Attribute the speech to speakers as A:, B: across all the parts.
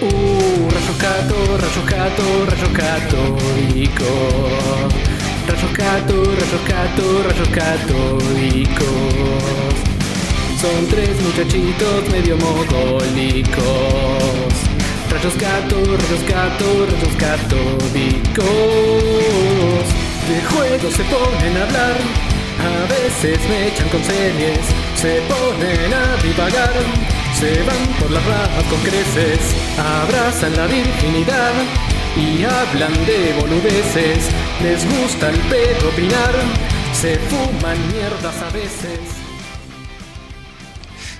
A: Uh, rayoscato, rayoscato, rayoscato católico. Rayoscato, rayoscato, rayos católicos. Son tres muchachitos medio mogólicos. Rayoscato, rayoscato, rayos católicos. De juegos se ponen a hablar. A veces me echan con series. Se ponen a divagar. Se van por las ramas con creces, abrazan la virginidad y hablan de boludeces. Les gusta el pedo opinar, se fuman mierdas a veces.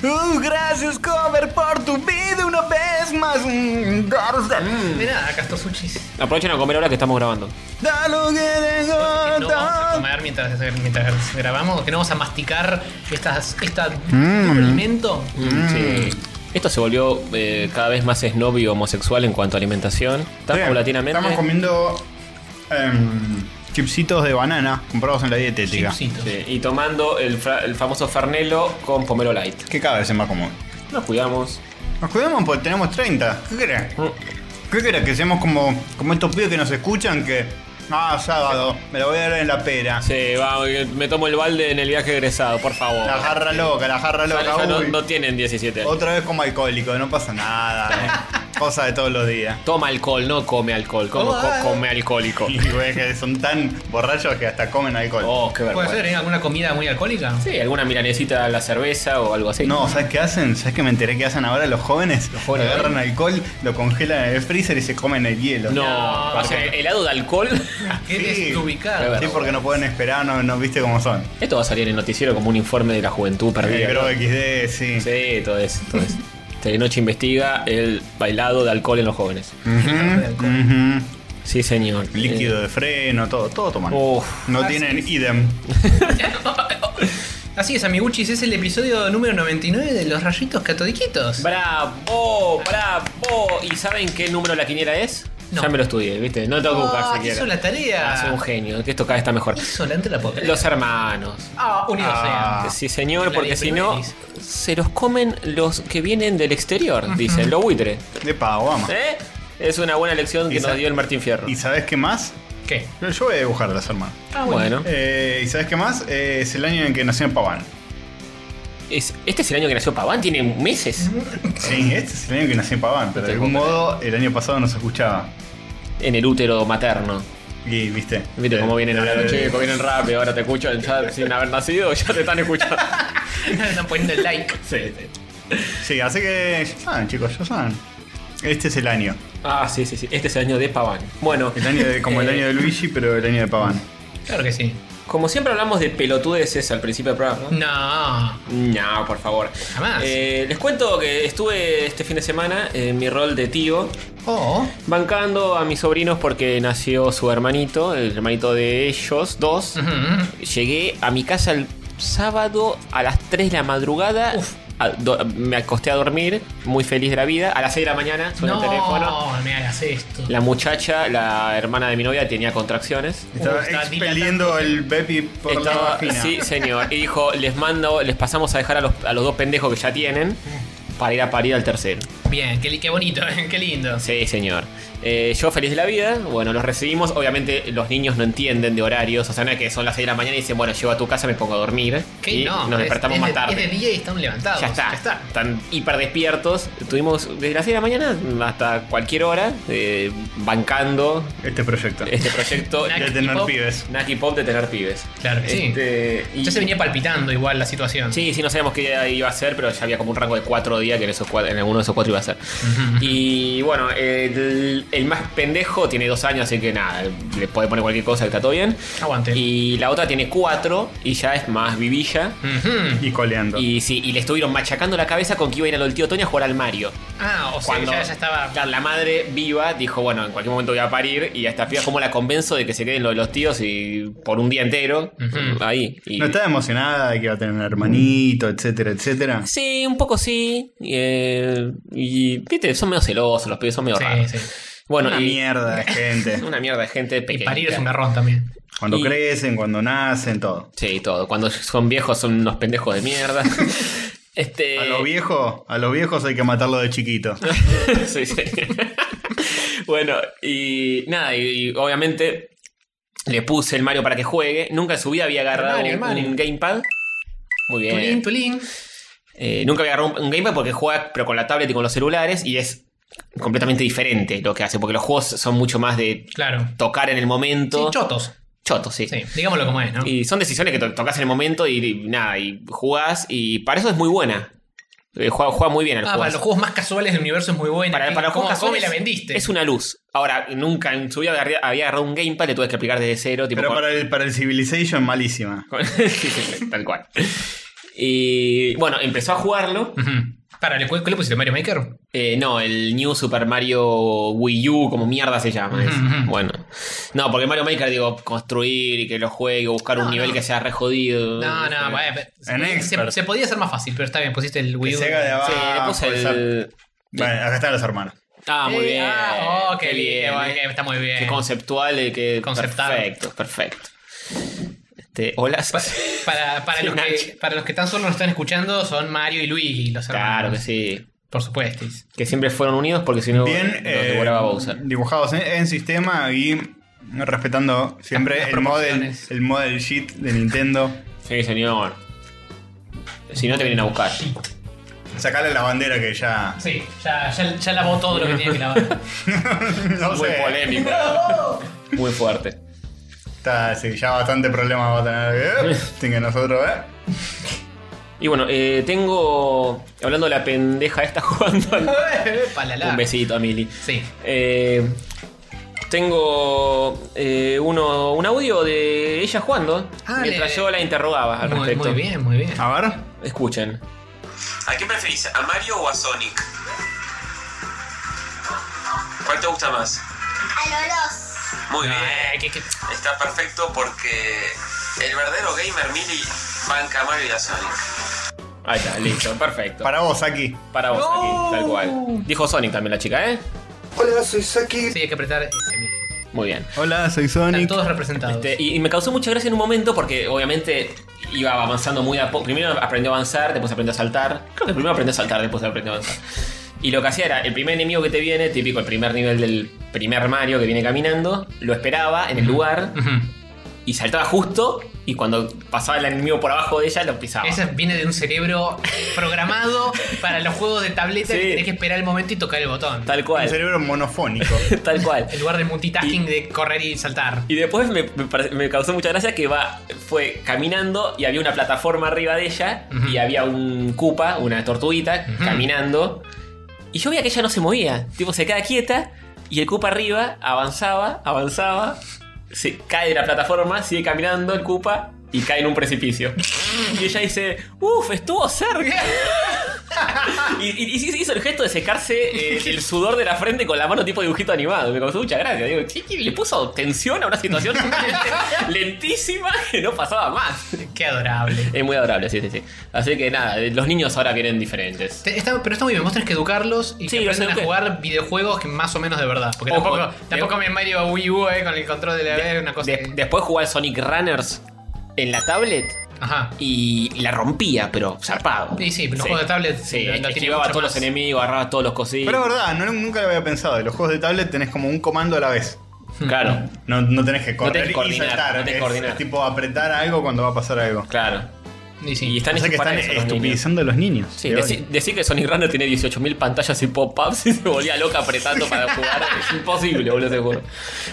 B: Uh, gracias, cover, por tu vida una vez más. Mm, Garden.
C: Mirá, acá está Suchis.
D: Aprovechen a comer ahora que estamos grabando.
B: Da lo que tengo,
C: No vamos a
B: da-
C: comer mientras, mientras grabamos, que no vamos a masticar estas, esta
D: Mm.
C: este alimento.
D: Sí. Esto se volvió eh, cada vez más snob y homosexual en cuanto a alimentación. Tan
B: Sí,
D: paulatinamente.
B: Estamos comiendo em, chipsitos de banana comprados en la dietética.
C: Chipsitos.
D: Sí, y tomando el, fra- el famoso Farnelo con Pomelo Light.
B: Que cada vez es más común.
D: Nos cuidamos.
B: Nos cuidamos porque tenemos 30. ¿Qué crees?
D: Mm.
B: ¿Qué crees? Que seamos como, como estos pibes que nos escuchan que. Ah, sábado, me lo voy a dar en la pera.
D: Sí, va, me tomo el balde en el viaje egresado, por favor.
B: La jarra loca, la jarra
D: Ya-
B: loca.
D: ya no,
B: uy.
D: no tienen 17 años.
B: Otra vez como alcohólico, no pasa nada. eh. Cosa de todos los días.
D: Toma alcohol, no come alcohol. Como
C: Oh,
D: co-
C: ah.
D: come alcohólico.
B: Y güey, que son tan borrachos que hasta comen alcohol.
D: Oh, qué
C: ¿Puede
D: vergüenza.
C: ser eh, alguna comida muy alcohólica?
D: Sí, alguna milanecita a la cerveza o algo así.
B: No, ¿sabes qué hacen? ¿Sabes qué me enteré que hacen ahora los jóvenes? Los
D: jóvenes.
B: agarran alcohol, lo congelan en el freezer y se comen el hielo.
D: No,
C: No,
D: va a ser helado de alcohol.
C: Ah, Qué
B: Sí.
C: desubicado.
D: A
B: Sí,
D: ver.
B: porque no pueden esperar, no, no viste cómo son.
D: Esto va a salir en el noticiero como un informe de la juventud perdida.
B: Pero
D: ¿no?
B: XD, sí.
D: Sí, todo eso, todo eso. Telenoche investiga el bailado de alcohol en los jóvenes.
B: Ujú, ujú.
D: Sí, señor.
B: Líquido de freno, todo, todo toman.
D: Uf.
B: no
C: Ah,
B: tienen idem.
C: Así es, amiguchis, es el episodio número 99 de Los Rayitos Catodiquitos.
D: Eh, ¡Bravo! ¡Bravo! ¿Y saben qué número la quiniela es?
C: No.
D: Ya me lo estudié, ¿viste? No te ocupas
C: Ah,
D: siquiera.
C: hizo la tarea.
D: Ah, soy un genio, que esto cada vez está mejor.
C: Hizo la ante la pobre.
D: Los hermanos.
C: Ah, unidos
B: Ah.
C: sean.
D: Sí, señor,
C: La
D: porque
C: de
D: si no,
C: primeris.
D: se los comen los que vienen del exterior, dicen, los buitres.
B: De pago, vamos.
D: ¿Eh? Es una buena lección que
B: Y sa-
D: nos dio el Martín Fierro.
B: ¿Y sabes qué más?
C: ¿Qué?
B: Yo, yo voy a dibujarlas, hermano.
C: Ah,
D: bueno.
B: Eh, ¿Y sabes qué más? Eh, es el año en que nació Paván.
D: Es- este es el año que nació Paván, tiene meses.
B: Sí, este es el año que nació Paván, pero de
D: Tengo
B: algún
D: que-
B: modo el año pasado no se escuchaba.
D: En el útero materno.
B: Y viste.
D: Viste cómo vienen
B: Eh,
D: ahora los chicos, vienen rápido, ahora te escuchan ya sin haber nacido, ya te están escuchando.
C: Están poniendo el like.
D: Sí, sí.
B: Sí, así que ya saben, chicos, ya saben. Este es el año.
D: Ah, sí, sí, sí. Este es el año de Paván. Bueno,
B: El Este año de, como el
D: eh,
B: año de Luigi, pero el año de Paván.
C: Claro que sí.
D: Como siempre hablamos de pelotudeces al principio del programa.
C: No.
D: No, por favor.
C: Jamás.
D: Eh, les cuento que estuve este fin de semana en mi rol de tío,
C: Oh.
D: bancando a mis sobrinos porque nació su hermanito, el hermanito de ellos, dos.
C: Ujú.
D: Llegué a mi casa el sábado a las 3 de la madrugada. A- do- me acosté a dormir, muy feliz de la vida. A las 6 de la mañana suena
C: No,
D: el teléfono.
C: me hagas esto.
D: La muchacha, la hermana de mi novia, tenía contracciones.
B: Estaba
C: está
B: expeliendo el Bepi por la
D: Estaba,
B: vagina.
D: sí, señor. Y dijo, les mando, les pasamos a dejar a los, a los dos pendejos que ya tienen para ir a parir al tercero.
C: Bien, qué, li- qué bonito, qué lindo.
D: Sí, señor. Eh, yo feliz de la vida. Bueno, los recibimos. Obviamente los niños no entienden de horarios. O sea, no es que son las 6 de la mañana y dicen, bueno, llego a tu casa, me pongo a dormir.
C: ¿Qué?
D: Y
C: no,
D: nos
C: es-
D: despertamos
C: es
D: más
C: de-
D: tarde.
C: Es de día y están levantados.
D: Ya está, Están hiper despiertos. Estuvimos desde las 6 de la mañana hasta cualquier hora eh, bancando
B: Este proyecto.
D: este proyecto
C: Naki
B: De tener
C: Pop.
B: pibes.
D: Naki Pop de tener pibes.
C: Claro que sí.
D: Este, y-
C: Ya se venía palpitando igual la situación.
D: Sí, sí, no sabíamos qué día iba a ser, pero ya había como un rango de cuatro días que en, esos cuatro- en alguno de esos cuatro iba a ser. Y bueno, el, el más pendejo tiene dos años, así que nada, le puede poner cualquier cosa, que está todo bien.
C: Aguante.
D: Y la otra tiene cuatro y ya es más vivilla.
C: Ujú.
B: Y coleando.
D: Y sí, y le estuvieron machacando la cabeza con que iba a ir a lo del tío Tony a jugar al Mario.
C: Ah, o sea,
D: Cuando
C: ya, ya estaba.
D: claro, la madre viva dijo, bueno, en cualquier momento voy a parir y hasta esta como la convenzo de que se queden lo de los tíos y por un día entero
C: Ujú.
D: ahí. Y-
B: No estaba emocionada de que iba a tener un hermanito, etcétera, etcétera.
D: Sí, un poco sí. Y, eh, y, viste, son medio celosos, los pibes son medio
C: Sí,
D: raros.
C: sí.
D: Bueno,
B: Una
D: y-
B: mierda de gente.
D: Una mierda de gente
C: Y
D: pequeña.
C: parir es un garrón también.
B: Cuando
D: Y-
B: crecen, cuando nacen, todo.
D: Sí, todo. Cuando son viejos son unos pendejos de mierda. Este,
B: A los viejos, a los viejos hay que matarlo de chiquito.
D: sí, sí. bueno, y nada, y, y obviamente le puse el Mario para que juegue. Nunca en su vida había agarrado
C: Mario, el
D: un,
C: Mario.
D: un gamepad. Muy bien.
C: Tulín, tulín.
D: Eh, nunca había agarrado un, un gamepad porque juega pero con la tablet y con los celulares y es completamente diferente lo que hace porque los juegos son mucho más de
C: Claro.
D: tocar en el
C: Sí,
D: momento.
C: chotos.
D: Choto, sí.
C: Sí, digámoslo como es, ¿no?
D: Y son decisiones que to- tocas en el momento y, y nada, y jugás y para eso es muy buena. Eh, juega, juega muy bien al
C: Ah, para los juegos más casuales del universo es muy buena.
D: Para, para
C: ¿Cómo,
D: Juanca
C: cómo me
D: Suárez
C: la vendiste?
D: Eh, Es una luz. Ahora, nunca en su vida agarré- había agarrado un gamepad, le tuve que explicar desde cero. Tipo,
B: Pero
D: con-
B: para el, para el Civilization, malísima.
D: con- sí, sí, sí, tal cual. Y bueno, empezó a jugarlo.
C: Ujú. Para, ¿le, cu- ¿qué le pusiste? ¿Mario Maker?
D: Eh, no, el New Super Mario Wii U, como mierda se llama. es.
C: Ujú, ujú.
D: Bueno, no, porque Mario Maker, digo, construir y que lo juegue, buscar
C: No,
D: un nivel
C: no.
D: que sea re jodido.
C: No, no,
D: Eh,
C: bueno, pero se,
B: En
C: podía- se-
B: expert.
C: se podía hacer más fácil, pero está bien, pusiste el Wii U.
B: Sega de abajo.
D: Sí,
C: Ah,
D: le puse
B: pues,
D: el-
B: Bueno, acá están los hermanos.
D: Ah, muy
C: Eh,
D: bien.
C: Ah, oh, qué, bien.
D: eh.
C: ok, está muy bien.
D: Qué conceptual y qué
C: Conceptado.
D: perfecto, perfecto. Este, hola.
C: Pa- para, para, los que,
D: Nacho.
C: para los que tan solo nos están escuchando, son Mario y Luigi, los
D: Claro que
C: hermanos.
D: sí.
C: Por supuesto.
D: Que siempre fueron unidos porque si no
B: Bien
D: los
B: eh,
D: devoraba Bowser.
B: dibujados en, en sistema y respetando siempre
C: Las
B: el model,
C: proporciones.
B: el model sheet de Nintendo.
D: Sí, señor. Si no te vienen a buscar.
B: Sacarle la bandera que ya.
C: Sí, ya, ya, ya lavó todo lo que tenía que lavar.
B: no
D: Muy
B: sé.
D: polémico. Muy fuerte.
B: Está, sí, ya bastante problema va a tener. eh, Sin que nosotros, ¿eh?
D: Y bueno, eh, tengo. Hablando de la pendeja esta jugando al-
C: Palala.
D: Un besito a Mili.
C: Sí.
D: Eh, tengo eh, uno, un audio de ella jugando.
C: Ah,
D: mientras
C: le-
D: yo la interrogaba al
C: Muy,
D: respecto. Ah.
C: muy bien, muy bien.
B: A ver.
D: Escuchen.
E: ¿A quién preferís? ¿A Mario o a Sonic? ¿Cuál te gusta más?
F: A los dos.
E: Muy
C: Ay,
D: eh,
E: bien.
C: qué- qué-
E: Está perfecto porque el verdadero gamer Mili banca a Mario y a Sonic.
D: Ahí está, listo, perfecto. Para,
B: Para vos, aquí.
D: vos aquí, tal cual. Dijo Sonic también la chica, ¿eh?
G: Hola, soy Saki.
C: Sí, hay que apretar ese mismo.
D: Muy bien.
B: Hola, soy
C: Están
B: Sonic.
C: todos representados.
D: Este, y, y me causó mucha gracia en un momento porque obviamente iba avanzando muy a poco. Primero aprendió a avanzar, después aprendió a saltar. Creo que primero aprendió a saltar, después aprendió a avanzar. Y lo que hacía era, el primer enemigo que te viene, típico, el primer nivel del primer Mario que viene caminando, lo esperaba en el lugar
C: Ujú.
D: y saltaba justo y cuando pasaba el enemigo por abajo de ella lo pisaba.
C: Ese viene de un cerebro programado para los juegos de tableta
D: Sí.
C: que tenés que esperar el momento y tocar el botón.
D: Tal
B: Un
D: cual,
B: cerebro monofónico.
D: tal cual.
C: En lugar del multitasking de correr y saltar.
D: Y después me, me pare- me causó mucha gracia que va, fue caminando y había una plataforma arriba de ella
C: Ujú.
D: y había un cupa, una tortuguita,
C: Ujú.
D: caminando. Y yo veía que ella no se movía. Tipo, se queda quieta y el cupa arriba avanzaba, avanzaba, se cae de la plataforma, sigue caminando el cupa y cae en un precipicio. y ella dice, uff, estuvo cerca. y, y- y hizo el gesto de secarse eh, el sudor de la frente con la mano tipo dibujito animado. Me causó mucha gracia. Digo, "Che, que le puso tensión a una situación totalmente lentísima que no pasaba más.
C: Qué adorable.
D: Es muy adorable, sí, sí, sí. Así que nada, eh, los niños ahora vienen diferentes.
C: Te- está- pero está muy bien, vos tenés que educarlos y
D: Sí,
C: que
D: los
C: aprendan a
D: eduqué.
C: jugar videojuegos que más o menos de verdad. Porque
D: Ojo,
C: tampoco,
D: de-
C: tampoco me Mario a Wii U eh, con el control de la vez, una cosa.
D: De-
C: que-
D: después jugaba al Sonic Runners en la tablet
C: Ajá.
D: y la rompía, pero zarpado.
C: Sí, sí, los juegos de tablet
D: Sí,
C: la- la tienen
D: esquivaba a
C: mucho
D: todos
C: más.
D: los enemigos, agarraba todos los cositos.
B: Pero es verdad, no- nunca lo había pensado. De los juegos de tablet tenés como un comando a la vez.
D: Claro,
B: No, no tenés que
D: No
B: correr
D: tenés que
B: y
D: coordinar,
B: saltar.
D: no tenés que
B: es,
D: coordinar.
B: es tipo apretar algo cuando va a pasar algo.
D: claro.
C: Y sí.
D: Y están
B: O sea
D: hechos
B: que
D: para
B: están
D: eso los niños.
B: estupidizando a los niños.
D: Sí,
B: de hoy.
D: decí- decir que Sonic Runner tiene 18.000 pantallas y pop-ups y se volvía loca apretando para jugar es imposible, boludo, te juro.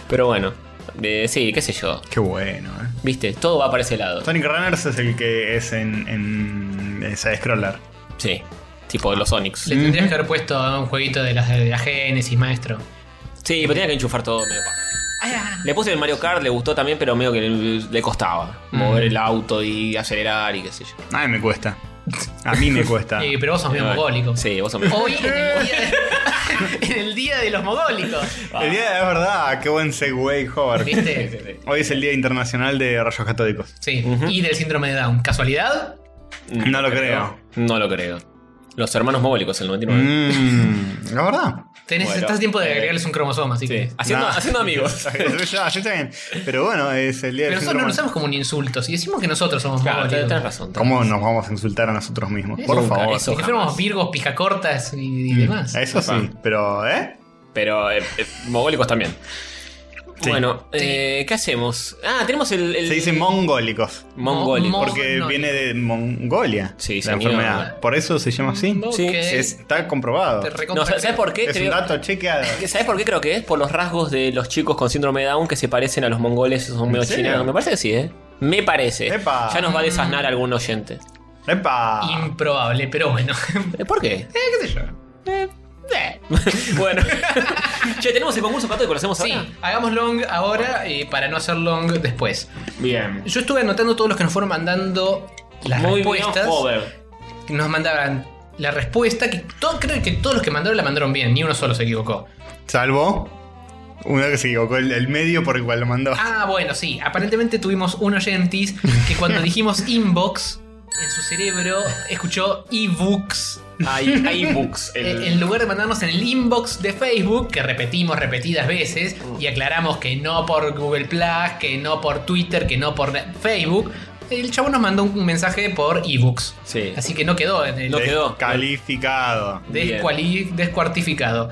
D: Pero bueno, eh, sí, qué sé yo.
B: Qué bueno, eh.
D: Viste, todo va para ese lado.
B: Sonic Runners es el que es en. en es a scroller.
D: Sí, tipo de los Sonics.
C: Le tendrías que haber puesto a un jueguito de la, de la Genesis, maestro.
D: Sí, pero tenía que enchufar todo medio paja.
C: Ah,
D: Le puse el Mario Kart, le gustó también, pero medio que le, le costaba
B: Mm.
D: mover el auto y acelerar y qué sé yo.
B: A mí me cuesta. A mí me cuesta.
C: eh, pero vos sos medio mogólico.
D: Sí, vos sos
C: Hoy, en el, día de, en el día de los mogólicos.
D: Ah,
B: El día de es verdad, qué buen segue, Hover.
C: ¿Viste?
D: Mm,
B: Hoy es el Día Internacional de Rayos Catódicos.
C: Sí. Y del síndrome de Down. ¿Casualidad?
B: No lo creo.
D: No lo creo. Los hermanos móviles, el 99.
B: Mm, la verdad.
C: Tenés,
D: Bueno, eh,
C: estás tiempo de agregarles un cromosoma, así que.
D: Sí, Ah, haciendo,
B: Nah.
D: haciendo amigos.
B: Yo ya- yo también. Pero bueno, es el día
C: Pero
B: del
C: nosotros no
B: síndrome.
C: lo usamos como un insulto. Si decimos que nosotros somos
D: Claro,
C: mogólicos.
D: tenés tenés razón. tenés
B: ¿Cómo
D: razón.
B: nos vamos a insultar a nosotros mismos?
C: Eso
B: Por
D: nunca,
B: favor.
D: eso. Mm.
C: Si fuéramos virgos, pijacortas y, y demás.
B: Eso sí, pero ¿eh?
D: Pero eh, eh, mogólicos también.
B: Sí.
D: Bueno, eh, ¿qué hacemos? Ah, tenemos el. el-
B: Se
C: Eh,
B: dice mongólicos.
D: mongólico.
C: Mo-
B: Porque
C: Mongólico.
B: viene de Mongolia.
D: Sí,
B: la
D: señor.
B: enfermedad. Por eso se llama así.
C: Ok.
D: Sí,
B: Es- está comprobado.
C: Te recontra-
D: No, ¿Sabes por qué?
B: Es un
D: Creo-
B: dato chequeado.
D: ¿Sabes por qué creo que es? Por los rasgos de los chicos con síndrome de Down que se parecen a los mongoles, son medio
B: ¿En serio?
D: chinos. Me parece que sí, ¿eh? Me parece.
B: Epa.
D: Ya nos va a desasnar algún oyente.
B: ¡Epa!
C: Improbable, pero bueno.
D: Eh, ¿Por qué?
C: Eh, qué sé yo.
D: bueno. che, tenemos el concurso pato y conocemos
C: Sí,
D: ahora.
C: hagamos long ahora eh, para no hacer long después.
D: Bien.
C: Yo estuve anotando todos los que nos fueron mandando las
D: Muy
C: respuestas.
D: bien, joven.
C: que nos mandaban la respuesta, que todo, creo que todos los que mandaron la mandaron bien, ni uno solo se equivocó.
B: Salvo uno que se equivocó el, el medio por el cual lo mandó.
C: Ah, bueno, sí, aparentemente tuvimos un oyentis que cuando dijimos inbox, en su cerebro escuchó ebooks.
D: Hay, hay books.
C: eh, En lugar de mandarnos en el inbox de Facebook, que repetimos repetidas veces,
D: Mm.
C: y aclaramos que no por Google Plus, que no por Twitter, que no por na- Facebook, el chavo nos mandó un mensaje por ebooks.
D: Sí.
C: Así que no quedó en el
D: No quedó.
B: Calificado.
D: Bien.
C: Descuali- descuartificado.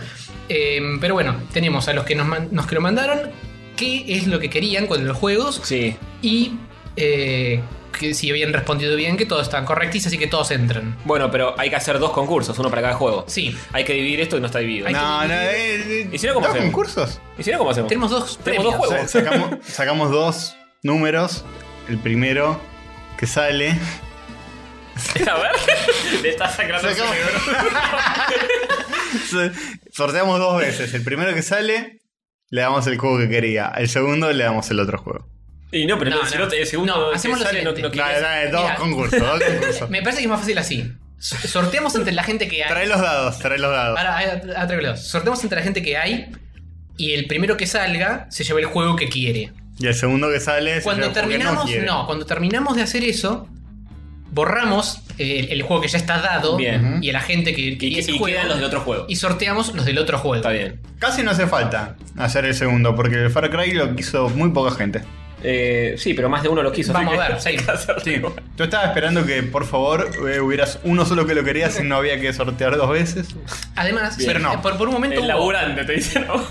C: Em, pero bueno, tenemos a los que nos, man- nos que lo mandaron, qué es lo que querían con los juegos
D: Sí.
C: y eh, que si habían respondido bien, que todos están correctos, así que todos entran.
D: Bueno, pero hay que hacer dos concursos, uno para cada juego.
C: Sí,
D: Hay que dividir esto y no está dividido.
C: Hay que
B: No, no,
C: dividir.
B: eh, eh,
D: ¿Y si no, cómo
B: ¿dos
D: hacemos?
B: concursos?
D: ¿Y si no, cómo hacemos?
C: tenemos dos
D: Tenemos dos
C: premios.
D: juegos.
B: Sa- sacamos, sacamos dos números. El primero que sale.
D: A ver, le estás sacando el
B: Sacamos-
D: cerebro.
B: So- Sorteamos dos veces. El primero que sale, le damos el juego que quería. El segundo, le damos el otro juego.
D: Y no, pero
C: No,
D: el, si
C: no.
D: no te- el segundo
C: No,
D: que
C: hacemos lo
D: sale no,
C: siguiente.
D: no
B: Dale,
D: quieres.
B: dale, dos
C: Mira.
B: concursos, dos concursos.
C: Me parece que es más fácil así. S- Sorteamos entre la gente que hay.
B: Trae los dados, trae los dados.
C: Ahora, ahora, atrévelos. Sorteamos entre la gente que hay y el primero que salga se lleva el juego que quiere.
B: Y el segundo que sale, se
C: Cuando
B: lleva el juego que
C: terminamos,
B: quiere.
C: no, cuando terminamos de hacer eso, borramos el, el juego que ya está dado
D: Bien.
C: y a la gente que, que
D: Y,
C: ese
D: y
C: juego,
D: quedan los del otro juego.
C: y sorteamos los del otro juego.
D: Está bien.
B: Casi no hace falta hacer el segundo, porque el Far Cry lo quiso muy poca gente.
D: Eh, sí, pero más de uno lo quiso. así
C: Vamos
D: que
C: a ver, sí.
D: hay que hacerlo.
B: Yo estaba esperando que, por favor, eh, hubieras uno solo que lo querías y no había que sortear dos veces.
C: Además,
B: Pero no.
C: eh, por, por un momento
D: El
C: hubo,
D: laburante te dice, ¿no?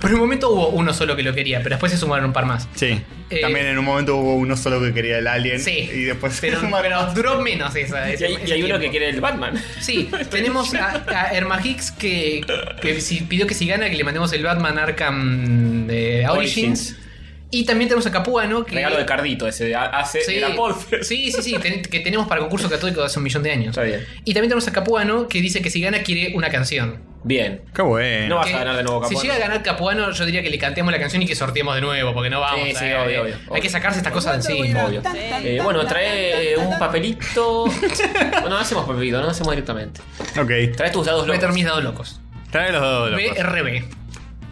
C: por un momento hubo uno solo que lo quería, pero después se sumaron un par más.
B: Sí.
C: Eh,
B: También en un momento hubo uno solo que quería el Alien.
C: Sí.
B: Y después
C: Pero,
B: se sumaron.
C: pero duró menos esa.
D: Y
C: ese-
D: hay, y
C: ese
D: hay uno
C: tiempo.
D: que quiere el Batman.
C: Sí, tenemos a, a Herma Hicks que, que si- pidió que si gana que le mandemos el Batman Arkham de Origins.
D: Origins.
C: Y también tenemos a Capuano que.
D: Regalo de Cardito ese. a- Hace
C: Sí,
D: era Polfer.
C: sí, sí, sí, ten- que tenemos para concurso católico de hace un millón de años.
D: Está bien.
C: Y también tenemos a Capuano que dice que si gana quiere una canción.
D: Bien.
B: Qué bueno.
D: No vas
C: Que
D: a ganar de nuevo, Capuano.
C: Si llega a ganar Capuano, yo diría que le cantemos la canción y que sorteemos de nuevo, porque no vamos.
D: Sí, sí,
C: eh,
D: obvio, obvio,
C: Hay
D: obvio.
C: que sacarse estas cosas de encima.
D: Obvio. Eh, bueno, trae eh, un papelito. no, no hacemos papelito, no hacemos directamente.
B: Ok.
D: Trae tus dados
C: Voy a traer
D: locos.
C: mis dados locos.
B: Trae los dados.
C: er-
B: locos.
C: BRB.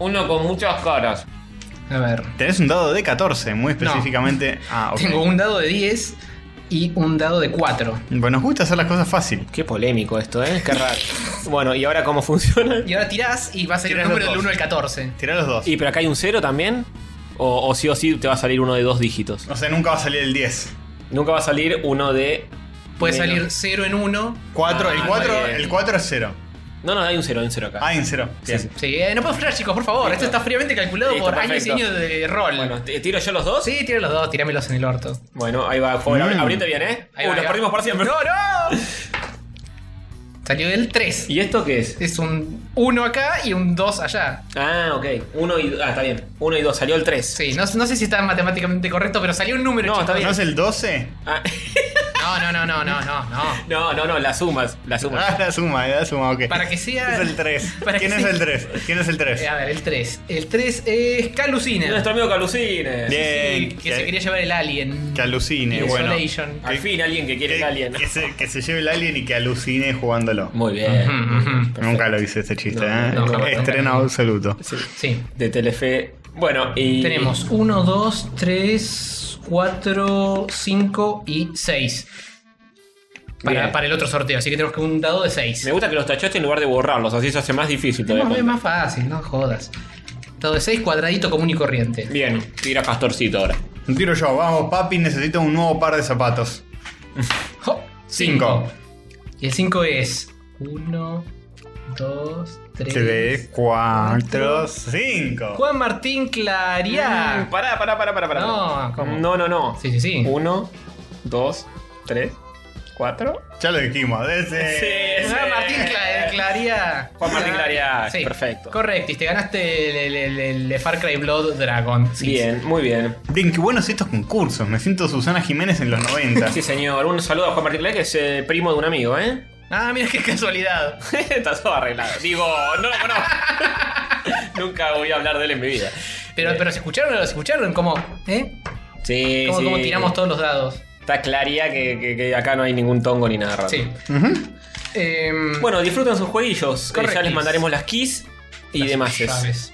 D: Uno con muchas caras.
C: A ver.
B: Tenés un dado de 14, muy específicamente. Ah, ok.
C: Tengo un dado de 10 y un dado de 4.
B: Bueno, nos gusta hacer las cosas fácil.
D: Qué polémico esto, ¿eh? Qué raro. bueno, ¿y ahora cómo funciona?
C: Y ahora tirás y va a salir el
B: Tirás los
C: número del
B: dos.
C: 1 al 14.
B: Tirá los dos.
D: ¿Y pero acá hay un cero también? O, o sí o sí te va a salir uno de dos dígitos.
B: O sea, nunca va a salir el 10.
D: Nunca va a salir uno de.
C: Puede
D: menos.
C: salir 0 en 1.
B: 4,
D: Ah,
B: el 4,
D: muy bien.
B: el 4 es 0.
D: No, no, hay un cero, hay un cero acá.
B: Ah, en 0.
D: Bien.
C: Sí, eh, no puedo fallar, chicos, por favor. Esto
D: Listo.
C: está fríamente calculado
D: Listo,
C: por años y
D: perfecto.
C: años de rol.
D: Bueno, ¿te- ¿tiro yo los dos?
C: Sí, tira los dos, tíramelos en el orto.
D: Bueno, ahí va, joven. abri-
B: Mm.
D: Abrite bien, ¿eh?
C: Ahí
D: Uh,
C: va,
D: los
C: ahí va.
D: perdimos por siempre.
C: ¡No, no! Salió el 3.
D: ¿Y esto qué es?
C: Es un 1 acá y un 2 allá.
D: Ah, ok. Uno y. Ah, está bien. Uno y dos. Salió el tres.
C: Sí, no, no sé si está matemáticamente correcto, pero salió un número.
D: No,
C: chicos.
D: está bien.
B: ¿No es el 12?
D: Ah,
C: No, no, no, no, no, no, no.
D: no, no, no, las sumas. Las sumas.
B: Ah, la suma, la suma, ok.
C: Para que sea-
B: Es el 3.
C: para que
B: ¿Quién es
C: sea-
B: el 3? ¿Quién es el 3?
C: Eh, a ver, el 3. El 3 es Calucina.
D: Nuestro amigo Calucines.
B: Bien.
C: Sí, que
D: Eh,
C: se quería llevar el Alien.
B: que alucine, bueno.
C: Isolation.
D: Al fin alguien que quiere
B: Que,
D: el alien.
B: que se, que se lleve el alien y que alucine jugándolo.
D: Muy bien.
C: Ujú, ujú.
D: Perfecto.
B: Nunca lo hice este chiste,
D: No,
B: ¿eh?
D: no,
C: jamás,
B: Estreno
C: nunca.
B: absoluto.
D: Sí.
C: Sí.
D: De Telefe. Bueno, y.
C: Tenemos 1, 2, 3, 4, 5 y 6. para,
D: Bien.
C: para el otro sorteo. Así que tenemos que un dado de 6.
D: Me gusta que los tachaste en lugar de borrarlos, así se hace más difícil
C: Es
D: todavía.
C: más, es más fácil, no jodas. Dado de 6, cuadradito común y corriente.
D: Bien, tira Castorcito ahora.
B: Un tiro yo, vamos, papi, necesito un nuevo par de zapatos.
C: 5. Y el 5 es 1, 2, 3.
B: 3, 4, 5.
C: Juan Martín Claría.
D: Mm, Pará, pará, pará, pará, pará.
C: Ah. No, ¿cómo?
D: no, no, no.
C: Sí, sí, sí.
D: Uno, dos, tres, cuatro.
B: Ya lo dijimos, de ese.
D: Sí,
C: Juan Martín Cla- Claría.
D: Juan Martín Claría, perfecto.
C: Correcto, y te ganaste el, el- el- el Far Cry Blood Dragon. Sí,
D: Bien, muy bien.
B: Bien, qué buenos estos concursos. Me siento Susana Jiménez en los 90.
D: Sí, señor. Un saludo a Juan Martín Claría, que es eh, primo de un amigo, ¿eh?
C: sí. Ah, mira qué casualidad.
D: Está todo arreglado. Digo, no lo conozco. Nunca voy a hablar de él en mi vida.
C: Pero, pero se escucharon o los escucharon, ¿cómo? ¿Eh?
D: Sí,
C: ¿Cómo,
D: sí.
C: cómo tiramos todos los dados?
D: Está Claría que, que- que acá no hay ningún tongo ni nada raro.
C: Sí.
B: Ujú.
C: Em,
D: Bueno, disfruten sus jueguillos. que ya
C: Correctis.
D: les mandaremos las keys y
C: Las
D: demás. ¿Qué
C: llaves.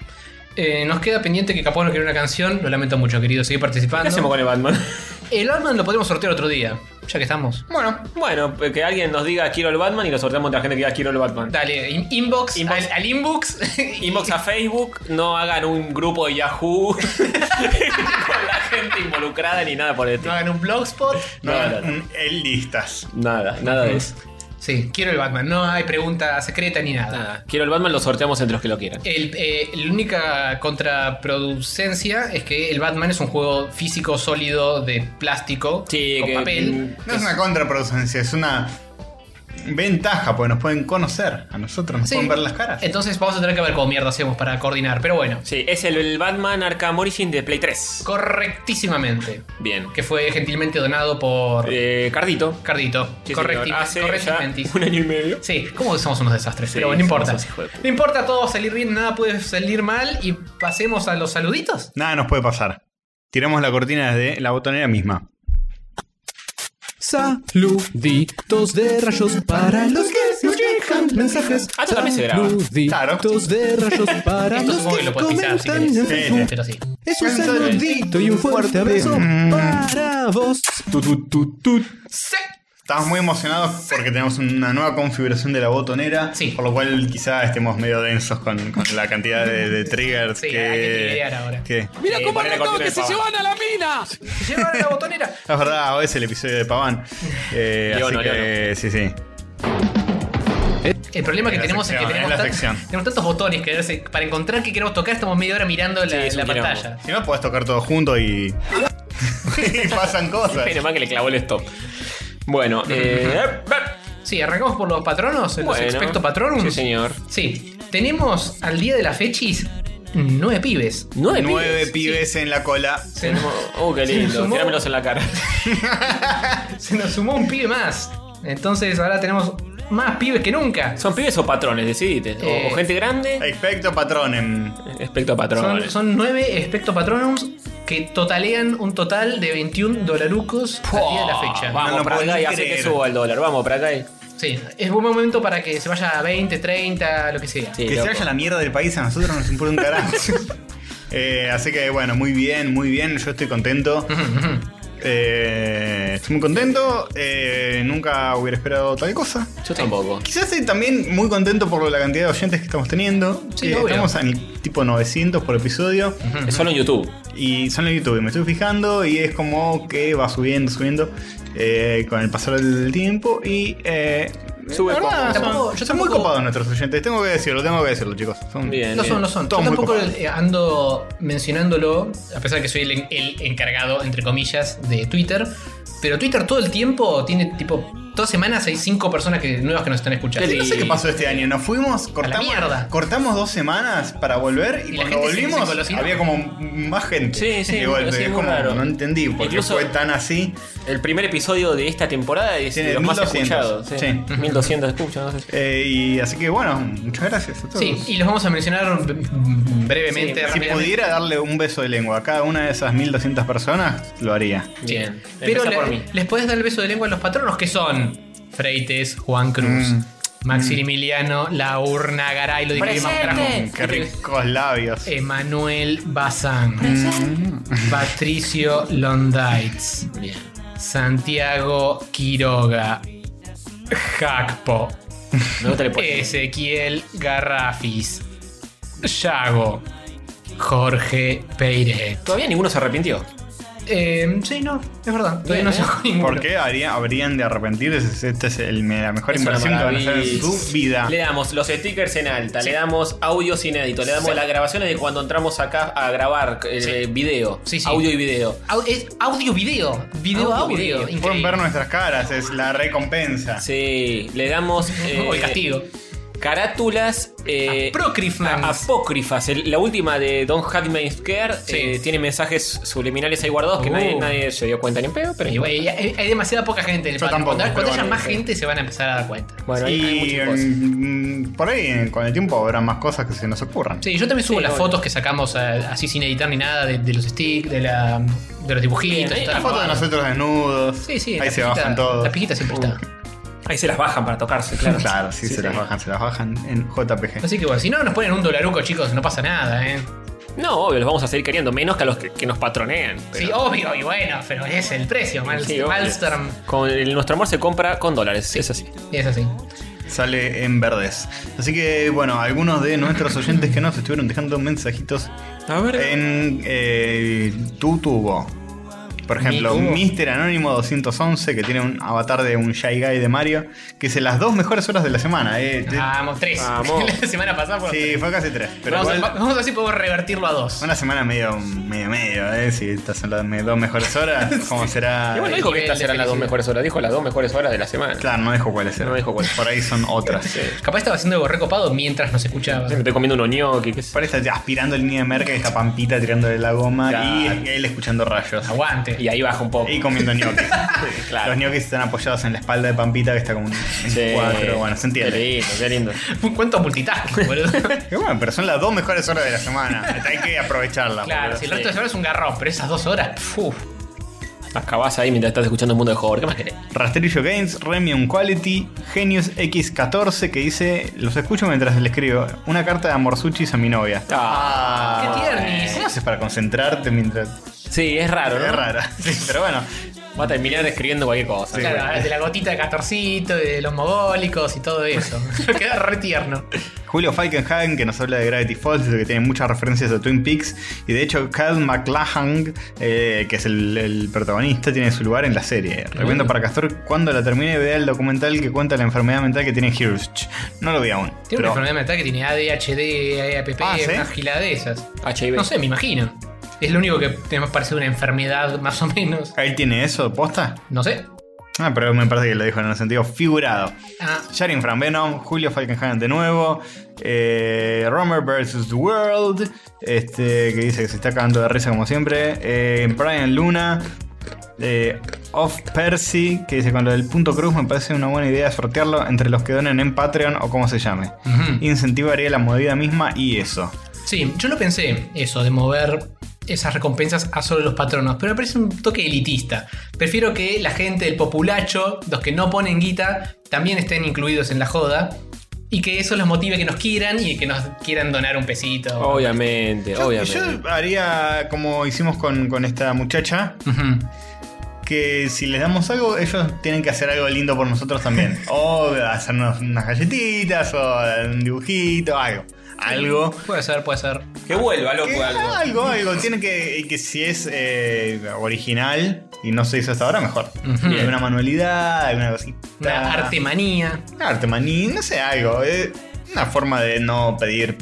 C: Eh, nos queda pendiente que Capone quería una canción. Lo lamento mucho, querido. Seguir participando.
D: hacemos con el Batman?
C: El Batman lo podemos sortear otro día, ya que estamos.
D: Bueno, bueno, eh, que alguien nos diga quiero el Batman y lo sorteamos entre la gente que diga quiero el Batman.
C: Dale, in- inbox,
D: Inbox.
C: Al, al inbox.
D: Inbox a Facebook, no hagan un grupo de Yahoo con la gente involucrada ni nada por el
C: No
D: estilo.
C: hagan un blogspot.
B: No,
D: No, no, no.
B: un- el listas.
D: Nada, nada de eso.
C: Sí, quiero el Batman. No hay pregunta secreta ni nada.
D: Nada. Quiero el Batman, lo sorteamos entre los que lo quieran.
C: El, eh, la única contraproducencia es que el Batman es un juego físico sólido de plástico
D: Sí,
C: con
D: que-
C: papel.
B: No es una contraproducencia, es una ventaja, porque nos pueden conocer. A nosotros nos
C: Sí.
B: pueden ver las caras.
C: Entonces vamos a tener que ver cómo mierda hacemos para coordinar. Pero bueno,
D: Sí, es el, el Batman Arkham Origin de Play 3.
C: correctísimamente.
D: Bien.
C: Que fue gentilmente donado por
D: Eh, Cardito.
C: Cardito.
D: Sí,
C: Correcti-
D: señor. Hace
C: correctamente.
D: ya un año y medio.
C: Sí, como somos unos desastres,
D: Sí,
C: pero bueno, no importa.
D: somos unos hijos de puta.
C: No importa todo salir bien, nada puede salir mal y pasemos a los saluditos.
B: Nada nos puede pasar. Tiramos la cortina desde la botonera misma.
A: Saluditos de rayos para los que nos dejan mensajes.
D: Ah, esto también se graba.
A: Saluditos de rayos para
C: Esto
A: los
C: supongo que
A: que
C: lo podés pisar si
A: comentan en
C: querés.
B: Sí,
A: Facebook.
C: Pero sí.
A: Es un saludito y un fuerte abrazo
B: Mm.
A: para vos.
B: Tu, tu, tu, tu.
C: Sí.
B: Estamos muy emocionados porque tenemos una nueva configuración de la botonera.
C: Sí.
B: Por lo cual quizá estemos medio densos con, con la cantidad de, de triggers
C: Sí,
B: que.
C: hay que triggerear ahora.
B: que-
D: Mira cómo arrancó que se llevan a la mina.
C: Llevar la botonera.
B: Es verdad, hoy es el episodio de Paván. Eh,
D: Leono,
B: así que,
D: Leono.
B: sí, sí.
C: El problema que
B: Es la
C: tenemos es
B: sección,
C: que tenemos,
B: es la
C: tan-
B: sección.
C: tenemos tantos botones que darse- para encontrar qué queremos tocar estamos media hora mirando la,
D: es un
C: la
D: quilombo.
C: pantalla.
B: Si no, podés tocar todo junto y. y pasan cosas.
D: Menos mal que le clavó el stop. Bueno, eh,
C: Sí, arrancamos por los patronos, los
D: bueno.
C: expecto patronum.
D: Sí, señor.
C: Sí, tenemos al día de la fechis nueve pibes.
D: Nueve,
B: Nueve
D: pibes.
B: pibes en la cola.
C: Se nos,
D: Tenemos- Oh, qué
C: Se
D: lindo.
C: sumó.
D: Tirámelos en la cara.
C: se nos sumó un pibe más. Entonces ahora tenemos más pibes que nunca.
D: ¿Son pibes o patrones? Decidite. O-
C: Eh.
D: O, gente grande.
B: Expecto patronem.
D: Respecto a
C: Son,
D: patrones.
C: son nueve espectro patronums que totalean un total de 21 dolarucos al día de la fecha.
D: Oh, Vamos
B: No lo
D: para
B: podés
D: acá y hace
B: creer.
D: que suba el dólar. Vamos para acá. y-
C: Sí, es buen momento para que se vaya a 20, 30, lo que sea.
D: Sí,
B: Que se
D: loco.
B: vaya a la mierda del país a nosotros nos importa un carajo. Eh, así que bueno, muy bien, muy bien. Yo estoy contento. Eh, estoy muy contento. Eh, nunca hubiera esperado tal cosa. Eh,
D: Yo tampoco.
B: Quizás estoy también muy contento por la cantidad de oyentes que estamos teniendo.
C: Sí,
B: Eh,
C: obvio.
B: estamos en tipo 900 por episodio.
D: Es solo en YouTube.
B: Y son en YouTube. Me estoy fijando y es como que va subiendo, subiendo eh, con el pasar del tiempo. Y. eh,
D: Sube
B: la verdad,
D: poco.
B: son-
C: Tampoco- yo
B: son
C: tampoco-
B: muy copados nuestros oyentes. Tengo que decirlo, tengo que decirlo, chicos. Son-
D: Bien.
C: No son, no son. Yo
B: Todos muy
C: tampoco
B: copados.
C: eh, ando mencionándolo, a pesar de que soy el, en- el encargado, entre comillas, de Twitter. Pero Twitter todo el tiempo tiene, tipo, todas semanas hay cinco personas que, nuevas que nos están escuchando.
D: Qué
B: No sé
D: Y-
B: qué pasó este año. Nos fuimos, cortamos,
C: mierda.
B: cortamos dos semanas para volver y,
C: Y la
B: cuando
C: gente se- se
B: volvimos
C: engolosinó.
B: había como más gente.
D: Sí, sí,
B: De golpe.
D: sí,
B: Es
D: muy
B: como,
D: raro.
B: no entendí por qué
D: Incluso-
B: fue tan así.
D: El primer episodio de esta temporada es
B: Tiene
D: de los más
B: 1200,
D: escuchados. Sí.
B: sí.
D: 1200 escuchas, no sé.
B: Eh, y así que bueno, muchas gracias a todos.
C: Sí, y los vamos a mencionar b- brevemente.
D: Sí,
B: si
C: rápidamente.
B: pudiera darle un beso de lengua a cada una de esas 1200 personas, lo haría.
D: Bien.
C: Pero
D: Empezá
C: le-
D: por mí.
C: les podés dar el beso de lengua a los patronos que son Freites, Juan Cruz,
B: Mm.
C: Maximiliano, La Urna Garay, lo dije más carajo.
B: Qué ricos labios.
C: Eh, Emanuel Bazán,
B: Mm.
C: Patricio Londaitz,
D: Bien.
C: Santiago Quiroga, Jacpo,
D: No
C: Eh,
D: te le puedes.
C: Ezequiel Garrafis, Yago, Jorge Peire.
D: Todavía ninguno se arrepintió.
C: Eh, sí, no, es verdad. Todavía
D: Bien,
C: no
D: ¿eh?
C: se bajó ninguno.
B: ¿Por qué haría- habrían de arrepentirse? Esta es el- la mejor
D: Es una
B: inversión que van a hacer en
D: maravilla.
B: su vida.
D: Le damos los stickers en alta, le damos audios inéditos, le damos
C: Sí.
D: las grabaciones de cuando entramos acá a grabar eh,
C: Sí.
D: video,
C: Sí, sí.
D: audio y video.
C: Au- es audio video, video audio,
D: Audio, video.
C: increíble.
B: Pueden ver nuestras caras, es la recompensa.
D: Sí, le damos eh,
C: O el castigo.
D: carátulas eh, a-
C: Apócrifans.
D: apócrifas. El- la última de Don Hackman Scare
C: Sí.
D: eh, tiene mensajes subliminales ahí guardados que
C: Uh.
D: nadie, nadie se dio cuenta ni en pedo, pero
C: Y,
D: igual.
C: güey, Eh, hay, hay demasiada poca gente en el
B: Yo
C: patio.
B: tampoco,
C: Cuando, cuando
B: pero
C: haya
B: bueno,
C: más
B: sí.
C: gente se van a empezar a dar cuenta.
D: Bueno, hay- hay
B: y
D: muchas cosas.
B: mm, por ahí eh, con el tiempo habrá más cosas que se nos ocurran.
C: Sí, yo también subo
D: Sí,
C: las
D: obvio.
C: fotos que sacamos eh, así sin editar ni nada de, de los sticks, de, la, de los dibujitos.
D: Bien, ahí
C: está
B: La foto de
C: armado.
B: nosotros desnudos.
C: Sí, sí,
B: Ahí
C: la
B: se
C: pijita-
B: bajan todos. Uh.
C: La pijita siempre está.
D: Ahí se las bajan para tocarse, claro.
B: Claro, sí, se las bajan, se las bajan en JPG.
C: Así que bueno, si no nos ponen un dolaruco, chicos, no pasa nada, ¿eh?
D: No, obvio, los vamos a seguir queriendo, menos que a los que, que nos patronean. pero-
C: Sí, obvio, y bueno, pero es el precio, Mal-
D: Sí, obvio.
C: Malmstrom.
D: Con el- nuestro amor se compra con dólares, es así.
C: Es así.
B: Sale en verdes. Así que, bueno, algunos de nuestros oyentes que nos estuvieron dejando mensajitos
D: A ver.
B: en eh, tu tubo. Por ejemplo,
C: Mi tubo.
B: Mister Anónimo 211, que tiene un avatar de un Shy Guy de Mario, que dice las dos mejores horas de la semana. eh.
C: Vamos, tres.
D: Vamos.
C: La semana pasada fueron
B: sí,
C: tres.
B: fue casi tres. Pero
C: Ah, vamos,
B: igual-
C: a, vamos a ver si podemos revertirlo a dos.
B: Una semana medio, medio, medio, ¿eh? Si estas son las me- dos mejores horas, ¿cómo será?
D: Igual no dijo que
C: nivel
D: estas
C: de
D: eran las dos
C: felicidad.
D: mejores horas, dijo las dos mejores horas de la semana.
B: Claro, no dijo cuáles eran.
D: No dijo cuáles.
B: Por ahí son otras.
C: Capaz estaba haciendo algo recopado mientras nos escuchaba.
D: Me estoy comiendo un ñoqui, qué sé
B: Por ahí está aspirando el niño de merca y está Pampita tirándole la goma
D: Claro.
B: y él escuchando rayos.
C: Aguante.
D: yo. Y ahí baja un poco.
B: Y comiendo ñoquis.
D: claro.
B: Los ñoquis están apoyados en la espalda de Pampita que está como un en
D: Sí.
B: cuatro. Bueno, se
D: Qué
B: entiende.
D: lindo, qué lindo.
C: ¿Cuánto multitasking, boludo?
B: Y bueno, pero son las dos mejores horas de la semana. Hay que aprovecharlas.
C: claro,
B: boludo.
C: si el resto de horas es un garrón, pero esas dos horas, puf.
D: Acabás ahí mientras estás escuchando el mundo de Hover. ¿Qué más querés?
B: Rastrillo Games, Remium Quality, Genius X14 que dice, los escucho mientras le escribo, una carta de amorsuchis a mi novia.
D: Ah,
C: qué tiernis.
B: ¿Cómo haces para concentrarte mientras...
D: Sí, es raro, ¿no?
B: Es raro, sí, pero bueno.
D: Va a terminar escribiendo cualquier cosa.
B: Sí.
C: Claro,
B: bueno.
C: de la gotita de catorcito, de los mogólicos y todo eso. Queda re tierno.
B: Julio Falkenhagen, que nos habla de Gravity Falls, dice que tiene muchas referencias a Twin Peaks, y de hecho Cal McLachlan, eh, que es el, el protagonista, tiene su lugar en la serie. Recomiendo para Castor cuando la termine vea el documental que cuenta la enfermedad mental que tiene Hirsch. No lo vi aún.
C: Tiene
B: pero-
C: una enfermedad mental que tiene ADHD, APP,
B: Ah, ¿sí?
C: una gila de esas.
D: HIV.
C: No sé, me imagino. Es lo único que te parece una enfermedad más o menos.
B: Ahí tiene eso, posta.
C: No sé.
B: Ah, pero me parece que lo dijo en un sentido figurado.
C: Ah,
B: Sharing Fran Venom, Julio Falkenhagen de nuevo, eh, Romer vs. The World, este, que dice que se está cagando de risa como siempre, eh, Brian Luna, eh, Off Percy, que dice con lo del punto cruz me parece una buena idea sortearlo entre los que donen en Patreon o como se llame.
C: ujú.
B: Incentivaría la movida misma y eso.
C: Sí, yo lo pensé, eso, de mover esas recompensas a solo los patronos, pero me parece un toque elitista. Prefiero que la gente del populacho, los que no ponen guita, también estén incluidos en la joda y que eso los motive a que nos quieran y que nos quieran donar un pesito.
B: Oh.
D: Obviamente,
B: Yo,
D: obviamente.
B: yo haría como hicimos con, con esta muchacha,
C: Ujú.
B: que si les damos algo, ellos tienen que hacer algo lindo por nosotros también. o hacernos unas galletitas, o un dibujito, algo. Algo.
C: Puede ser, puede ser.
D: Que vuelva,
B: Que-
D: loco,
B: algo,
D: algo.
B: algo. Tienen que, que si es eh, original y no se hizo hasta ahora, mejor.
C: Ujú.
D: Bien.
B: Alguna manualidad, alguna cosita.
C: Una artemanía.
B: Una arte maní, no sé, algo. eh, una forma de no pedir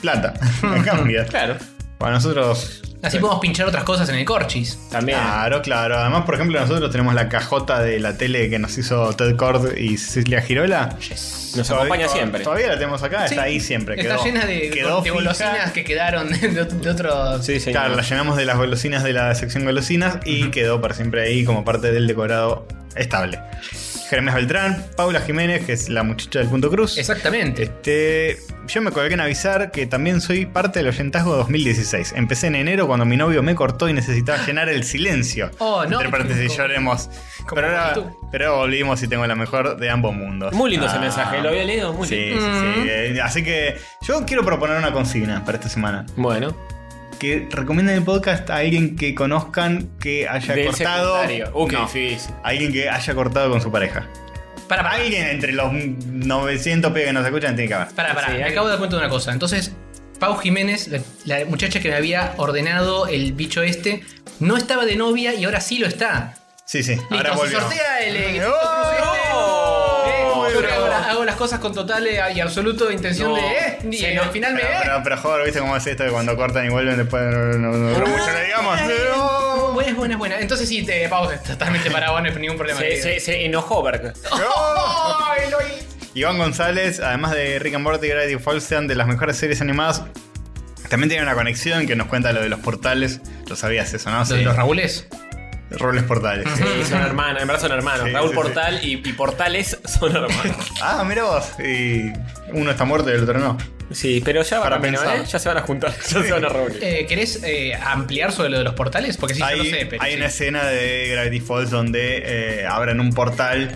B: plata. En cambio.
D: Claro,
B: Para nosotros
C: Así podemos pinchar otras cosas en el corchis.
D: también.
B: Claro, claro. Además, por ejemplo, nosotros tenemos la cajota de la tele que nos hizo Ted Cord y Cecilia Girola.
D: Nos
B: Todavía-
D: acompaña siempre.
B: Todavía la tenemos acá,
C: Sí.
B: está ahí siempre.
C: Está
B: quedó-
C: llena de,
B: quedó
C: de
B: fija.
C: golosinas que quedaron de, de otros.
D: Sí, señor.
B: Claro, la llenamos de las golosinas de la sección golosinas y quedó para siempre ahí como parte del decorado estable. Jeremías Beltrán, Paula Jiménez, que es la muchacha del Punto Cruz.
C: Exactamente.
B: Este, yo me colgué en avisar que también soy parte del oyentazgo 2016. Empecé en enero cuando mi novio me cortó y necesitaba llenar el silencio.
C: Oh, no.
B: Entre paréntesis,
C: Como-
B: lloremos. Pero ahora,
C: tú.
B: pero ahora volvimos y tengo la mejor de ambos mundos.
D: Muy lindo ese
B: Ah.
D: mensaje, lo había leído, muy
B: Sí, sí,
D: lindo. Mm.
B: sí. Eh, Así que yo quiero proponer una consigna para esta semana.
D: Bueno,
B: Que recomienden el podcast a alguien que conozcan que haya
D: del
B: cortado.
D: secundario. Uh, qué
B: No,
D: difícil.
B: Alguien que haya cortado con su pareja.
C: Para, para.
B: Alguien entre los 900 pibes que nos escuchan tiene que haber.
C: Pará, pará,
D: Sí,
C: me
D: hay-
C: acabo de dar cuenta de una cosa. Entonces, Pau Jiménez, la, la muchacha que me había ordenado el bicho este, no estaba de novia y ahora sí lo está.
B: Sí, sí.
C: Listo,
B: Ahora
C: se
B: volvió.
C: sortea el, eh,
B: ¡Oh!
C: Cruz este.
B: ¡Oh!
C: Eh, yo que hago, la- hago las cosas con total eh, y absoluto intención
D: No.
C: de. Eh, y
D: Se
C: eh,
D: no-
C: al final me.
B: Pero,
C: eh.
B: pero, pero joder, ¿viste cómo es esto? Que cuando cortan y vuelven después no, no, no, no mucho le digamos.
C: Ay,
B: ¡No!
C: Buena, buena, buena. Entonces sí, te Pau, totalmente para vos, no hay ningún problema.
D: Se, se- se enojó Berg.
B: ¡No!
C: Ay, lo hice.
B: Iván González, además de Rick and Morty y Gravity Falls, sean de las mejores series animadas. También tiene una conexión que nos cuenta lo de los portales. Lo sabías eso, ¿no?
C: Lo de los Raúles.
B: Roles portales. sí.
D: Sí, son hermanas, en verdad son hermanos.
B: Sí,
D: Raúl
B: sí,
D: Portal y- Y, Portales son hermanos.
B: Ah, mira vos. Y uno está muerto y el otro no.
D: Sí, pero ya va
B: Para
D: camino,
B: pensar.
D: ¿eh? Ya se van a juntar, ya se van a reunir.
C: Eh, ¿Querés eh, ampliar sobre lo de los portales? Porque sí,
B: hay
C: yo lo sé, pero.
B: hay
C: sí.
B: una escena de Gravity Falls donde eh, abren un portal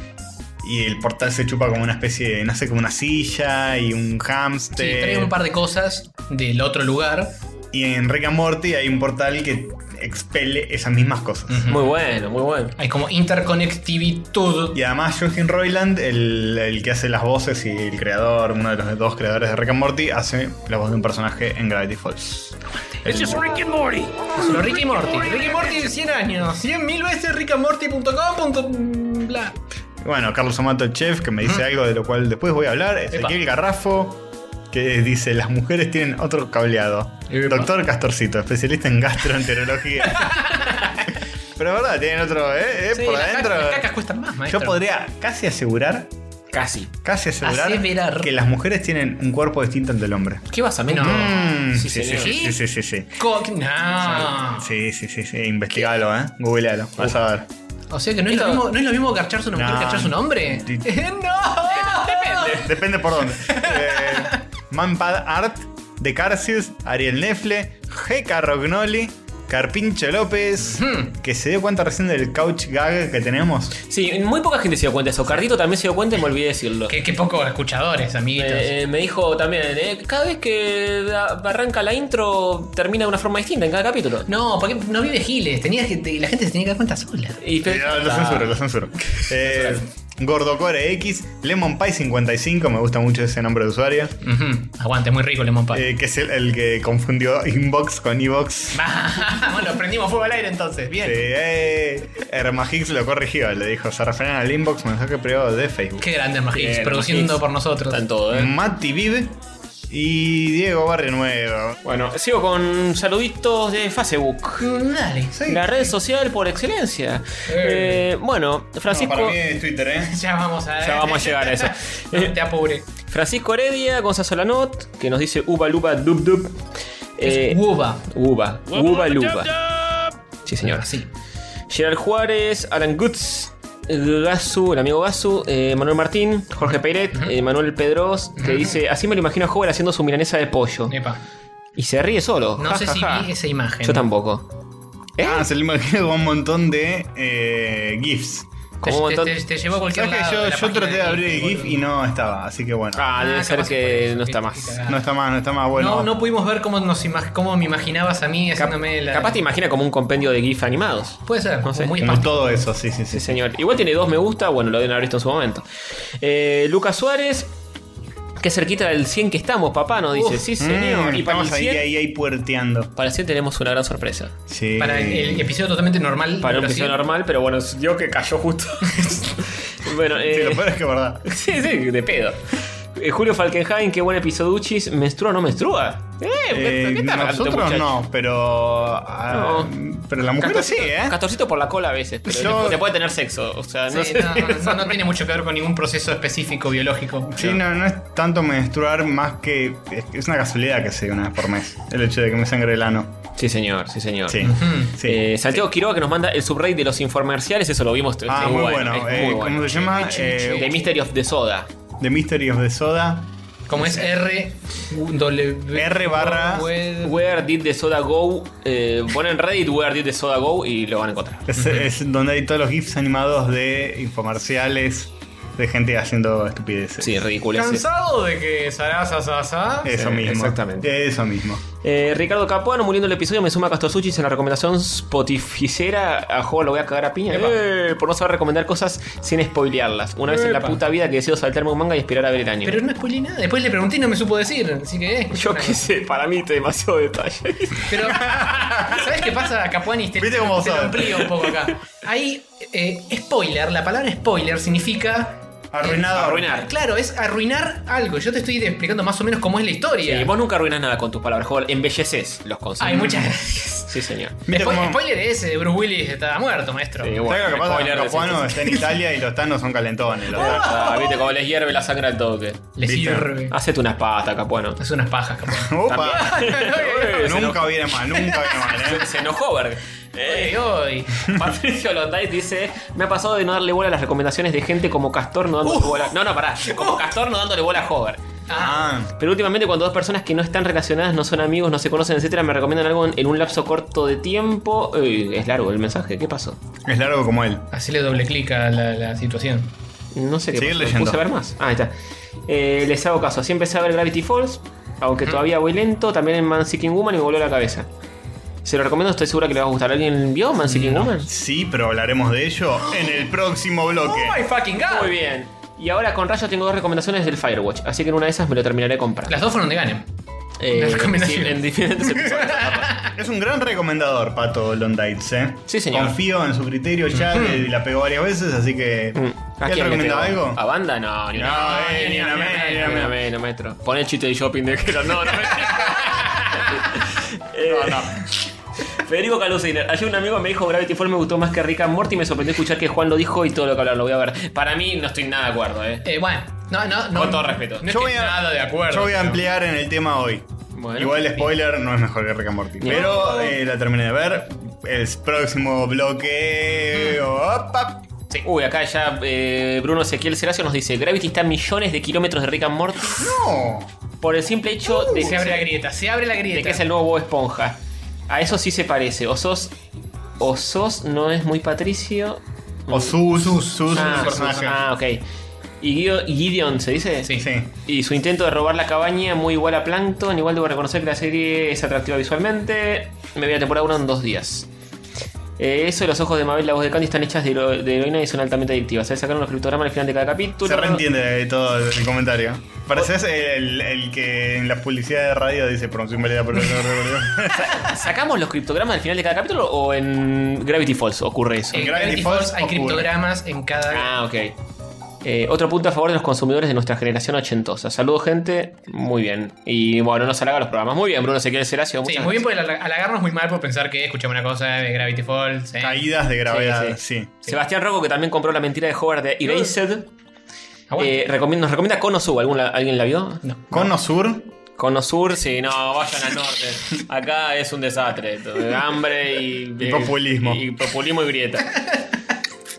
B: y el portal se chupa como una especie de, no sé, como una silla y un
C: Sí,
B: hamster.
C: trae un par de cosas del otro lugar.
B: Y en Rick and Morty hay un portal que expele esas mismas cosas.
D: Muy bueno, muy bueno.
C: Hay como interconectivitud.
B: Y además Justin Roiland, el, el que hace las voces y el creador, uno de los dos creadores de Rick and Morty, hace la voz de un personaje en Gravity Falls. El-
C: Solo Ricky Morty. Ricky Morty de 100 años. 100 mil veces ricamorty.com. Bla.
B: Bueno, Carlos Amato, el chef, que me dice algo de lo cual después voy a hablar. Ezequiel Garrafo, que dice: Las mujeres tienen otro cableado.
C: Epa.
B: Doctor Castorcito, especialista en gastroenterología. Pero es verdad, tienen otro, ¿eh? ¿Eh?
C: Sí,
B: Por
C: las
B: adentro.
C: cacas- Las cacas cuestan más, maestro.
B: Yo podría casi asegurar,
D: Casi.
B: casi asegurar
C: Aseverar.
B: que las mujeres tienen un cuerpo distinto al del hombre.
D: ¿Qué vas a menos?
B: Mm, sí,
D: Sí,
B: sí,
D: señor.
B: sí, sí, sí, sí.
C: Co- No.
B: Sí, sí, sí, sí. Investigalo, ¿eh? Googlealo. Vas a ver.
C: O sea que no es, lo
D: Esto-
C: mismo, no es lo mismo garcharse una mujer
B: No.
C: que garcharse un hombre.
B: Sí.
C: ¡No! Depende.
B: Depende por dónde. Eh, Manpad Art, De Carcius, Ariel Nefle, G. Rognoli, Carpincho López,
C: Ujú.
B: que se dio cuenta recién del couch gag que tenemos.
D: Sí, muy poca gente se dio cuenta de eso. Cardito también se dio cuenta y me olvidé decirlo.
C: Qué, qué pocos escuchadores, amiguitos.
D: Eh, eh, me dijo también, eh, cada vez que a- arranca la intro termina de una forma distinta en cada capítulo.
C: No, porque no vive Giles. Tenías que, te- la gente se tenía que dar cuenta sola.
D: Y
B: Eh,
D: pensaba-
B: lo censuro, lo censuro. Eh, Gordocore X, Lemon Pie 55, me gusta mucho ese nombre de usuario.
C: Ujú. Aguante, muy rico el lemon pie.
B: eh, que es el, el que confundió Inbox con Evox.
C: Vamos, lo prendimos fuego al aire entonces. Bien.
B: Eh, Herma Higgs lo corrigió, le dijo, se referían al inbox mensaje privado de Facebook.
C: Qué grande Herma Higgs,
D: Bien,
C: produciendo
D: Herma Higgs.
C: por nosotros.
D: Está en todo, ¿eh?
B: Mati Vive y Diego Barrio Nuevo.
D: Bueno, sigo con saluditos de Facebook.
C: Mm, Dale.
B: Sí.
D: La red social por excelencia.
C: Eh.
D: Eh, bueno,
B: No,
D: Francisco.
B: para mí es Twitter, ¿eh?
C: Ya vamos a
D: Ya vamos a llegar a eso.
C: No te apure.
D: Francisco Heredia, Gonzalo Solanot, que nos dice uba luba dub dub. Eh,
C: es uva.
D: uba, uba luba. Sí, señor.
C: Sí.
D: Gerard Juárez, Alan Goods, Gasu, el amigo Gasu, eh, Manuel Martín, Jorge Peiret, eh, Manuel Pedros, que dice, así me lo imagino a Howard haciendo su milanesa de pollo.
C: Epa.
D: Y se ríe solo.
C: No
D: Ja,
C: sé
D: ja,
C: si
D: ja.
C: vi esa imagen.
D: Yo tampoco. ¿Eh?
B: Ah, se lo imagino con un montón de eh, GIFs.
C: Te,
D: Como un montón-
C: te, te- te llevó a cualquier
B: Sabes que
C: lado.
B: yo,
C: la
B: yo
C: página
B: traté de abrir el
C: Facebook,
B: GIF y
C: boludo.
B: no estaba, así que bueno.
D: Ah, debe
C: Ah,
D: ser
C: capaz
D: que
C: por eso,
D: no está
C: qué-
D: más.
C: qué cagada.
B: No está más, no está más bueno.
C: No, no pudimos ver cómo, nos imag- cómo me imaginabas a mí
D: Cap-
C: haciéndome la.
D: Capaz te imagina como un compendio de GIF animados.
C: Puede ser,
D: No sé.
C: muy
B: Como
C: espantoso.
B: todo eso, sí, sí, sí.
D: Sí, señor. Igual tiene dos me gusta, bueno, lo deben haber visto en su momento. Eh, Lucas Suárez, que cerquita del 100 que estamos, papá, nos dice.
C: Uf.
D: sí, señor.
B: Mm,
D: y para el,
B: estamos ahí,
D: 100,
B: ahí, ahí puerteando.
D: para el 100 tenemos una gran sorpresa.
B: Sí.
C: Para el, el episodio totalmente normal.
D: Para un
C: pero sí,
D: episodio normal, pero bueno, dio que cayó justo. bueno,
B: Sí,
D: eh,
B: lo peor es que es verdad.
D: sí, sí, de pedo. Eh, Julio Falkenhayn, qué buen episodio, Uchis. ¿Menstrua o no menstrua? Eh,
B: Eh,
D: ¿qué tal tanto,
B: nosotros
D: muchacho?
B: no, pero. ah, Pero la mujer sí,
D: Castorcito,
B: ¿eh?
D: Castorcito por la cola a veces, pero
B: Yo-
D: te puede tener sexo. O sea,
C: sí,
D: no sé.
C: no, no tiene mucho que ver con ningún proceso específico biológico.
B: Sí, no, no es tanto menstruar más que. Es, que es una casualidad que se una vez por mes. El hecho de que me sangre el ano.
D: Sí, señor, sí, señor.
B: Sí.
C: Ujú.
B: sí.
D: Eh, Santiago Quiroga que nos manda el subreddit de los infomerciales, eso lo vimos.
B: ah,
D: es
B: muy bueno.
D: es
B: Eh,
D: muy
B: ¿Cómo
D: bueno.
B: se llama?
C: Michi,
B: Eh,
D: The Mystery of the Soda.
B: The Mystery of the Soda.
C: Como es R, W.
B: R barra-
C: W-
D: Where did the soda go? Eh, ponen Reddit Where did the soda go y lo van a encontrar.
B: Es, es donde hay todos los GIFs animados de infomerciales. de gente haciendo estupideces.
D: Sí, ridiculeces.
C: Cansado de que Sarasa Sasa.
B: Eso
D: Sí,
B: mismo.
D: exactamente.
B: Eso mismo.
D: Eh, Ricardo Capuano muriendo el episodio me suma Castorzuchis en la recomendación spotificera. A juego lo voy a cagar a piña.
C: Epa.
D: eh, por no saber recomendar cosas sin spoilearlas. Una vez en la
C: Epa.
D: puta vida que decido saltarme un manga y esperar a ver el año.
C: Pero no spoilé nada. Después le pregunté y no me supo decir. Así que. eh,
D: Yo qué sé, para mí te demasiado detalle.
C: Pero, ¿sabes qué pasa, Capuani? Te,
B: Viste cómo
C: te lo
B: son.
C: amplío un poco acá. Ahí, eh, spoiler, la palabra spoiler significa. eh,
B: Arruinado.
D: Arruinar.
C: Claro, es arruinar algo. Yo te estoy explicando más o menos cómo es la historia.
D: Y Eh, vos nunca arruinas nada con tus palabras, joder. Embelleces los conceptos.
C: Ay, muchas gracias.
D: Sí, señor.
B: Mira
C: Spo-
B: cómo-
C: Spoiler ese de Bruce Willis estaba muerto, maestro.
D: Sí,
B: ¿Sabes lo que pasa?
D: spoiler de
B: Capuano
D: ese-
B: está en Italia y los tanos son calentones. los tanos.
D: Ah, viste cómo les hierve la sangre al toque.
C: Le
B: ¿Viste?
C: sirve.
D: Hacete unas patas, Capuano.
C: Hace unas pajas, Capuani.
B: Opa.
C: Oye,
B: nunca viene mal, nunca viene mal, ¿eh?
D: Se, se enojó, Berg. Eh,
C: oye, oye.
D: Patricio Londay dice: Me ha pasado de no darle bola a las recomendaciones de gente como Castor no dándole bola. No, no, pará. Como Castor no dándole bola a Hover.
C: Ah,
B: Ah,
D: Pero últimamente, cuando dos personas que no están relacionadas, no son amigos, no se conocen, etcétera, me recomiendan algo en, en un lapso corto de tiempo. Uy, es largo el mensaje, ¿qué pasó?
B: es largo como él.
C: así le doble clic a la, la situación.
D: No sé qué
B: Sigue
D: pasó.
B: leyendo.
D: Puse a ver más. Ah, ahí está. Eh, les hago caso. Así empecé a ver Gravity Falls, aunque todavía voy lento. También en Man Seeking Woman y me volvió la cabeza. Se lo recomiendo, estoy segura que le va a gustar. ¿Alguien vio Man Seeking Woman?
B: Sí, pero hablaremos de ello en el próximo bloque.
C: Oh my fucking god.
D: Muy bien. Y ahora con Rayo tengo dos recomendaciones del Firewatch, así que en una de esas me lo terminaré de comprar.
C: Las dos fueron de Ganem.
D: Eh,
C: las recomendaciones.
D: sí, en diferentes episodios.
B: Es un gran recomendador, Pato Londites, ¿eh?
D: Sí, señor.
B: Confío en su criterio ya, le- la pegó varias veces, así que.
D: Mm. ¿A
B: ¿Él
D: quién le
B: recomienda
D: pego?
B: algo?
D: ¿A banda? No, ni una.
B: No, eh, ni una media, ni una
D: No,
B: media.
D: no, maestro. Pon el chiste de shopping de que no, no, no. Eh,
B: No, no.
D: Federico Calusiner, ayer un amigo me dijo Gravity Falls me gustó más que Rick and Morty y me sorprendió escuchar que Juan lo dijo y todo lo que hablaron, lo voy a ver. Para mí no estoy nada de acuerdo, eh.
C: Eh, bueno, no, no, no.
D: Con todo respeto.
C: No
B: Yo voy
C: estoy
B: a-
C: nada de acuerdo.
B: Yo voy a
C: pero-
B: ampliar en el tema hoy.
D: Bueno.
B: Igual spoiler no es mejor que Rick and Morty.
D: No.
B: Pero eh, la terminé de ver. El próximo bloque. Opa.
D: Uy, acá ya eh, Bruno Ezequiel Seracio nos dice Gravity está a millones de kilómetros de Rick and Morty
B: No.
D: por el simple hecho de
C: Uh, Se abre la grieta, se abre la grieta.
D: de que es el nuevo Bob Esponja. A eso sí se parece. O sos. O sos no es muy Patricio.
B: O Sus. Sus es
D: ah,
B: un personaje.
D: ah, ok. Y Guido- Gideon, ¿se dice?
C: Sí.
B: Sí.
D: Y su intento de robar la cabaña, muy igual a Plankton. Igual debo reconocer que la serie es atractiva visualmente. Me voy a temporada 1 en dos días. Eh, eso y los ojos de Mabel y la voz de Candy están hechas de, hero- de heroína y son altamente adictivas. Se sacaron los criptogramas al final de cada capítulo.
B: Se reentiende de todo el comentario. Pareces el, el que en la publicidad de radio dice promoción válida por el
D: Ah, ¿Sacamos los criptogramas al final de cada capítulo o en Gravity Falls ocurre eso?
C: En
B: Gravity
C: Gravity
B: Falls
C: Falls hay
B: ocurre.
C: criptogramas en cada.
D: Ah, ok. Eh, otro punto a favor de los consumidores de nuestra generación ochentosa. Saludos, gente. Muy bien. Y bueno, nos halaga los programas. Muy bien, Bruno Ezequiel Seracio.
C: Sí,
D: muchas
C: muy bien
D: gracias.
C: por el- halagarnos muy mal por pensar que escuchamos una cosa de Gravity Falls. eh.
B: Caídas de gravedad, sí.
D: Sebastián Rocco, que también compró la mentira de Howard de Erased.
B: Ah,
C: Aguante.
D: Eh, recomi- nos recomienda Konosur. ¿Algún la- ¿Alguien la vio?
C: No.
B: Cono Sur,
D: Konosur, sí, no, vayan al norte. Acá es un desastre. todo, Hambre y,
B: Y populismo.
D: Y populismo y grieta.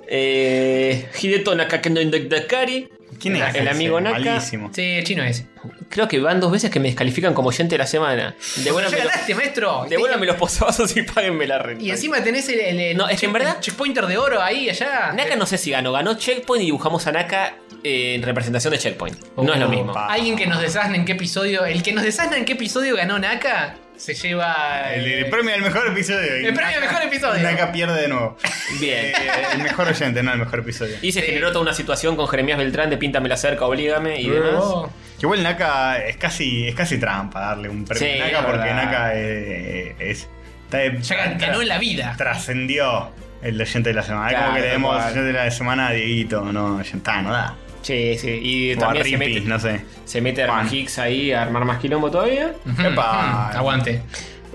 D: Eh, Hideto Nakakendondakari.
B: ¿quién es?
D: El
B: ese?
D: amigo Naka.
B: Malísimo.
C: Sí, el chino es.
D: Creo que van dos veces que me descalifican como oyente de la semana. Devuélvanme, los-
C: ¡Ganaste, maestro!
D: devuélvanme los posavasos y páguenme la renta.
C: Y encima tenés el, el- el
D: No, es que en
C: check-
D: verdad-
C: el checkpointer de oro ahí, allá.
D: Naka no sé si ganó. Ganó Checkpoint y dibujamos a Naka eh, en representación de Checkpoint. No es lo
C: Oh,
D: mismo.
B: pa.
C: Alguien que nos desasne en qué episodio. El que nos desasna en qué episodio ganó Naka se lleva.
B: El,
C: eh,
B: el premio al mejor episodio.
C: el premio al mejor episodio.
B: Naka pierde de nuevo.
D: Bien.
B: Eh, el mejor oyente, no el mejor episodio.
D: Y se generó toda una situación con Jeremías Beltrán de Píntame la cerca, oblígame y demás.
C: Oh.
B: Que igual Naka es casi, es casi trampa darle un premio
D: Sí,
B: a
D: es
B: Naka porque
D: verdad.
B: Naka eh, es. está de-
C: Ya gan- ganó en la vida.
B: Trascendió el oyente de la semana. es
D: Claro,
B: como que le demos
D: tal cual.
B: oyente de la semana a Dieguito, no, ya está, no da.
D: Sí, sí. Y
B: O a
D: también se
B: Rippy,
D: mete,
B: no sé.
D: se mete Arma
B: Juan.
D: Hicks ahí a armar más quilombo todavía.
B: Epa.
C: Mm, aguante.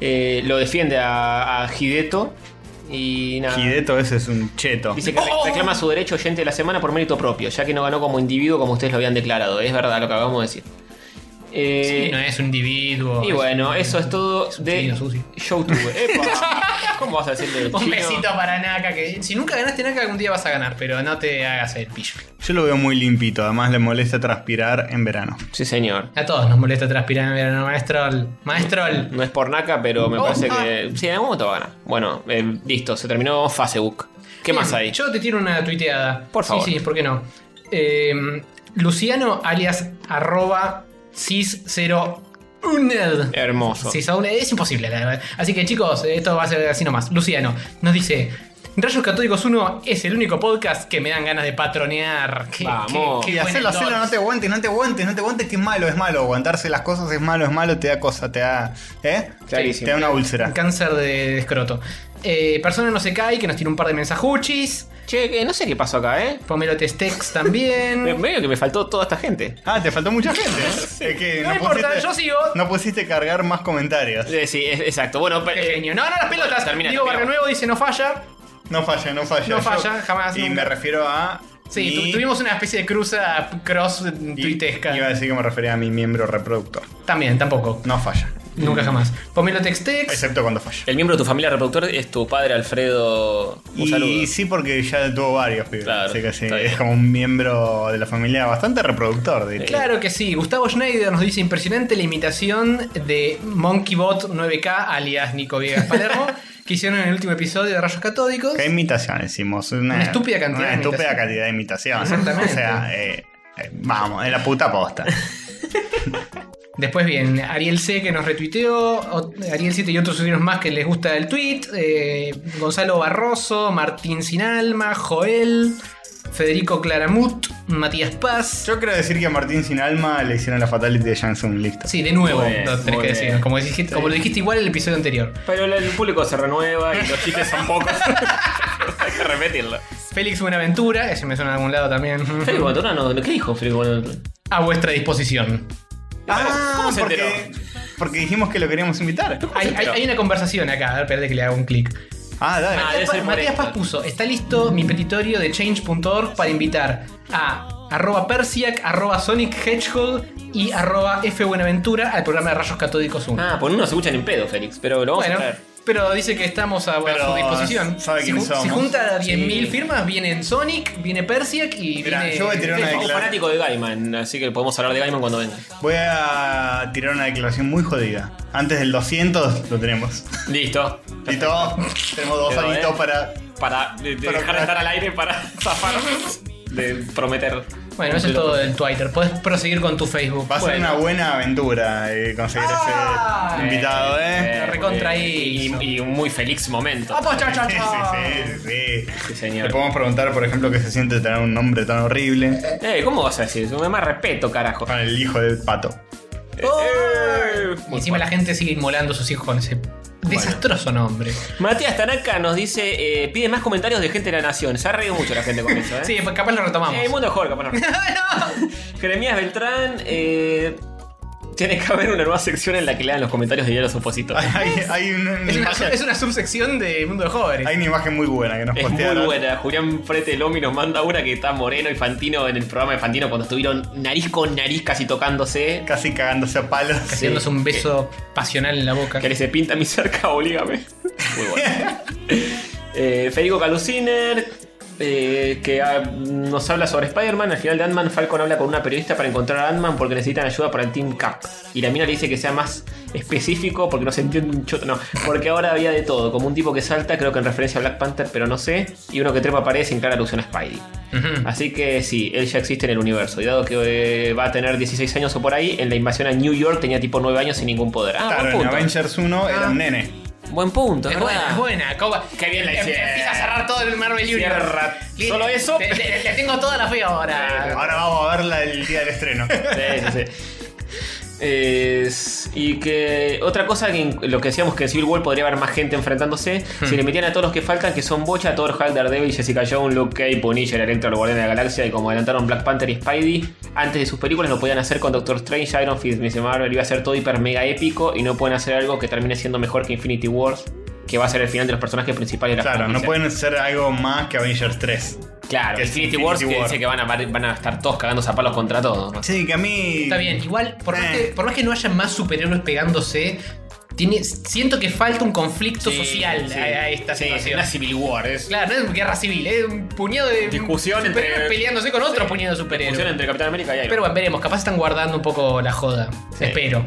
D: Eh, lo defiende a, a Hideto. Y
C: Ah.
D: nada.
B: Hideto ese es un cheto.
D: Dice que re-
C: ¡Oh!
D: reclama su derecho oyente de la semana por mérito propio, ya que no ganó como individuo como ustedes lo habían declarado. Es verdad lo que acabamos de decir. Eh,
C: Sí, no es un individuo.
D: Y bueno, eso es todo
C: Es un
D: de
C: chino sucio.
D: Showtube. ¡Epa! ¿Cómo vas a decirle
C: Un
D: chino?
C: besito para Naka, que si nunca ganaste Naka algún día vas a ganar, pero no te hagas el pillo.
B: Yo lo veo muy limpito, además le molesta transpirar en verano.
D: Sí, señor.
C: A todos nos molesta transpirar en verano, maestrol. Maestrol.
D: No es por naca, pero me
C: Oh,
D: parece
C: ah.
D: que. Sí, en algún momento va a ganar. Bueno, eh, listo, se terminó Facebook. ¿Qué más
C: Bien,
D: hay?
C: Yo te tiro una tuiteada.
D: Por favor.
C: Sí, sí, ¿por qué no? eh, Luciano, alias arroba cis01.
D: Hermoso.
C: Sí, son- es imposible, la verdad. Así que chicos, esto va a ser así nomás. Luciano nos dice: Rayos Catódicos 1 es el único podcast que me dan ganas de patronear. Qué-
D: Vamos.
C: qué- qué
B: Y
C: buen
B: hacerlo, hacerlo, no
C: endorse.
B: te aguantes, no te aguantes, no te aguantes, que es malo, es malo. Aguantarse las cosas es malo, es malo, te da cosa, te da. ¿Eh?
D: Clarísimo.
B: Te da una úlcera.
C: Cáncer de, de escroto. Eh, persona no se cae, que nos tiene un par de mensajuchis.
D: Che, que no sé qué pasó acá, ¿eh?
C: Pomelo Testex también.
D: Me- Medio que me faltó toda esta gente.
B: Ah, te faltó mucha gente. ¿eh? Es que
C: No importa, yo sigo.
B: No pusiste cargar más comentarios.
D: Eh, sí, es- exacto. Bueno, pe- eh,
C: Qué genio. No, no, las pelotas.
D: Termina,
C: Digo
D: termina.
C: Barrio Nuevo dice no falla.
B: No falla, no falla.
C: No
B: Yo-
C: falla, jamás,
B: Y
C: nunca.
B: me refiero a.
C: Sí,
B: mi-
C: tu- tuvimos una especie de cruza cross
B: y-
C: tuitesca.
B: Iba a decir que me refería a mi miembro reproductor.
C: También, tampoco.
B: No falla.
C: Nunca jamás. Pomelo Testex.
B: Excepto cuando falla.
D: el miembro de tu familia reproductor es tu padre Alfredo. Un
B: Y
D: saludo.
B: sí, porque ya tuvo varios pibes.
D: Claro,
B: así que sí,
D: está bien.
B: es como un miembro de la familia bastante reproductor,
D: Eh,
B: diría.
C: Claro que sí. Gustavo Schneider nos dice impresionante la imitación de MonkeyBot 9K, alias Nico Viegas Palermo, que hicieron en el último episodio de Rayos Catódicos.
B: ¿Qué imitación hicimos? Una,
C: Una estúpida cantidad
B: una
C: de
B: estúpida
C: imitaciones.
B: cantidad de imitaciones.
C: Exactamente.
B: O sea, eh, eh, vamos, en la puta posta.
C: Después bien, Ariel C que nos retuiteó, o- Ariel 7 y otros usuarios más que les gusta el tweet, eh, Gonzalo Barroso, Martín Sin Alma, Joel, Federico Claramut, Matías Paz.
B: Yo quiero decir que a Martín Sin Alma le hicieron la fatality de Janssen listo.
C: Sí, de nuevo,
D: Muy bien,
C: lo tenés
D: muy
C: que decir,
D: bien.
C: como, dijiste- como lo dijiste igual en el episodio anterior.
D: Pero el, el público se renueva y los chistes son pocos. Hay que repetirlo.
C: Félix Buenaventura, ese me suena de algún lado también,
D: Félix Guatorra no, ¿qué dijo Félix Guatorra?
C: a vuestra disposición.
B: Ah,
D: ¿Cómo se
B: porque,
D: enteró?
B: porque dijimos que lo queríamos invitar.
C: Hay, hay- hay una conversación acá, a ver, espérate que le haga un clic.
B: Ah, dale.
D: Ah, debe
C: Matías,
D: ser
C: Paz-
D: por
C: Matías
D: esto.
C: Paz puso, está listo mi petitorio de change.org para invitar a arroba persiac, arroba sonic hedgehog y arroba f buenaventura al programa de rayos catódicos 1.
D: Ah, por uno no se escuchan en pedo, Félix, pero lo vamos
C: bueno,
D: a traer.
C: pero dice que estamos a, a
B: Pero
C: su disposición.
B: sabe
C: si,
B: quiénes
C: ju- si
B: somos.
C: junta 10.000
D: Sí.
C: firmas, vienen Sonic, viene Persiac y
B: Mirá,
C: viene...
B: yo voy a tirar una
D: Somos
B: declaración.
D: fanático de Gaiman, así que podemos hablar de Gaiman cuando venga.
B: Voy a tirar una declaración muy jodida. Antes del 200 lo tenemos.
D: Listo.
B: Y todo, tenemos dos
D: Pero,
B: añitos
D: eh.
B: para.
D: Para de- de
B: Pero-
D: dejar de estar al aire para zafar de prometer.
C: Bueno, eso es todo del Twitter. Podés proseguir con tu Facebook.
B: Va a ser
C: Bueno,
B: una buena aventura eh, conseguir
C: Ah,
B: ese invitado, ¿eh?
C: Lo recontra ahí. Ah, pues.
D: Y, y un muy feliz momento.
C: ¡Vamos, cha, cha,
B: Sí,
C: cha!
B: sí, sí, sí.
D: Sí,
B: Le
D: señor.
B: podemos preguntar, por ejemplo, qué se siente tener un nombre tan horrible
D: Eh, ¿Cómo vas a decir eso? Me más respeto, carajo.
B: para el hijo del pato.
D: Eh,
C: Y encima la gente sigue inmolando a sus hijos con ese desastroso nombre.
B: ¿Eh?
D: Matías Tanaka nos dice, eh, pide más comentarios de gente de la nación. Se ha reído mucho la gente con eso, ¿eh?
C: Sí, pues capaz lo retomamos.
D: Eh, el mundo es Jorge, capaz no. Jeremías Beltrán, eh, tiene que haber una nueva sección en la que lean los comentarios de los opositores.
B: Hay, hay un-
C: Es una,
B: imagen-
C: es una subsección de Mundo de Jóvenes.
B: hay una imagen muy buena que nos
D: Es muy
B: postearon.
D: buena. Julián Frete Lomi nos manda una que está Moreno y Fantino en el programa de Fantino cuando estuvieron nariz con nariz casi tocándose.
B: Casi cagándose a palos.
C: Haciéndose un beso pasional en la boca.
D: Que le se pinta mi cerca, oblígame. Muy bueno. Eh, Federico Caluciner, eh, que ah, nos habla sobre Spider-Man. Al final de Ant-Man, Falcon habla con una periodista para encontrar a Ant-Man porque necesitan ayuda para el Team Cap. Y la mina le dice que sea más específico porque no se entiende un choto. No, porque ahora había de todo. Como un tipo que salta, creo que en referencia a Black Panther, pero no sé. Y uno que trepa paredes sin clara alusión a Spidey.
C: Ujú.
D: Así que sí, él ya existe en el universo. Y dado que eh, va a tener 16 años o por ahí, en la invasión a New York tenía tipo 9 años sin ningún poder. Ah,
B: Claro,
D: buen
B: en
D: punto.
B: Avengers 1 era
C: Ah.
B: un nene.
D: Buen punto,
C: Es
D: es
C: buena, es
D: verdad.
C: buena. Coba-
D: Qué bien la
C: Em-
D: hicieron.
C: Empieza a cerrar todo el Marvel
D: Cierra
C: Universe. Li-
D: solo eso.
C: Le, le- le tengo toda la fe ahora.
B: Ahora vamos a verla el día del estreno.
D: Sí, sí, sí. Es- y que otra cosa que en- lo que decíamos que en Civil War podría haber más gente enfrentándose si le metían a todos los que faltan que son Bocha, Thor, Hulk, Daredevil, Jessica Jones, Luke Cage, Punisher, Electro, los Guardianes de la Galaxia y como adelantaron Black Panther y Spidey antes de sus películas lo podían hacer con Doctor Strange, Iron Fist, Miss Marvel iba a ser todo hiper mega épico y no pueden hacer algo que termine siendo mejor que Infinity Wars que va a ser el final de los personajes principales de la
B: Claro, no
D: franquicia.
B: pueden ser algo más que Avengers 3.
D: Claro,
B: Que es
D: Infinity,
B: Infinity
D: Wars
B: War.
D: que dice que van a, van a estar todos cagándose a palos contra todos. ¿no?
B: Sí, que a mí.
C: Está bien. Igual, por más,
B: Eh.
C: que, por más que no haya más superhéroes pegándose, tiene, siento que falta un conflicto
D: Sí,
C: social
D: sí.
C: a, a esta
D: Sí,
C: situación.
D: Una Civil War, es
C: Claro, no es guerra civil, es un puñado de
D: Discusión entre-
C: superhéroes peleándose con otro
D: Sí.
C: puñado de superhéroes.
D: fusión entre Capitán América y Iron
C: Pero bueno, veremos, capaz están guardando un poco la joda.
D: Sí.
C: Espero.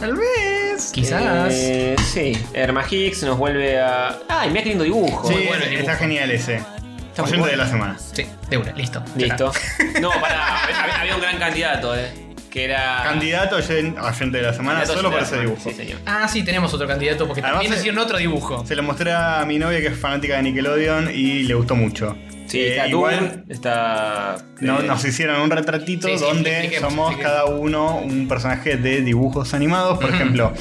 B: Tal vez.
C: Quizás.
D: Eh, sí, Herma Hicks nos vuelve a. ¡Ay, mira qué lindo dibujo!
B: Sí,
C: bueno el
B: está
C: dibujo.
B: genial ese.
D: Está Está muy
B: Oyente de
D: bueno.
B: la semana.
C: Sí, de una, listo. Ya
D: Listo.
C: está.
D: No, pará. Había, había un gran candidato, eh. Que era.
B: Candidato oyen- oyente de la semana
D: candidato
B: solo por
D: Gilberto.
B: ese dibujo.
D: Sí, señor.
C: Ah, sí, tenemos otro candidato porque
B: Además,
C: también
B: eh,
C: hicieron otro dibujo.
B: Se lo mostré a mi novia que es fanática de Nickelodeon y le gustó mucho.
D: Sí,
B: Eh,
D: está
B: igual
D: igual. Está.
B: no-
D: eh,
B: nos hicieron un retratito
C: Sí, sí,
B: donde
C: expliquemos,
B: somos
C: expliquemos.
B: cada uno un personaje de dibujos animados. Por ejemplo,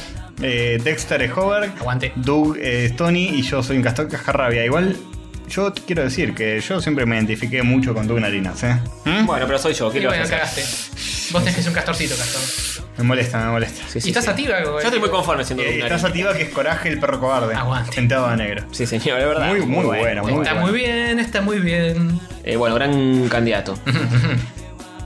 B: eh, Dexter es Hover,
C: Aguante.
B: Doug es Tony y yo soy un castor cascarrabia. Igual yo te quiero decir que yo siempre me identifiqué mucho con Doug Narinas. ¿eh? ¿Mm?
D: Bueno, pero soy yo. ¿Qué
C: Y
D: le vas a
C: bueno,
D: hacer?
C: cagaste. Vos tenés que ser un castorcito, castor.
B: Me molesta, me molesta.
D: Sí, sí,
C: y estás
D: sí.
C: activa,
D: Yo estoy muy conforme siendo
B: Eh,
D: un
B: está Sativa que es Coraje el perro cobarde.
C: Aguante.
B: Pintado de negro.
D: Sí, señor, es verdad.
B: Muy, muy bueno, muy
C: Está
B: bueno.
C: muy bien, está muy bien.
D: Eh, bueno, gran candidato.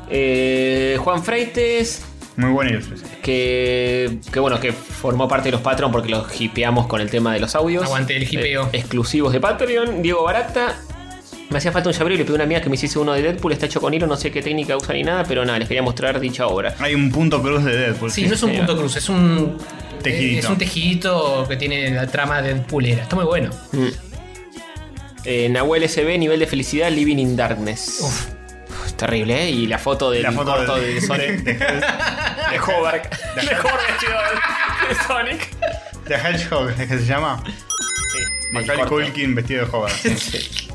D: Eh, Juan Freites,
B: Muy buena ilustración.
D: que, que bueno, que formó parte de los Patreon porque los hipeamos con el tema de los audios.
C: Aguante el hipeo.
D: Eh, exclusivos de Patreon. Diego Barata. Me hacía falta un llavero y le pedí a una amiga que me hiciese uno de Deadpool. Está hecho con hilo, no sé qué técnica usa ni nada, pero nada, les quería mostrar dicha obra.
B: Hay un punto cruz de Deadpool.
C: Sí, no es un
D: sí, ah.
C: punto cruz, es un. eh,
B: Tejidito.
C: Es un tejidito que tiene la trama de pulera. Está muy bueno.
D: Mm. Eh, Nahuel SB, nivel de felicidad, Living in Darkness.
C: Uf.
D: Uf, Terrible, ¿eh? Y la foto del
B: La foto
D: corto
B: de-
D: de, Sonic.
B: de-
D: de Hobart. Mejor vestido de- de Sonic.
B: The Hedgehog, ¿es que se llama?
D: Sí,
B: Macaulay Culkin vestido de Hogarth.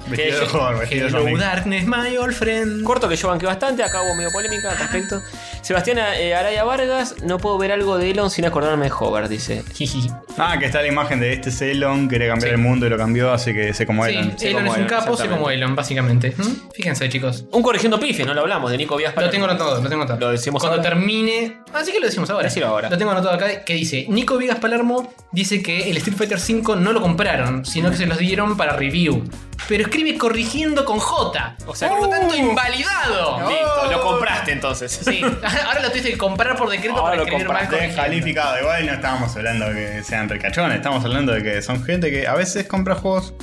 B: Vestido de
D: Que-
B: Hogarth, vestido de
C: Hello,
B: Sonic.
C: darkness, my old friend.
D: Corto que yo banqué bastante, acá hubo medio polémica al respecto. Sebastián eh, Araya Vargas, no puedo ver algo de Elon sin acordarme de Hobart, dice.
C: Jiji.
B: Ah, que está la imagen de este es Elon, quería cambiar
C: Sí.
B: el mundo y lo cambió, así que sé cómo
C: Sí,
B: Elon.
D: sé
C: Elon
D: cómo
C: es un
D: Elon,
C: capo, sé
D: exactamente.
C: como Elon, básicamente. ¿Mm? Fíjense, chicos.
D: Un corrigiendo pifes, no lo hablamos, de Nico Vías
C: Lo
D: Palma.
C: tengo anotado, lo tengo anotado.
D: Lo decimos
C: Cuando
D: ahora.
C: termine. Así que lo decimos ahora.
D: Decilo ahora.
C: Lo tengo anotado acá que dice: Nico Vigas Palermo dice que el Street Fighter V no lo compraron, sino que se los dieron para review. Pero escribe corrigiendo con J.
D: O sea,
C: por lo
D: uh.
C: tanto, invalidado.
D: Listo, lo compraste entonces.
C: Sí, ahora lo tuviste que comprar por decreto
D: Ahora
C: para
D: lo
C: escribir mal
D: compraste,
C: corrigiendo.
B: Calificado, igual no estábamos hablando de que sean ricachones, estamos hablando de que son gente que a veces compra juegos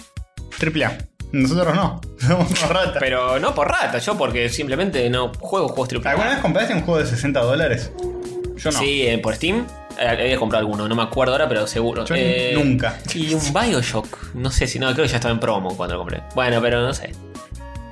B: AAA. Nosotros no, somos unos ratas.
D: Pero no por rata, yo porque simplemente no juego juegos triple. A.
B: ¿Alguna vez compraste un juego de 60 dólares? Yo no.
D: Sí, eh, por Steam. Eh, había comprado alguno, no me acuerdo ahora, pero seguro. Eh,
B: Yo nunca.
D: Y un Bioshock. No sé si no, creo que ya estaba en promo cuando lo compré. Bueno, pero no sé.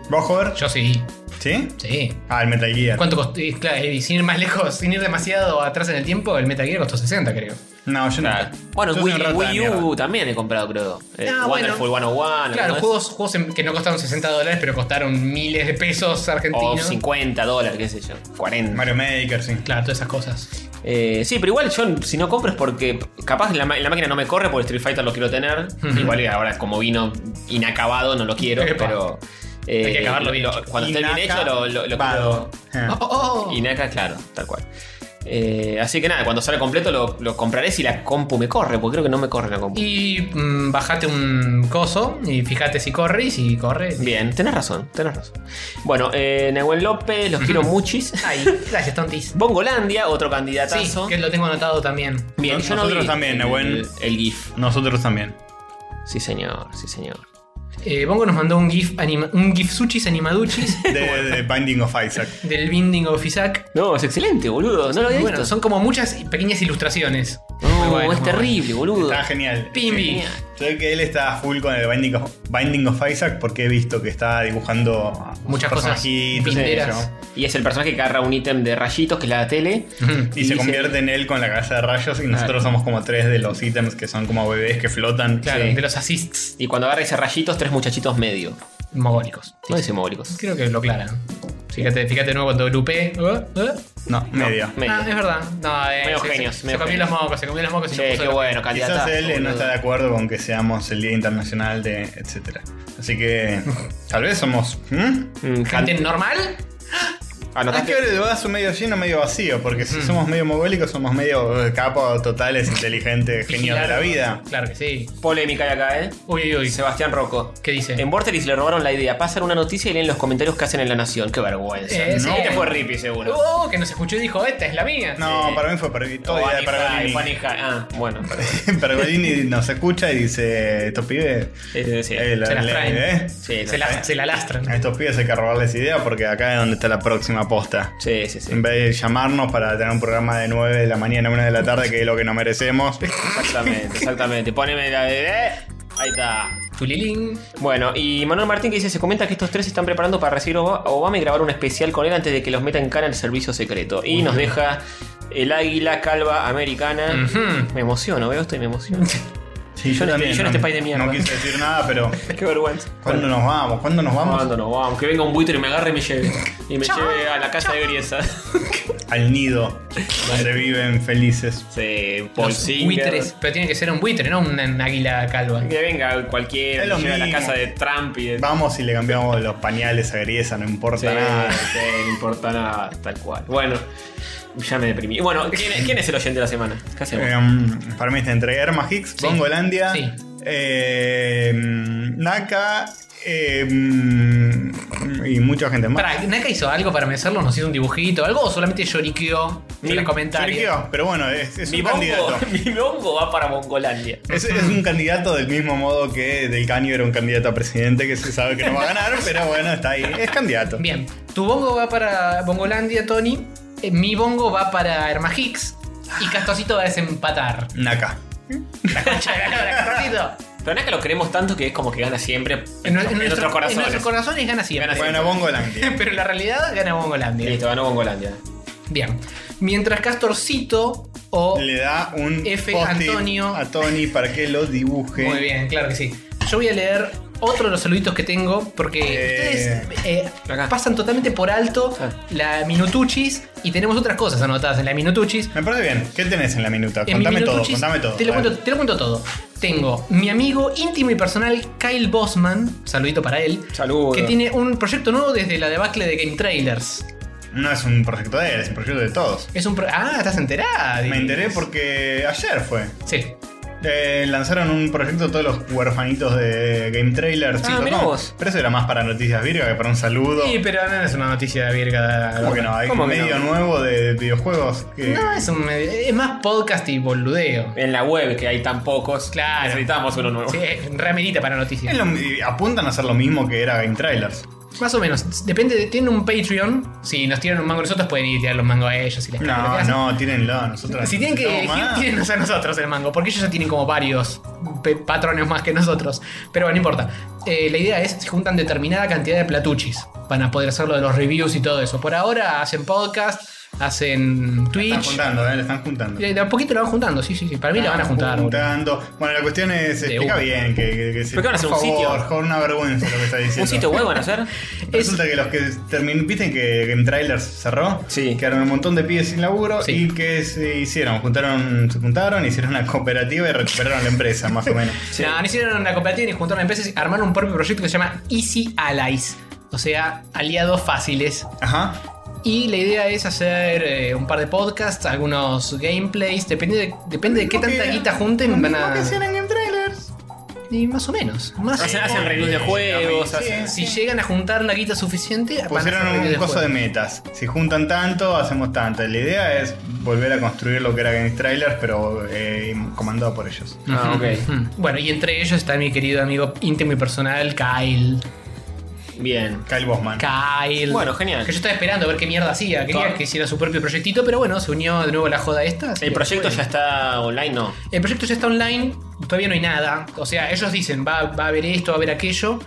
B: ¿Vos, Hover?
C: Yo sí,
B: ¿Sí?
C: sí.
B: Ah, el Metal Gear.
C: ¿Cuánto costó? Eh, Claro, y sin ir más lejos, sin ir demasiado atrás en el tiempo, el Metal Gear costó 60, creo.
B: No, yo no.
D: Bueno,
B: Yo
D: en
B: soy un
D: Wii,
B: rata de
D: Wii U
B: mierda.
D: también he comprado, creo. Eh,
C: Ah, bueno.
D: Wonderful 101.
C: Claro,
D: ¿no?
C: juegos, juegos en- que no costaron 60 dólares, pero costaron miles de pesos
D: O
C: argentinos.
D: Oh, 50 dólares, qué sé yo. 40.
B: Mario Maker, sí.
C: Claro, todas esas cosas.
D: Eh, sí, pero igual yo si no compro es porque capaz la, ma- la máquina no me corre porque Street Fighter lo quiero tener.
C: Ujú.
D: Igual ahora como vino inacabado no lo quiero,
C: Epa.
D: pero... eh,
C: Hay que acabarlo bien
D: lo-
C: hecho.
D: cuando esté bien hecho lo, lo, lo
B: Inacabado. Eh.
D: Ah.
C: Oh, oh, oh.
D: quiero. Inaca, claro, tal cual. Eh, así que nada, cuando sale completo lo, lo compraré si la compu me corre, porque creo que no me corre la compu.
C: Y mm, bajate un coso y fíjate si corre y si corre.
D: Bien, tenés razón, tenés razón. Bueno, eh, Nahuel López, los quiero muchis.
C: Ay, gracias, Tontis.
D: Bongolandia, otro
C: Sí,
D: candidatazo.
C: que lo tengo anotado también.
D: Bien, yo no
B: Nosotros
D: vi
B: también, Nahuel.
D: el, el GIF.
B: Nosotros también.
D: Sí, señor, sí, señor.
C: Eh, Bongo nos mandó un GIF, anima- un GIF Suchis Animaduchis
B: De, de Binding of Isaac.
C: del Binding of Isaac.
D: No, es excelente, boludo. No lo había
C: Bueno,
D: visto.
C: son como muchas y pequeñas ilustraciones.
D: No,
C: Muy bueno,
D: es
C: muy
D: terrible, boludo.
B: Está genial.
C: Pimbi.
D: Genial.
B: Yo sé que él está full con el Binding of, Binding of Isaac porque he visto que está dibujando a
C: Muchas
B: sus
C: cosas
B: personajitos, qué sé yo.
C: pinteras.
D: Y es el personaje que agarra un ítem de rayitos, que es la tele.
C: bueno.
B: Y,
D: Y
B: se
D: se-
B: convierte en él con la cabeza de rayos y nosotros somos como tres de los ítems que son como bebés que flotan.
C: Claro,
B: Sí.
C: de los assists
D: Y cuando agarra ese rayitos, tres muchachitos medio.
C: mogólicos.
D: No dice mogólicos.
C: Creo que lo aclaran. Fíjate, fíjate de nuevo cuando grupé. ¿Eh? ¿Eh?
B: No, medio.
D: Medio.
C: Ah, es verdad. No, eh,
D: Medio
C: se- se-
D: genios,
C: Se,
D: medio
C: comió
D: genios.
C: los mocos, se comió los mocos y
D: Che,
C: no puso
D: qué
C: la-
D: bueno,
B: Quizás
D: candidatazo.
B: él eh, no
D: boludo.
B: está de acuerdo con que seamos el Día Internacional de etcétera. Así que tal vez somos... ¿hmm?
D: Mm, can-
C: ¿Gente normal?
B: Hay que
D: anotaste-
B: ver el vaso medio lleno, medio vacío, porque si somos medio mogólicos, somos medio eh, capos, totales, inteligentes, genios de la vida.
C: Claro que sí.
D: Polémica de acá, ¿eh?
C: Uy, uy, uy.
D: Sebastián Rocco.
C: ¿Qué dice?
D: En Vortelis le robaron la idea. Pasan una noticia y leen los comentarios que hacen en La Nación. Qué vergüenza.
C: Eh, sí.
D: no te fue Rippy, seguro.
C: Oh, que nos escuchó y dijo, esta es la mía.
B: No,
D: Sí.
B: para mí fue per-
D: O
B: toda idea de
D: Anifai,
B: Pergolini.
D: Juanija. Ah, bueno.
B: Pergolini nos escucha y dice: Estos pibes.
D: Eh, sí.
B: eh, la-
C: se las
B: la-
C: traen.
B: eh,
D: Sí,
C: Se la, se la lastran.
B: A estos pibes hay que robarles idea porque acá es donde está la próxima posta.
D: sí, sí, sí.
B: En vez de llamarnos para tener un programa de 9 de la mañana a 1 de la tarde, que es lo que nos merecemos.
D: Exactamente, exactamente. Poneme la de. eh, Ahí está.
C: Tulilín.
D: Bueno, y Manuel Martín que dice, se comenta que estos tres se están preparando para recibir a Obama y grabar un especial con él antes de que los meta en cara el servicio secreto. Y nos deja el águila calva americana.
C: Ujú.
D: Me emociono, veo esto y me emociono.
B: Sí,
D: Yo en- yo en
B: no-
D: este país de mierda.
B: No quise decir nada, pero.
D: Qué vergüenza.
B: ¿Cuándo nos vamos? ¿Cuándo nos vamos?
D: Cuando nos vamos, que venga un buitre y me agarre y me lleve. Y me lleve a la casa de Griesa.
B: Al nido, donde viven felices.
D: sí, Paul
C: Los
D: Singer.
C: buitres. Pero tiene que ser un buitre, no un, un águila calva.
D: Que venga cualquiera,
B: Es lo
D: me lleve a la
B: mismo.
D: casa de Trump y de.
B: Vamos y le cambiamos los pañales a Griesa, no importa
D: Sí,
B: nada.
D: sí, no importa nada, tal cual. Bueno, ya me deprimí. Bueno, ¿quién, quién es el oyente de la semana? ¿Qué hacemos?
B: Em, para mí está entre Herma Hicks,
C: Sí.
B: Bongolandia,
C: Sí.
B: em, Naka em, y mucha gente más.
C: Pará, ¿Naka hizo algo para mecerlo? ¿Nos hizo un dibujito? ¿Algo o solamente lloriqueó en los comentarios?
B: Chiriqueo, pero bueno, es, es
D: Mi
B: un
D: bongo,
B: candidato.
D: mi bongo va para Mongolandia.
B: Es, es un candidato del mismo modo que Del Caño era un candidato a presidente que se sabe que no va a ganar, pero bueno, está ahí. Es candidato.
C: Bien, tu bongo va para Bongolandia, Tony. Eh, Mi bongo va para Herma Hicks. Y Castosito va a desempatar.
B: Naka.
C: La concha de la lora, Castosito.
D: Pero nada que lo queremos tanto que es como que gana siempre en,
C: En,
D: en nuestros
C: en
D: corazones.
C: nuestros corazones gana siempre.
D: Gana siempre.
B: Bueno, Bongolandia.
C: Pero en la realidad gana Bongolandia.
D: Listo, ganó Mongolandia.
C: Bien. Mientras Castorcito o.
B: Le da un
C: F.
B: post-it
C: Antonio.
B: a Tony para que lo dibuje.
C: Muy bien, claro que sí. Yo voy a leer otro de los saluditos que tengo porque
B: Eh,
C: ustedes eh,
D: acá.
C: pasan totalmente por alto
D: Ah.
C: la Minutuchis y tenemos otras cosas anotadas en la Minutuchis.
B: Me parece bien. ¿Qué tenés en la minuta?
C: En mi
B: Contame todo,
C: Minutuchis,
B: contame todo.
C: Te lo,
B: A ver.
C: cuento, te lo cuento todo. Tengo mi amigo íntimo y personal Kyle Bosman, saludito para él,
D: Saludos.
C: que tiene un proyecto nuevo desde la debacle de Game Trailers.
B: No es un proyecto de él, es un proyecto de todos.
C: Es un pro- Ah, estás enterada.
B: Me
C: dices.
B: enteré porque ayer fue.
C: Sí.
B: Eh, lanzaron un proyecto todos los huerfanitos de Game Trailers.
D: Ah, mirá vos.
B: Pero eso era más para Noticias Virga que para un saludo.
C: Sí, pero no es una noticia virga.
B: ¿Cómo que no? Hay
D: ¿Cómo
B: un
D: que
B: medio
D: no?
B: nuevo de videojuegos que.
C: No, es, un- es más podcast y boludeo.
D: En la web, que hay tan pocos.
C: Claro.
D: Necesitamos uno nuevo.
C: Sí, remerita para noticias.
B: Es lo- y apuntan a hacer lo mismo que era Game Trailers.
C: Más o menos. Depende. De, tienen un Patreon. Si nos tiran un mango a nosotros, pueden ir a tirar los mangos a ellos. Y les lo que
B: No,
C: hacen.
B: no, tírenlo. Nosotros
C: Si tienen que.
B: necesitamos más.
C: Tienen a nosotros el mango. Porque ellos ya tienen como varios pe- patrones más que nosotros. Pero bueno, no importa. Eh, la idea es: se juntan determinada cantidad de platuchis. Van a poder hacer lo de los reviews y todo eso. Por ahora hacen podcast, hacen
B: Están
C: Twitch.
B: juntando, eh, le están juntando.
C: Eh, De a poquito lo van juntando. Sí, sí, sí. Para mí la van a juntar. boludo.
B: Juntando. Bueno, la cuestión es,
C: De
B: explica
C: una.
B: bien que, que, que se-
D: ¿Pero qué van a hacer,
B: por
D: un
B: favor,
D: sitio?
B: joder, una vergüenza lo que está diciendo.
D: ¿Un sitio web van a hacer?
B: Resulta que los que terminaron, viste que Game Trailers cerró,
D: Sí.
B: quedaron un montón de pibes sin laburo
C: Sí.
B: y que se hicieron, juntaron, se juntaron, hicieron una cooperativa y recuperaron la empresa, más o menos.
C: No, no hicieron una cooperativa ni juntaron empresas, armaron un propio proyecto que se llama Easy Allies. O sea, aliados fáciles.
B: Ajá.
C: Y la idea es hacer eh, un par de podcasts, algunos gameplays. Depende de, depende de qué
B: Porque-
C: tanta guita junten. Van
B: Lo
C: a...
B: que hacían en Game Trailers.
C: Y más o menos. Más
D: Hacen,
C: o-
D: hacen reviews de juegos.
B: Sí,
D: hacen-
C: Si llegan a juntar la guita suficiente, van a
B: Pusieron
C: hacer
B: Pues un
C: reviews
B: coso de
C: juego.
B: metas. Si juntan tanto, hacemos tanto. La idea es volver a construir lo que era Game Trailers, pero eh, comandado por ellos.
D: Ah, ok.
C: Mm. Bueno, y entre ellos está mi querido amigo íntimo y personal, Kyle.
D: Bien.
B: Kyle Bosman.
C: Kyle.
D: Bueno, genial.
C: Que yo estaba esperando a ver qué mierda hacía. Quería
D: Claro.
C: que hiciera su propio proyectito, pero bueno, se unió de nuevo a la joda esta. así
D: ¿El
C: que
D: proyecto
C: bueno.
D: ya está online? No.
C: El proyecto ya está online, todavía no hay nada. O sea, ellos dicen, va, va a haber esto, va a haber aquello,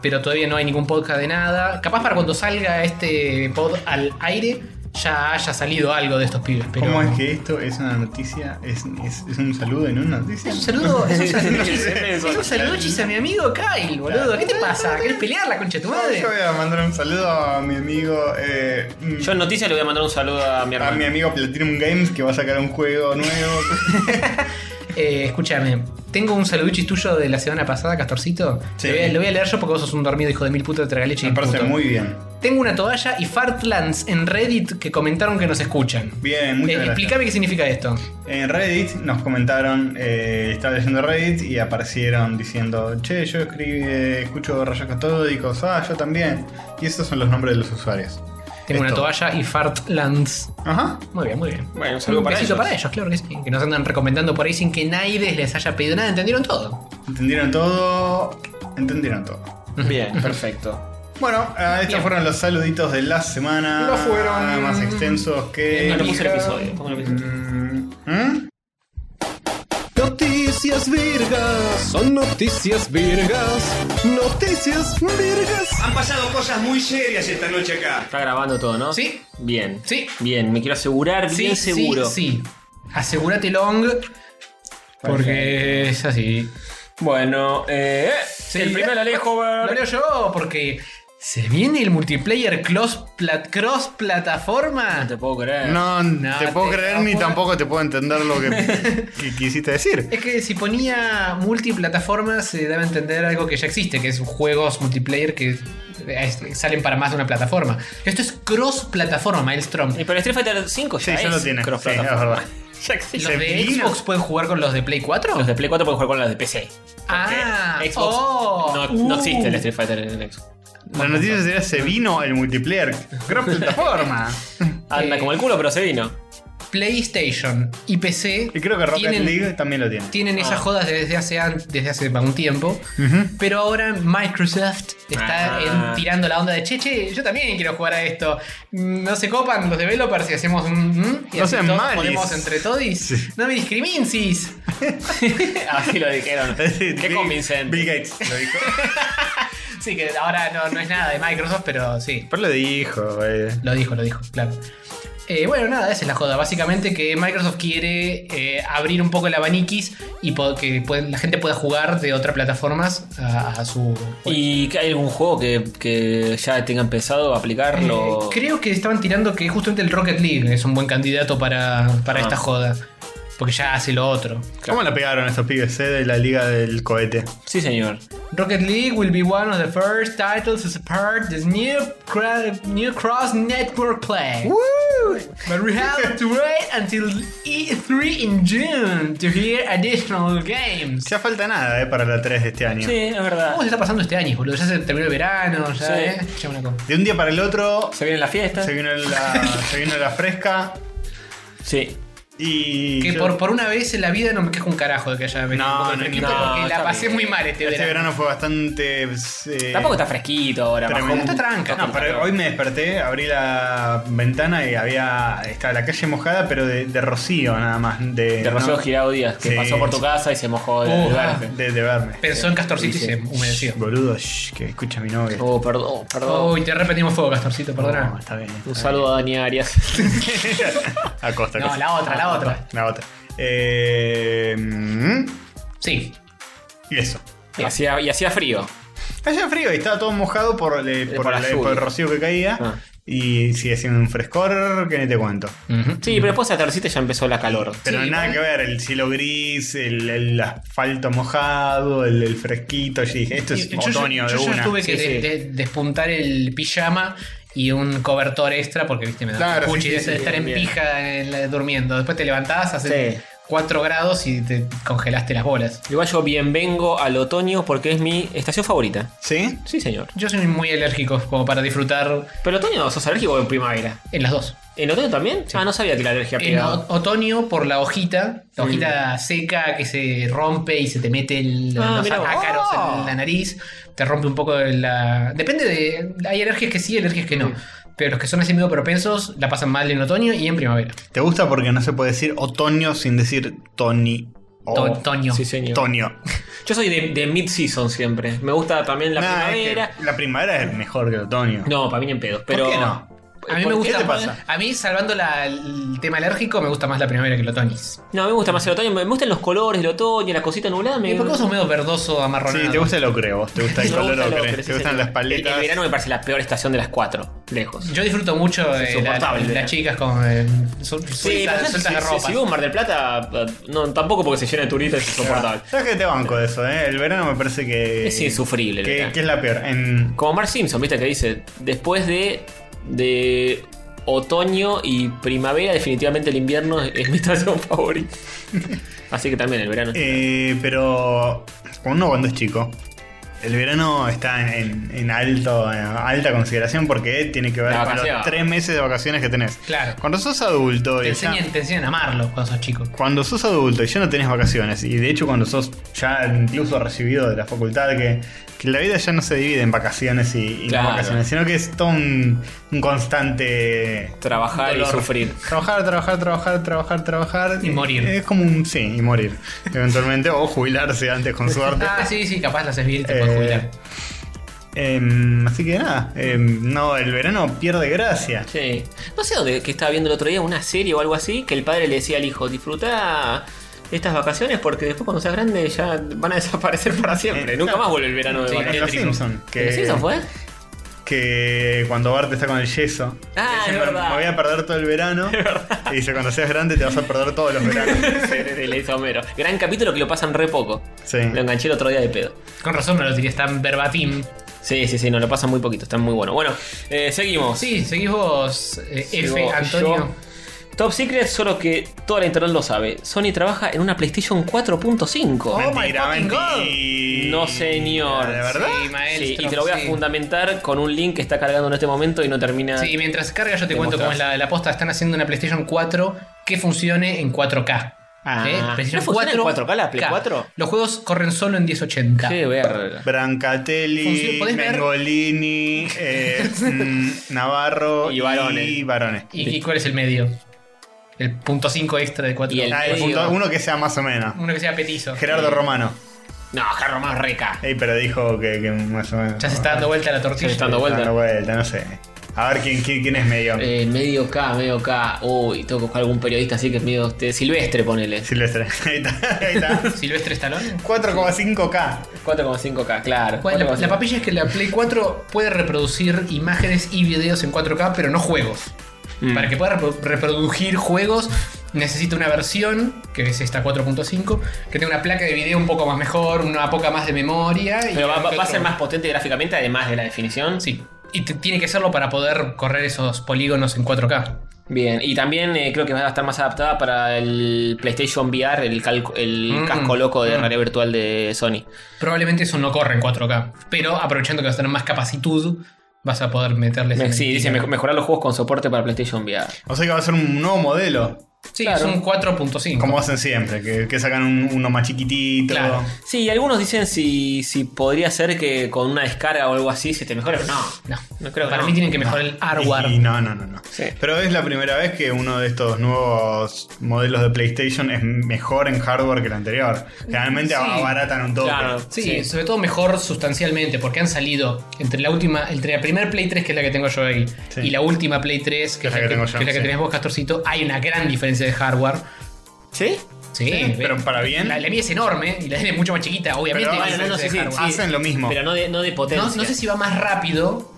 C: pero todavía no hay ningún podcast de nada. Capaz para cuando salga este pod al aire, ya haya salido algo de estos pibes. Pero...
B: ¿Cómo es que esto es una noticia? ¿Es, es- es un saludo en una noticia?
C: Es un saludo, es un saludo.
D: Es
C: es
D: un
C: un saludo chis, a mi amigo Kyle, boludo. ¿Qué te pasa? ¿Querés pelear la concha de tu madre?
B: Yo voy a mandar un saludo a mi amigo. eh, mm,
D: Yo en noticias le voy a mandar un saludo a mi
B: a
D: hermano.
B: mi amigo Platinum Games que va a sacar un juego nuevo.
C: Eh, escúchame, tengo un saluduchis tuyo de la semana pasada, Castorcito.
B: Sí.
C: Lo, voy a, lo voy a leer yo porque vos sos un dormido hijo de mil putas de tragaleche.
B: Me
C: y
B: parece
C: puto.
B: muy bien.
C: Tengo una toalla y fartlands en Reddit que comentaron que nos escuchan.
B: Bien,
C: Eh,
B: muchas gracias.
C: explícame qué significa esto.
B: En Reddit nos comentaron, eh, estaba leyendo Reddit y aparecieron diciendo, che, yo escribí, eh, escucho rayos catódicos, ah, yo también. Y estos son los nombres de los usuarios.
C: Tengo una
B: Esto.
C: toalla y fartlands.
B: Ajá.
C: Muy bien, muy bien.
D: Bueno, un saludo para
C: besito
D: ellos.
C: para ellos, claro que sí. Que nos andan recomendando por ahí sin que nadie les haya pedido nada. ¿Entendieron todo?
B: Entendieron todo. Entendieron todo.
D: Bien, perfecto.
B: Bueno, ah, estos
C: Bien.
B: fueron los saluditos de la semana.
C: Lo fueron.
B: Más extensos
D: Eh,
B: que.
D: No, no puse el episodio. pongo el episodio.
B: Mm, ¿Mm?
A: Noticias Noticias virgas, son noticias virgas, noticias virgas.
F: Han pasado cosas muy serias esta noche acá.
D: Está grabando todo, ¿no?
C: Sí.
D: Bien.
C: Sí.
D: Bien, me quiero asegurar, bien seguro.
C: Sí, sí. Asegúrate long. Porque es así.
D: Bueno, eh,
C: Sí.
D: el primer Alejo
C: Lo
D: Ber-
C: leo yo porque se viene el multiplayer cross, plat- cross plataforma.
D: No te puedo creer.
B: No,
C: No,
B: te puedo
C: te
B: creer
C: lo
B: ni
C: juro.
B: tampoco te puedo entender lo que, que quisiste decir.
C: Es que si ponía multiplataforma se debe entender algo que ya existe, que es juegos multiplayer que eh, es- salen para más de una plataforma. Esto es cross plataforma, Maelstrom.
D: Eh, Pero Street Fighter 5
B: Sí,
D: ya,
B: ya
D: es
B: lo tiene. Sí, es
D: cross-plataforma.
B: verdad.
D: Ya existe.
C: ¿Los
B: ¿se
C: de
B: vino?
C: Xbox pueden jugar con los de Play 4?
D: Los de Play 4 pueden jugar con los de PC.
C: ah,
D: Porque Xbox
C: oh,
D: no,
C: uh.
D: no existe el Street Fighter en el Xbox.
B: La noticia sería se vino el multiplayer. Gran plataforma.
D: Anda
C: Eh.
D: como el culo, pero se vino.
C: PlayStation y PC
B: Y creo que Rocket
C: tienen,
B: League también lo tiene.
C: tienen
D: Ah.
C: esas jodas desde hace, an- desde hace un tiempo.
B: Ujú.
C: Pero ahora Microsoft está
D: Ah.
C: en- tirando la onda de che, che, yo también quiero jugar a esto. Mm, No se copan los developers si hacemos un. mm, y
B: No
C: así
B: sean
C: todos
B: malis.
C: ponemos entre todis.
B: Sí.
C: No me discrimincis.
D: Así lo dijeron. Qué
B: Bill-
D: convincente.
B: Bill Gates lo dijo.
C: Sí, que ahora no, no es nada de Microsoft, pero sí.
B: Pero lo dijo, eh.
C: Lo dijo, lo dijo, claro. Eh, bueno, nada, esa es la joda. Básicamente que Microsoft quiere eh, abrir un poco el abaniquis y po- que pueden- la gente pueda jugar de otras plataformas a, a su juego.
D: ¿Y que hay algún juego que, que ya tengan pensado aplicarlo?
C: Eh, creo que estaban tirando que justamente el Rocket League es un buen candidato para, para
D: Ah.
C: esta joda. Porque ya hace lo otro.
B: ¿Cómo la pegaron estos pibes eh, de la liga del cohete?
D: Sí, señor.
C: Rocket League will be one of the first titles to support this new, cra- new cross network play. But we have to wait until E3 in June to hear additional games.
B: Ya falta nada, eh, para la 3 de este año.
D: Sí, es verdad.
C: ¿Cómo se está pasando este año, boludo? Ya se terminó el verano, ya,
D: Sí.
C: eh, ya una cosa.
B: De un día para el otro,
D: Se viene la fiesta.
B: se vino la, se vino la fresca
D: Sí.
B: y...
C: Que
B: yo-
C: por, por una vez en la vida no me quejo un carajo de que haya venido.
B: No,
C: un
B: no,
C: poco de fresquito,
D: no,
C: porque la
D: está
C: pasé
D: bien.
C: muy mal
B: Este
C: este, verano.
B: verano fue bastante... eh,
D: Tampoco está fresquito ahora.
B: tremendo.
D: bajó un-
C: Está tranca.
B: No, pero hoy me desperté, abrí la ventana y había. Estaba la calle mojada, pero de, de rocío nada más. De,
D: De Rocío
B: no,
D: Girao Díaz, que
B: Sí.
D: pasó por tu casa y se mojó de
C: Uh,
D: lugar.
B: De, de verme.
C: Pensó en Castorcito y
D: Sí,
C: se
D: sí.
C: humedeció.
B: Boludo, shh, que escucha mi novia.
D: Oh, perdón, perdón.
C: Uy, te repetimos fuego,
D: Oh,
C: Castorcito,
B: No,
C: perdona.
B: está bien.
D: Un saludo a Dani Arias.
B: A costa.
C: No, la otra, la otra.
B: La otra. Eh, mm,
C: Sí.
B: y eso.
D: y, hacía, y hacía frío.
B: Hacía frío y estaba todo mojado por, eh, por,
D: por la
B: el,
D: lluvia.
B: por el rocío que caía.
D: Ah.
B: Y sigue siendo un frescor que ni te cuento.
D: Sí, pero después a la tardecita ya empezó la calor.
B: Pero
C: Sí,
B: nada
C: igual.
B: que ver, el cielo gris, el, el asfalto mojado, el, el fresquito. Yo dije, esto Este es
C: Yo- yo-
B: otoño
C: yo,
B: de
C: ya
B: una.
C: tuve que
D: Sí, sí.
C: de- de- despuntar el pijama y un cobertor extra porque, viste, me da
B: Claro,
C: cuchi
B: sí,
C: de
B: sí,
C: de
B: sí,
C: estar en
D: bien.
C: pija en la- durmiendo. Después te levantás, hace
D: Sí.
C: 4 grados y te congelaste las bolas.
D: Igual yo bienvengo al otoño porque es mi estación favorita.
B: ¿Sí?
D: Sí, señor.
C: Yo soy muy alérgico como para disfrutar
D: ¿Pero otoño sos alérgico o en primavera?
C: en las dos.
D: ¿En otoño también? Ah, no sabía que la alergia
C: En
D: pegaba.
C: o- otoño por la hojita, la hojita seca que se rompe y se te mete el,
D: Ah,
C: los
D: mira vos.
C: ácaros
D: Oh.
C: en la nariz, te rompe un poco de la... Depende de... Hay alergias que sí, alergias que no. Pero los que son así medio propensos la pasan mal en otoño y en primavera.
B: ¿Te gusta porque no se puede decir otoño sin decir Tony? o
C: To- Toño.
D: Oh, Sí, señor.
B: Toño.
D: Yo soy de, de mid-season siempre. Me gusta también la
B: Nah, es que
D: primavera.
B: la primavera es mejor que el otoño.
D: No, para mí ni en pedos. Pero...
B: qué no?
C: A mí
D: ¿Por
C: me
D: qué?
C: gusta...
B: te pasa?
C: A mí, salvando la- el tema alérgico, me gusta más la primavera que el otoño.
D: No, me gusta más el otoño. Me gustan los colores, el otoño, las cositas nubladas. Me...
C: ¿Y por qué vos sos medio verdoso, amarronado?
B: Sí, te gusta el ocre vos, te gusta el
D: Me
B: color
D: gusta el
B: ocre,
D: ocre, sí,
B: te gustan
D: señor.
B: las
D: El,
B: paletas.
D: el verano me parece la peor estación de las cuatro, lejos.
C: Yo disfruto mucho eh, la-
D: insoportable.
C: las chicas con eh, sol-
D: pero
C: sueltas,
D: yo,
C: sueltas
D: si,
C: de ropa.
D: si- si vivo en Mar del Plata, eh, no, tampoco porque se llena de turistas es insoportable.
B: ¿Sabes que te banco de eso, eh? El verano me parece que.
D: Es insufrible el
B: Que,
D: verano.
B: que es la peor. En-
D: Como Mark Simpson, viste que dice, después de, de otoño y primavera, definitivamente el invierno es es mi estación favorita. Así que también el verano.
B: eh, pero. Uno cuando es chico. el verano está en, en- en alto, en alta consideración porque tiene que ver
D: La
B: con los
D: vacación.
B: tres meses de vacaciones que tenés.
C: Claro.
B: Cuando sos adulto
C: Te
B: y ya-
C: enseñan, te enseñan a amarlo cuando sos chico.
B: cuando sos adulto y ya no tenés vacaciones, y de hecho cuando sos ya incluso recibido de la facultad, que, que la vida ya no se divide en vacaciones y, y no
D: Claro.
B: vacaciones, sino que es todo un, un constante...
D: Trabajar y
B: dolor.
D: sufrir.
B: Trabajar, trabajar, trabajar, trabajar, trabajar.
C: Y morir.
B: Es como un... Sí, y morir. Eventualmente, o jubilarse antes con suerte.
C: Ah, sí, sí, capaz lo haces bien y te puedes
B: Eh,
C: jubilar.
B: Em, así que nada, em, no, el verano pierde gracia.
D: Sí. No sé dónde que estaba viendo el otro día una serie o algo así, que el padre le decía al hijo, disfruta estas vacaciones porque después cuando seas grande ya van a desaparecer para siempre.
B: Eh,
D: Nunca
B: claro.
D: más vuelve el verano de
C: Sí,
B: Bueno,
D: vacaciones.
B: los
C: tétrico.
B: Simpson, que,
D: ¿Pero sí, eso fue?
B: que cuando Bart está con el yeso,
D: Ah,
B: dice, "Me-
D: es verdad.
B: me voy a perder todo el verano. Y dice, cuando seas grande te vas a perder todos los veranos.
D: le hizo a Homero. Gran capítulo que lo pasan re poco.
B: Sí.
D: Lo enganché el otro día de pedo.
C: Con razón no lo dirías tan verbatim.
D: Sí, sí, sí, no, lo pasan muy poquito, están muy buenos. Bueno, eh, seguimos.
C: Sí, seguís vos, eh,
D: Sigo
C: F. Antonio.
D: yo. Top Secret, solo que toda la internet lo sabe. Sony trabaja en una PlayStation 4.5.
C: Oh my
B: Mentira,
C: fucking God.
B: mentira.
D: No, señor.
B: ¿De verdad?
C: Sí,
D: Sí,
C: maestro.
D: y te lo voy a
C: sí.
D: fundamentar con un link que está cargando en este momento y no termina.
C: Sí, mientras carga yo te
D: Te
C: cuento cómo es
D: mostrás.
C: la, la posta. Están haciendo una PlayStation 4 que funcione en 4K.
D: Ah.
C: ¿Eh? PlayStation
D: ¿No funciona en 4K la Play
C: K.
D: 4?
C: Los juegos corren solo en 1080.
D: Qué verga.
B: Brancatelli,
C: Funcio- ¿podés ver?
B: Mengolini, eh, mm, Navarro
D: Y Barone.
B: y Barone.
C: ¿Y, y cuál es el medio? El punto 5 extra de 4K.
D: Y el-
B: Ah, el
D: medio.
B: punto- uno que sea más o menos.
C: Uno que sea petizo.
B: Gerardo Romano.
D: No, Jarro más reca.
B: Ey, pero dijo que, que más o menos.
C: Ya se está dando vuelta la tortilla.
D: Se está dando vuelta.
B: Dando vuelta, no sé. A ver quién, quién, quién es medio.
D: Eh, medio K, medio K. Uy, tengo que buscar algún periodista así que es medio este, silvestre, ponele.
B: Silvestre. Ahí está. Ahí está.
C: Silvestre Stallone.
B: 4,5K.
D: 4,5K, claro.
C: Bueno, la,
D: 4,5K.
C: la papilla es que la Play 4 puede reproducir imágenes y videos en 4K, pero no juegos.
D: Mm.
C: Para que pueda repro- reproducir juegos, necesita una versión, que es esta 4.5, que tenga una placa de video un poco más mejor, una poca más de memoria. y
D: Pero va, va-
C: algo que
D: va a ser
C: otro.
D: más potente gráficamente, además de la definición.
C: Sí. Y te- tiene que serlo para poder correr esos polígonos en 4K.
D: Bien, y también eh, creo que va a estar más adaptada para el PlayStation VR, el, calco- el
C: Mm.
D: casco loco de
C: Mm.
D: realidad virtual de Sony.
C: Probablemente eso no corre en 4K, pero aprovechando que vas a tener más capacitud, vas a poder meterle... ese
D: Me- sí, dice
C: mentira.
D: mejo- mejorar los juegos con soporte para PlayStation VR.
B: O sea que va a ser un nuevo modelo.
C: Sí,
D: claro.
C: es un 4.5.
B: Como hacen siempre, que, que sacan un- uno más chiquitito.
C: Claro.
D: Sí, y algunos dicen si, si podría ser que con una descarga o algo así se te mejore, pero no.
C: No,
D: No creo que
C: para
D: no.
C: mí tienen que mejorar el hardware.
B: Y, y no, no, no, no.
D: Sí.
B: Pero es la primera vez que uno de estos nuevos modelos de PlayStation es mejor en hardware que el anterior. Generalmente
C: Sí.
B: abaratan un toque.
D: Claro.
C: Sí,
D: Sí.
C: sobre todo mejor sustancialmente, porque han salido entre la última, entre la primer Play 3, que es la que tengo yo ahí,
B: Sí.
C: y la última Play 3, que, es la que,
B: tengo yo,
C: que es la que
B: sí.
C: tenés vos, Castorcito, hay una gran diferencia de hardware.
D: ¿Sí?
C: Sí,
B: Sí, pero
C: ve-
B: para bien.
C: La, la mía es enorme y la de él es mucho más chiquita, obviamente.
B: Pero
C: hay
B: bueno,
C: diferencia
D: no, no,
C: de
D: sí, sí,
C: hardware.
B: Hacen lo mismo.
D: Pero no de, no de potencia.
C: No- no sé si va más rápido,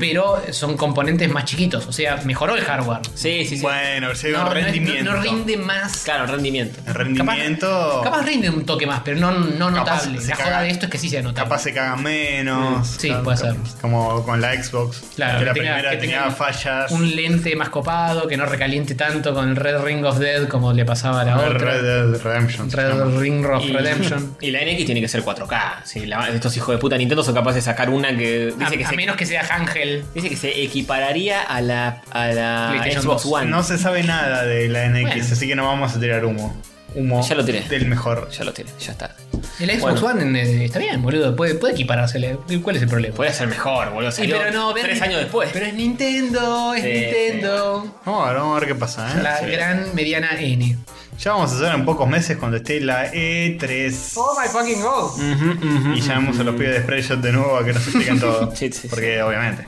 C: pero son componentes más chiquitos, o sea, mejoró el hardware.
D: Sí, sí, sí.
B: Bueno, pero se ve
C: No,
B: un
C: no es- no-
B: rendimiento.
C: no rinde más.
D: Claro, rendimiento.
B: El rendimiento.
C: Capaz, capaz rinde un toque más, pero no, no
B: Capaz
C: notable.
B: se
C: La
B: caga.
C: joda de esto es que sí sea notable.
B: Capaz se cagan menos.
C: Sí,
B: Claro,
C: puede ser.
B: Como con la Xbox.
C: Claro,
B: que la
C: que tenga-
B: primera
C: que
B: tenía
C: tenga
B: fallas.
C: un lente más copado, que no recaliente tanto con el Red Ring of Dead como le pasaba a la
B: Red
C: otra.
B: Dead Redemption. se llama.
C: Red Ring of
D: Y-
C: Redemption.
D: Y la NX tiene que ser 4K. Sí, la- estos hijos de puta Nintendo son capaces de sacar una que
C: A,
D: dice que
C: a
D: se
C: menos que sea Ángel.
D: Dice que se equipararía a la, a la
C: PlayStation
D: Xbox
C: 2.
D: One.
B: No se sabe nada de la NX,
C: Bueno.
B: así que no vamos a tirar humo. Humo
D: Ya lo tiré.
B: del mejor.
D: Ya lo tiene, ya está.
C: El Xbox
D: Bueno.
C: One eh, está bien, boludo. Puede, puede equiparársele. ¿Cuál es el problema?
D: Puede ser mejor, boludo.
C: Sí,
D: Salió
C: ver-
D: tres años después.
C: Pero es Nintendo, es
D: Sí,
C: Nintendo.
B: Vamos a ver, vamos a ver qué pasa, ¿eh?
C: La
D: sí.
C: gran mediana N.
B: Ya vamos a hacer en pocos meses cuando esté la E3.
C: Oh, my fucking god.
D: Ujú, ujú,
B: y llamamos a
C: Mm.
B: los pibes de Sprayshot de nuevo a que nos expliquen todo.
D: Sí, sí, sí.
B: Porque obviamente,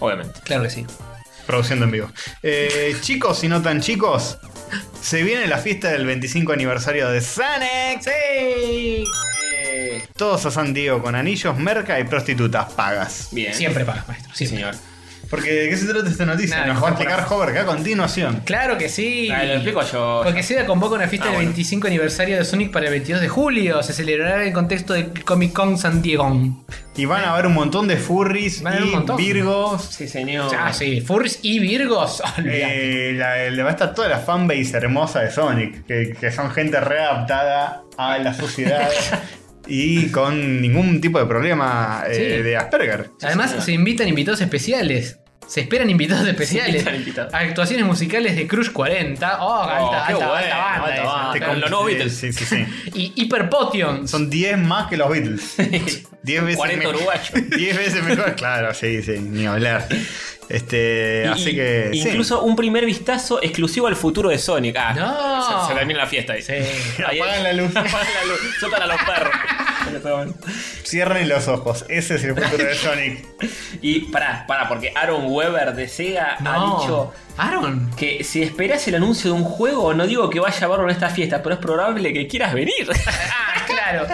D: Obviamente.
C: Claro que sí.
B: produciendo en vivo. Eh, chicos y no tan chicos, se viene la fiesta del 25 aniversario de Sonic.
D: Eh,
B: Todos a San Diego con anillos, merca y prostitutas pagas.
D: Bien.
C: Siempre pagas, maestro.
D: Sí,
C: Sí,
D: señor.
B: Porque de qué se trata esta noticia?
C: Nada,
B: Nos va a
C: mejor por
B: explicar Hover acá a continuación.
C: Claro que sí.
D: Ah, lo explico yo.
C: Porque SEGA convoca una fiesta
D: Ah,
C: del
D: bueno.
C: 25 aniversario de Sonic para el 22 de julio. Se celebrará en el contexto del Comic Con San Diego.
B: Y van a haber un montón de furries
C: Van a haber un
B: y
C: montón.
B: virgos.
D: Sí, señor.
C: Ah, sí. Furs y Virgos. olvidate.
B: Eh, la- le va a estar toda la fanbase hermosa de Sonic, que, que son gente readaptada a la sociedad y con ningún tipo de problema eh,
C: Sí.
B: de Asperger.
C: Además, se invitan invitados especiales. Se esperan invitados especiales.
D: invitan invitados.
C: Actuaciones musicales de Crush 40. Oh, alta,
D: qué
C: alta,
D: bueno,
C: alta banda.
D: alta
C: esa.
D: banda.
B: Te
D: Ah, claro,
B: com-
D: los nuevos
B: eh,
D: Beatles.
B: Sí, sí, sí.
C: Y Hyper Potion.
B: Son 10 más que los Beatles. 10 veces
D: 40
B: me-
D: uruguayos.
B: 10 veces mejor, claro, sí, sí, ni hablar. Este,
D: Y-
B: así
D: y-
B: que. sí.
D: Incluso un primer vistazo exclusivo al futuro de Sonic. Ah,
C: No.
D: se, se termina la fiesta ahí.
C: Sí.
D: Ahí-
B: Apagan la luz.
D: Apagan la luz. Sótan a los perros.
B: Cierren los ojos. Ese es el futuro de Sonic.
D: y pará, pará, porque Aaron Weber de Sega
C: No.
D: ha dicho
C: Aaron.
D: que si esperas el anuncio de un juego, no digo que vaya a verlo en esta fiesta, pero es probable que quieras venir.
C: Ah, claro.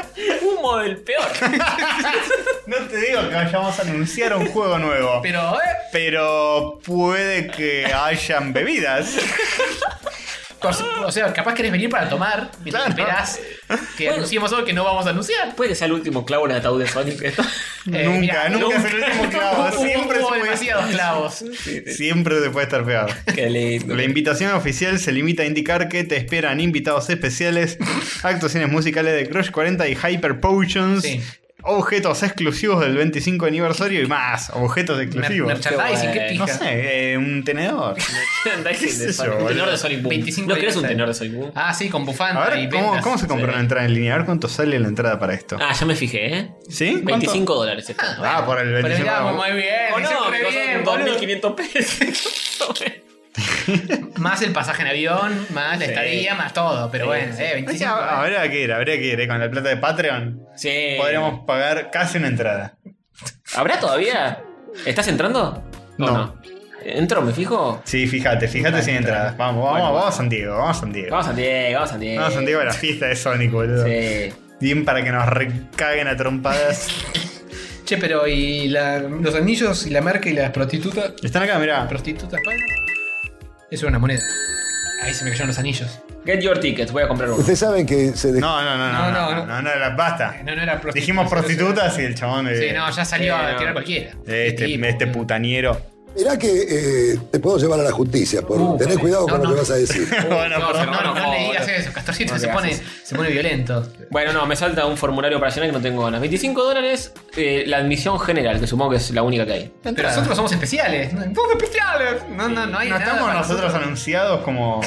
D: Humo del peor.
B: No te digo que vayamos a anunciar un juego nuevo.
C: Pero, eh,
B: Pero puede que hayan bebidas.
C: cos- o sea, capaz querés venir para tomar mientras
B: Claro.
C: esperás que
D: Bueno.
C: anunciemos algo que no vamos a anunciar.
D: Puede que sea el último clavo en el ataúd de Sonic. esto.
C: Eh,
B: nunca,
C: mirá,
B: nunca,
D: nunca.
B: es el último clavo.
C: Hubo-
B: Siempre se
C: hubo
B: puede-
C: demasiados clavos.
B: Siempre se puede estar peor.
D: Qué lindo.
B: La invitación oficial se limita a indicar que te esperan invitados especiales, actuaciones musicales de Crush 40 y Hyper Potions,
C: Sí.
B: objetos exclusivos del 25 aniversario y más, objetos
C: Mer-
B: exclusivos.
C: merchandising, qué
D: bueno.
C: pija.
B: no sé, eh, un tenedor.
D: Merchandising
B: ¿Qué
D: de
B: es eso,
D: Sonic. Un tenor
B: boludo?
D: de Sonic Boom.
C: 25
D: ¿No crees un
C: años.
D: tenor de Sonic Boom?
C: Ah, sí, con bufanda
B: A
C: y
B: ver, ¿cómo,
C: vendas.
B: cómo se compra
D: sí.
B: una entrada en línea? A ver cuánto sale la entrada para esto.
D: Ah, ya me fijé, ¿eh?
B: ¿Sí? ¿Cuánto?
D: 25 dólares. esto.
B: Ah, por el
C: Pero
B: 25.
C: mirá, muy bien,
D: O
C: hice
D: no,
C: re
D: que
C: bien,
D: son
C: boludo.
D: 2.500 pesos.
C: Más el pasaje en avión, más la
D: Sí.
C: estadía, más todo. Pero
D: Sí,
C: bueno,
D: sí.
C: eh,
B: Ay,
C: 25.
B: ya, habría que ir, habría que ir. eh, Con la plata de Patreon
C: Eh.
D: sí.
B: podríamos pagar casi una entrada.
D: ¿Habrá todavía? ¿Estás entrando? ¿O
B: No.
D: ¿Entro, me fijo?
B: Sí, fíjate, fíjate sin entradas. Vamos, vamos,
D: Bueno.
B: vamos, San Diego, vamos, San Diego.
D: Vamos a Diego, vamos a Diego.
B: Vamos, Santiago, a la fiesta de Sonic, boludo.
D: Eh, Sí.
B: Bien para que nos recaguen a trompadas.
C: Che, pero ¿y la- los anillos y la marca y las prostitutas?
B: Están acá, mirá.
C: ¿Prostitutas pagas? Eso era una moneda. Ahí se me cayeron los anillos.
D: Get your tickets, voy a comprar uno.
G: Ustedes saben que se dejó
B: No, no, no, no, no, no, no, no, la basta.
C: Eh, No, no era prostituta.
B: Dijimos prostitutas y el chabón de...
C: Sí, no, ya salió
D: Sí,
C: a
D: no.
C: tirar cualquiera.
B: Este,
C: Tipo,
B: este putaniero.
G: Mirá que eh, te puedo llevar a la justicia, por
C: Uh,
G: tener cuidado
C: no,
G: con lo
C: no.
G: que vas a decir.
B: bueno,
D: no,
B: perdón.
C: No, no, no
D: No,
C: le digas
D: boludo.
C: eso, Castorcito
D: No
C: se
D: le
C: pone,
D: hagas
C: se pone violento.
D: Bueno, no, me salta un formulario para llenar que no tengo ganas. 25 dólares, eh, la admisión general, que supongo que es la única que hay.
C: Pero nosotros somos especiales. No, somos especiales. No, no, no hay
B: ¿No
C: nada
B: estamos
C: para
B: nosotros anunciados como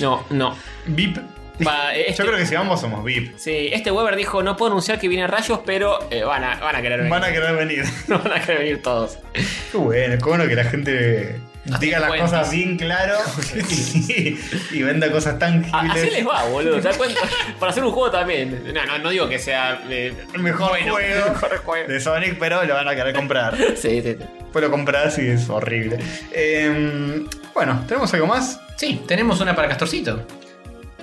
D: No, no.
B: VIP?
D: Va, eh, este,
B: Yo creo que si vamos somos VIP.
D: Sí, este Weber dijo, no puedo anunciar que viene a rayos, pero eh, van, a, van a querer venir.
B: Van a querer venir.
D: No van a querer venir todos.
B: Qué bueno, qué bueno que la gente
C: Nos
B: diga las
C: cuenta.
B: cosas bien claro y, y venda cosas tangibles.
D: A- Así les va, boludo, ¿te das cuenta? Para hacer un juego también. No, no, no digo que sea eh,
B: El mejor juego de Sonic, pero lo van a querer comprar.
D: Sí, sí, sí.
B: Pues lo compras y es horrible. Em, bueno, ¿tenemos algo más?
C: nosotros. Sí, tenemos una para Castorcito.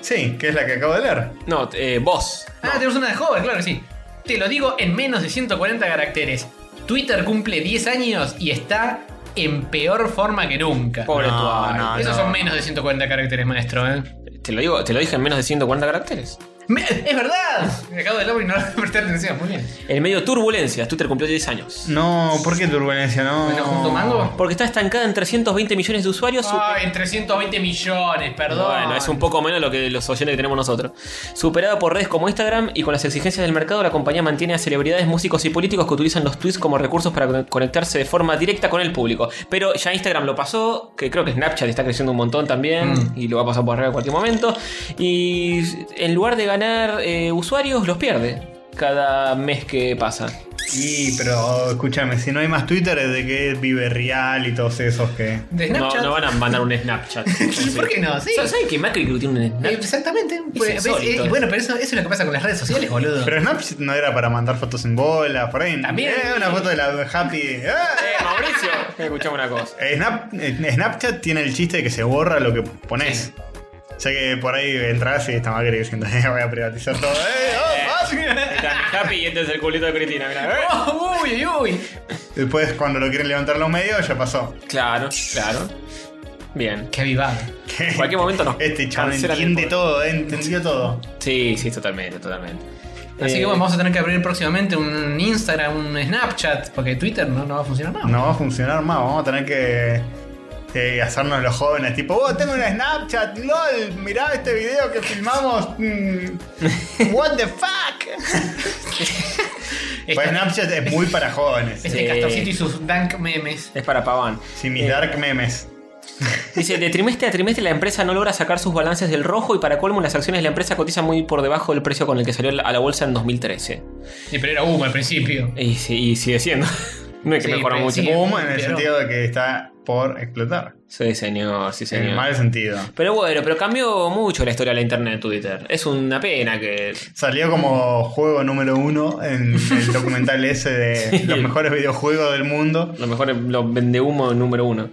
B: Sí, que es la que acabo de leer.
D: No, eh, vos.
C: Ah, tenemos una de Hover, claro que sí. Te lo digo en menos de 140 caracteres. Twitter cumple 10 años y está en peor forma que nunca.
D: Pobre
B: No,
D: tu alma.
B: no,
C: Esos son menos de 140 caracteres, maestro, ¿eh?
D: Te lo, digo, te lo dije en menos de 140 caracteres.
C: Me- ¡Es verdad! Me acabo de lograr y no le presté atención, muy bien.
D: El medio turbulencia, Twitter cumplió 10 años.
B: No, ¿por qué turbulencia? No.
C: ¿Bueno, junto mango?
D: Porque está estancada en 320 millones de usuarios. su-
C: Ay, en 320 millones, perdón.
D: Bueno, es un poco menos lo que los oyentes que tenemos nosotros. Superada por redes como Instagram y con las exigencias del mercado, la compañía mantiene a celebridades, músicos y políticos que utilizan los tweets como recursos para con- conectarse de forma directa con el público. Pero ya Instagram lo pasó, que creo que Snapchat está creciendo un montón también
C: Mm.
D: y lo va a pasar por arriba en cualquier momento. Y en lugar de ganar eh, usuarios, los pierde cada mes que pasa.
B: Sí, pero escúchame, si no hay más Twitter es de que vive Real y todos esos que.
C: ¿De
D: No,
C: Snapchat?
D: no van a mandar un Snapchat.
C: ¿Por qué no? Sí.
D: ¿Saben que Macri creo que tiene un Snapchat?
C: Exactamente. Pues, ves,
D: insólito.
C: eh, bueno, pero eso, eso es lo que pasa con las redes sociales, boludo.
B: Pero Snapchat no era para mandar fotos en bola, por ahí.
C: También.
B: Eh, una foto de la Happy. Eh.
D: Eh, Mauricio, escuchame una cosa.
B: Eh, Snap- eh, Snapchat tiene el chiste de que se borra lo que pones. O sea que por ahí entras y está mal diciendo, eh, voy a privatizar todo. Eh, oh, fácil.
D: Está mi Happy y este es el culito de Cristina, mirá. Eh.
C: Oh, uy, uy, uy.
B: Después, cuando lo quieren levantar los medios, ya pasó.
D: Claro, claro. Bien.
C: Qué avivado.
D: En cualquier momento nos
B: Este chaval
D: cancelan Ah, el
B: entiende
D: pod-
B: todo, eh, entendió todo.
D: Sí, sí, totalmente, totalmente.
C: Así
D: Eh,
C: que bueno, vamos a tener que abrir próximamente un Instagram, un Snapchat, porque Twitter no, no va a funcionar más.
B: No va a funcionar más, vamos a tener que eh, hacernos los jóvenes. Tipo, oh, tengo una Snapchat, lol, mirá este video que filmamos. mm, what the fuck. Pues
C: Está-
B: Snapchat es muy para jóvenes.
C: Este
D: Sí.
C: Castorcito y sus dank memes.
D: Es para paván.
B: Sí, mis dark memes.
D: Dice, de trimestre a trimestre la empresa no logra sacar sus balances del rojo y para colmo las acciones de la empresa cotizan muy por debajo del precio con el que salió a la bolsa en 2013.
C: Sí, pero era humo al principio.
D: Y, sí- y sigue siendo. no hay que
C: Sí,
D: mejorar
C: pero
D: mucho.
C: sí.
B: Boom en el
C: pero-
B: sentido de que está por explotar.
D: Sí, señor, sí,
B: En el
D: señor.
B: mal sentido.
D: Pero bueno, pero cambió mucho la historia de la internet en Twitter. Es una pena que.
B: Salió como juego número uno en el documental ese de los mejores videojuegos del mundo.
D: Lo mejor es lo vende humo número uno.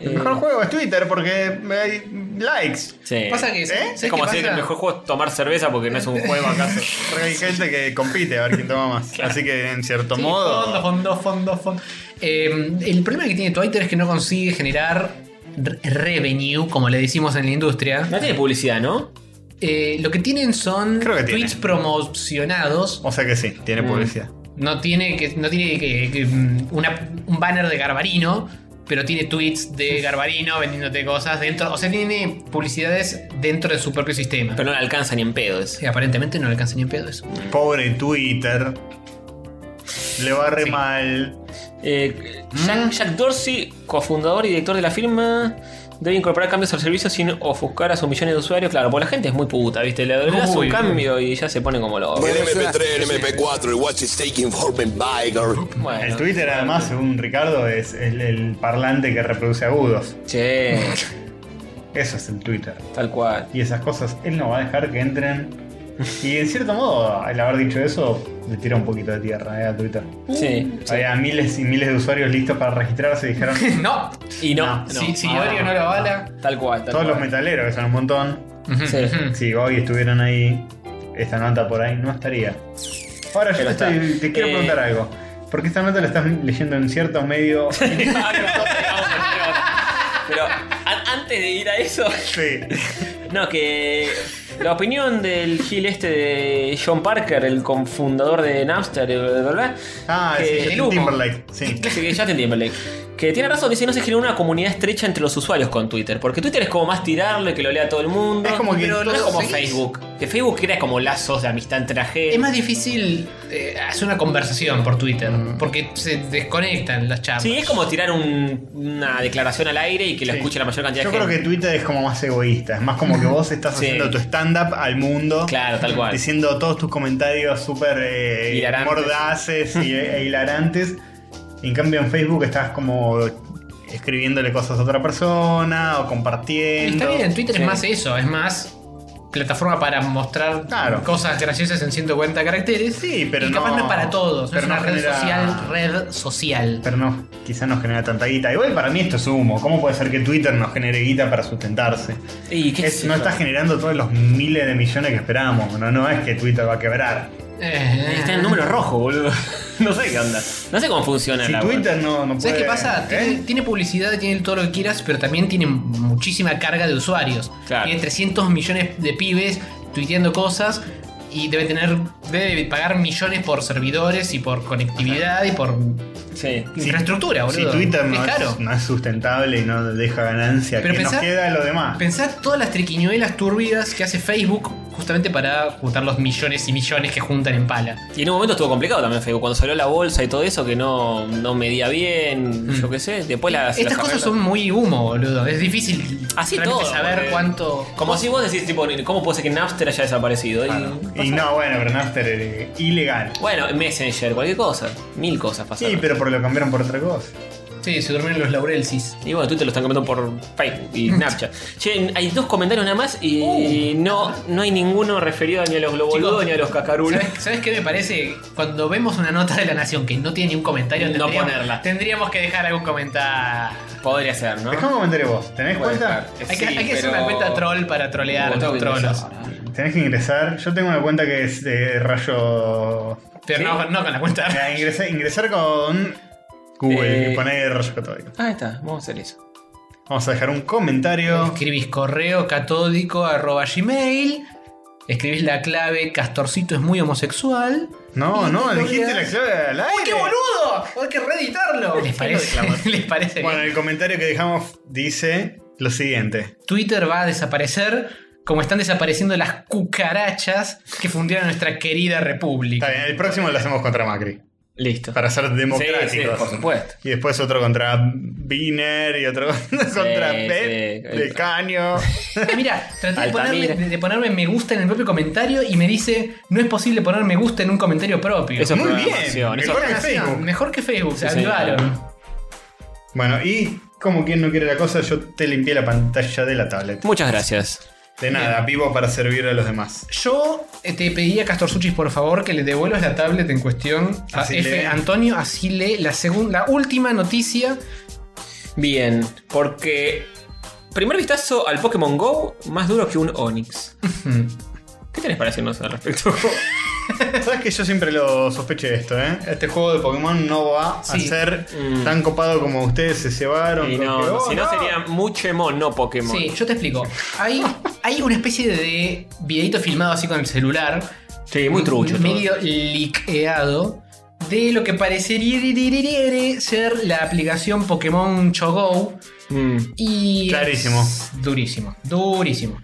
B: El mejor juego es Twitter porque hay likes.
D: Sí.
C: Pasa que.
B: ¿Eh?
C: ¿sabes
D: es como
C: qué
D: decir que el
C: pasa?
D: mejor juego es tomar cerveza porque no es un juego acaso.
B: Porque Hay gente que compite a ver quién toma más. Así que en cierto
C: Sí, Fondo,
B: modo.
C: fondo, fondo, fondo. Eh, el problema que tiene Twitter es que no consigue generar re- revenue, como le decimos en la industria.
D: No tiene publicidad, ¿no?
C: Eh, lo que tienen son
B: Creo que tiene.
C: tweets promocionados.
B: O sea que sí, tiene publicidad.
C: No tiene que. No tiene que, que, mm, una- un banner de Garbarino. Pero tiene tweets de Garbarino vendiéndote cosas dentro. O sea, tiene publicidades dentro de su propio sistema.
D: Pero no le alcanza ni en pedo eso.
C: Sí, aparentemente no le alcanza ni un pedo eso.
B: Pobre Twitter. Le va re mal.
D: Eh, Jack, Jack Dorsey, cofundador y director de la firma, debe incorporar cambios al servicio sin ofuscar a sus millones de usuarios. Claro, porque la gente es muy puta, ¿viste? Le das
C: Uy.
D: un cambio y ya se pone como loco.
G: Bueno,
H: El MP3, el MP4, el Watch is taking for me Biger.
D: Bueno,
B: El Twitter, además, según Ricardo, es el, el parlante que reproduce agudos.
D: Che,
B: Eso es el Twitter.
D: tal cual.
B: Y esas cosas él no va a dejar que entren. Y en cierto modo, al haber dicho eso, le tira un poquito de tierra eh, a Twitter.
D: Sí.
B: Había miles y miles de usuarios listos para registrarse y dijeron.
C: No,
D: Y no,
B: No.
D: no,
C: si, si
B: Ah,
C: Orio no lo bala.
D: tal cual. Tal
B: Todos los
D: cual.
B: metaleros, que son un montón.
C: Ujú,
D: Sí.
C: ujú.
B: Si hoy estuvieran ahí, esta nota por ahí no estaría. Ahora yo
D: Pero
B: te,
D: está.
B: estoy- te quiero
D: Eh.
B: preguntar algo. Porque esta nota la estás leyendo en cierto medio. sí.
D: Ah, no, no, no, no. Pero an- antes de ir a eso, no, que la opinión del Gil este de John Parker, el confundador de Napster, ¿verdad?
B: Ah,
D: Que
B: sí, Justin
D: el humo.
B: Timberlake. Sí.
D: Así que Justin Timberlake. Que tiene razón, dice no se genera una comunidad estrecha entre los usuarios con Twitter. Porque Twitter es como más tirarlo y que lo lea todo el mundo.
B: Es como que
D: pero no es
B: todos
D: como
C: seguís.
D: Facebook. Que Facebook crea como lazos de amistad entre la gente.
C: Es más difícil eh, hacer una conversación por Twitter, porque se desconectan las charlas.
D: Mm. Sí, es como tirar un- una declaración al aire y que lo
B: Sí.
D: escuche la mayor cantidad
B: Yo
D: de
B: creo
D: gente.
B: que Twitter es como más egoísta. Es más como que vos estás
D: Sí.
B: haciendo tu stand-up al mundo.
D: Claro, tal cual.
B: Diciendo todos tus comentarios súper eh,
D: Hilarantes.
B: mordaces y, e hilarantes. Y en cambio en Facebook estás como escribiéndole cosas a otra persona o compartiendo.
C: Está bien, Twitter
D: Sí.
C: es más eso, es más plataforma para mostrar
B: Claro.
C: cosas graciosas en 140 caracteres.
B: Sí, pero
C: y capaz
B: no-
C: no es para todos, no
B: pero
C: es una
B: no
C: red
B: genera-
C: social, red social.
B: Pero no, quizás no genera tanta guita. Igual para mí esto es humo. ¿Cómo puede ser que Twitter nos genere guita para sustentarse?
D: Y qué
B: Es-
D: sé
B: no
D: yo.
B: está generando todos los miles de millones que esperábamos. No, no es que Twitter va a quebrar.
C: Eh,
D: Está en número rojo, boludo.
B: No sé qué onda.
D: No sé cómo funciona
B: Si
D: la web.
B: Twitter no, no puede.
C: ¿Sabes qué pasa?
B: ¿eh?
C: Tiene, tiene publicidad, tiene todo lo que quieras, pero también tiene muchísima carga de usuarios.
D: Claro.
C: Tiene 300 millones de pibes tuiteando cosas y debe tener debe pagar millones por servidores y por conectividad y por
D: Sí.
B: Si-
C: infraestructura, boludo.
B: Si Twitter no
C: es
B: es,
C: caro.
B: no es sustentable y no deja ganancia,
C: Pero
B: ¿qué nos
C: pensá-
B: queda lo demás?
C: Pensá todas las triquiñuelas turbidas que hace Facebook justamente para juntar los millones y millones que juntan en pala.
D: Y en un momento estuvo complicado también Facebook, cuando salió la bolsa y todo eso, que no, no medía bien,
B: Mm.
D: yo qué sé. Después las.
C: Estas
D: las
C: cosas
D: arregla.
C: son muy humo, boludo. Es difícil
D: Así
C: realmente
D: todo,
C: saber
D: porque-
C: cuánto.
D: Como si vos decís, tipo, ¿cómo puede ser que Napster haya desaparecido? Y-
B: Y no, bueno, pero Napster es ilegal.
D: bueno, Messenger, cualquier cosa. Mil cosas pasaron.
B: Sí, pero por lo cambiaron por otra cosa.
C: Sí, se durmieron los laurelsis.
D: Y bueno, Twitter lo están cambiando por Facebook y Snapchat. che, hay dos comentarios nada más y
B: Uh.
D: no, no hay ninguno referido ni a los globoludos
C: Chicos,
D: ni a los cacarulos.
C: ¿Sabes, sabes qué me parece? Cuando vemos una nota de la nación que no tiene ni un comentario,
D: No
C: tendríamos,
D: ponerla.
C: tendríamos que dejar algún comentario.
D: Podría ser, ¿no?
B: Dejá un comentario vos. ¿Tenés
D: Puede
B: cuenta?
D: ser.
C: Hay que,
D: Sí,
C: hay que hacer
D: pero-
C: una cuenta troll para trolear a
D: Tengo
C: los
D: que
C: trolos.
D: ingresar.
B: Tenés que ingresar. Yo tengo una cuenta que es de rayo.
C: Pero
D: ¿Sí?
C: no, no con la cuenta.
B: Ah, ingresé- ingresar con Google
D: Eh.
B: y poner rayo catódico.
D: Ah, Ahí está, vamos a hacer eso.
B: Vamos a dejar un comentario.
C: Escribís correo catódico arroba gmail. Escribís la clave Castorcito es muy homosexual.
B: No, no,
C: lo
B: dijiste la
C: dirás.
B: clave al aire.
C: boludo! Hay que reeditarlo. ¿Les parece? ¿Les parece bien?
B: Bueno, el comentario que dejamos dice lo siguiente.
C: Twitter va a desaparecer como están desapareciendo las cucarachas que fundieron nuestra querida
B: Está
C: república.
B: bien, el próximo lo hacemos contra Macri.
D: Listo.
B: Para ser democráticos.
D: Sí, sí, por supuesto.
B: Y después otro contra Biner y otro contra
D: sí,
B: Pet
D: sí.
B: de Caño.
C: Ah, Mira, traté de
D: Altamira.
C: ponerle, de- de ponerme me gusta en el propio comentario y me dice, no es posible poner me gusta en un comentario propio.
D: Eso es
B: Muy bien.
D: programación, eso
B: Mejor
D: es
B: que Facebook.
C: Mejor que Facebook, se
D: Sí, señor.
C: avivaron.
B: Bueno, y como quien no quiere la cosa, yo te limpié la pantalla de la tablet.
D: Muchas gracias.
B: De nada, vivo para servir a los demás.
C: Yo eh, te pedí a Castor Suchis, por favor, que le devuelvas la tablet en cuestión a
B: Así
C: F.
B: lee.
C: Antonio. Así lee la, segunda, la última noticia.
D: Bien, porque. Primer vistazo al Pokémon Go, más duro que un Onix. ¿Qué tenés para decirnos al respecto?
B: Sabes que yo siempre lo sospeché esto, ¿eh? Este juego de Pokémon no va
C: Sí.
B: a ser
D: Mm.
B: tan copado como ustedes se llevaron.
D: Y
B: con que,
D: no,
B: "Oh,
D: si no sería Muchemon, no Pokémon.
C: Sí, yo te explico. Hay, hay una especie de videito filmado así con el celular.
D: Sí, muy trucho. todo.
C: Medio liqueado. De lo que parecería ser la aplicación Pokémon Chogo.
D: Mm.
C: Y. es
B: Clarísimo.
C: durísimo, durísimo.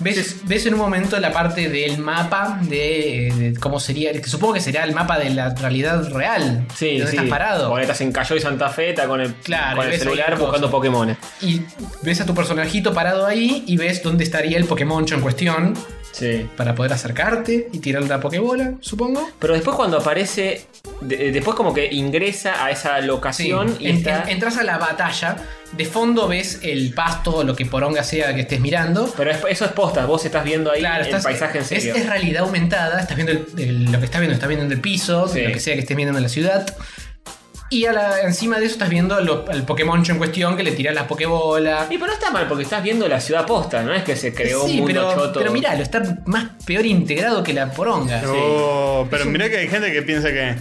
C: ¿Ves, ves en un momento la parte del mapa de, de cómo sería, que supongo que será el mapa de la realidad real,
D: Sí,
C: de donde
D: sí.
C: estás parado.
D: Ahora estás en Callao y Santa Fe, está con el,
C: Claro,
D: con el
C: ves ahí
D: celular
C: cosas.
D: buscando Pokémon.
C: Y ves a tu personajito parado ahí y ves dónde estaría el Pokémoncho en cuestión
D: Sí.
C: para poder acercarte y tirar la Pokébola, supongo.
D: Pero después cuando aparece, de- eh, después como que ingresa a esa
C: Sí,
D: locación y
C: en-
D: está...
C: en- entras a la batalla, de fondo ves el pasto o lo que poronga sea que estés mirando.
D: pero es- eso es posta, vos estás viendo ahí
C: Claro,
D: el
C: estás-
D: paisaje en serio.
C: Es, es realidad aumentada, estás viendo el- el- lo que estás viendo, estás viendo el piso,
D: Sí.
C: lo que sea que estés viendo en la ciudad. Y a la- encima de eso estás viendo lo- al Pokémoncho en cuestión que le tirás la Pokébola.
D: Y pero no está mal porque estás viendo la ciudad posta, no es que se creó un
C: sí,
D: mundo
C: pero,
D: choto.
C: pero mirá, lo está más peor integrado que la poronga.
B: Oh, pero mirá que hay gente que piensa que.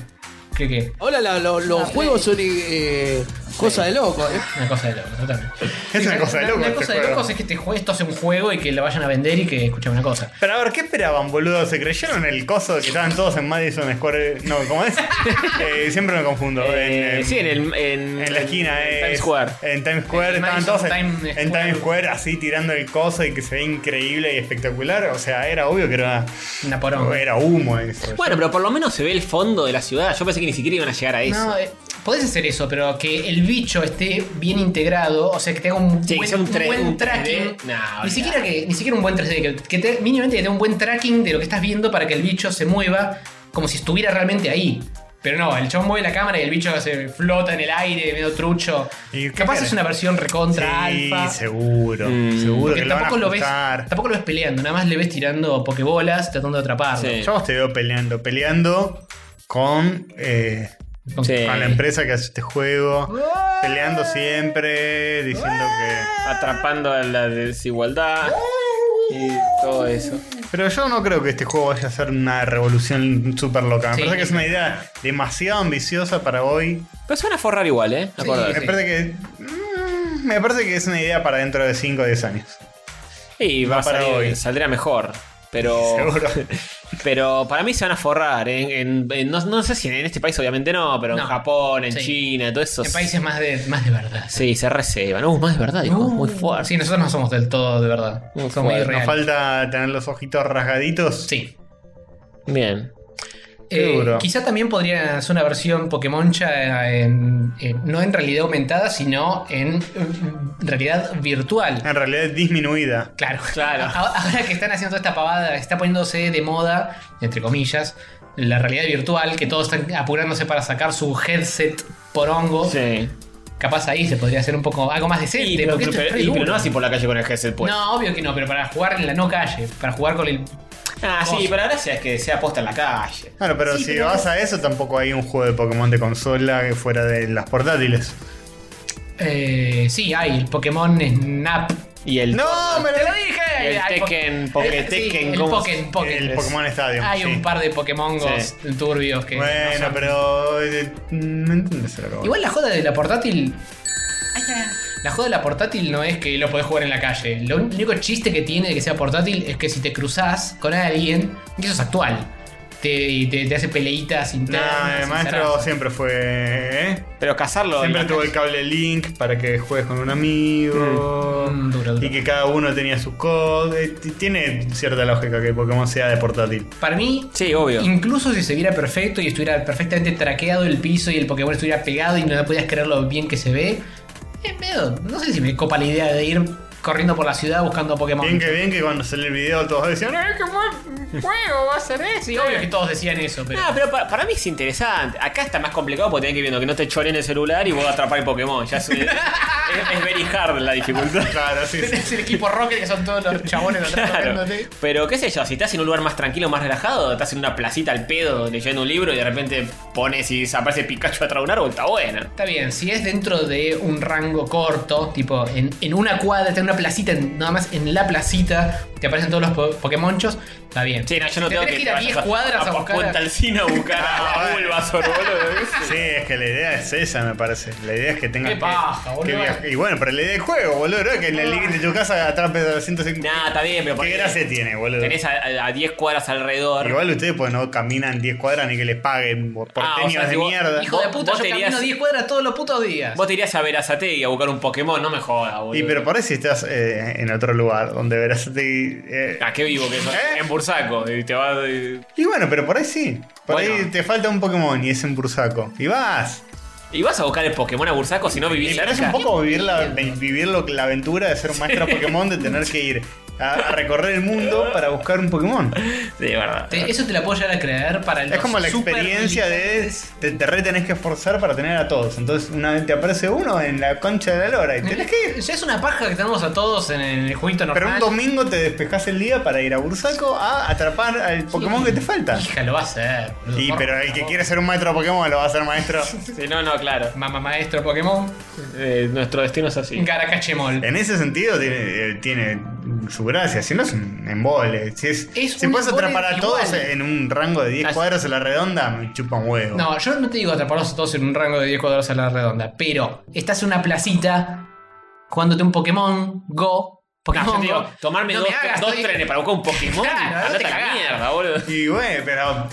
C: ¿Qué qué?
I: Hola, la- lo- los juegos son eh, cosa de loco. ¿eh?
C: oh, Una cosa de loco, totalmente.
B: Es una cosa de loco
C: Una
B: este
C: cosa de
B: juego.
C: locos es que te juegue, esto es un juego y que lo vayan a vender y que escuchen una cosa.
B: Pero a ver, ¿qué esperaban, boludo? ¿Se creyeron el coso de que estaban todos en Madison Square? No, ¿cómo es? Eh, siempre me confundo.
D: Eh,
B: en, en-
D: sí, en, el, en,
B: en la esquina,
D: en
B: es-
D: Times Square.
B: En Times Square,
C: En
B: estaban
C: Madison
B: todos en,
C: Times
B: en
C: Square.
B: Times Square así tirando el coso y que se ve increíble y espectacular. O sea, era obvio que era,
C: Una poronga.
B: era humo eso.
D: Bueno, pero por lo menos se ve el fondo de la ciudad. Yo pensé que ni siquiera iban a llegar a eso.
C: No, eh, podés hacer eso, pero que el bicho esté bien integrado, o sea, que te haga un
D: Sí, que
C: buen,
D: sea un
C: un
D: tre-
C: buen
D: un 3D.
C: tracking.
D: No, olvidá.
C: ni, siquiera que, ni siquiera un buen 3D, que, que te, mínimamente que te dé un buen tracking de lo que estás viendo para que el bicho se mueva como si estuviera realmente ahí. Pero no, el chabón mueve la cámara y el bicho se flota en el aire, medio trucho.
B: ¿Y qué
C: Capaz
B: querés?
C: es una versión recontra
B: sí,
C: alfa.
B: seguro.
D: Mm.
B: seguro
C: Porque
B: que lo van a
C: tampoco lo, ves,
B: ajustar.
C: tampoco lo ves peleando, nada más le ves tirando pokebolas, tratando de atraparlo.
D: Sí.
B: Yo a vos te veo peleando, peleando con, eh,
C: Con-
D: Sí.
B: con la empresa que hace este juego. Peleando siempre, diciendo que...
D: Atrapando a la desigualdad y todo eso.
B: Pero yo no creo que este juego vaya a ser una revolución súper loca. Me
C: Sí.
B: parece que es una idea demasiado ambiciosa para hoy.
D: Pero se van a forrar igual, ¿eh?
C: Sí.
D: Acordate.
B: Me parece que. mm, Me parece que es una idea para dentro de 5 o 10 años.
D: Y va a
B: para
D: salir-
B: hoy.
D: saldrá mejor. Pero.
B: Seguro.
D: Pero para mí se van a forrar. En, en- en- no, no sé si en este país, obviamente no, pero en
C: No.
D: Japón, en
C: Sí.
D: China, todo eso.
C: En países más de, más de verdad.
D: Sí, se reseban. Uh, más de verdad, dijo.
C: Uh,
D: muy fuerte.
C: Sí, nosotros no somos del todo de verdad.
D: Muy
C: Somos
D: fuerte.
C: muy
B: Nos
C: reales.
B: falta tener los ojitos rasgaditos.
C: Sí.
D: Bien.
B: Qué
C: Eh,
B: duro.
C: quizá también podría hacer una versión Pokémoncha eh, en, en- no en realidad aumentada, sino en mm, realidad virtual.
B: En realidad es disminuida.
C: Claro.
D: Claro.
C: A- Ahora que están haciendo toda esta pavada, está poniéndose de moda, entre comillas, la realidad virtual, que todos están apurándose para sacar su headset por hongo.
D: Sí.
C: Capaz ahí se podría hacer un poco algo más decente.
D: Y, pero,
C: porque esto es
D: pero-
C: re
D: y, pero
C: duro.
D: no así por la calle con el headset pues.
C: No, obvio que no, pero para jugar en la no calle, para jugar con el
D: Ah, sí,
C: Vos.
D: pero la gracia es que sea posta en la calle.
B: Claro, pero si vas a eso, tampoco hay un juego de Pokémon de consola que fuera de las portátiles.
C: Eh, sí, hay el Pokémon Snap.
D: Y el.
B: ¡No! ¡Me lo dije!
D: Y el
C: Hay po-
D: Tekken, Poké
C: Eh, sí,
D: Tekken,
C: el
D: ¿cómo
C: Pokémon, Pokémon.
B: El Pokémon Stadium.
C: Hay
B: sí.
C: un par de Pokémon turbios que. no
B: Bueno,
C: son-
B: pero. eh, No entiendes lo que voy.
C: Igual la joda de la portátil. La joda de la portátil no es que lo podés jugar en la calle. Lo único chiste que tiene de que sea portátil es que si te cruzás con alguien, y eso es actual. te, y te, te hace peleitas
B: No,
C: internas.
B: el
C: y
B: maestro
C: zaraza.
B: siempre fue. ¿eh?
D: Pero cazarlo.
B: Siempre
D: la-
B: tuvo el cable link para que juegues con un amigo.
C: Mm, duro, duro.
B: Y que cada uno tenía su code. Eh, t- Tiene cierta lógica que Pokémon sea de portátil.
C: Para mí,
D: Sí, obvio.
C: incluso si se viera perfecto y estuviera perfectamente traqueado el piso y el Pokémon estuviera pegado y no podías creer lo bien que se ve, eh, medio, no sé si me copa la idea de ir corriendo por la ciudad buscando Pokémon.
B: Bien que bien que cuando salió el video todos decían "Eh". "Ay,
D: Eh,
B: qué bueno".
C: Sí, obvio que todos decían eso, pero...
D: No, pero pa- para, mí es interesante. Acá está más complicado porque tenés que ir viendo que no te choren el celular y vos atrapar el Pokémon. Ya es, es, es very hard la dificultad.
B: Claro, sí, sí.
C: Tenés el equipo Rocket que son todos los chabones de atrás
D: Claro.
C: tocándote.
D: Pero qué sé yo, si estás en un lugar más tranquilo, más relajado, estás en una placita al pedo leyendo un libro y de repente pones y aparece Pikachu atrás de un árbol, está buena.
C: Está bien, si es dentro de un rango corto, tipo en, en una cuadra, está en una placita, en- nada más en la placita, te aparecen todos los po- Pokémonchos, está bien.
D: Sí, no, yo no
C: Te
D: tengo
C: tenés
D: que
C: ir a 10 cuadras a, buscar. a-
D: Punta Alcina a buscar a Bulbasaur, boludo.
B: Sí, es que la idea es esa, me parece. La idea es que tengas
C: Qué
B: que-
C: paja,
B: que,
C: boludo.
B: viajar. Y bueno, pero la idea del juego, boludo, ¿no? que en el living de tu casa atrapes a 250.
D: Nah, está bien, pero
B: ¿Qué
D: ponele,
B: gracia tiene, boludo?
D: Tenés a- a a 10 cuadras alrededor.
B: Igual ustedes pues no caminan 10 cuadras ni que les paguen por
D: Ah, o
B: tenis
D: sea, si
B: de
D: vos-
B: mierda.
C: Hijo de puta,
D: Vos
C: yo
D: te
C: camino
D: irías-
C: 10 cuadras todos los putos días.
D: Vos te irías a Verazategui a buscar un Pokémon, no me jodas, boludo.
B: Y pero por ahí si estás eh, en otro lugar donde verás te- eh,
D: ¿A Ah, qué vivo que sos?
B: ¿Eh?
D: En Bursaco. Y te vas. eh,
B: Y bueno, pero por ahí sí. Por ahí
D: Bueno.
B: te falta un Pokémon y es un bursaco. Y vas.
D: Y vas a buscar el Pokémon a Bursaco si no vivís
B: Y pero es
D: cerca.
B: un poco vivir la, vi- vivir lo- la aventura de ser un maestro Pokémon, de tener que ir a, a recorrer el mundo para buscar un Pokémon.
D: Sí, verdad.
C: Te- eso te la puedo llegar a creer para los
B: Es como la
C: super
B: experiencia de
C: militantes.
B: te, te re tenés que esforzar para tener a todos. Entonces una vez te aparece uno en la concha de la lora y tenés que ir.
C: Ya es una paja que tenemos a todos en el jueguito
B: Pero un
C: normal.
B: domingo te despejás el día para ir a Bursaco a atrapar al Pokémon que te falta.
C: Hija, lo va a hacer. boludo,
B: Y
C: por
B: pero el que
C: favor.
B: quiere ser un maestro Pokémon lo va a ser maestro.
D: Sí, no, no, claro.
C: Mamá maestro Pokémon,
D: Eh, nuestro destino es así.
C: Garacachemol.
B: En ese sentido tiene, eh, tiene su gracia, si no es un embole. Si, es,
C: Es
B: si
C: un
B: puedes
C: embole
B: atrapar a
C: igual.
B: todos en un rango de 10
D: Así-
B: cuadros a la redonda, me chupa un huevo.
C: No, yo no te digo atraparlos a todos en un rango de 10 cuadros a la redonda, pero estás en una placita jugándote un Pokémon Go.
D: No,
C: Pokémon
D: yo te digo,
C: Go.
D: tomarme
C: No
D: dos,
C: me hagas,
D: dos
C: estoy-
D: trenes para buscar un Pokémon.
C: Claro, no
D: andate
C: te
D: a la
C: cagás.
D: mierda, boludo.
B: Y bueno, pero.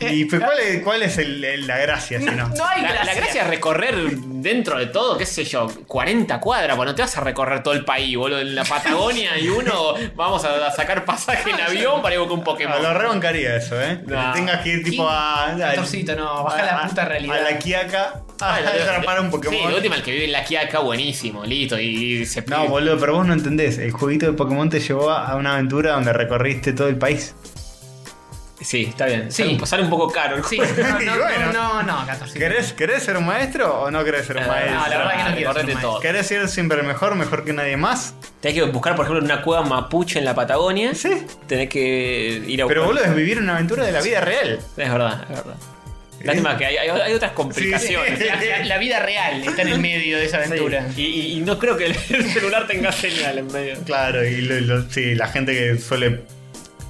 B: ¿Y pues, cuál es, cuál es el- el- la gracia si no?
C: Eh, No hay
D: La,
C: gracia.
D: la gracia es recorrer dentro de todo, qué sé yo, 40 cuadras, bueno, no te vas a recorrer todo el país, boludo, en la Patagonia y uno vamos a, a sacar pasaje en avión para ir a buscar un
B: Ah, Lo
D: Pokémon.
B: rebancaría eso, ¿eh? Que
D: No.
B: tengas que ir tipo a. a-
C: Pastorcito, no, baja la puta realidad.
B: A la quiaca a
D: Ah, lo de-
B: atrapar un Pokémon.
D: Sí, el último, el que vive en la Quiaca, buenísimo, listo, y, y se
B: No, boludo, pero vos no entendés. El jueguito de Pokémon te llevó a a una aventura donde recorriste todo el país.
D: Sí, está bien.
C: Sí.
D: Sale, sale un poco caro el
C: Sí,
D: juego.
C: no,
B: Y
C: no,
B: bueno.
C: no, no, no, 14.
B: ¿Querés, ¿Querés ser un maestro o Eh, no querés ser un
D: Ah, No,
B: maestro?
D: la verdad que no quiero
C: ser un
D: todo.
B: ¿Querés ir siempre mejor, mejor que nadie más?
D: Tenés que buscar, por ejemplo, una cueva mapuche en la Patagonia.
B: Sí.
D: Tenés que ir a buscar.
B: Pero boludo, es vivir una aventura de la vida real.
D: Es verdad, es verdad. Lástima que hay, hay- hay otras complicaciones.
B: Sí, sí.
C: La, la- la vida real está en el medio de esa aventura.
D: Y, y- y no creo que el celular tenga señal en medio.
B: Claro, y lo- lo- sí, la gente que suele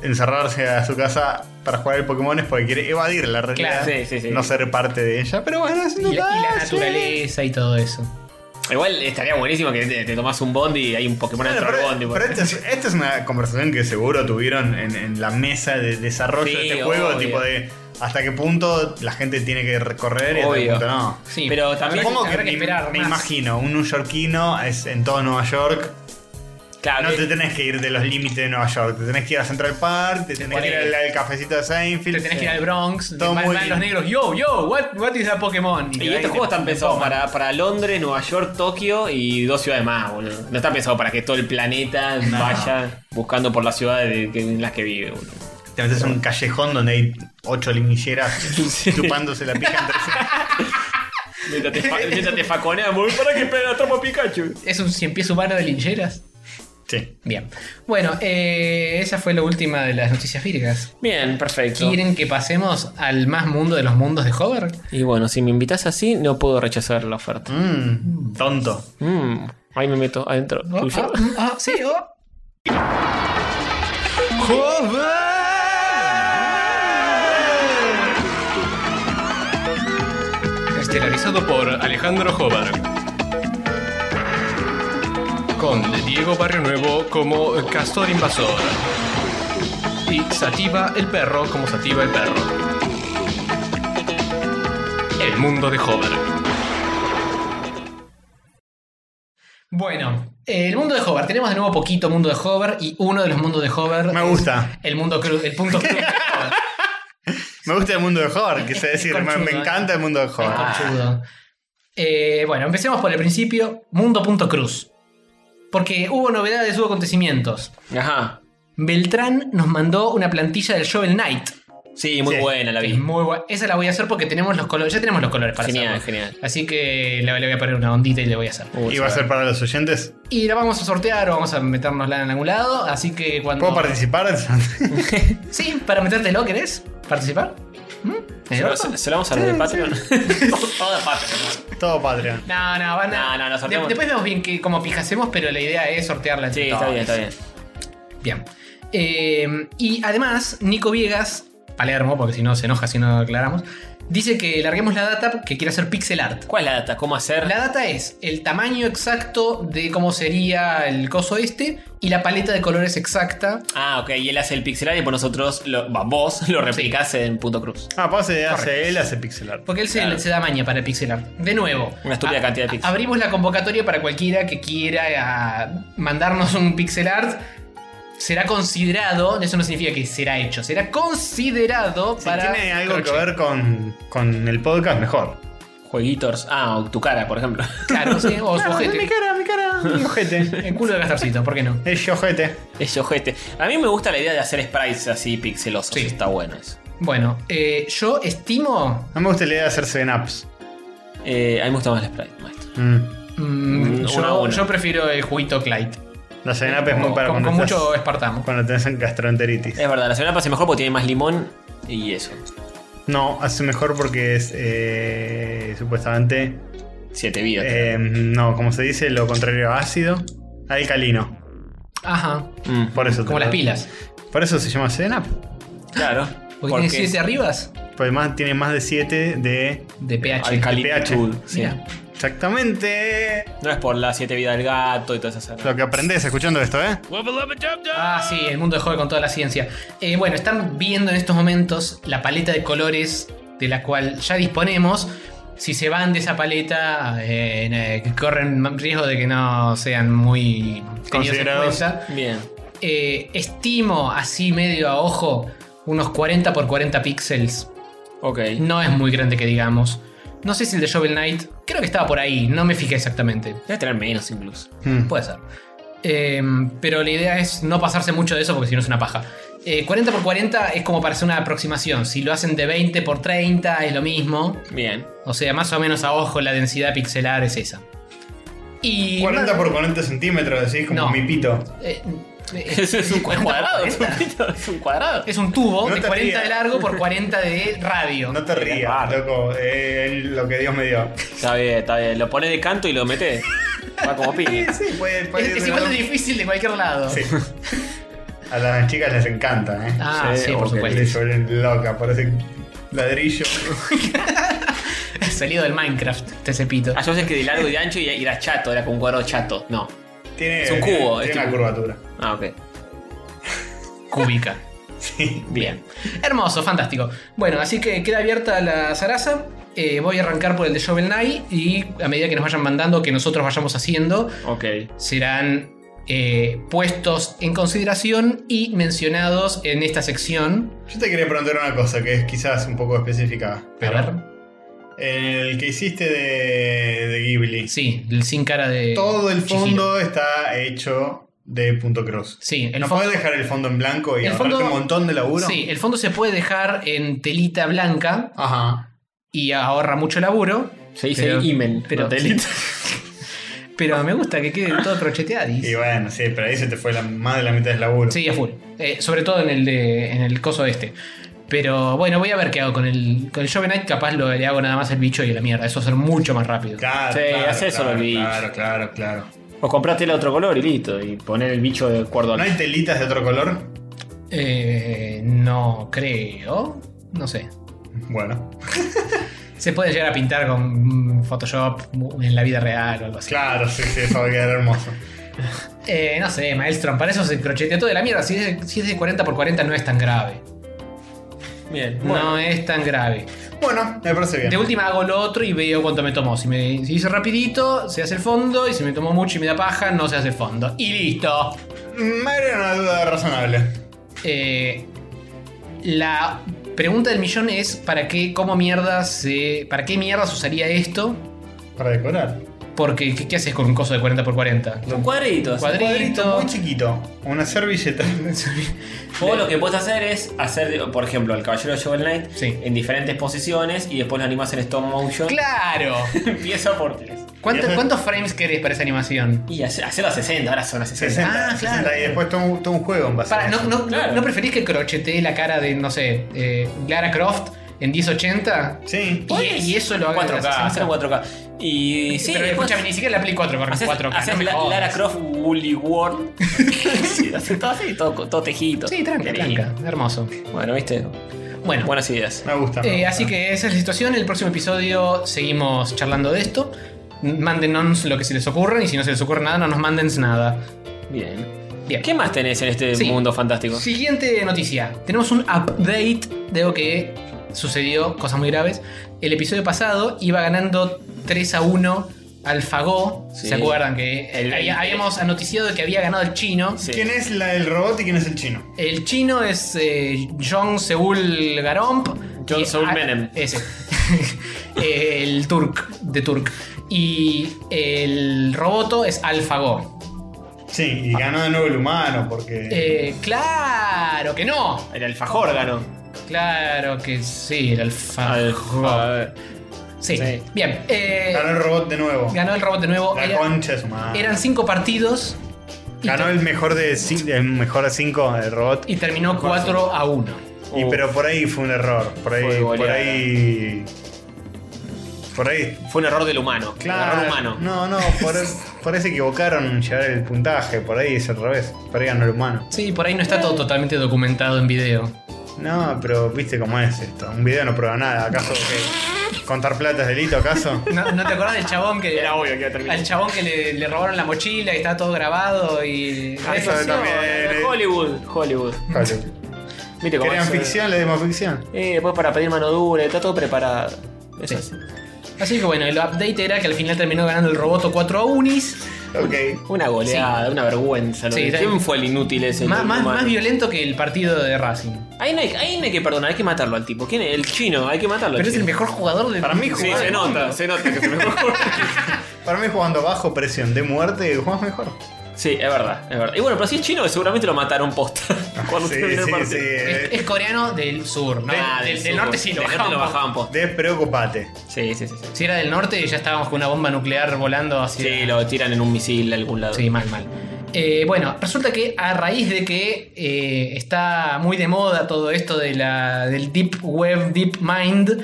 B: encerrarse a su casa para jugar al Pokémon es porque quiere evadir la realidad.
D: Claro, sí, sí, sí.
B: No ser parte de ella. Pero bueno, es
C: Y la, y la
B: ah, sí.
C: naturaleza y todo eso.
D: Igual estaría buenísimo que te, te tomás un bondi y hay un Pokémon
B: Bueno,
D: dentro del bondi.
B: pero, este pero esta, es, esta es una conversación que seguro tuvieron en, en la mesa de desarrollo
D: Sí,
B: de este juego,
D: obvio.
B: tipo de hasta qué punto la gente tiene que recorrer y hasta qué
D: Obvio.
B: punto no.
C: Sí,
D: Pero también-
C: habrá
B: Supongo que,
C: habrá
B: me,
C: esperar
B: me
C: más.
B: imagino, un neoyorquino es en todo Nueva York.
D: claro,
B: No
D: que-
B: te tenés que ir de los límites de Nueva York. Te tenés que ir a Central Park, te tenés que ir al, al cafecito de Seinfeld.
C: Te tenés que ir al Bronx,
B: Todo
C: van-
B: muy
C: van
B: bien.
C: los negros, yo, yo, what, what is a Pokémon?
D: y estos juegos están pensados para, para Londres, Nueva York, Tokio y dos ciudades más, boludo. No están pensados para que todo el planeta vaya buscando por las ciudades de- que- en las que vive, boludo.
B: Te metes en un callejón donde hay ocho linilleras chupándose la pija entre sí.
D: Mientras te, fa- mientras te faconean, boludo, para que pegue la trompa Pikachu.
C: ¿Es un cien pies humano de lincheras?
B: Sí.
C: Bien. Bueno, eh, esa fue la última de las noticias virgas.
D: Bien, perfecto.
C: ¿Quieren que pasemos al más mundo de los mundos de Hover?
D: Y bueno, si me invitas así, no puedo rechazar la oferta.
B: Mm, tonto.
D: Mm, ahí me meto adentro.
C: Oh,
D: tuyo.
C: oh, mm, oh, sí, oh.
J: Estelarizado por Alejandro Jobar. Con Diego Barrio Nuevo como Castor Invasor. así Sativa el perro como Sativa el perro. El mundo de Hobart.
C: Bueno, eh, el mundo de Hover. Tenemos de nuevo poquito mundo de Hover y uno de los mundos de Hover.
B: Me gusta.
C: El mundo cru- el punto cruz.
B: Me gusta el mundo de Howard, quise decir. Me, me
C: Conchudo, ¿eh?
B: encanta el mundo de Howard.
C: Conchudo. Eh, bueno, empecemos por el principio. Mundo.cruz. Porque hubo novedades, hubo acontecimientos.
D: Ajá.
C: Beltrán nos mandó una plantilla del Shovel Knight.
D: Sí, muy
B: Sí.
D: buena la
C: Es
D: vi.
C: muy buena. Esa la voy a hacer porque tenemos los colores. Ya tenemos los colores para
D: Genial,
C: hacerlo.
D: genial.
C: Así que le, le voy a poner una ondita y le voy a hacer.
B: ¿Y va a ser para los oyentes?
C: Y la vamos a sortear o vamos a metérnosla en algún lado. Así que cuando.
B: ¿Puedo participar?
C: Sí, para metértelo, ¿querés? ¿Participar? ¿Mm? ¿En el
D: ¿Se lo,
C: orto?
D: se- se lo vamos a los de Patreon? Todas Patreon.
B: Todo patria.
C: No, no, van a.
D: No, no, no,
C: De-
D: sorteamos.
C: después vemos bien que, cómo fijacemos, pero la idea es sortearla entre
D: Sí, está
C: todos.
D: bien, está bien.
C: Bien. Eh, y además, Nico Viegas, Palermo, porque si no se enoja si no aclaramos, dice que larguemos la data que quiere hacer pixel art.
D: ¿Cuál es la data? ¿Cómo hacer?
C: La data es el tamaño exacto de cómo sería el coso este y la paleta de colores exacta.
D: Ah, ok, y él hace el pixelar y por nosotros, lo, va, vos lo replicás en punto cruz.
B: Ah, pase, hace él, hace pixelar.
C: Porque él se,
D: Claro.
C: se da maña para el pixel art. De nuevo.
D: Una estúpida
C: a-
D: cantidad de píxeles.
C: Abrimos la convocatoria para cualquiera que quiera eh, a, mandarnos un pixel art. Será considerado, eso no significa que será hecho, será considerado
B: Si
C: para.
B: tiene algo
C: crochet.
B: que ver con, con el podcast, mejor.
D: Jueguitos. Ah, o tu cara, por ejemplo.
C: Claro, sí, o
B: Ah,
C: su ojete.
B: cara, mi cara, mi ojete.
C: El culo de Castorcito, ¿por qué no?
B: Es ojete.
D: Ese ojete. A mí me gusta la idea de hacer sprites así pixelosos.
C: Sí.
D: Está bueno eso.
C: Bueno, eh, yo estimo.
B: No me gusta la idea de hacer 7-ups.
D: Eh, a mí me gusta más el sprite, maestro.
C: mm,
D: Mm,
C: yo,
D: una a una.
C: yo prefiero el juguito Clyde.
B: La 7-up es muy
C: Con-
B: para
C: con,
B: cuando,
C: con
B: estás-
C: mucho Eh. espartamo.
B: cuando tenés gastroenteritis.
D: Es verdad, la semana pasa mejor porque tiene más limón y eso.
B: No, hace mejor porque es eh, supuestamente.
D: Siete vidas.
B: eh, no, como se dice, lo contrario a ácido, alcalino.
C: Ajá.
D: Mm,
B: Por eso te
C: Como
B: lo-
C: las pilas.
B: Por eso se llama 7-up.
D: claro.
C: Porque tiene 7 arribas
B: Pues más, tiene más de 7 de.
C: de pH.
D: Alcalinitud.
B: pH.
D: sí.
C: Mira.
B: Exactamente.
D: No es por la siete vidas del gato y todas esas.
B: Lo que aprendés escuchando esto, ¿eh?
C: Ah, sí, el mundo de juego con toda la ciencia. Eh, bueno, están viendo en estos momentos la paleta de colores de la cual ya disponemos. Si se van de esa paleta, eh, eh, corren riesgo de que no sean muy tenidos en
B: Considerados.
C: cuenta.
D: Bien.
C: Eh, estimo así medio a ojo unos 40 por 40 píxeles.
D: Ok.
C: No es muy grande que digamos. No sé si el de Shovel Knight, creo que estaba por ahí, no me fijé exactamente.
D: Debe tener menos incluso.
B: Mm.
C: Puede ser. Eh, pero la idea es no pasarse mucho de eso porque si no es una paja. Eh, 40 por 40 es como para hacer una aproximación. Si lo hacen de 20 por 30 es lo mismo.
D: Bien.
C: O sea, más o menos a ojo la densidad pixelar es esa. Y
B: 40 por 40 centímetros, así como
C: No.
B: mi pito.
C: Eh, eh,
D: Eso es un
C: 40 por
D: cuadrado.
C: 40.
D: Es un cuadrado.
C: Es un tubo
B: No
C: de
B: te
C: 40 de
B: rías.
C: largo por 40 de radio.
B: No te rías, loco. eh, es lo que Dios me dio.
D: Está bien, está bien. Lo pones de canto y lo metes. Va como piña.
B: Sí, puede, puede
C: es, es
B: ser
C: igual de
B: algo-
C: difícil de cualquier lado.
B: Sí. A las chicas les encanta, ¿eh?
C: Ah, sí, por
D: ok.
C: supuesto.
B: Les vuelven loca, parece ladrillo.
C: Salido del Minecraft, este cepito.
D: Ah, yo sé que de largo y de ancho y y era chato, era con cuadrado chato. No.
B: Tiene,
D: Es un cubo,
B: Tiene,
D: es
B: una
D: tipo-
B: curvatura.
D: Ah, ok.
C: Cúbica.
B: Sí.
C: Bien. Hermoso, fantástico. Bueno, así que queda abierta la zaraza. Eh, voy a arrancar por el de Shovel Knight y a medida que nos vayan mandando, que nosotros vayamos haciendo,
D: Ok.
C: serán eh, puestos en consideración y mencionados en esta sección.
B: Yo te quería preguntar una cosa que es quizás un poco específica. Pero
C: A ver.
B: El que hiciste de, de Ghibli.
C: Sí, el sin cara de.
B: Todo el
C: Chihiro.
B: fondo está hecho de punto cruz.
C: Sí, el
B: ¿No
C: fondo.
B: podés dejar el fondo en blanco y
C: El
B: ahorrarte
C: fondo-
B: un montón de laburo?
C: Sí, el fondo se puede dejar en telita blanca
B: Ajá.
C: y ahorra mucho laburo.
D: Se dice
C: Pero-
D: imen.
C: pero-
D: no telita.
C: Pero me gusta que quede todo crocheteado.
B: Y bueno, sí, pero ahí se te fue la- más de la mitad del laburo.
C: Sí, a full. Eh, sobre todo en el de, en el coso este. Pero bueno, voy a ver qué hago con el con el Shovel Knight, capaz lo le hago nada más el bicho y la mierda, eso va a ser mucho más rápido.
B: Claro,
D: Sí,
B: claro,
D: hace eso
B: claro,
D: lo vi.
B: Claro, claro, claro.
D: O compraste el otro color y listo. Y poner el bicho de cuerdo
B: ¿No hay telitas de otro color?
C: Eh, no creo, no sé.
B: Bueno,
C: Se puede llegar a pintar con mm, Photoshop en la vida real o algo así.
B: claro, sí, sí, eso va a quedar hermoso.
C: Eh, no sé, Maelstrom, para eso se crochetea todo de la mierda. Si es, de- si es de 40 por 40 no es tan grave.
D: Bien.
C: No es tan grave.
B: Bueno, me parece bien.
C: De última hago lo otro y veo cuánto me tomó. Si me si hice rapidito, se hace el fondo. Y si me tomó mucho y me da paja, no se hace el fondo. Y listo.
B: Madre era Mm, una duda razonable.
C: Eh, la pregunta del millón es para qué, cómo mierda se, para qué mierdas usaría esto.
B: Para decorar.
C: Porque ¿qué, qué haces con un coso de 40 por 40?
D: Un cuadrito.
C: Cuadri- Cuadrito.
B: Cuadrito muy chiquito. Una servilleta.
D: Vos lo que podés hacer es hacer, por ejemplo, el caballero de Shovel Knight
C: Sí.
D: en diferentes posiciones y después lo animás en stop motion.
C: ¡Claro!
D: Empieza por tres.
C: ¿Cuánto- ¿Cuántos frames querés para esa animación?
D: Y hace- hacerlo a 60, ahora son a 60.
B: 60.
C: Ah, claro.
B: 60, y después todo un, todo un juego en base
C: Para,
B: a
C: ¿no,
B: eso.
C: no,
D: Claro.
C: ¿No preferís que crochetee la cara de, no sé, eh, Lara Croft en 1080?
B: Sí.
C: Y, y eso lo hago
D: 4K, hacer 4K. Y sí,
C: pero
D: después
C: escúchame, ni siquiera le aplico 4 por
D: haces,
C: 4K.
D: haces
C: no me
D: la-
C: jodas.
D: Lara Croft Woolly World. Oh, Sí, haces todo así, todo, todo tejito.
C: Sí, tranca,
D: Querido.
C: tranca. Hermoso.
D: Bueno, viste.
C: Bueno,
D: Buenas ideas.
B: Me gusta. me
C: eh,
B: gusta.
C: así que esa es la situación. El próximo episodio seguimos charlando de esto. Mándennos lo que se les ocurra y si no se les ocurre nada, no nos manden nada.
D: Bien.
C: Bien.
D: ¿Qué más tenés en este
C: Sí.
D: mundo fantástico?
C: Siguiente noticia. Tenemos un update de lo que sucedió, cosas muy graves. El episodio pasado iba ganando 3 a 1 Alfagó.
D: Sí.
C: ¿Se acuerdan que
D: El
C: había-
D: 20.
C: habíamos anoticiado que había ganado el chino?
D: Sí.
B: ¿Quién es la del robot y quién es el chino?
C: El chino es eh, John Seul Garomp.
D: John
C: Y-
D: Seul
C: ah,
D: Menem.
C: Ese. el Turk, de Turk. Y el roboto es Alfago.
B: Sí, y
D: Ah.
B: ganó de nuevo el humano porque.
C: Eh, claro que no.
D: El alfajor ganó.
C: Claro que sí, el Alfago.
D: Alfajor.
C: sí.
D: sí.
C: bien. eh,
B: ganó el robot de nuevo.
C: ganó el robot de nuevo.
B: la
C: Era-
B: concha de su madre.
C: eran cinco partidos y,
B: ganó
C: ter-
B: el mejor de cin- el mejor de cinco el robot.
C: y terminó 4 a 1.
B: Y, pero por ahí fue un error. Por ahí.
D: Fue
B: Por
D: goleada.
B: ahí. Por ahí.
D: Fue un error del humano. Un error humano.
B: No, no, por, por ahí se equivocaron en llevar el puntaje. Por ahí es al revés. Por ahí ganó el humano.
C: Sí, por ahí no está todo totalmente documentado en video.
B: No, pero viste cómo es esto. Un video no prueba nada. ¿Acaso que contar plata es delito, acaso?
C: ¿No, no te acordás del chabón que.
D: Era obvio que iba a terminar.
C: Al chabón que le, le robaron la mochila y está todo grabado y.
B: Ah, eso
C: Eso-
B: también.
D: No, Hollywood, Hollywood.
B: Vale.
D: Viste cómo
B: ¿Querían
D: es,
B: ficción? Le dimos ficción.
D: Eh, después para pedir mano dura, está todo preparado. Es
C: Sí.
D: así.
C: Así que bueno, el update era que al final terminó ganando el roboto 4 a Unis.
B: Ok.
D: Una goleada, una vergüenza. lo
C: Sí,
D: que-
C: está-
D: ¿Quién fue el inútil ese?
C: Más,
D: del
C: más,
D: humano?
C: más violento que el partido de Racing.
D: Ahí no, hay, ahí no hay que perdonar, hay que matarlo al tipo. ¿Quién es? El chino, hay que matarlo. al
C: Pero es el
D: chino.
C: mejor jugador de.
B: Para mí,
D: Sí,
B: jugar-
D: se nota, se nota que es el mejor.
B: para mí jugando bajo presión de muerte, jugás mejor.
D: sí, es verdad, es verdad. Y bueno, pero si es chino, seguramente lo mataron posta. Cuando
B: Sí,
D: terminó el
B: sí,
D: partido.
B: sí. eh.
C: Es, es coreano del sur, ¿no?
D: Ah,
C: del, del
D: sur.
C: norte sí lo
D: Del norte
C: bajaban.
D: posta.
B: Despreocupate.
D: Sí, sí, sí. sí.
C: Si era del norte, ya estábamos con una bomba nuclear volando hacia.
D: Sí, lo tiran en un misil a algún lado.
C: Sí, mal, mal. Eh, bueno, resulta que a raíz de que eh, está muy de moda todo esto de la, del Deep Web, Deep Mind,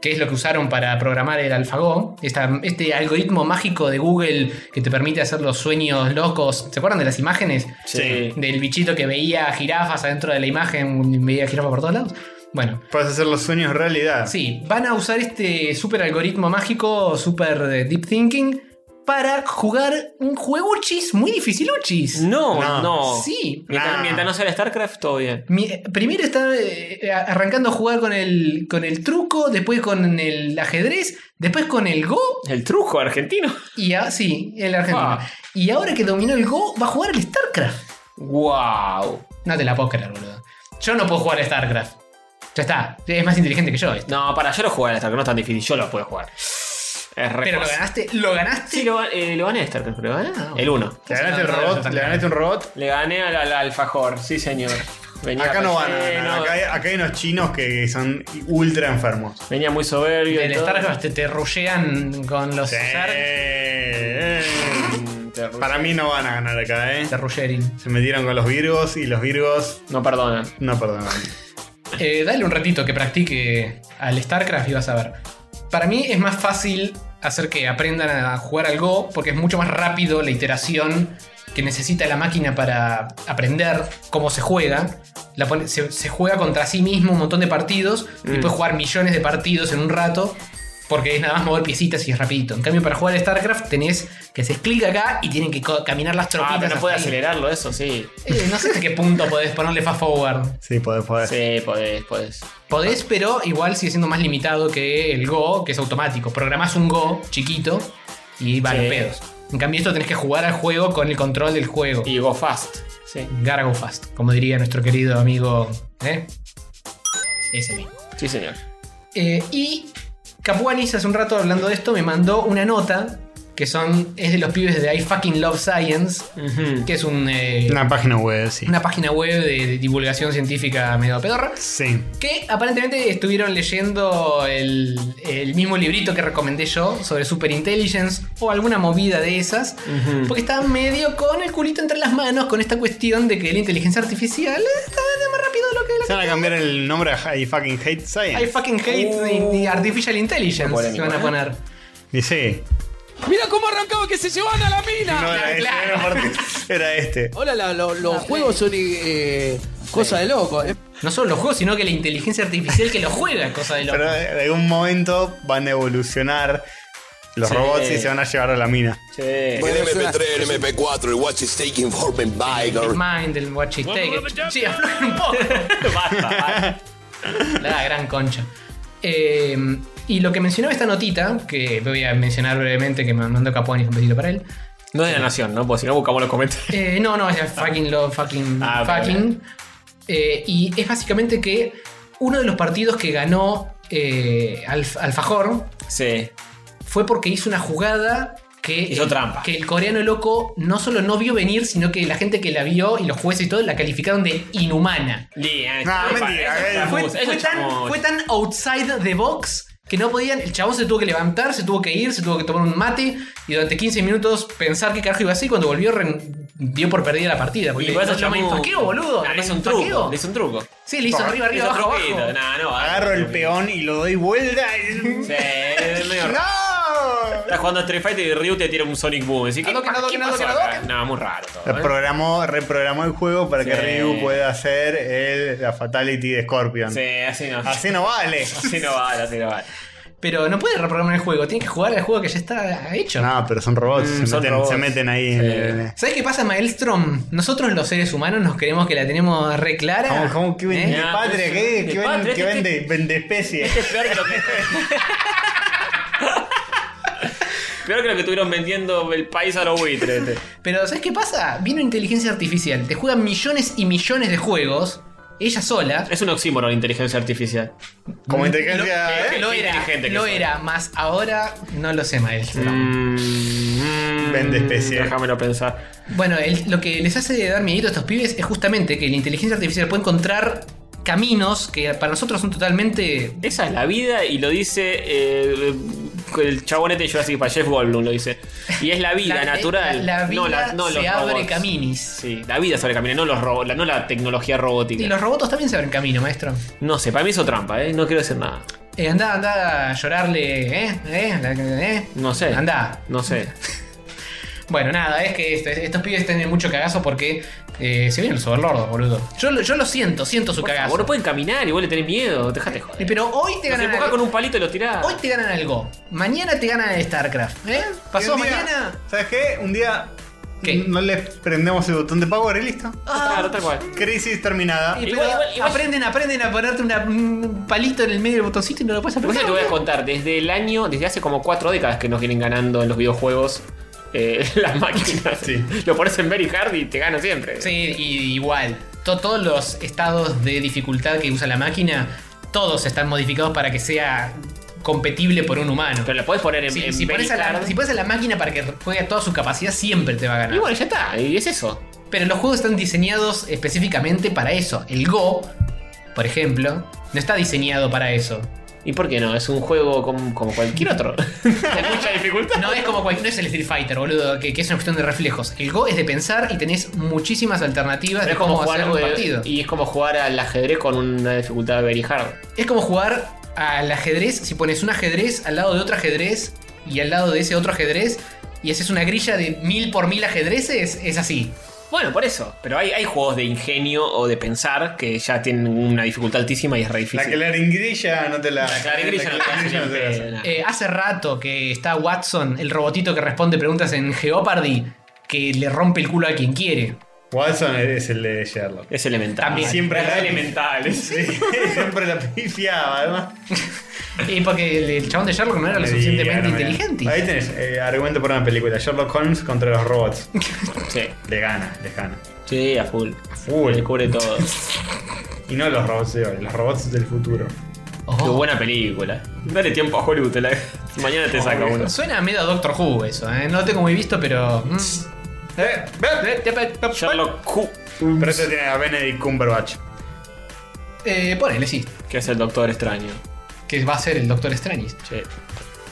C: que es lo que usaron para programar el AlphaGo, esta- este algoritmo mágico de Google que te permite hacer los sueños locos. ¿Se acuerdan de las imágenes?
D: Sí.
C: Del bichito que veía jirafas adentro de la imagen, veía jirafas por todos lados. Bueno,
B: Puedes hacer los sueños realidad.
C: Sí, van a usar este super algoritmo mágico, super eh, deep thinking, para jugar un juego chis muy dificiluchis.
D: No,
B: No.
D: no.
C: Sí.
D: Mientras,
B: Nah.
D: mientras no sea el StarCraft, todo bien.
C: Mi- primero está eh, arrancando a jugar con el, con el truco, después con el ajedrez, después con el Go
D: El truco argentino.
C: y a- sí, el argentino.
D: Ah.
C: Y ahora que dominó el Go, va a jugar al StarCraft.
D: Wow.
C: No te la puedo creer, boludo. Yo no puedo jugar a StarCraft. Ya está, es más inteligente que yo. esto.
D: No, para, yo lo jugué al StarCraft, no es tan difícil, yo lo puedo jugar. Es re
C: Pero lo
D: fácil.
C: ganaste, lo ganaste.
D: Sí, lo, eh, lo gané a StarCraft, lo gané.
C: Ah,
D: El 1.
B: Le ganaste el
C: No, no,
B: robot,
C: no, no,
B: le ganaste un robot.
D: Le gané al, al alfajor, sí señor. Venía
B: Acá no van,
D: relleno,
B: acá, hay, acá hay unos chinos que son ultra enfermos.
D: Venía muy soberbio. y
C: El
D: todo.
C: StarCraft te, te rushean con los
B: Sí. Eh.
C: Zerg.
B: Para mí no van a ganar acá, eh.
C: De Ruggeri.
B: Se metieron con los virgos y los virgos
D: No perdonan.
B: no perdonan.
C: Eh, dale un ratito que practique al StarCraft y vas a ver. Para mí es más fácil hacer que aprendan a jugar al Go porque es mucho más rápido la iteración que necesita la máquina para aprender cómo se juega. La pone-
D: Mm.
C: se, se juega contra sí mismo un montón de partidos y puedes jugar millones de partidos en un rato. Porque es nada más mover piecitas y es rapidito. En cambio, para jugar a StarCraft tenés que haces clic acá y tienen que co- caminar las tropitas.
D: Ah, pero no
C: hasta
D: puede
C: ahí.
D: acelerarlo, eso sí.
C: Eh, no sé hasta qué punto podés ponerle fast forward.
B: Sí, podés, podés.
D: Sí, podés, podés.
C: Podés, pero igual sigue siendo más limitado que el Go, que es automático. Programás un Go chiquito y va a los
D: Sí.
C: pedos. En cambio, esto tenés que jugar al juego con el control del juego.
D: Y go fast. Sí,
C: Gargo Fast, como diría nuestro querido amigo. ¿eh? Ese mismo.
D: sí señor.
C: Eh, y Capuanis hace un rato hablando de esto me mandó una nota que son es de los pibes de I Fucking Love Science,
D: Ujú.
C: que es un, eh,
B: Una página web, sí.
C: una página web de, de divulgación científica medio pedorra.
B: Sí.
C: Que aparentemente estuvieron leyendo el, el mismo librito que recomendé yo sobre Superintelligence o alguna movida de esas.
D: Ujú.
C: Porque estaban medio con el culito entre las manos con esta cuestión de que la inteligencia artificial eh, está más rápido de lo que la
B: Se van a cambiar el nombre a I fucking hate science.
C: I fucking hate the- the artificial intelligence
D: Oh. Polémico,
C: que van a
D: ¿eh?
C: poner.
B: Y sí.
I: Mira cómo arrancaba que se llevan a la mina.
B: No, era, este,
C: claro.
B: era parte- era este.
I: Ahora la- lo- los juegos son eh, cosa de loco. eh.
C: No solo los juegos, sino que la inteligencia artificial que los juega, cosa de loco.
B: Pero en algún momento van a evolucionar los
D: Sí.
B: robots y se van a llevar a la mina.
D: Sí.
G: Bueno,
H: El
G: es una-
H: MP3, el MP4, el Watch is taking Horman
C: El
H: Biger.
C: mind, el watch it take. it. Sí, aflojen un poco.
D: Basta, basta.
C: La gran concha. Eh, y lo que mencionaba esta notita, que voy a mencionar brevemente, que me mandó Capuani un besito para él.
D: No es de la nación, ¿no? Porque si no buscamos los comentarios.
C: Eh, no, no, es el fucking love, fucking,
D: Ah, ok,
C: fucking. Eh, y es básicamente que uno de los partidos que ganó eh, Alf- Alfajor,
D: Sí.
C: fue porque hizo una jugada que,
D: Hizo
C: el,
D: trampa.
C: que el coreano loco no solo no vio venir, sino que la gente que la vio y los jueces y todo la calificaron de inhumana.
D: Bien.
B: No, mentira,
D: Eso
B: eh,
D: es chamuyo,
C: Fue,
D: eso es
C: fue tan,
D: chamuyo.
C: fue tan outside the box que no podían. El chabón se tuvo que levantar, se tuvo que ir, se tuvo que tomar un mate y durante 15 minutos pensar qué carajo iba a hacer. Y cuando volvió, ren- dio por perdida la partida. Porque
D: Y por eso
C: no, no me
D: chamuyo.
C: infaqueo, boludo. no
D: Ah, le
C: me
D: hizo un
C: infaqueo.
D: truco. Le hizo un truco.
C: Sí, le hizo arriba, arriba,
D: Hizo
C: abajo,
D: truquito.
C: abajo.
D: No, no.
B: Agarro el
D: peor
B: peón y lo doy vuelta. y-
D: Sí, es medio raro.
B: ¡No!
D: Estás jugando a Street Fighter y Ryu te tira un Sonic Boom. Así que,
C: Adoken, adoken, adoken, adoken.
D: No, muy raro todo. ¿eh?
B: Programó, reprogramó el juego para que
D: Sí.
B: Ryu pueda hacer el- la Fatality de Scorpion.
D: Sí, así no. Así,
B: Así no vale.
D: no vale, así no vale.
C: Pero no puede reprogramar el juego, tiene que jugar al juego que ya está hecho.
B: No, pero son robots.
D: Mm,
B: se,
D: son
B: meten,
D: robots.
B: se meten ahí. en
D: Sí.
B: el-
C: ¿Sabes qué pasa, Maelstrom? Nosotros los seres humanos nos creemos que la tenemos re clara.
B: ¿Cómo, cómo, ¿Qué vende?
C: ¿Eh?
D: Ah,
B: ¿Patria?
D: sí.
B: ¿Qué, qué,
D: ¿Qué
B: ven-
D: patria?
B: qué
D: Este-
B: vende? Vende especie.
D: Este es peor que lo que. peor que lo que estuvieron vendiendo el país a los buitres. este.
C: Pero ¿sabes qué pasa? Viene una inteligencia artificial, te juegan millones y millones de juegos, ella sola.
D: Es un oxímoron la inteligencia artificial.
B: Como
C: Lo,
B: inteligencia. ¿eh?
C: lo
D: Qué
C: era,
D: ah, inteligente que
C: lo
D: soy.
C: era, más ahora no lo sé, Maelstrom.
D: Mm,
B: Vende especie.
D: Déjamelo pensar.
C: Bueno, el- lo que les hace dar miedo a estos pibes es justamente que la inteligencia artificial puede encontrar caminos que para nosotros son totalmente...
D: Esa es la vida y lo dice eh, el este chabonete yo así para Jeff Goldblum lo dice. Y es la vida
C: la- eh,
D: natural.
C: La, la vida
D: no la- no los
C: se abre
D: robots.
C: caminis.
D: Sí, la vida sobre camino, no los robots, no la tecnología robótica.
C: Y los robots también se abren camino, maestro.
D: No sé, para mí eso trampa, ¿eh? No quiero decir nada.
C: Eh, andá, andá a llorarle, ¿eh? ¿Eh? La- ¿Eh?
D: No sé.
C: Andá.
D: No sé.
C: Bueno, nada, es que esto- estos pibes tienen mucho cagazo porque eh, se vienen los overlordos, boludo. Yo, lo- yo lo siento, siento su
D: Por
C: cagazo.
D: favor, no pueden caminar y vos le tenés miedo. Dejate de joder.
C: Eh, Pero hoy te
D: Los
C: ganan
D: empujás
C: algo.
D: con un palito y los tirás.
C: Hoy te ganan algo. Mañana te ganan el StarCraft. ¿Eh? ¿Pasó
B: Y un día-
C: mañana?
B: ¿Sabes qué? Un día.
C: ¿Qué?
B: No le prendemos el botón de power y listo.
D: Ah,
C: Ah.
D: Claro, tal cual.
B: Crisis terminada.
C: Y
D: Igual,
C: pero
D: igual, igual-
C: Aprenden, aprenden a ponerte una- un palito en el medio del botoncito y no lo puedes
D: Vos
C: apretar.
D: sabés lo que te voy a
C: boludo.
D: contar. Desde el año, desde hace como cuatro décadas que nos vienen ganando en los videojuegos eh, las máquinas.
B: Sí.
D: Lo pones en Very Hard y te ganan siempre.
C: Sí, y igual. To- todos los estados de dificultad que usa la máquina, todos están modificados para que sea competible por un humano.
D: Pero lo podés poner en,
C: Si,
D: en
C: si
D: Very
C: pones a la,
D: Hard.
C: si pones a la máquina para que juegue a toda su capacidad, siempre te va a ganar.
D: Y bueno, ya está. Y es eso.
C: Pero los juegos están diseñados específicamente para eso. El Go, por ejemplo, no está diseñado para eso.
D: ¿Y por qué no? Es un juego com- como cualquier otro. Con mucha dificultad.
C: No es como cualquier. No es el Street Fighter, boludo, que, que es una cuestión de reflejos. El Go es de pensar y tenés muchísimas alternativas
D: Pero
C: de
D: es como
C: cómo
D: jugar
C: hacer un
D: eh,
C: partido.
D: y es como jugar al ajedrez con una dificultad very hard.
C: Es como jugar al ajedrez si pones un ajedrez al lado de otro ajedrez y al lado de ese otro ajedrez y haces una grilla de mil por mil ajedrezes, es así.
D: Bueno, por eso. Pero hay, hay juegos de ingenio o de pensar que ya tienen una dificultad altísima y es re
B: La
D: difícil.
B: claringrilla no te la.
D: La claringrilla no te hace
B: claringrilla
D: ni
B: te la
D: en pedo,
C: Eh, hace rato que está Watson, el robotito que responde preguntas en Geopardy, que le rompe el culo a quien quiere.
B: Watson es el de Sherlock.
D: Es elemental.
C: También.
B: Siempre
D: es
B: la-
D: re Ah, elemental.
B: Sí, siempre la pifiaba, además.
C: Y Eh, porque el, el chabón de Sherlock no era lo
B: Le
C: suficientemente
B: diga, no me-
C: inteligente.
B: Ahí tenés eh, argumento para una película: Sherlock Holmes contra los robots.
D: Sí.
B: Le gana, le gana.
D: Sí, a full.
B: Full.
D: Le cubre todo.
B: Y no los robots de hoy, los robots del futuro.
D: Qué
C: Oh.
D: buena película. Dale tiempo a Hollywood. te la- Mañana te saca uno.
C: Suena medio a Doctor Who eso, ¿eh? No lo tengo muy visto, pero. mm.
B: Eh,
D: Sherlock Who,
B: Pero eso tiene a Benedict Cumberbatch.
C: Eh, ponele, sí.
D: que es el Doctor Extraño.
C: Que va a ser el Doctor Strange.
D: Sí.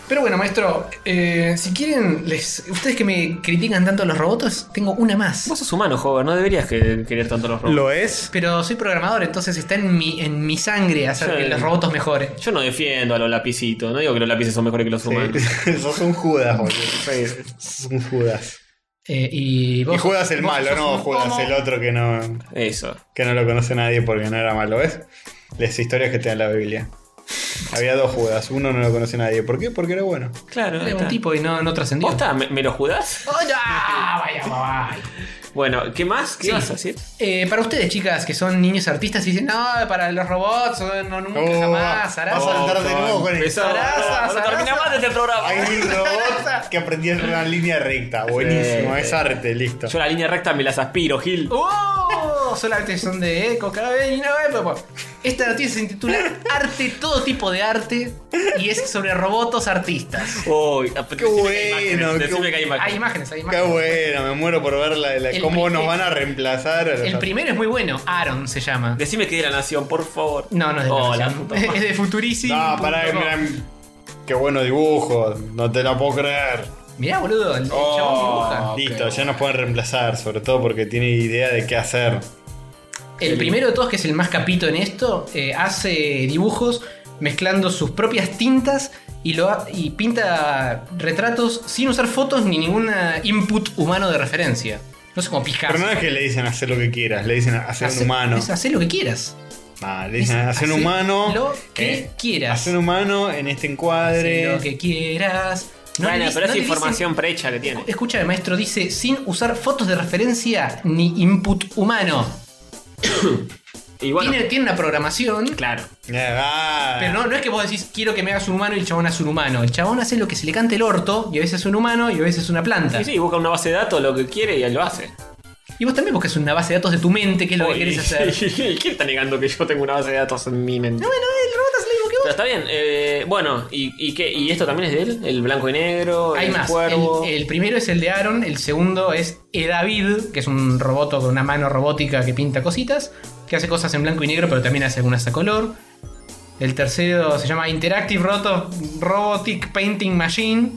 C: Pero bueno, maestro, eh, si quieren, les, ustedes que me critican tanto los robots, tengo una más.
D: Vos sos humano, joven. No deberías que- querer tanto los robots.
B: ¿Lo es?
C: Pero soy programador, entonces está en mi, en mi sangre hacer
D: Sí.
C: que los robots mejoren.
D: Yo no defiendo a los lapicitos. No digo que los lápices son mejores que los humanos.
B: Sos un Judas, boludo. Sos un Judas.
C: Eh, y vos.
B: Y Judas el
C: vos
B: malo,
C: sos
B: no
C: un
B: Judas
C: homo.
B: el otro que no,
D: Eso.
B: que no lo conoce nadie porque no era malo, ¿ves? Las historias que te dan la Biblia. Había dos Judas, uno no lo conoce nadie. ¿Por qué? Porque era bueno.
D: Claro. ahí
C: Era un
D: está.
C: tipo y no, no trascendió.
D: ¿Vos está? ¿Me, me lo judás?
C: ¡Hola! Vaya, vaya.
D: Bueno, ¿qué más? ¿Qué
C: Sí.
D: vas a decir?
C: Eh, para ustedes, chicas, que son niños artistas y dicen, no, para los robots, eh, no, nunca,
B: Oh,
C: jamás,
B: va-
C: harás.
B: vas a saltar de nuevo con eso.
C: Zaraza,
D: No, no termina
C: zaraza.
D: más de este programa.
B: Hay un robot que aprendió en una línea recta. Buenísimo,
D: Sí.
B: es arte, listo.
D: Yo la línea recta me las aspiro, Gil.
C: ¡Oh! Solamente son de eco, cada vez y no, eh, pues, bueno. Esta noticia se titula Arte, todo tipo de arte, y es sobre robots artistas.
D: Uy,
B: Qué bueno, qué
D: Decime que
C: Hay
D: hay imágenes.
C: imágenes, hay
B: Qué
C: imágenes.
B: bueno, me muero por ver la, la-
C: El
B: cómo
C: pri-
B: nos van a reemplazar. a los
C: El primero es muy bueno, Aaron se llama.
D: Decime que es de la nación, por favor.
C: No, no es de
D: Oh,
C: Nación.
D: la puta
C: Es
D: madre.
C: de Futurisi.
B: No, pará, que mirá, qué bueno dibujo, no te la puedo creer.
C: Mirá, boludo, el el
B: Oh,
C: chabón dibuja.
B: listo, ya nos pueden reemplazar, sobre todo porque tiene idea de qué hacer.
C: El primero de todos, que es el más capito en esto, eh, hace dibujos mezclando sus propias tintas y, lo, ha- y pinta retratos sin usar fotos ni ningún input humano de referencia. No sé cómo Picasso.
B: Pero no es que le dicen hacer lo que quieras, le dicen hacer un
C: Hace-
B: humano.
C: es hacer lo que quieras.
B: Ah, le dicen
C: es
B: hacer un
C: hacer
B: humano. eh,
C: lo que quieras.
B: Hacer un humano en este
C: Hacer
B: encuadre.
C: lo que quieras. No
D: bueno,
C: le dic-
D: pero
C: no
D: es
C: le dicen-
D: información prehecha que tiene.
C: Escúchame, maestro, dice sin usar fotos de referencia ni input humano.
D: Y bueno,
C: tiene, tiene una programación.
D: claro.
B: Ah,
C: Pero no, no es que vos decís quiero que me hagas un humano y el chabón hace un humano. El chabón hace lo que se le cante el orto y a veces es un humano y a veces es una planta.
D: Sí, sí, busca una base de datos, lo que quiere y él lo hace.
C: Y vos también buscas una base de datos de tu mente, que es lo que
D: Uy,
C: querés hacer.
D: ¿Quién está negando que yo tengo una base de datos en mi mente?
C: Bueno, el robot hace lo mismo que vos.
D: Pero está bien, eh, bueno, ¿y, y qué? ¿Y esto también es de él? ¿El blanco y negro?
C: Hay
D: el
C: más.
D: cuervo?
C: El, el primero es el de Aaron, el segundo es Edavid, que es un robot con una mano robótica que pinta cositas, que hace cosas en blanco y negro, pero también hace algunas a color. El tercero se llama Interactive Roto- Robotic Painting Machine,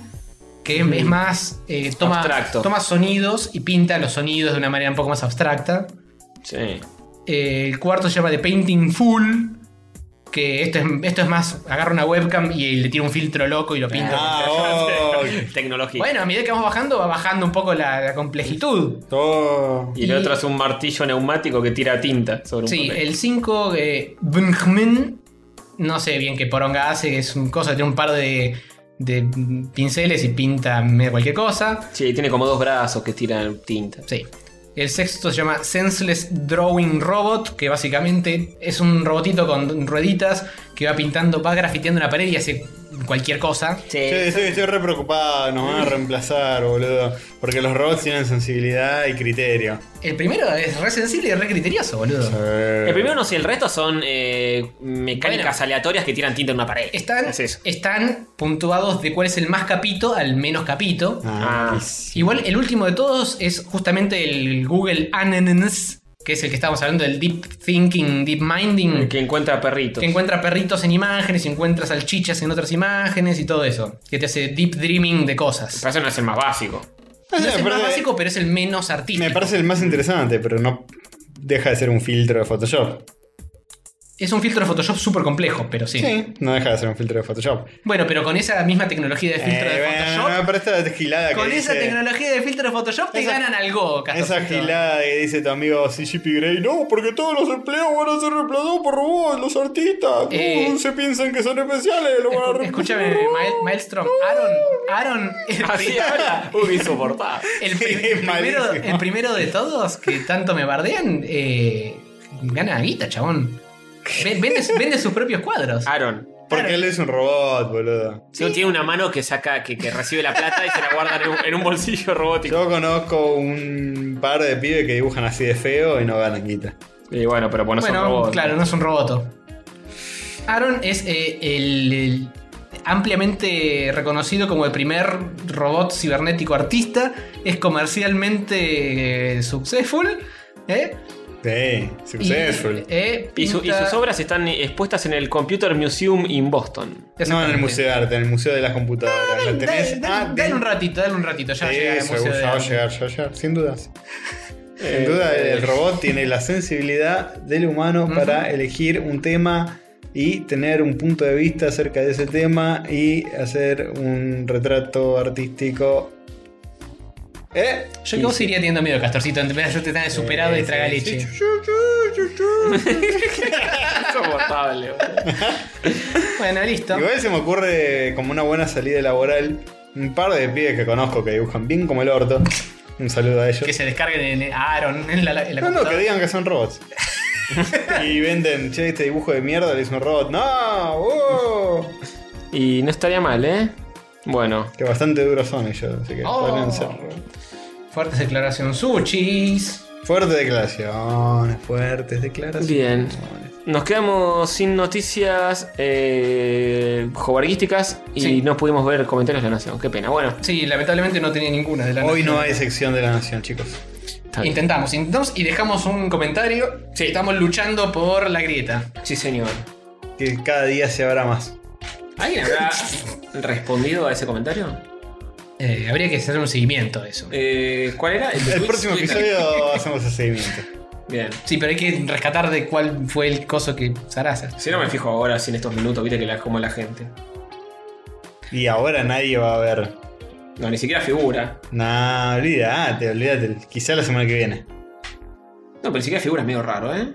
C: que es- es más, eh, toma,
D: Abstracto.
C: toma sonidos y pinta los sonidos de una manera un poco más abstracta.
D: Sí.
C: Eh, el cuarto se llama The Painting Full. Que esto es, esto es más, agarra una webcam y le tira un filtro loco y lo pinta.
B: Ah, oh,
D: Tecnología.
C: Bueno, a medida que vamos bajando, va bajando un poco la, la complejitud.
B: oh.
D: y el
C: y-
D: otro es un martillo neumático que tira tinta sobre un
C: Sí,
D: papel.
C: el 5, eh, Benjamin, no sé bien qué poronga hace, es un cosa, tiene un par de, de pinceles y pinta medio cualquier cosa.
D: Sí, tiene como dos brazos que tiran tinta.
C: Sí. El sexto se llama Senseless Drawing Robot, que básicamente es un robotito con rueditas que va pintando, va grafiteando una pared y hace cualquier cosa.
D: Sí.
B: Che, estoy, estoy re preocupado, nos van a reemplazar, boludo. Porque los robots tienen sensibilidad y criterio.
C: El primero es re sensible y re criterioso, boludo.
B: Eh,
D: El primero
B: ah,
D: no sé, el resto son eh, mecánicas
C: Bueno.
D: aleatorias que tiran tinta en una pared.
C: Están,
D: Es eso.
C: están puntuados de cuál es el más capito al menos capito.
B: Ah,
D: Ah.
B: sí.
C: Igual el último de todos es justamente el Google Anens, que es el que estábamos hablando del deep thinking, deep minding,
D: El que encuentra perritos.
C: que encuentra perritos en imágenes, encuentra salchichas en otras imágenes y todo eso, que te hace deep dreaming de cosas.
D: Pero eso no es el más básico.
C: No es el
B: Me
C: más
B: parece-
C: básico, pero es el menos
B: eh,
C: artístico.
B: Me parece el más interesante, pero no deja de ser un filtro de Photoshop.
C: Es un filtro de Photoshop súper complejo, pero sí.
B: Sí, no deja de ser un filtro de Photoshop.
C: Bueno, pero con esa misma tecnología de filtro
B: Eh,
C: de
B: bueno,
C: Photoshop.
B: no, pero esta gilada
C: con
B: que
C: esa
B: dice-
C: tecnología de filtro de Photoshop te
B: Esa-
C: ganan algo,
B: Esa
C: Castorcito.
B: gilada que dice tu amigo CGP Grey, no, porque todos los empleos van a ser reemplazados por robots, los artistas,
C: Eh.
B: no se piensan que son especiales, lo van a
C: Escu-
B: reemplazar
C: Escúchame,
B: por robots".
C: Mael- Maelstrom. Aaron, Aaron, el,
D: Así
C: pri-
D: habla. Uy, insoportable.
C: el pri-
B: Sí,
C: el primero,
B: malísimo.
C: el primero de todos que tanto me bardean, eh, gana guita, chabón. Ve- Vende, vende sus propios cuadros.
D: Aaron.
B: Porque él es un robot, boludo.
D: No tiene una mano que saca, que, que recibe la plata y se la guarda en un, en un bolsillo robótico.
B: Yo conozco un par de pibes que dibujan así de feo y no ganan guita.
D: Y bueno, pero bueno,
C: bueno,
D: son robots.
C: claro, no es un roboto. Aaron es eh, el, el ampliamente reconocido como el primer robot cibernético artista. Es comercialmente eh, successful. ¿eh?
B: Sí, successful.
C: Y, eh,
D: Y, su- y
C: pinta-
D: sus obras están expuestas en el Computer Museum in Boston.
B: No en el
C: Exactamente. Ah,
B: Museo de Arte, en el Museo de las Computadoras. ¿Lo
C: Dale,
B: tenés? Ah,
C: dale, dale un ratito, dale un ratito. Ya
B: Sí,
C: llega el
B: seguro,
C: museo de
B: ya va a
C: arte. Eh,
B: llegar, ya va a llegar, sin dudas. Sin duda, el robot tiene la sensibilidad del humano
C: Ujú.
B: para elegir un tema y tener un punto de vista acerca de ese tema y hacer un retrato artístico. ¿Eh?
C: Yo que vos iría teniendo miedo, Castorcito. En vez de hacerte tan superado y
B: Sí,
C: traga
B: sí,
C: leche.
B: sí, chu, chu, chu, chu.
D: Insoportable, boludo.
C: Bueno, listo.
B: Igual se me ocurre como una buena salida laboral. Un par de pibes que conozco que dibujan bien como el orto. Un saludo a ellos.
C: Que se descarguen en el- a Aaron en la, en la
B: No, no, que
C: computadora.
B: digan que son robots. y venden, che, este dibujo de mierda le hizo un robot. ¡No! ¡Oh!
D: Y no estaría mal, ¿eh? Bueno.
B: Que bastante duros son ellos, así que
C: Oh.
B: pueden ser.
C: Fuertes declaraciones. Sushis.
B: Fuertes declaraciones, fuertes declaraciones.
D: Bien. Nos quedamos sin noticias eh, jovarguísticas y
C: Sí.
D: no pudimos ver comentarios de la nación. Qué pena. Bueno,
C: Sí, lamentablemente no tenía ninguna de las
B: Hoy no hay sección de la nación, chicos.
D: está bien.
C: Intentamos, intentamos y dejamos un comentario.
D: Sí.
C: Estamos luchando por la grieta.
D: Sí, señor.
B: Que cada día se habrá más.
D: ¿Alguien habrá respondido a ese comentario?
C: Eh, habría que hacer un seguimiento a eso.
D: Eh, ¿Cuál era? de
B: El
D: Twitch,
B: próximo
D: Twitter.
B: episodio hacemos el seguimiento.
D: Bien.
C: Sí, pero hay que rescatar de cuál fue el coso que Sarasa.
D: Si no me fijo ahora, si en estos minutos, viste que la como la gente.
B: Y ahora nadie va a ver.
D: No, ni siquiera figura.
B: No, olvídate, olvídate. Quizá la semana que viene.
D: No, pero ni siquiera figura es medio raro, ¿eh?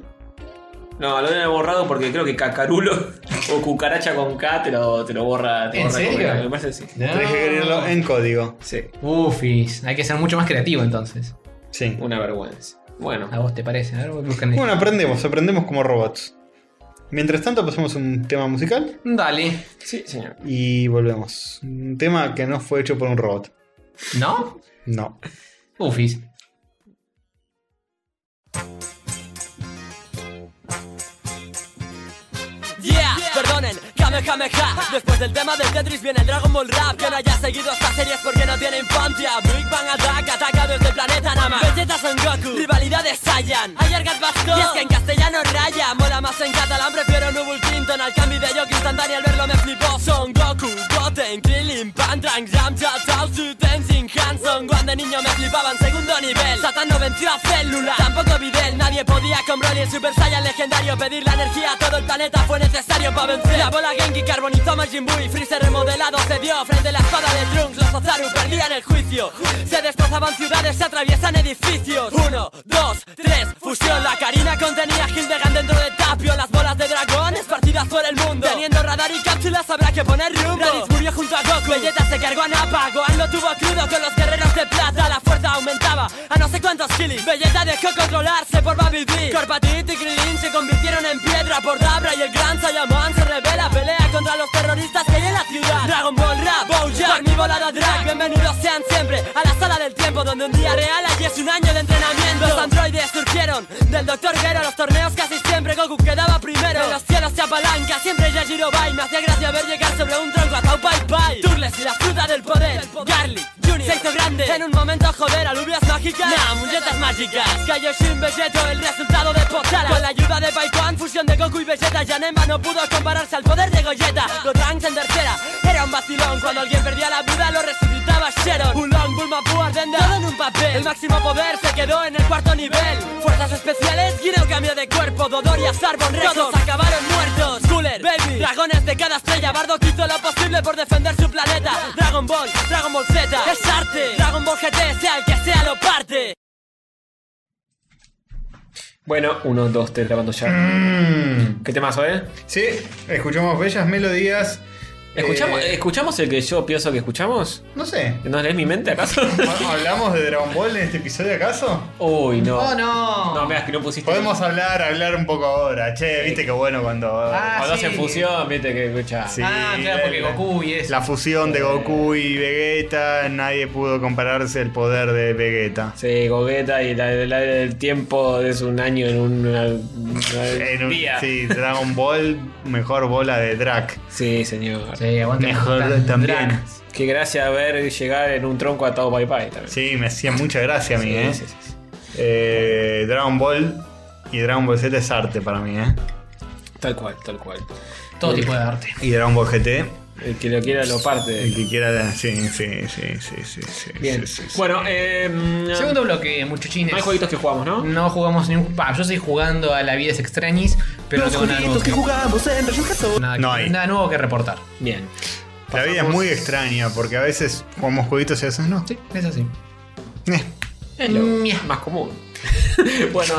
D: No, lo he borrado porque creo que cacarulo o cucaracha con K te lo, te lo borra. Te
C: ¿En
D: borra
C: serio?
D: completamente. Me parece que sí.
C: No.
B: Tenés que escribirlo en código.
D: Sí,
C: Ufis, hay que ser mucho más creativo entonces.
B: Sí.
D: una vergüenza. Bueno,
C: ¿A vos te parece? A ver, buscan
B: Bueno, aprendemos, aprendemos como robots. Mientras tanto, pasamos a un tema musical
C: Dale.
D: sí, señor.
B: y volvemos. Un tema que no fue hecho por un robot.
C: ¿No?
B: No.
C: Ufis.
K: Yeah, perdonen, Kamehameha Después del tema del Tetris viene el Dragon Ball Rap Quien haya seguido esta serie es porque no tiene infancia Big Bang Attack ataca desde el planeta Nama Vegeta Son Goku, rivalidad de Saiyan Ayer Gat bastó, y es que en castellano raya Mola más en catalán, prefiero Nubul Clinton Al cambio de Yoki instantáneo al verlo me flipó Son Goku, Goten, Krillin, Pantrang, Yamcha, Tao, Su, Tenzin, Hanson Cuando niño me flipaban, segundo nivel Satan no venció a Célula, tampoco Videl Nadie podía con Broly el Super Saiyan legendario Pedir la energía a todo el planeta fue necesario para vencer La bola Genki carbonizó a Majin Buu Y Freezer remodelado se dio frente a la espada de Trunks Los Ozaru perdían el juicio Se desplazaban ciudades, se atraviesan edificios Uno, dos, tres, fusión La Karina contenía Hildegard dentro de Tapio Las bolas de dragón esparcidas por el mundo Teniendo radar y cápsulas habrá que poner rumbo Raditz murió junto a Goku Vegeta se cargó a Nappa Gohan lo tuvo crudo con los guerreros de plata La fuerza aumentaba a no sé cuántos kilis Vegeta dejó controlarse por Baby D Corpatit y Krillin se convirtieron en piedra por Dabra Y el gran Saiyaman se revela Pelea contra los terroristas que hay en la ciudad Dragon Ball Rap, Bojack, mi volada drag Bienvenidos sean siempre a la sala del tiempo Donde un día real allí es un año de entrenamiento Los androides surgieron del Doctor Gero a Los torneos casi siempre Goku quedaba primero En los cielos se apalanca, siempre Yajiro Bai Me hacía gracia ver llegar sobre un tronco a Tau Pai Pai Turles y la fruta del poder Garlic, Junior, se hizo grande En un momento joder, alubias mágicas Nah, muñecas mágicas Cayó Shin Vegeto, el resultado de Potala Con la ayuda de Baikuan, fusión de Goku y Vegeta Vegeta ya Nemba no pudo compararse al poder de Goyeta Los ranks en tercera era un vacilón Cuando alguien perdía la vida lo resucitaba Sharon Un long Bulma Pú Ardenda Todo en un papel El máximo poder se quedó en el cuarto nivel Fuerzas especiales Guineo cambió de cuerpo Dodoria, Sarbon, Todos acabaron muertos Cooler, Baby Dragones de cada estrella Bardo hizo lo posible por defender su planeta Dragon Ball, Dragon Ball Z Es arte Dragon Ball GT sea el que sea lo parte
D: Bueno, uno, dos, tres, grabando ya. ¿Qué temazo, eh?
B: Sí, escuchamos bellas melodías.
D: ¿Escuchamos,
B: Eh,
D: ¿Escuchamos el que yo pienso que escuchamos?
B: No sé.
D: ¿No lees mi mente acaso?
B: ¿Hablamos de Dragon Ball en este episodio acaso?
D: Uy, no.
C: Oh, no.
D: No, veas que no pusiste.
B: Podemos hablar, hablar un poco ahora. Che, viste qué bueno cuando.
C: Ah,
D: Cuando
C: sí.
D: hacen fusión, viste que escucha.
B: Sí,
C: Ah, claro, porque
B: la-
C: Goku y eso.
B: La fusión de Goku y Vegeta, nadie pudo compararse el poder de Vegeta.
D: Sí, Gogeta y la, la- el tiempo es un año en un, una- una-
B: En un-
D: día. Sí.
B: sí, Dragon Ball, mejor bola de Drac.
D: señor.
C: Sí, aguante.
B: Mejor
C: Goku.
B: también.
C: Drac.
D: Qué gracia ver llegar en un tronco atado Pai Pai también.
B: Sí, me hacía mucha gracia a mí,
D: Sí,
B: ¿eh?
D: sí, sí, sí.
B: Eh, Dragon Ball y Dragon Ball Z es arte para mí, ¿eh?
D: Tal cual, tal cual.
C: Todo tipo de arte.
B: Y Dragon Ball GT,
D: El que lo quiera lo parte.
B: el que quiera. Sí, sí, sí, sí, sí. sí,
D: Bien.
B: sí, sí, sí.
D: Bueno, eh, mm,
C: Segundo Mm. bloque, muchachines.
D: no hay jueguitos que jugamos, ¿no?
C: No jugamos ningún. Pa, yo estoy jugando a la vida es extrañis, pero no
I: Los
C: tengo nada nuevo.
I: jueguitos que jugamos eh. en Rayos Gato.
C: Nada,
B: No hay.
C: nada nuevo que reportar.
D: Bien.
B: La vida es muy extraña porque a veces jugamos jueguitos y a veces no.
C: Sí, es así.
B: Eh,
C: Mia.
D: Más común. bueno,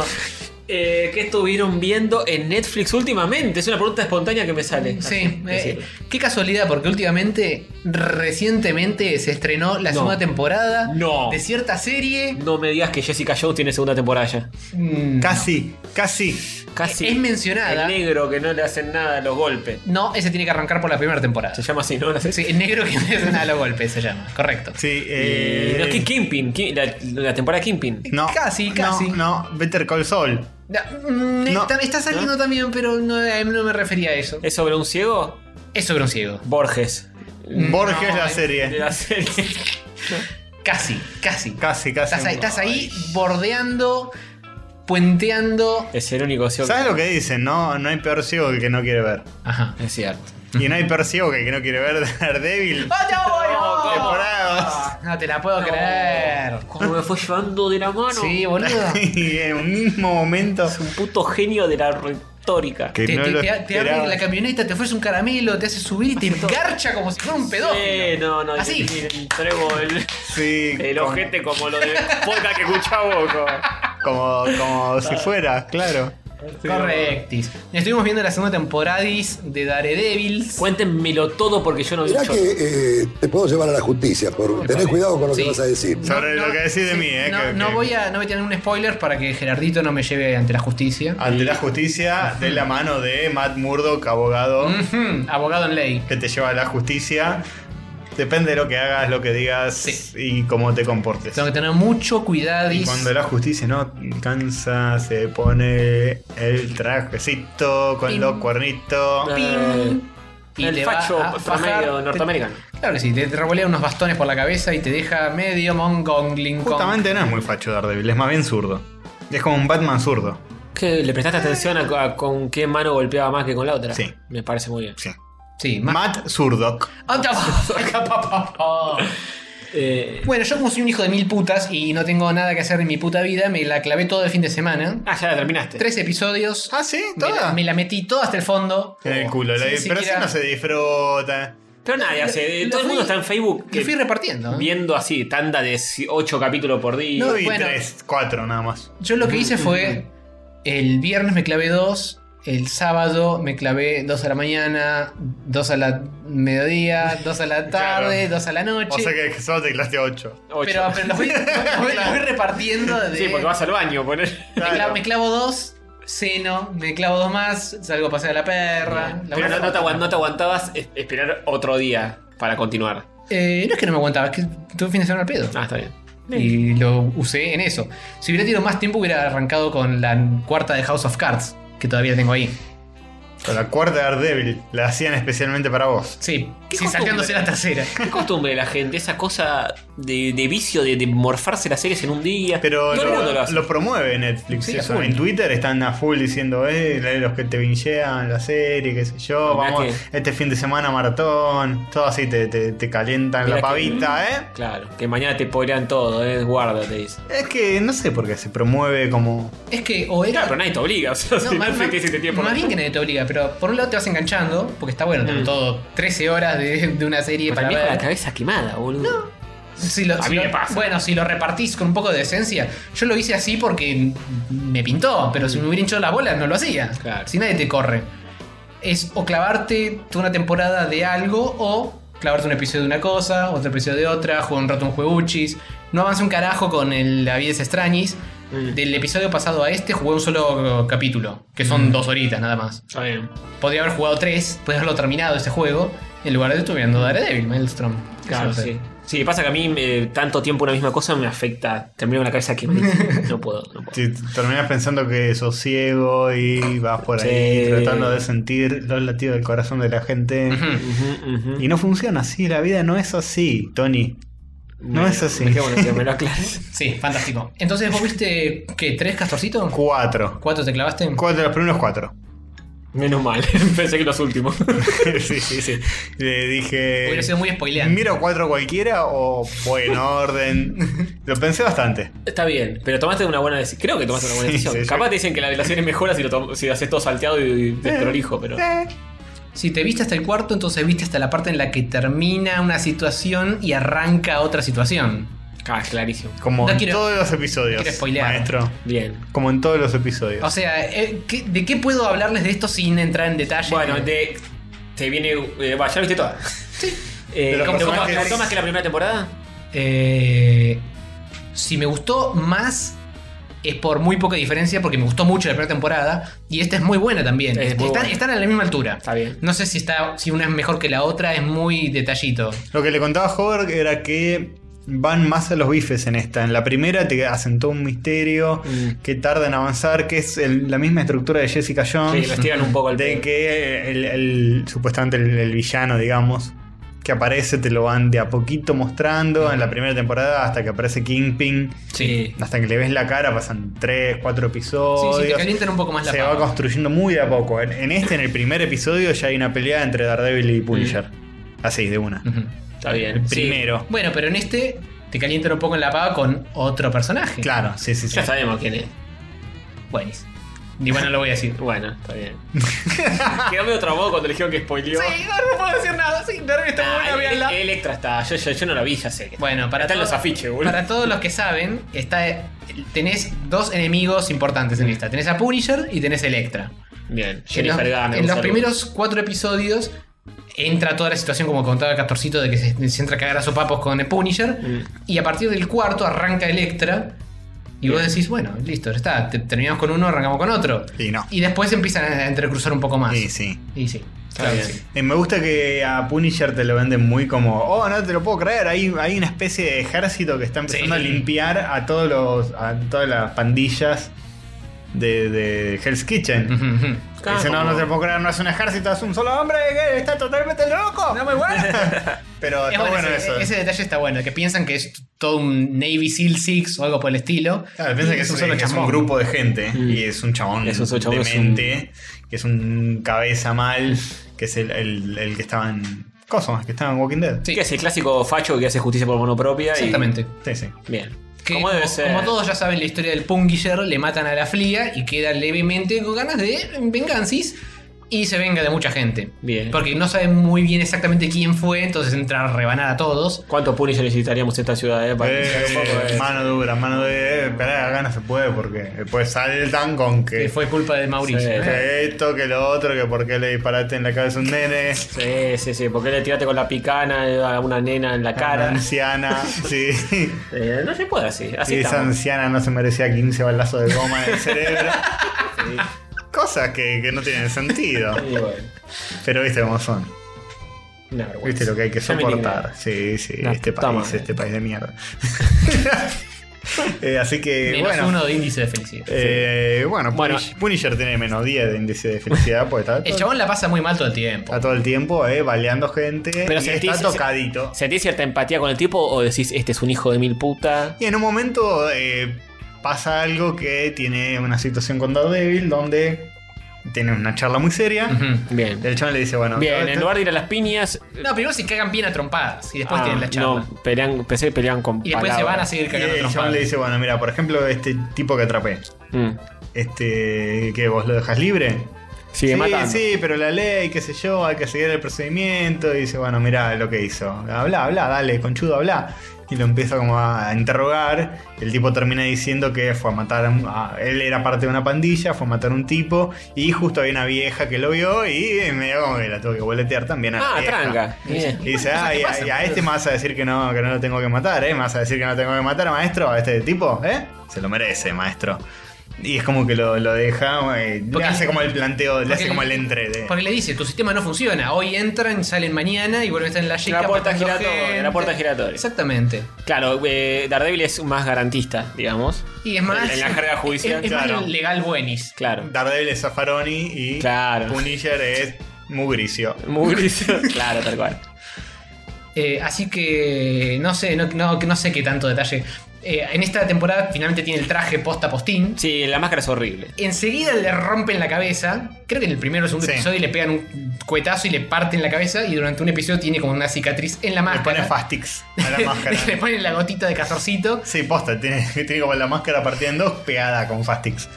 D: eh, ¿qué estuvieron viendo en Netflix últimamente? Es una pregunta espontánea que me sale.
C: Sí, eh,
D: Decirlo.
C: qué casualidad, porque últimamente, recientemente se estrenó la
D: No.
C: segunda temporada
D: No.
C: de cierta serie.
D: No me digas que Jessica Jones tiene segunda temporada ya.
C: Mm,
B: Casi, casi.
D: Casi.
C: Es mencionada.
D: El negro que no le hacen nada a los golpes.
C: No, ese tiene que arrancar por la primera temporada.
D: Se llama así, ¿no? ¿La
C: Sí, el negro que no es nada a los golpes se llama, correcto.
B: Sí,
D: Eh,
B: eh,
D: no, ¿qué Kingpin? Ki- La, la temporada Kingpin.
B: no,
C: Casi,
B: no,
C: casi.
B: No, Better Call Saul.
C: Ya, mm,
B: No.
C: está, está saliendo también, pero no, eh, no me refería a eso.
D: ¿Es sobre un ciego?
C: Es sobre un ciego.
D: Borges.
B: Borges
C: no,
B: la
C: eh,
D: De
B: serie.
D: la serie.
C: Casi, casi.
B: Casi, casi.
C: Estás ahí, estás ahí bordeando, puenteando.
D: es el único ciego.
B: ¿Sabes lo que dicen? No, no hay peor ciego que el que no quiere ver.
C: Ajá.
D: Es cierto.
B: Y no hay peor ciego que el que no quiere ver Daredevil.
C: ¡Ah, ya voy! no!
B: Temporadas.
C: No te la puedo creer.
D: Como me fue llevando de la mano.
C: Sí, boludo.
B: y en un mismo momento.
D: Es un puto genio de la retórica.
B: Que
C: Te,
B: no
C: te-
B: lo
C: te- te
B: esperaba.
C: abre la camioneta, te ofrece un caramelo, te hace subir y te engarcha como si fuera un pedófilo.
D: Sí, no, no.
C: Así.
D: yo- yo- yo Traigo el,
B: Sí,
D: el
B: como-
D: ojete como lo de podcast que escuchaba vos. como-
B: Como, como si fuera, claro.
C: Correctis. Estuvimos viendo la segunda temporadis de Daredevil.
D: Cuéntenmelo todo porque yo no vi
G: Mirá
D: yo-
G: que eh, te puedo llevar a la justicia. Por, tenés cuidado con lo
C: Sí.
G: que vas a decir.
B: Sobre lo que decís de mí, eh,
C: No,
B: que-
C: no
B: que-
C: voy a, no voy a tener un spoiler para que Gerardito no me lleve ante la justicia.
B: Ante la justicia, de la mano de Matt Murdock, abogado,
C: Mm. Ujú, Abogado en ley.
B: que te lleva a la justicia. Depende de lo que hagas, lo que digas
C: Sí.
B: y cómo te comportes.
C: Tengo que tener mucho
B: Y
C: cuidadis.
B: cuando la justicia no cansa, se pone el trajecito con
C: Pim.
B: los cuernitos.
D: Eh,
C: Y
D: el
C: te va
D: facho
C: a fajar-
D: promedio norteamericano.
C: Claro que sí, te, te revolea unos bastones por la cabeza y te deja medio mongongling.
B: Justamente no es muy facho Daredevil, es más bien zurdo. Es como un Batman zurdo.
D: ¿Qué? ¿Le prestaste atención a, a con qué mano golpeaba más que con la otra?
B: Sí.
D: Me parece muy bien.
B: Sí.
C: Sí, más. Ah,
B: Matt Zurdock.
D: Eh,
C: Bueno, yo como soy un hijo de mil putas y no tengo nada que hacer en mi puta vida, me la clavé todo el fin de semana.
D: ah, ya la terminaste.
C: Tres episodios.
B: Ah, sí,
C: Me la,
B: toda.
C: me la metí toda hasta el fondo.
B: En el culo. la-
C: Sin
B: pero si
C: siquiera-
B: no se disfruta.
D: Pero nadie hace.
C: Lo
D: todo el
C: fui-
D: mundo está en Facebook
C: Lo
D: que-
C: fui repartiendo. ¿eh?
D: viendo así, tanda de 8 capítulos por día.
B: Yo vi
C: bueno.
B: tres, cuatro nada más.
C: Yo lo que
D: Mm,
C: hice fue. El viernes me clavé dos. El sábado me clavé dos a la mañana, dos a la mediodía, dos a la tarde,
B: Claro.
C: dos a la noche.
B: O sea que solo te claste ocho.
D: Ocho.
C: Pero, pero los, voy, los voy- los voy repartiendo. De,
D: Sí, porque vas al baño, poner.
C: me,
B: Claro.
C: clavo, me clavo dos, ceno, me clavo dos más, salgo a pasear a la perra. Ah, la
D: Pero
C: voy a-
D: no, no te aguant- no te aguantabas es- esperar otro día para continuar.
C: Eh, no es que no me aguantaba, es que tuve un fin de semana al pedo.
D: Ah, está bien.
C: Y lo usé en eso. Si hubiera tenido más tiempo, hubiera arrancado con la cuarta de House of Cards, que todavía tengo ahí.
B: Con la cuarta Daredevil la hacían especialmente para vos.
C: Sí, sí sacándose la tercera.
D: Qué costumbre de la gente, esa cosa de, de vicio de, de morfarse las series en un día.
B: Pero
D: Todo el mundo
B: lo,
D: lo hace.
B: lo promueve Netflix.
D: Sí, a
B: eso.
D: full.
B: En Twitter están a full diciendo, eh, los que te vinchean la serie, qué sé yo,
D: Mirá
B: vamos, este fin de semana maratón, todo así te, te- te calientan
D: Mirá
B: la
D: que-
B: pavita, ¿eh?
D: Claro, que mañana te podrían todo, eh, guarda, te dice.
B: Es que no sé por qué se promueve como...
C: Es que o era.
D: Claro, pero nadie te obliga, o sea,
C: No,
D: si
C: más,
D: Netflix
C: más-
D: te dice este te tiene por
C: más
D: la-
C: bien que nadie te obliga, pero por un lado te vas enganchando, porque está
D: Mm.
C: bueno, tener todo 13 horas de, de una serie
D: Pero
C: para
D: también con la
C: ver.
D: cabeza quemada, boludo.
C: Si lo-
D: A
C: si
D: mí
C: lo-
D: me pasa.
C: Bueno, si lo repartís con un poco de decencia, yo lo hice así porque me pintó, pero si me hubiera hinchado la bola no lo hacía.
D: Claro.
C: Si nadie te corre. Es o clavarte toda una temporada de algo o clavarte un episodio de una cosa, otro episodio de otra, jugar un rato un jueguchis. No avanza un carajo con el La vida es extrañis. Del episodio pasado a este jugué un solo capítulo, que
D: Mm.
C: son dos horitas nada más.
D: Está bien.
C: Podría haber jugado tres, podría haberlo terminado este juego, en lugar de estuviendo Daredevil, Maelstrom.
D: Claro,
C: Eso es.
D: sí. Sí, pasa que a mí eh, tanto tiempo una misma cosa me afecta. Termino con la cabeza quemada. No puedo, no puedo.
B: Te- te terminás pensando que sos ciego y vas por
D: Sí.
B: ahí tratando de sentir los latidos del corazón de la gente.
C: Ujú.
D: Ujú, ujú.
B: Y no funciona así, la vida no es así, Tony. No
D: Me-
B: es así.
D: Qué bueno que me lo aclares.
C: Sí, fantástico. Entonces, ¿vos viste qué? ¿Tres castorcitos?
B: Cuatro.
C: ¿Cuatro te clavaste?
B: Cuatro, los primeros cuatro.
D: Menos mal, pensé que los últimos.
B: sí, sí, sí. Le
C: Hubiera
B: dije.
C: sido muy spoileante.
B: ¿Miro cuatro cualquiera o voy en orden? Lo pensé bastante.
D: Está bien, pero tomaste una buena decisión. Creo que tomaste una buena
B: Sí,
D: decisión.
B: sí, sí.
D: Capaz te dicen que la relación es mejor si lo, tom- si lo haces todo salteado y, y desprolijo, pero.
C: Si te viste hasta el cuarto, entonces viste hasta la parte en la que termina una situación y arranca otra situación.
D: Ah, clarísimo.
B: Como
C: No
B: en
C: quiero-
B: todos los
C: quiero
B: episodios.
C: spoilear.
B: Maestro.
D: Bien.
B: Como en todos los
C: O
B: episodios.
C: sea, eh, ¿qué- ¿de qué puedo hablarles de esto sin entrar en detalle?
D: Bueno, te, te viene. eh, va, ya lo viste toda. Sí.
B: De los
D: ¿Cómo tomas,
B: personajes-
D: tomas que la primera temporada?
C: Eh, si me gustó más es por muy poca diferencia porque me gustó mucho la primera temporada y esta es muy buena también.
D: Es muy
C: están,
D: buena.
C: están a la misma altura.
D: Está bien.
C: No sé si está si una es mejor que la otra, es muy detallito.
B: Lo que le contaba Hover era que van más a los bifes en esta. En la primera te hacen todo un misterio
D: Mm.
B: que tarda en avanzar, que es el- la misma estructura de Jessica
D: Sí,
B: Jones.
D: lo estiran un poco al
B: De
D: pedo.
B: que el, el- supuestamente el, el villano, digamos, que aparece, te lo van de a poquito mostrando en la primera temporada hasta que aparece Kingpin.
C: Eh,
D: Sí.
B: Hasta que le ves la cara, pasan 3, 4
C: Sí,
B: episodios.
C: sí, te calientan un poco más la
B: Se va
C: pava.
B: construyendo muy de a poco. En, en este, en el primer episodio, ya hay una pelea entre Daredevil y Punisher. Así, de una.
C: Mm. Ujú.
D: Está bien. Sí.
B: Primero.
C: Bueno, pero en este te calientan un poco en la pava con otro personaje.
B: Claro, sí, sí, sí.
D: Ya sabemos quién es.
C: Buenísimo. Y bueno, lo voy a decir.
D: Bueno, está bien. Quedó medio trabado cuando le dijeron que spoileó.
C: Sí, no, no puedo decir nada. Sí, Darby está muy buena,
D: Ah,
C: véanla.
D: el- Electra está. Yo, yo, yo no la vi, ya sé. que-
C: Bueno, para,
D: Están
C: todo-
D: los afiches, boludo.
C: para todos los que saben, está, tenés dos enemigos importantes en esta. Tenés a Punisher y tenés a Electra.
D: Bien.
C: En los,
D: Jennifer Garner.
C: en
D: un
C: los
D: saludo.
C: primeros cuatro episodios entra toda la situación, como contaba Castorcito, de que se, se entra a cagar a sopapos con el Punisher.
D: Mm.
C: Y a partir del cuarto arranca Electra. Y vos decís, bueno, listo, ya está. te- terminamos con uno, arrancamos con otro.
B: Y no.
C: Y después empiezan a entrecruzar un poco más.
B: Sí, sí.
C: Y sí.
D: Está
C: Claro, que
D: bien.
C: sí.
B: Eh, me gusta que a Punisher te lo venden muy como, oh, no te lo puedo creer, hay, hay una especie de ejército que está empezando
C: Sí.
B: a limpiar a todos los a todas las pandillas de, de Hell's Kitchen.
C: Ujú, ujú.
D: Claro,
B: Dice, no,
D: como-
B: no te lo puedo creer, no es un ejército, es un solo hombre que está totalmente loco. No, muy bueno. Pero
C: Es
B: está
C: bueno,
B: bueno
C: ese,
B: eso.
C: ese detalle está bueno, que piensan que es todo un Navy SEAL 6 o algo por el estilo.
B: Claro, piensa que es, un, que es un
C: chambón.
B: grupo de gente
D: Mm.
B: y es un chabón,
D: Es un solo chabón, es un-
B: demente, que es un cabeza mal, que es el, el- el que estaba en... Cosas, que estaba en Walking Dead.
D: Sí, que es el clásico facho que hace justicia por mano propia. y-
C: Exactamente.
B: Sí, sí.
D: Bien.
C: Que,
D: ¿Cómo debe
C: como-
D: ser?
C: como todos ya saben la historia del Pungisher, le matan a la Flia y queda levemente con ganas de venganzas y se venga de mucha gente.
D: Bien.
C: Porque no saben muy bien exactamente quién fue, entonces entra a rebanar a todos.
D: ¿Cuánto Punisher necesitaríamos en esta ciudad, eh? Para
B: Eh,
D: iniciar un poco, eh?
B: mano dura, mano de. eh, Pará, acá no se puede porque después saltan con
C: Que
B: que.
C: fue culpa de Mauricio.
D: Sí.
C: ¿eh?
B: que esto, que lo otro, que por qué le disparaste en la cabeza a un nene.
D: Sí, sí, sí. ¿Por qué le tiraste con la picana a una nena en la
B: a Una
D: cara?
B: anciana, sí.
D: Eh, no se puede así. Así
B: Y esa
D: estamos.
B: anciana no se merecía 15 balazos de goma en el cerebro. Cosas que, que no tienen sentido.
D: Y bueno,
B: Pero viste cómo son.
D: una vergüenza.
B: Viste lo que hay que
D: Ya me
B: soportar. Sí, sí,
D: La
B: este
D: puta
B: país,
D: madre.
B: este país de mierda. Eh, así que,
C: Menos
B: bueno.
C: uno de índice de felicidad.
B: Eh, bueno, Punish- Punisher tiene menos 10 de índice de felicidad. Porque está
C: El chabón la pasa muy mal todo el tiempo.
B: Está todo el tiempo, eh, baleando gente.
D: Pero
B: y
D: sentís-
B: está tocadito.
D: ¿Sentís cierta empatía con el tipo o decís, este es un hijo de mil puta?
B: Y en un momento eh, pasa algo que tiene una situación con Daredevil donde tiene una charla muy
D: Ah.
B: seria.
D: Bien.
B: El chaval le dice, bueno,
D: Bien,
B: esto-
D: en lugar de ir a las piñas.
C: No, primero se cagan bien a trompadas y después
D: ah,
C: tienen la charla.
D: No, pelean, pensé que peleaban con.
C: Y después se van a seguir cagando
B: y el
C: trompadas.
B: chabón le dice, bueno, mira, por ejemplo, este tipo que atrapé,
D: Mm.
B: este que vos lo dejas libre.
D: Sigue
B: sí,
D: matando.
B: sí, pero la ley, qué sé yo, hay que seguir el procedimiento. Y dice, bueno, mira lo que hizo. Habla, habla, dale, conchudo, habla. Y lo empieza como a interrogar. El tipo termina diciendo que fue a matar a, un- a- Él era parte de una pandilla, fue a matar a un tipo. Y justo había una vieja que lo vio y medio como que la tuvo que boletear también. A la
D: Ah,
B: vieja.
D: tranca. Bien.
B: Y dice, ah, y a, y a este me vas a decir que no, que no lo tengo que matar, ¿eh? Me vas a decir que no tengo que matar, maestro, a este tipo, ¿eh? Se lo merece, maestro. Y es como que lo, lo deja, eh, le
C: Porque-
B: hace como el planteo, le
C: porque-
B: hace como el entre de...
C: Porque le dice, tu sistema no funciona. Hoy entran, salen mañana y vuelven a estar en la yeca.
D: La puerta
C: matando
D: giratoria.
C: gente.
D: La puerta giratoria.
C: Exactamente.
D: Claro, eh, Daredevil es más garantista, digamos.
C: Y es más.
D: En la jerga judicial.
C: es, es más
B: claro.
C: legal buenis.
D: Claro.
B: Daredevil es Zaffaroni y
D: Claro.
B: Punisher es Mugricio.
D: Muy gris. claro, tal cual.
C: Eh, así que no sé, no, no- no sé qué tanto detalle. Eh, en esta temporada finalmente tiene el traje posta postín.
D: Sí, la máscara es horrible.
C: Enseguida le rompen la cabeza. Creo que en el primero o segundo
B: Sí.
C: episodio le pegan un cuetazo y le parten la cabeza. Y durante un episodio tiene como una cicatriz en la
B: Le
C: máscara.
B: pone Fastix a la máscara.
C: le ponen la gotita de cazorcito.
B: Sí, posta, tiene, tiene como la máscara partida en dos pegada con Fastix.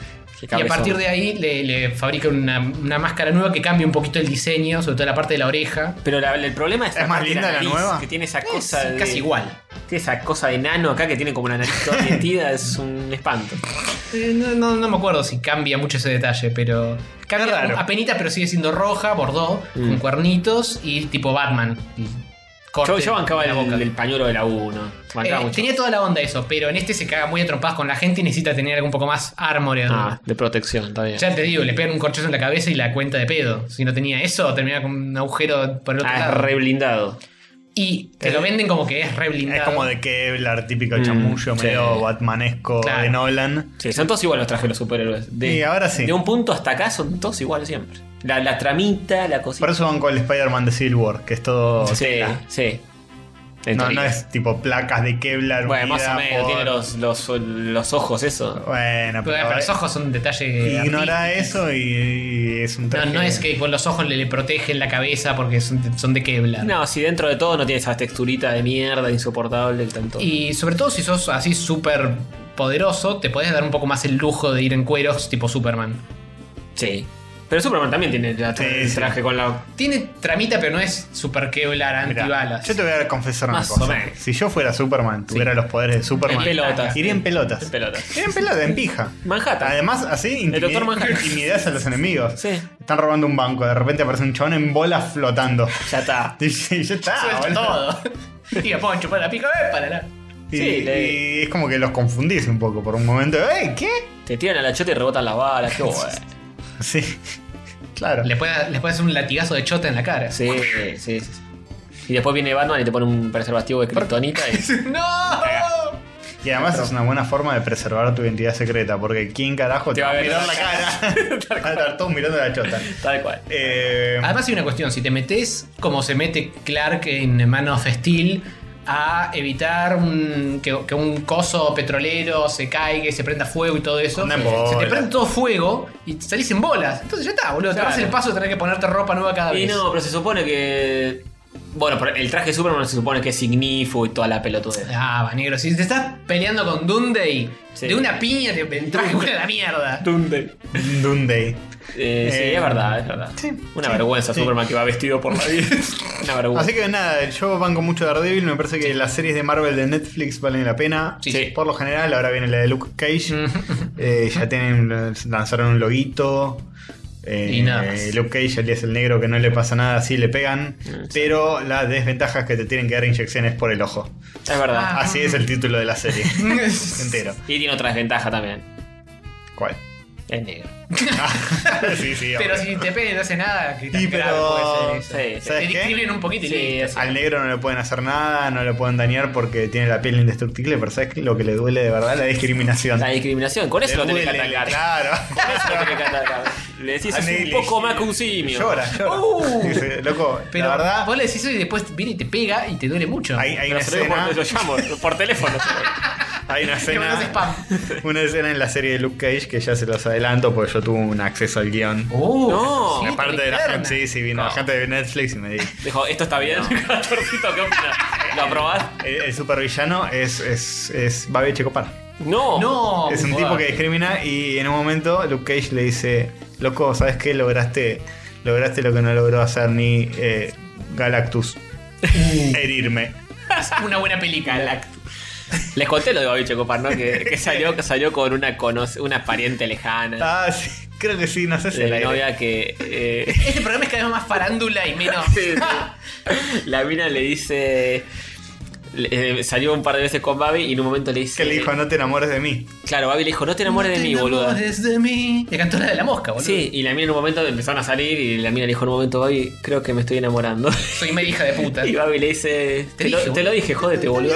C: Y
D: Qué
C: a
D: cabezón.
C: partir de ahí le, le fabrica una, una máscara nueva que cambia un poquito el diseño, sobre todo la parte de la oreja.
D: Pero la- el problema es,
B: ¿Es más
D: parte
B: linda la
D: nariz,
B: nueva?
D: Que tiene esa
C: Es
D: cosa. de-
C: casi igual.
D: Tiene esa cosa de nano acá que tiene como una nariz toda metida, es un espanto.
C: Eh, no, no- no me acuerdo si cambia mucho ese detalle, pero. Cambia
B: raro.
C: apenita, pero sigue siendo roja, bordó,
D: Mm.
C: con cuernitos y tipo Batman. Y corte
D: Yo, yo bancaba
C: en
D: el,
C: la boca.
D: el pañuelo de la U, ¿no? Bancaba
C: Eh,
D: mucho.
C: tenía toda la onda eso, pero en este se caga muy a trompadas con la gente y necesita tener algo un poco más armoreado.
D: Ah, de protección, está bien.
C: Ya te digo, le pegan un corchazo en la cabeza y la cuenta de pedo. Si no tenía eso, terminaba con un agujero por el otro
D: Ah, es
C: lado.
D: re Eh, blindado.
C: Y te lo venden como que es re blindado.
B: Es como de Kevlar, típico
D: Mm,
B: chamullo,
D: sí.
B: medio batmanesco
C: Claro.
B: de Nolan.
D: Sí, son todos iguales los trajes de los superhéroes. De,
B: Y ahora sí.
D: De un punto hasta acá son todos iguales siempre. La, la tramita, la cosita.
B: Por eso van con el Spider-Man de Civil War, que es todo
D: sí,
B: tela.
D: sí.
B: No,
D: Entonces,
B: no es tipo placas de Kevlar.
D: Bueno, más
B: unidas
D: o menos,
B: por-
D: tiene los, los, los ojos, eso.
B: Bueno,
C: Pero,
B: pero,
C: pero los ojos son un detalle.
B: ignora
C: artístico.
B: eso y, y es un
C: No,
B: traje.
C: no es que con los ojos le, le protegen la cabeza porque son de, son de Kevlar.
D: No, si dentro de todo no tiene esa texturita de mierda insoportable, el tanto.
C: Y sobre todo si sos así súper poderoso, te podés dar un poco más el lujo de ir en cueros tipo Superman.
D: Sí. Pero Superman también tiene la-
B: Sí,
D: el
B: sí.
D: traje con la.
C: Tiene tramita, pero no es super Kevlar
B: Mirá,
C: antibalas.
B: yo te voy a confesar una
D: Más o
B: cosa.
D: menos.
B: Si yo fuera Superman, tuviera los poderes de Superman,
D: En pelotas.
B: iría en pelotas.
D: En pelotas.
B: Iría en pelotas, en pija.
D: Manhattan.
B: Además, así
D: El Doctor
B: intimid-
D: Manhattan.
B: intimidas a los enemigos.
D: Sí.
B: Están robando un banco, de repente aparece un chabón en bolas flotando.
D: Ya está.
B: Y ya está.
C: Suelta
B: boludo.
C: todo. y me pongo a chupar la pica, ¡eh, para la!
B: Y,
D: Sí, le-
B: y es como que los confundís un poco por un momento. ¡Eh, qué!
D: Te tiran a la chota y rebotan las balas. Qué bueno.
B: Sí. Claro.
C: Les puede, les puede hacer un latigazo de chota en la cara.
D: Sí, sí, sí, sí. Y después viene Batman y te pone un preservativo de kriptonita y.
C: ¡No!
B: Y además es una buena forma de preservar tu identidad secreta, porque ¿quién carajo te va a mirar la cara? Van a estar todos mirando la chota.
D: Tal cual.
B: Eh,
C: Además hay una cuestión, si te metes como se mete Clark en Man of Steel a evitar un- que, que un coso petrolero se caiga y se prenda fuego y todo eso,
B: Anda en
C: se te
B: bola.
C: prende todo fuego y salís en bolas. Entonces ya está, boludo, te
D: Claro.
C: vas el paso de tener que ponerte ropa nueva cada
D: Y
C: vez.
D: no, pero se supone que. Bueno, pero el traje de Superman se supone que es ignífugo y toda la pelotudez.
C: Ah, va, negro, si te estás peleando con Dundee,
D: Sí.
C: de una piña te te traje una a la mierda.
D: Tunde.
B: Dunday.
D: Eh, sí,
B: Eh,
D: es verdad, es verdad. Una
B: sí,
D: vergüenza
B: sí.
D: Superman que va vestido por la vida. Una vergüenza.
B: Así que nada, yo banco mucho Daredevil, me parece que las series de Marvel de Netflix valen la pena.
C: Sí, Mm. sí.
B: Por lo general, ahora viene la de Luke Cage. Eh, ya tienen, lanzaron un loguito. Eh,
C: Y nada más.
B: Luke Cage, alias el negro, que no le pasa nada, así le pegan. Pero la desventaja es que te tienen que dar inyecciones por el ojo.
D: Es verdad.
C: Ah.
B: Así es el título de la serie. Entero.
D: Y tiene otra desventaja también.
B: ¿Cuál? Ah,
C: Es negro.
B: sí, sí.
C: Pero si te pene no hace nada, que tan
B: Y
C: grave
B: pero.
C: puede ser eso.
B: ¿sabes
C: Te
B: qué?
C: discriminan un poquito y listo.
B: Al negro no le pueden hacer nada, no le pueden dañar porque tiene la piel indestructible, pero ¿sabes qué? lo que le duele de verdad? La discriminación. La
D: discriminación, con eso lo tenés que atacar.
B: Claro.
D: Con eso lo tenés que atacar. Le decís
B: A
D: es un
B: negligir.
D: poco más que un simio.
B: Llora, llora.
D: Uh.
B: Dice, Loco,
C: Pero
B: la verdad.
C: vos le decís eso y después viene y te pega y te duele mucho.
B: Hay, hay
D: Pero
B: una
D: se lo digo
B: escena.
D: por- lo llamo, por teléfono.
B: Hay una
C: Te mandas
B: escena.
C: spam.
B: Una escena en la serie de Luke Cage que ya se los adelanto porque yo tuve un acceso al guión.
C: Uh,
D: No.
C: sí,
B: Aparte de la
C: linterna.
B: gente, sí, sí, vino la gente de Netflix y me dijo.
D: Dijo, esto está bien. Castorcito, ¿qué opinas? ¿Lo aprobás?
B: El, el supervillano es, es, es Babi Checopar.
D: No.
C: No.
B: es un
C: joder.
B: tipo que discrimina y en un momento Luke Cage le dice, loco, ¿sabes qué? Lograste, lograste lo que no logró hacer ni eh, Galactus. Herirme.
C: Es una buena película.
D: Les conté lo de Babiche Copar, ¿no? Que, que salió, que salió con una, conoce- una pariente lejana.
B: Ah, sí, creo que sí, no sé si
D: De
B: el
D: la
B: aire.
D: novia que. eh,
C: Este programa es cada vez más farándula y menos.
D: Sí, sí. La mina le dice. le- eh, salió un par de veces con Babi y en un momento le dice.
B: Que le dijo, no te enamores de mí.
D: Claro, Babi le dijo, no te enamores de mí, boludo.
C: enamores de mí. Le cantó la de la mosca, boludo.
D: Sí, y la mina en un momento empezaron a salir y la mina le dijo en un momento, Babi, creo que me estoy enamorando.
C: Soy media hija de puta.
D: Y Babi le dice, te,
C: dije,
D: lo, te lo dije, jódete, boludo.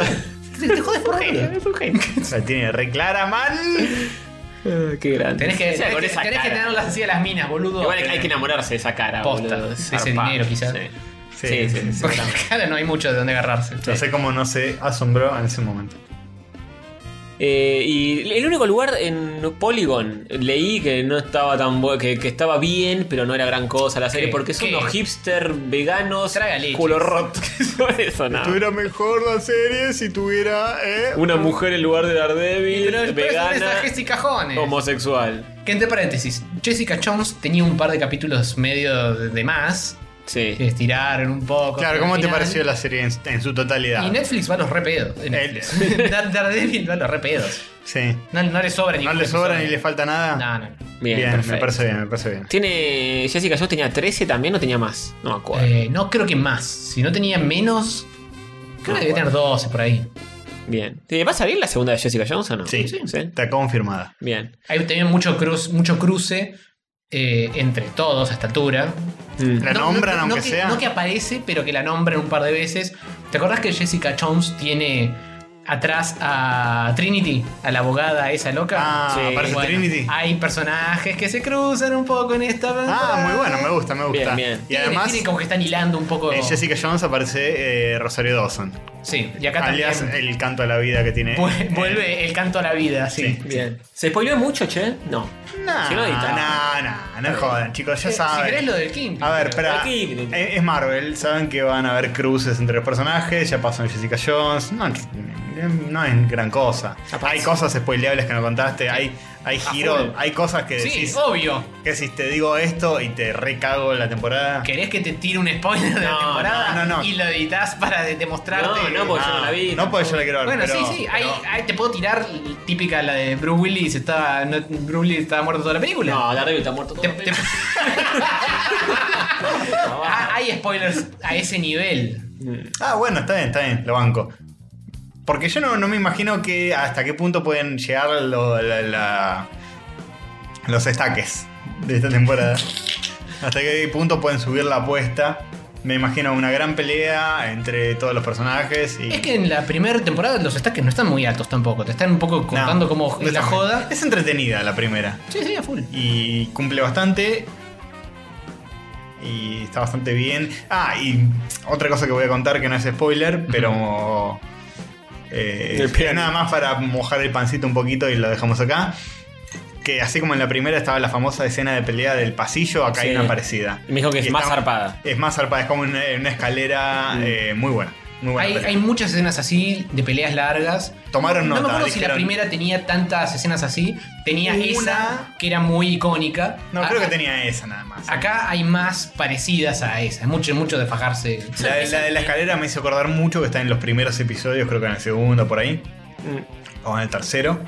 C: Te, te jodes por genio.
B: La tiene re clara, man.
D: Ah, Qué grande.
C: Tenés que,
D: O sea,
C: tenés
D: con
C: que,
D: esa
C: tenés que
D: cara.
C: tenerlas así a las minas, boludo.
D: Igual hay que enamorarse de esa cara,
C: Posta.
D: boludo.
C: Ese
D: Zarpado.
C: dinero, quizás.
D: Sí,
B: Sí, sí,
D: sí, sí,
B: sí.
C: Porque claro, no hay mucho de dónde agarrarse.
B: No sé cómo no se asombró en ese momento.
D: Eh, y el único lugar en Polygon leí que no estaba tan bu- que, que estaba bien, pero no era gran cosa la serie,
C: ¿Qué?
D: porque son
C: ¿Qué?
D: unos hipster veganos
C: Traga leches.
D: culo roto. Eso nada.
B: Estuviera mejor la serie si tuviera. eh,
D: Una mujer en lugar de
C: Y
D: Daredevil,
C: pero después son
D: vegana,
C: esas Jessica Jones.
D: homosexual.
C: Que entre paréntesis, Jessica Jones tenía un par de capítulos medio de más.
D: Sí.
C: Que estiraron un poco.
B: Claro,
C: al
B: ¿cómo te
C: final.
B: pareció la serie en, en su totalidad?
C: Uh, Y Netflix va a los repedos. Netflix. Dar- Daredevil va a los repedos.
B: Sí.
C: No, no le sobra ni
B: No le sobra ni le falta nada.
C: No, no. no.
D: Bien,
B: bien, me
D: perfecto.
B: parece bien, me parece bien.
D: Tiene. Jessica Jones tenía 13 también o tenía más. No me acuerdo.
C: Eh, no creo que más. Si no tenía menos, creo
D: Ah,
C: que debe tener 12 por ahí.
D: Bien. ¿Te va a salir la segunda de Jessica Jones o no?
B: Sí, está confirmada.
D: Bien.
C: Hay también mucho, cruz, mucho cruce eh, entre todos a esta altura.
D: Mm.
B: La nombran, aunque
C: que-
B: sea.
C: No que aparece, pero que la nombran un par de veces. ¿Te acordás que Jessica Jones tiene atrás a Trinity, a la abogada esa loca?
B: Ah, Sí. aparece Trinity.
C: Hay personajes que se cruzan un poco en esta.
B: Ah, muy bueno, me gusta, me gusta.
D: Bien, bien.
B: Y
C: Tienen-
B: además,
C: tienen como que están hilando un poco.
B: en Jessica Jones aparece eh, Rosario Dawson.
C: sí, y acá
B: Alias eh,
C: también.
B: el canto a la vida que tiene.
C: Vu- Vuelve el canto a la vida, sí.
D: Bien. ¿Se spoileó mucho, che? No.
B: Nah,
D: Si no edita.
B: nah, nah, no jodan, chicos, ya
C: Eh,
B: saben.
C: Si querés lo del King.
B: A ver, espera.
D: Aquí,
B: Es es Marvel, saben que van a haber cruces entre los personajes, ya pasó en Jessica Jones, no, no es gran cosa.
D: Capaz.
B: Hay cosas spoileables que no contaste, hay, hay
D: A full.
B: giros, hay cosas que
C: Sí,
B: decís
C: obvio.
B: que si te digo esto y te recago la temporada.
C: ¿Querés que te tire un spoiler de la
B: No,
C: temporada?
B: no, no, no.
C: Y lo editas para de- demostrarte.
D: No, no, porque yo no la vi.
B: No, porque yo la quiero ver.
C: Bueno,
B: pero-
C: sí, sí.
B: pero-
C: ahí- ahí te puedo tirar típica la de Bruce Willis. Estaba, no- Bruce Willis estaba muerto toda la película.
D: No, Daredevil está muerto todo.
C: Te- te- Ah, hay spoilers a ese nivel.
B: Ah, bueno, está bien, está bien, lo banco. Porque yo no, no me imagino que hasta qué punto pueden llegar lo- la- la- los estaques de esta temporada. hasta qué punto pueden subir la apuesta. Me imagino una gran pelea entre todos los personajes y...
C: Es que en la primera temporada los stacks no están muy altos tampoco. Te están un poco
B: No,
C: contando cómo
B: no
C: es la
B: está-
C: joda.
B: Es entretenida la primera.
C: Sí, sí, a full.
B: y cumple bastante. Y está bastante bien. Ah, y otra cosa que voy a contar que no es spoiler, pero. eh,
D: El piano.
B: nada más para mojar el pancito un poquito y lo dejamos acá. Que así como en la primera estaba la famosa escena de pelea del pasillo, acá
D: Sí.
B: hay una parecida.
D: Me dijo que
B: Y
D: es
B: está-
D: más zarpada. Mm.
B: Es más zarpada, es como una, una escalera eh, muy buena. Muy buena
C: Hay,
B: pelea.
C: hay muchas escenas así, de peleas largas.
B: Tomaron
C: No
B: nota,
C: me acuerdo si la
B: dijeron-
C: primera tenía tantas escenas así. Tenía
B: Una-
C: esa que era muy icónica.
B: No,
C: A-
B: creo que tenía esa nada más.
C: Acá hay más parecidas a esa. Mucho, mucho de fajarse.
B: La, la de la escalera me hizo acordar mucho que está en los primeros episodios, creo que en el segundo por ahí,
C: Mm.
B: o en el tercero.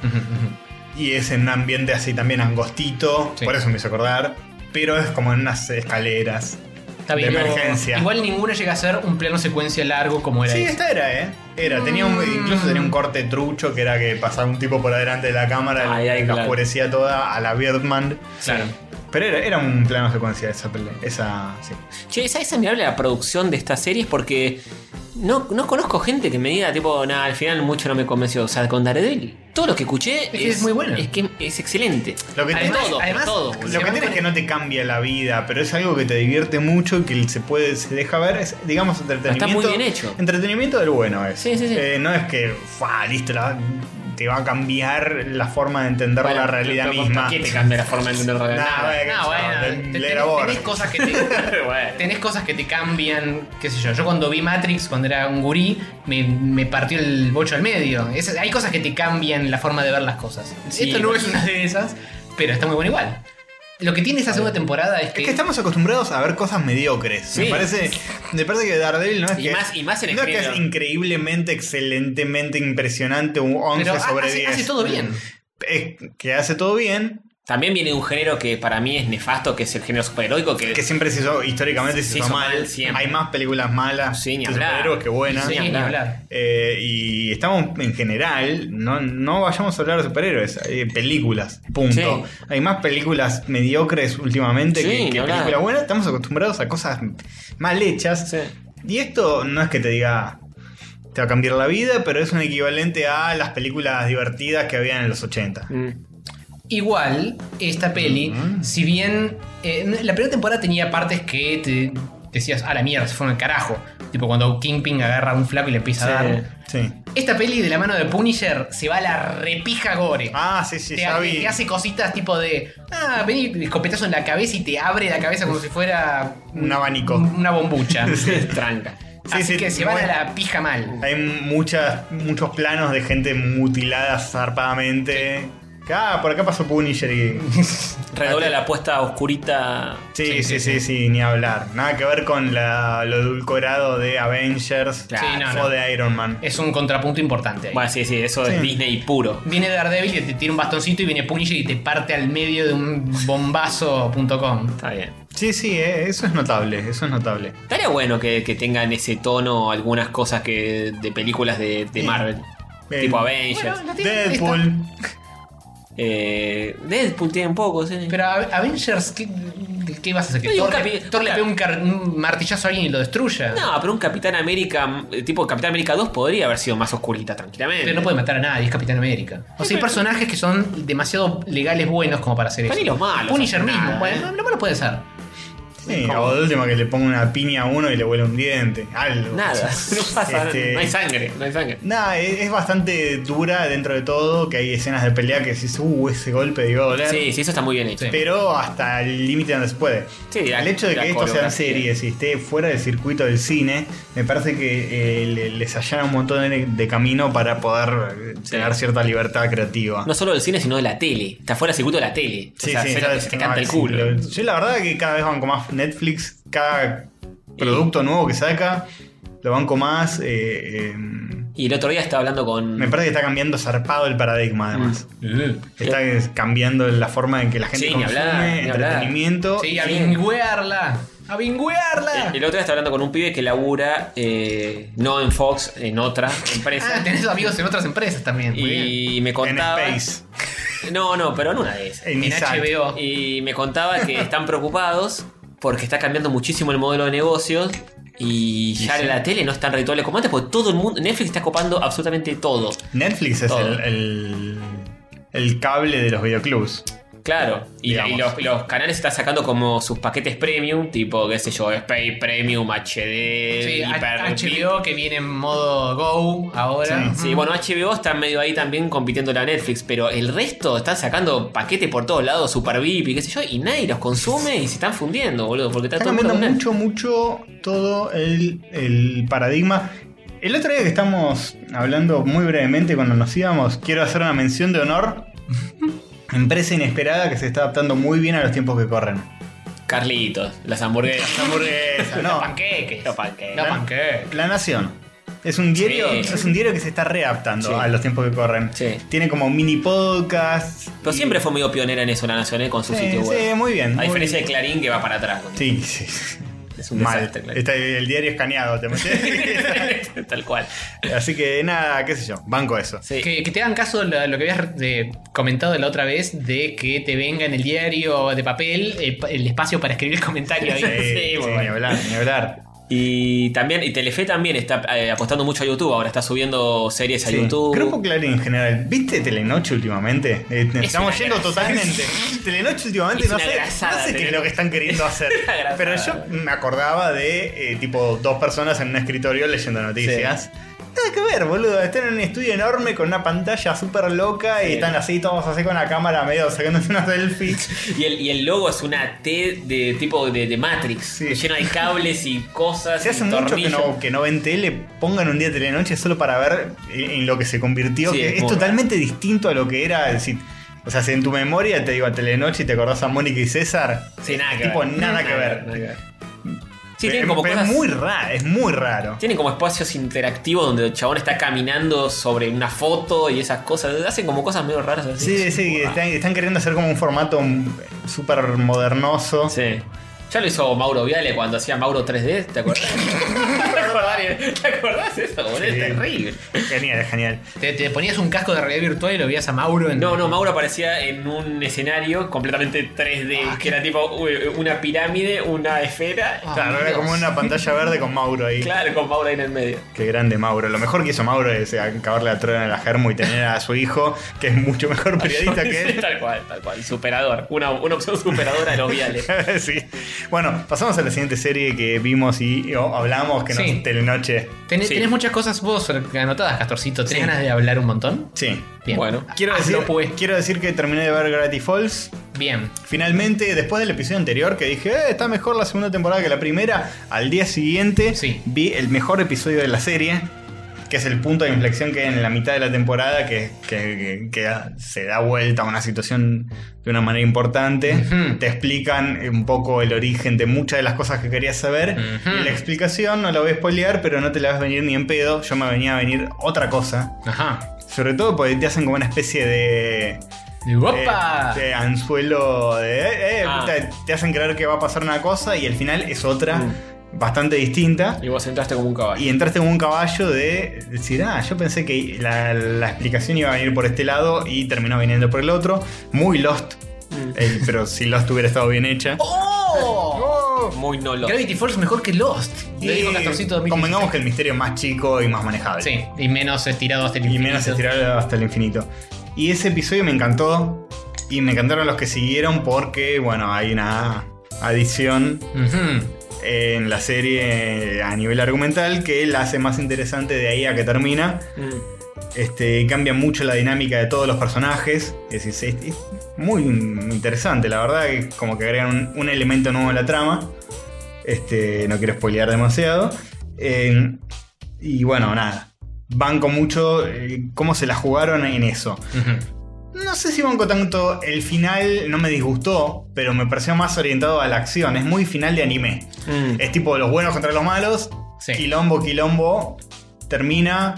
B: Y es en un ambiente así también angostito,
C: Sí.
B: por eso me hizo acordar. Pero es como en unas escaleras.
C: Está bien.
B: De
C: pero
B: emergencia.
C: Igual ninguna llega a ser un plano secuencia largo como era Mm.
B: Sí,
C: ese.
B: esta era, ¿eh? Era, tenía un- incluso tenía un corte trucho que era que pasaba un tipo por adelante de la cámara
D: Ay,
B: y
D: ay,
B: la
D: claro.
B: oscurecía toda a la Birdman.
C: Claro.
B: Pero era, era un plano secuencia esa pelea. Esa, sí.
D: Che, esa es admirable la producción de estas series porque no, no conozco gente que me diga, tipo, nada, al final mucho no me convenció. O sea, con Daredevil, todo lo que escuché es,
C: que es muy bueno.
D: Es que es excelente.
B: Lo que
D: Además-
B: tiene-
D: todo,
B: además,
D: todo,
B: lo
D: boludo.
B: que tiene es que no te cambia la vida, pero es algo que te divierte mucho y que se puede, se deja ver, es, digamos, entretenimiento.
D: Está muy bien hecho.
B: Entretenimiento del bueno es.
D: Sí, sí, sí.
B: Eh, no es que, fa, listo, la- te va a cambiar la forma de entender
D: Bueno,
B: la realidad
D: pero- pero
B: misma.
D: ¿Qué te cambia la forma de entender la realidad?
B: Nah, bueno,
C: Ah, bueno,
B: no,
C: te-
B: leer
C: tenés-
B: a Borg.
C: tenés cosas que te,
D: Bueno.
C: tenés cosas que te cambian, qué sé yo. Yo cuando vi Matrix, cuando era un gurí, me, me partió el bocho al medio. Es- hay cosas que te cambian la forma de ver las cosas.
D: Sí,
C: Esto no
D: pues.
C: es una de esas, pero está muy bueno igual. Lo que tiene esa segunda temporada es que...
B: Es que estamos acostumbrados a ver cosas mediocres. Me
D: Sí.
B: parece. Me parece que Daredevil no es
D: Y
B: que.
D: más- y más en
B: no es que es
D: estreno.
B: increíblemente, excelentemente impresionante, un 11
C: pero ha-
B: sobre
C: hace,
B: 10.
C: hace todo bien.
B: Es que hace todo bien.
D: También viene de un género que para mí es nefasto, que es el género superheroico, que,
B: Que siempre se hizo, históricamente se,
D: Se
B: hizo,
D: hizo
B: mal.
D: mal siempre.
B: Hay más películas malas
D: Sí, ni
B: de
D: hablar.
B: superhéroes que buenas.
C: Sí, ni
D: hablar.
C: hablar.
B: Eh, y estamos en general, no, no vayamos a hablar de superhéroes, hay películas, punto.
D: Sí.
B: Hay más películas mediocres últimamente
D: Sí,
B: que- que,
D: ni hablar.
B: películas buenas. Estamos acostumbrados a cosas mal hechas.
D: Sí.
B: Y esto no es que te diga te va a cambiar la vida, pero es un equivalente a las películas divertidas que habían en los 80.
D: Mm.
C: Igual, esta peli, si bien eh, la primera temporada tenía partes que te decías, a la mierda, se fueron al carajo. Tipo cuando Kingpin agarra a un flaco y le empieza a dar.
B: Sí.
C: Esta peli de la mano de Punisher se va a la repija gore.
B: Ah, sí, sí,
C: te,
B: ya vi.
C: te hace cositas tipo de. Ah, vení, escopetazo en la cabeza y te abre la cabeza como si fuera.
B: Un abanico.
C: Una bombucha.
D: Tranca.
B: Sí,
C: Así
B: sí,
C: que se van
B: bueno.
C: a la pija mal.
B: Hay muchas, muchos planos de gente mutilada zarpadamente. Que, Ah, por acá pasó Punisher y.
C: ah,
D: Redobla la apuesta oscurita.
B: Sí, sí, sí, sí, ni hablar. Nada que ver con la- lo edulcorado de Avengers
D: Claro.
C: Sí, no,
B: o
C: no.
B: de Iron Man.
C: Es un contrapunto importante ahí.
D: Bueno, sí, sí, eso
B: Sí.
D: es Disney puro.
C: Viene Daredevil y te tira un bastoncito y viene Punisher y te parte al medio de un bombazo.com.
D: Está bien.
B: Sí, sí, eh, eso es notable, eso es notable.
D: Estaría bueno que, que tengan ese tono algunas cosas que de películas de, de
B: Sí.
D: Marvel.
B: Eh,
D: tipo Avengers.
C: Bueno, la tiene
B: Deadpool.
D: Eh, Deadpool tiene pocos, eh.
C: Pero a- Avengers, ¿qué, qué vas a hacer? ¿Que
D: No, y un
C: Thor, le-
D: capi-
C: Thor le pega un, car- un martillazo a alguien y lo destruya?
D: No, pero un Capitán América, eh, tipo Capitán América 2 podría haber sido más oscurita tranquilamente.
C: Pero no puede matar a nadie, es Capitán América. O sea, hay personajes que son demasiado legales buenos como para hacer
D: Pero
C: eso.
D: ni los malos
C: Punisher
D: hacen
C: mismo, pues.
D: nada,
C: bueno,
D: ¿eh?
C: no, no me lo puede ser.
B: Sí, o de última que le ponga una piña a uno y le huele un diente. Algo.
D: Nada, no pasa,
B: Este-
D: no hay sangre, no hay sangre.
B: Nada, es, es bastante dura dentro de todo, que hay escenas de pelea que dices, uh, ese golpe iba a doler.
D: Sí, sí, eso está muy bien hecho.
C: Sí.
B: Pero hasta el límite donde se puede.
D: Sí, la-
B: el hecho de
D: la
B: que esto sean
D: coreografía.
B: series y esté fuera del circuito del cine, me parece que eh, le- les allana un montón de, de camino para poder eh, tener cierta libertad creativa.
D: No solo del cine, sino de la tele. Está fuera del circuito de la tele. o sea, hacer lo
B: ya
D: que se te
B: no,
D: canta el
B: sí,
D: culo.
B: lo- Yo la verdad que cada vez banco más Netflix, cada producto nuevo que saca, lo banco más. eh, eh,
D: Y el otro día estaba hablando con.
B: me parece que está cambiando zarpado el paradigma además. Está cambiando la forma en que la gente
D: Sí, ni
B: consume
D: hablar, ni hablar. Oh,
B: entretenimiento.
C: Sí, a vinguearla. A vinguearla.
D: El otro día estaba hablando con un pibe que labura, eh, no en Fox, en otra
C: Ah,
D: empresa.
C: tenés amigos en otras empresas también. muy bien.
D: y me
B: en
D: contaba.
B: Space,
D: No, no, pero en una de esas.
B: en,
C: En
B: Isaac.
C: HBO.
D: Y me contaba que están preocupados porque está cambiando muchísimo el modelo de negocios y ya la tele no es tan rentable como antes porque todo el mundo, Netflix está copando absolutamente todo.
B: Netflix es
D: Todo.
B: el, el- el cable de los videoclubs.
D: Claro, y, la- y
B: Digamos.
D: los, y los canales están sacando como sus paquetes premium, tipo, qué sé yo, Space Premium, HD,
C: Sí,
D: Hiper-
C: H- HBO que viene en modo Go ahora.
D: Sí,
C: Mm.
D: bueno, HBO está medio ahí también compitiendo la Netflix, pero el resto están sacando paquetes por todos lados, Super VIP y qué sé yo, y nadie los consume y se están fundiendo, boludo, porque está,
B: Está
D: todo el mundo
B: cambiando
D: con Netflix.
B: mucho, mucho todo el, el paradigma. El otro día que estamos hablando muy brevemente cuando nos íbamos, quiero hacer una mención de honor. Empresa inesperada que se está adaptando muy bien a los tiempos que corren.
D: Carlitos, las hamburguesas.
B: Hamburguesa,
C: Los
B: no.
C: panqueques.
D: Los panqueques.
C: Los panqueques.
B: La Nación. Es un diario,
D: Sí.
B: es un diario que se está readaptando
D: Sí.
B: a los tiempos que corren.
D: Sí.
B: Tiene como mini podcast.
D: Pero
B: y-
D: siempre fue medio pionera en eso la Nación ¿eh? con su
B: Sí,
D: sitio web.
B: sí, muy bien.
D: a
B: muy
D: diferencia de
B: bien.
D: Clarín que va para atrás. boludo.
B: Sí, sí.
D: Es un
B: Mal.
D: desastre, claro.
B: Está el diario escaneado, te metes.
D: Tal cual.
B: Así que nada, qué sé yo, banco eso.
C: Que, que te hagan caso lo, lo que habías eh, comentado la otra vez de que te venga en el diario de papel eh, pa- el espacio para escribir el comentario. ahí.
D: Sí, sí, ni
B: hablar, ni hablar.
D: Y también, y Telefe también está eh, apostando mucho a YouTube, ahora está subiendo series a
B: Sí.
D: YouTube.
B: Grupo Clarín en general. ¿Viste Telenoche últimamente? Eh, estamos
D: una
B: yendo
D: grasa.
B: totalmente. Telenoche últimamente
D: Es
B: no
D: una
B: sé,
D: grasada,
B: no sé qué es
D: Telenoche.
B: lo que están queriendo hacer.
D: Una grasada.
B: Pero yo me acordaba de eh, tipo dos personas en un escritorio leyendo noticias. Nada que ver, boludo. Están en un estudio enorme con una pantalla súper loca y
D: Sí.
B: están así todos así con la cámara medio sacándose una selfie.
D: Y el, y el logo es una T de tipo de, de Matrix, llena de cables y cosas.
B: Se hace
D: y
B: mucho que
D: tornillos.
B: no, que no ven tele, pongan un día telenoche solo para ver en, en lo que se convirtió,
D: Sí,
B: que
D: es
B: es,
D: muy
B: totalmente distinto a lo que era. es decir, o sea, si en tu memoria te digo a telenoche y te acordás a Mónica y César,
D: Sí, nada que
B: tipo,
D: ver.
B: nada que ver.
D: nada que ver. Sí,
B: Pero-
D: tienen como
B: pero
D: cosas-
B: es muy raro, es muy raro.
D: Tienen como espacios interactivos donde el chabón está caminando sobre una foto y esas cosas. Hacen como cosas medio raras así.
B: Sí, sí, están, están queriendo hacer como un formato mm, súper modernoso.
D: Ah. Sí. Ya lo hizo Mauro Viale cuando hacía Mauro 3D, ¿te acordás? ¿Te acordás, ¿Te acordás eso, boludo? Es
B: Sí.
D: terrible.
B: Genial, genial.
C: Te, te ponías un casco de realidad virtual y lo veías a Mauro en.
D: No, no, Mauro aparecía en un escenario completamente 3D, que era tipo u- una pirámide, una esfera.
B: Claro, era
D: Dios.
B: como una pantalla verde con Mauro ahí.
D: Claro, con Mauro ahí en el medio.
B: Qué grande Mauro. Lo mejor que hizo Mauro es eh, acabarle la trona a la Germo y tener a su hijo, que es mucho mejor periodista que él.
D: Tal cual, tal cual. Superador. Una, una opción superadora de los viales.
B: sí. Bueno, pasamos a la siguiente serie que vimos y o hablamos, que
C: Sí.
B: nos telenoche.
C: Ten-
D: Sí.
C: Tenés muchas cosas vos anotadas, Castorcito. ¿Tenés
D: Sí.
C: ganas de hablar un montón?
B: Sí.
C: Bien.
D: Bueno,
B: Quiero
C: Hazlo,
B: decir,
C: pues.
B: quiero decir que terminé de ver Gravity Falls.
C: Bien.
B: Finalmente, después del episodio anterior que dije, "Eh, está mejor la segunda temporada que la primera, al día siguiente
C: Sí.
B: vi el mejor episodio de la serie, que es el punto de inflexión que hay en la mitad de la temporada, que, que- que- que se da vuelta a una situación de una manera importante.
C: Ujú.
B: Te explican un poco el origen de muchas de las cosas que querías saber.
C: Ujú.
B: Y la explicación no la voy a spoilear, pero no te la vas a venir ni en pedo. Yo me venía a venir otra cosa.
C: Ajá.
B: Sobre todo porque te hacen como una especie de
C: ¡Opa!
B: eh, de anzuelo de. eh, eh,
D: Ah.
B: te, te hacen creer que va a pasar una cosa y al final es otra, bastante distinta.
D: Y vos entraste como un caballo.
B: Y entraste en un caballo de decir, ah, yo pensé que la, la explicación iba a venir por este lado y terminó viniendo por el otro. Muy Lost, eh, pero si Lost hubiera estado bien hecha.
C: Mm. ¡Oh!
B: Oh.
D: Muy no lo.
C: Gravity Falls mejor que Lost. Lo
B: Y
C: dijo Castorcito 2016.
B: convengamos que el misterio es más chico y más manejable.
C: Sí, y menos eh, tirado hasta el
B: Y
C: infinito.
B: menos estirado hasta el infinito. Y ese episodio me encantó. Y me encantaron los que siguieron porque, bueno, hay una adición
C: Ujú.
B: en la serie a nivel argumental que la hace más interesante de ahí a que termina.
D: Mm.
B: Este, cambia mucho la dinámica de todos los personajes. Es, es- es- es muy interesante, la verdad, que como que agregan un, un elemento nuevo a la trama. Este, no quiero spoilear demasiado. Eh, y bueno, nada. Banco mucho eh, cómo se la jugaron en eso.
C: Ujú.
B: No sé si banco tanto el final, no me disgustó, pero me pareció más orientado a la acción. Es muy final de anime.
D: Mm.
B: Es tipo los buenos contra los malos,
C: Sí.
B: quilombo, quilombo, termina,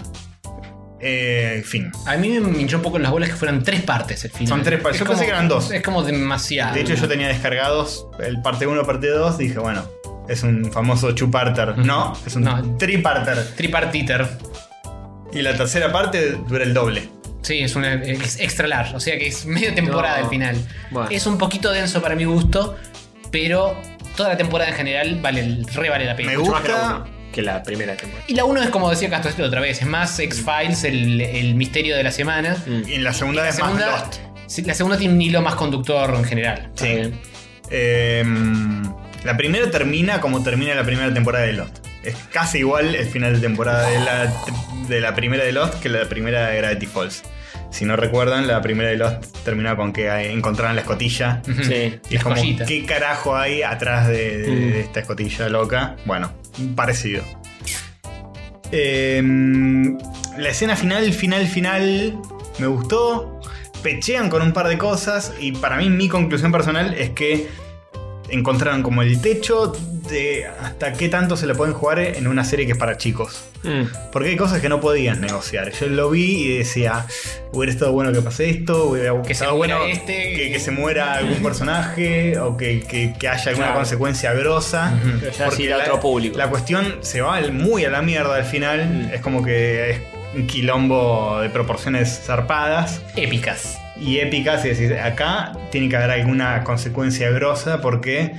B: eh, fin.
C: A mí me hinchó un poco en las bolas que fueran tres partes el final.
B: Son tres partes.
C: Es
B: Yo pensé que eran dos.
C: Es como demasiado.
B: De hecho yo tenía descargados el parte 1, parte 2, dije, bueno, es un famoso chuparter. No, es un
C: No.
B: triparter.
C: Tripartiter.
B: Y la tercera parte dura el doble.
C: Sí, es, una, es extra large, o sea que es media temporada
D: No.
C: al final.
D: Bueno.
C: Es un poquito denso para mi gusto, pero toda la temporada en general vale, el- re vale la pena.
B: Me
D: Mucho más que la
B: gusta.
D: uno, que la primera temporada.
C: Y la 1 es como decía Castro otra vez, es más X-Files, el, el misterio de la semana.
D: Mm.
B: Y en la segunda
C: La
B: es
C: segunda,
B: más Lost.
C: sí, la segunda tiene un hilo más conductor en general.
B: Sí. Em, la primera termina como termina la primera temporada de Lost. Es casi igual el final de temporada de la, de la primera de Lost que la primera de Gravity Falls. Si no recuerdan, la primera de Lost terminaba con que eh, encontraron la escotilla.
C: Ujú.
D: Sí.
B: Y es
C: La
B: como,
C: joyita.
B: ¿qué carajo hay atrás de, de-
D: Mm.
B: de esta escotilla loca? Bueno, parecido. Em, la escena final, final, final, me gustó. Pechean con un par de cosas y para mí mi conclusión personal es que encontraron como el techo, de hasta qué tanto se le pueden jugar en una serie que es para chicos.
D: Mm,
B: Porque hay cosas que no podías negociar. Yo lo vi y decía, hubiera estado bueno que pase esto, hubiera estado
C: muera
B: bueno
C: este,
B: que, que se muera algún personaje o que, que- que haya alguna
D: Claro.
B: consecuencia grosa.
D: Pero ya sí
B: Porque
D: era
B: la,
D: otro público. Mm.
B: la cuestión se va al- muy a la mierda al final. Es como que es un quilombo de proporciones zarpadas
C: Épicas.
B: y épicas. Y decís, acá tiene que haber alguna consecuencia grosa porque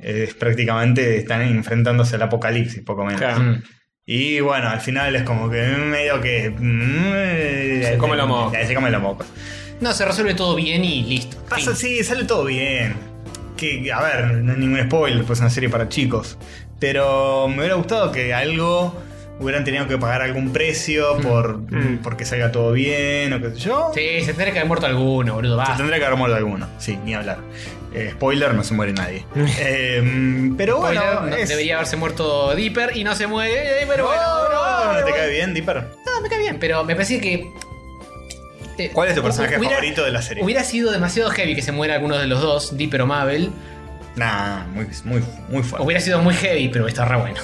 B: eh, es prácticamente están enfrentándose al apocalipsis, poco menos.
D: Claro.
B: Mm. Y bueno, al final es como que mm, medio que. Se
D: come los mocos.
B: Se come los mocos.
C: No, se resuelve todo bien y listo.
B: Pasa, sí, sale todo bien. Que, a ver, no es ningún spoiler, pues es una serie para chicos. Pero me hubiera gustado que algo hubieran tenido que pagar algún precio por porque salga todo bien o qué sé yo.
C: Mm. Sí, se tendría que haber muerto alguno, boludo.
B: Se
C: Va.
B: tendría que haber muerto alguno, sí, ni hablar. Eh, spoiler, no se muere nadie. Eh, pero bueno,
C: Spoiler, no-
B: es-
C: debería haberse muerto Dipper y no se muere. eh, Pero
B: No,
C: bueno, pero
B: no,
C: bueno,
B: no te
C: bueno.
B: cae bien, Dipper.
C: No, me cae bien, pero me parece que. eh,
B: ¿Cuál es tu personaje
C: hubiera-
B: favorito de la serie?
C: Hubiera sido demasiado heavy que se muera alguno de los dos, Dipper o Mabel.
B: Nah, muy, muy, muy fuerte.
C: Hubiera sido muy heavy, pero está re bueno.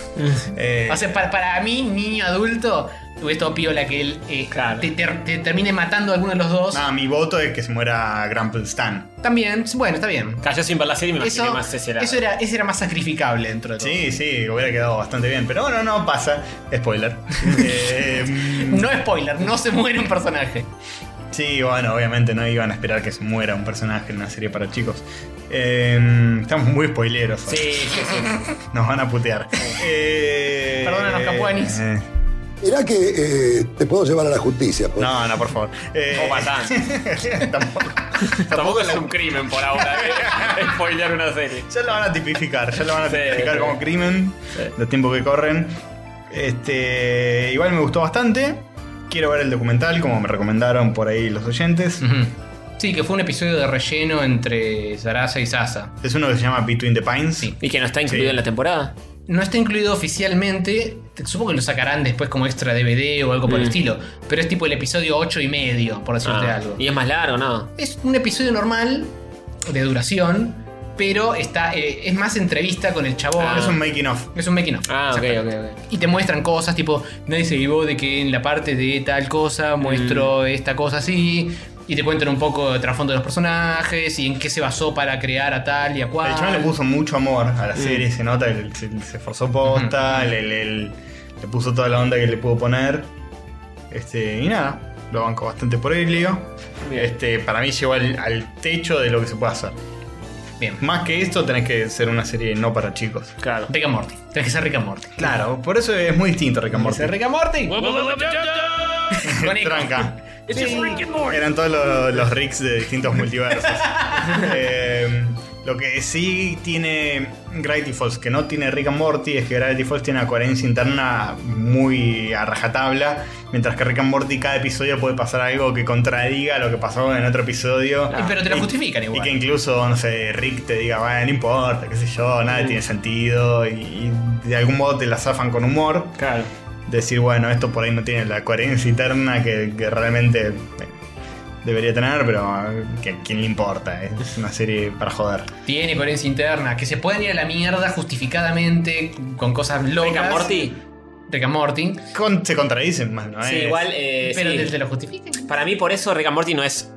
B: Eh,
C: O sea, para, para mí, niño adulto, hubiera estado piola que él eh, te, te- te termine matando a alguno de los dos.
B: nah, mi voto es que se muera Grumple Stan.
C: También, bueno, está bien.
D: Cayó sin ver la serie y me imaginé
C: Eso,
D: más ese lado.
C: eso era, ese era más sacrificable dentro de todo.
B: Sí, sí, hubiera quedado bastante bien. Pero bueno, no pasa. Spoiler. Eh, mm,
C: No spoiler, no se muere un personaje.
B: sí, bueno, obviamente no iban a esperar que se muera un personaje en una serie para chicos. Eh, estamos muy spoileros. hoy.
D: Sí, sí, sí.
B: Nos van a putear. Eh,
C: Perdónanos, Capuanis.
B: eh,
G: Mirá que eh, te puedo llevar a la justicia. Por...
B: no, no, por favor. Eh,
D: O patán.
B: tampoco.
D: Tampoco es un crimen por ahora, ¿eh? Spoilear una serie.
B: Ya lo van a tipificar, ya lo van a
D: Sí,
B: tipificar
D: sí.
B: como crimen. Los tiempos que corren. Este, igual me gustó bastante. Quiero ver el documental, como me recomendaron por ahí los oyentes.
C: Ujú. Sí, que fue un episodio de relleno entre Sarasa y Sasa.
B: Es uno que se llama Between the Pines.
C: Sí.
D: ¿Y que no está incluido
B: Sí.
D: en la temporada?
C: No está incluido oficialmente, te- supongo que lo sacarán después como extra DVD o algo por el
D: Mm.
C: estilo, pero es tipo el episodio 8 y medio, por decirte
D: Ah,
C: algo.
D: Y es más largo, ¿no?
C: Es un episodio normal, de duración, pero está eh, es más entrevista con el chabón.
D: Ah.
B: Es un making of.
C: Es un making of.
D: Ah, ok,
C: Exacto.
D: ok, ok.
C: Y te muestran cosas, tipo, nadie se vivó de que en la parte de tal cosa
D: Mm.
C: muestro esta cosa así. Y te cuentan un poco el trasfondo de los personajes y en qué se basó para crear a tal y a cual.
B: El chaval le puso mucho amor a
D: Mm.
B: la serie, se nota que se, se esforzó posta, le, le- le- le puso toda la onda que le pudo poner. Este, y nada, lo banco bastante por Elio.
D: Bien.
B: Este, para mí llegó al, al techo de lo que se puede hacer.
C: Bien.
B: Más que esto, tenés que ser una serie no para chicos.
D: Claro.
C: Rick and Morty. Tenés que ser Rick and Morty.
B: Claro, por eso es muy distinto Rick and
C: Tenés que
B: Morty.
C: ser Rick and Morty. Con este eco.
B: Tranca.
C: It's
B: Sí,
C: just Rick and Morty.
B: Eran todos los, los Ricks de distintos multiversos. Eh, lo que sí tiene Gravity Falls, que no tiene Rick and Morty, es que Gravity Falls tiene una coherencia interna muy a rajatabla, mientras que Rick and Morty cada episodio puede pasar algo que contradiga lo que pasó en otro episodio.
C: Y pero te lo
B: Y-
C: justifican igual.
B: Y que incluso, no sé, Rick te diga, bueno, no importa, qué sé yo, nada tiene sentido, y, y de algún modo te la zafan con humor
D: Claro.
B: decir, bueno, esto por ahí no tiene la coherencia interna que, que realmente eh, debería tener, pero eh, que a quién le importa, es una serie para joder.
C: Tiene coherencia interna. Que se pueden ir a la mierda justificadamente con cosas locas.
D: Rick and Morty.
C: Rick and Morty.
B: Con- se contradicen más, ¿no?
D: Sí,
B: Es-
D: igual. eh,
C: pero
D: sí.
C: te, te lo justifican.
D: Para mí, por eso Rick and Morty no es.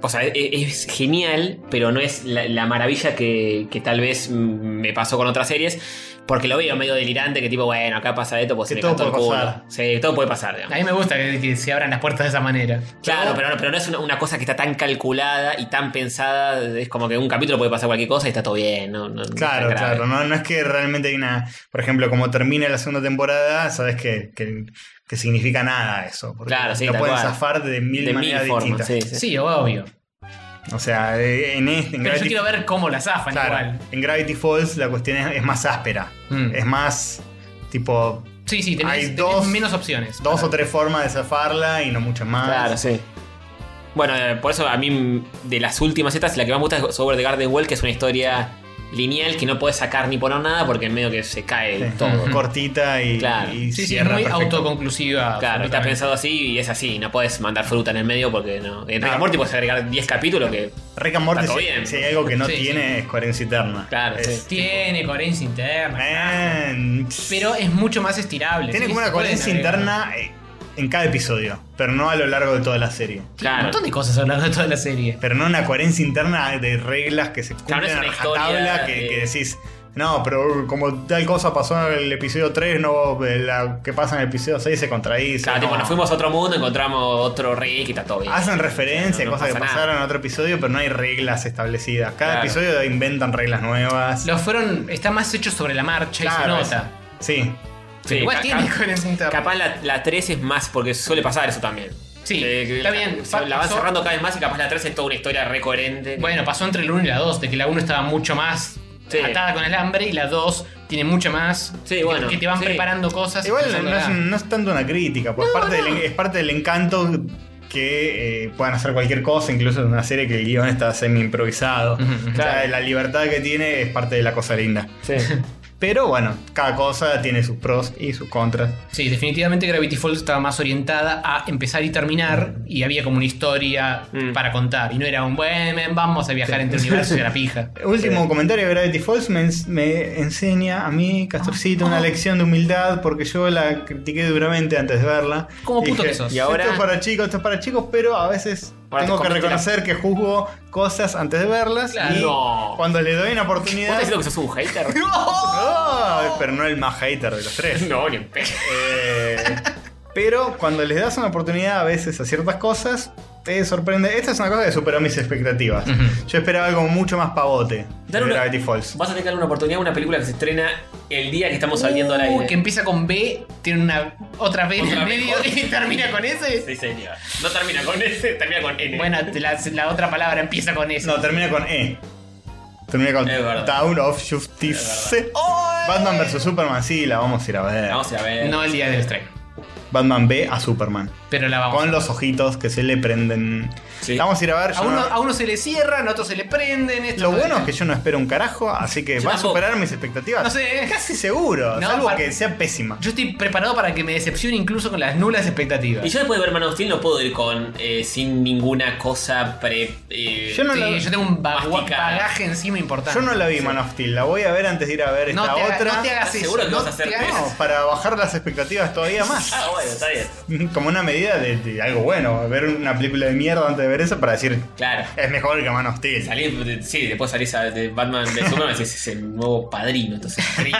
D: O sea, e- es, genial, pero no es la, la maravilla que, que tal vez mm, me pasó con otras series. Porque lo veo medio delirante, que tipo, bueno, acá pasa esto, pues
B: Que
D: se me
B: todo
D: cantó el
B: puede
D: culo.
B: pasar.
D: Sí, todo puede pasar,
C: A
D: digamos.
C: mí me gusta que, que se abran las puertas de esa manera.
D: Claro, pero no, pero no es una, una cosa que está tan calculada y tan pensada. Es como que un capítulo puede pasar cualquier cosa y está todo bien. No, no- no
B: Claro,
D: es tan grave.
B: claro, no, no es que realmente hay una... Por ejemplo, como termina la segunda temporada, sabes que, que, que significa nada eso. Porque
D: Claro, sí,
B: lo
D: tal
B: pueden
D: cual.
B: zafar de mil
D: De mil
B: maneras
D: formas,
B: distintas.
D: sí, sí.
C: Sí, obvio.
B: O sea, eh, en este... en
C: Pero yo
B: Gravity-
C: quiero ver cómo la zafan
B: claro,
C: igual.
B: en Gravity Falls la cuestión es, es más áspera.
C: Mm.
B: Es más, tipo,
C: Sí, sí, tenés,
B: Hay
C: tenés
B: dos-
C: menos opciones.
B: dos o tres formas de zafarla y no muchas más.
D: Claro, sí. Bueno, eh, por eso a mí mm, de las últimas estas, la que más me gusta es Sobre the Garden Wall, que es una historia lineal que no puedes sacar ni poner nada porque en medio que se cae
B: Sí.
D: todo.
B: Cortita y,
D: Claro.
B: y
C: Sí, sí, es
B: cierra
C: muy
B: perfecto.
C: autoconclusiva.
D: Claro, está pensado así y es así, no puedes mandar fruta en el medio porque no. En Rick and Morty puedes agregar 10 capítulos que.
B: Rick and Morty,
D: Está todo
B: si-
D: bien.
B: si hay algo que no
C: Sí, sí.
B: tiene es coherencia eterna.
D: Claro,
B: Es-
D: sí.
C: Tiene coherencia interna.
B: Man,
C: Pero es mucho más estirable.
B: Eh. tiene
C: Sí,
B: como una
C: se pueden
B: coherencia
C: agregar.
B: interna eh, en cada episodio, pero no a lo largo de toda la serie.
C: Tiene un
D: Claro.
C: montón de cosas hablando de toda la serie.
B: Pero no una coherencia interna de reglas que se
D: Claro,
B: cumplen
D: no es
B: a
D: una
B: rajatabla
D: historia
B: que,
D: de-
B: que decís. No, pero como tal cosa pasó en el episodio 3, no, eh, la que pasa en el episodio 6 se contradice.
D: Claro,
B: no. Ah,
D: tipo, nos fuimos a otro mundo, encontramos otro Rick y está todo bien.
B: Hacen referencia
D: Eh, No,
B: a
D: no
B: cosas que
D: pasa nada.
B: pasaron en otro episodio, pero no hay reglas establecidas. Cada
D: Claro.
B: episodio inventan reglas nuevas.
C: Lo fueron. Está más hecho sobre la marcha
B: Claro,
C: y se nota.
B: Sí.
D: Sí,
C: Pero igual
D: ca-
C: tiene
D: ca-
C: coherencia interna.
D: Capaz la, la 3 es más, porque suele pasar eso también. Eh,
C: Sí,
D: Que- que
C: está
D: la-
C: bien,
D: se- la van
C: pasó.
D: cerrando cada vez más y capaz la 3 es toda una historia re coherente.
C: Bueno, pasó entre el 1 y la 2, de que la 1 estaba mucho más
D: Sí.
C: atada con el hambre y la 2 tiene mucho más.
D: Sí,
C: que-
D: bueno,
C: Que te van
D: sí.
C: preparando cosas. y
B: Igual no
C: pensándola.
B: es, no es tanto una crítica, porque parte del- es parte del encanto que eh, puedan hacer cualquier cosa, incluso en una serie que el guión está semi improvisado.
C: Ujú,
B: O sea,
D: claro.
B: la libertad que tiene es parte de la cosa linda.
D: sí.
B: Pero bueno, cada cosa tiene sus pros y sus contras.
C: Sí, definitivamente Gravity Falls estaba más orientada a empezar y terminar y había como una historia
D: Mm.
C: para contar. Y no era un, bueno, vamos a viajar entre universos y a la pija.
B: Último comentario de Gravity Falls me, ens- me enseña a mí, Castorcito, una lección de humildad porque yo la critiqué duramente antes de verla.
C: Como
B: Y
C: puto
B: dije,
C: que sos.
D: y ahora-
B: Esto es para chicos, esto es para chicos, pero a veces
D: Ahora te
B: tengo que
D: comiste
B: reconocer que juzgo cosas antes de verlas.
C: Claro.
B: Y
D: No.
B: cuando le doy una
D: ¿Vos
B: oportunidad.
D: estás diciendo que sos un hater?
B: ¡Oh! Pero no el más hater de los tres.
D: no, ni en pedo.
B: Eh, pero cuando les das una oportunidad a veces a ciertas cosas, te sorprende. Esta es una cosa que superó mis expectativas. Yo esperaba algo mucho más pavote de
D: Dar una-
B: Gravity Falls.
D: Vas a tener que darle una oportunidad a una película que se estrena el día que estamos saliendo al
C: Uy,
D: aire.
C: que empieza con B, tiene una otra B en
D: Otra
C: el
D: B.
C: medio y termina con S.
D: Sí, señor. No termina con S, termina con N.
C: Bueno, la, la otra palabra empieza con S.
B: No, termina con E. Termina con
D: Es verdad.
B: Town of Justice. Batman vs Superman, sí, la vamos a ir a ver.
D: vamos a ver.
C: No el día del estreno.
B: Batman ve a Superman.
C: Pero la vamos.
B: Con los ojitos que se le prenden.
D: Sí.
B: La vamos a ir a ver.
C: A
B: yo
C: uno,
B: no-
C: a uno se le cierran, a otro se le prenden. Esto
B: Lo
C: no-
B: bueno es que yo no espero un carajo, así que
D: Yo
B: va a
D: tampoco.
B: superar mis expectativas.
C: No sé.
B: Casi seguro,
C: No,
B: salvo
C: para-
B: que sea pésima.
C: Yo estoy preparado para que me decepcione incluso con las nulas expectativas.
D: Y yo después de ver Man of Steel no puedo ir con eh, sin ninguna cosa pre. eh,
B: Yo no
C: Sí,
B: la-
C: yo tengo un bagua-
D: Masticada.
C: bagaje encima importante.
B: Yo no la vi, Man of Steel. La voy a ver antes de ir a ver
C: No
B: esta
C: te haga-
B: otra. Ah,
C: no te hagas
D: ¿Estás
C: eso.
D: seguro que
C: no
D: vas a hacer
C: te hagas-
B: No, para bajar las expectativas todavía más.
D: Ah, bueno, está bien.
B: Como una medida de, de algo bueno. Ver una película de mierda antes de ver eso para decir
D: Claro.
B: es mejor que Man of Steel.
D: Salí, de- sí, después salís a- de Batman de Superman y decís, es el nuevo padrino, entonces. Rick.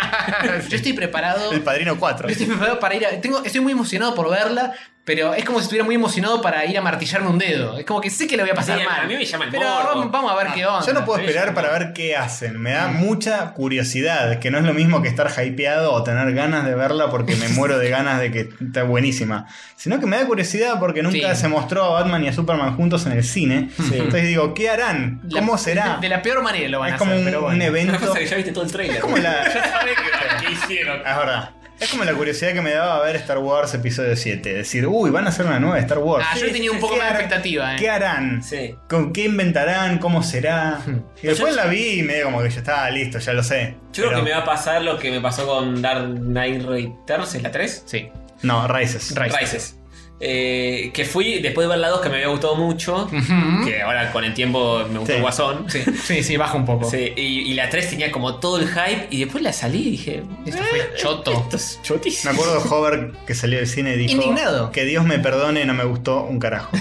C: Yo estoy preparado.
B: El Padrino 4.
C: Yo estoy preparado para ir a. Tengo, estoy muy emocionado por verla, pero es como si estuviera muy emocionado para ir a martillarme un dedo. Es como que sé que la voy a pasar
D: Sí, a
C: mal.
D: mí me llama el
C: Pero
D: morbo.
C: vamos, vamos a ver qué onda.
B: Ah, Yo no puedo
D: Sí,
B: esperar
D: sí,
B: para ver qué hacen. Me da mucha curiosidad, que no es lo mismo que estar hypeado o tener ganas de verla porque me muero de ganas de que esté buenísima. Sino que me da curiosidad porque nunca
C: Sí.
B: se mostró a Batman y a Superman juntos en el cine. Entonces digo, ¿qué harán?
C: La-
B: ¿Cómo será?
C: De la peor manera lo van
B: Es
C: a
B: como
C: hacer,
B: un,
C: pero
B: un
C: bueno.
D: Una
B: evento.
D: cosa que ya viste todo el trailer.
B: Es como la.
D: ¿Sabes qué, qué hicieron?
B: Es verdad. Es como la curiosidad que me daba ver Star Wars episodio 7. Decir, uy, van a hacer una nueva de Star Wars.
C: Ah, yo tenía un poco
B: ¿Qué
C: más de
B: hará-
C: expectativa, eh.
B: ¿Qué harán?
D: Sí.
B: ¿Con qué inventarán? ¿Cómo será? Y después la vi y me dio como que ya estaba listo, ya lo sé.
D: Yo creo
B: Pero-
D: que me va a pasar lo que me pasó con Dark Knight Returns, ¿es la 3?
C: Sí.
B: No, Rises.
D: Rises. Eh, que fui después de ver la 2 que me había gustado mucho,
C: Ujú.
D: que ahora con el tiempo me gustó
B: Sí.
D: Guasón.
C: Sí, sí, sí, baja un poco.
D: Sí, y, y la 3 tenía como todo el hype y después la salí y dije,
C: Esto fue choto.
D: esto es
B: Me
D: chotísimo.
B: acuerdo Hover que salió del cine y dijo
C: Indignado.
B: que Dios me perdone, no me gustó un carajo.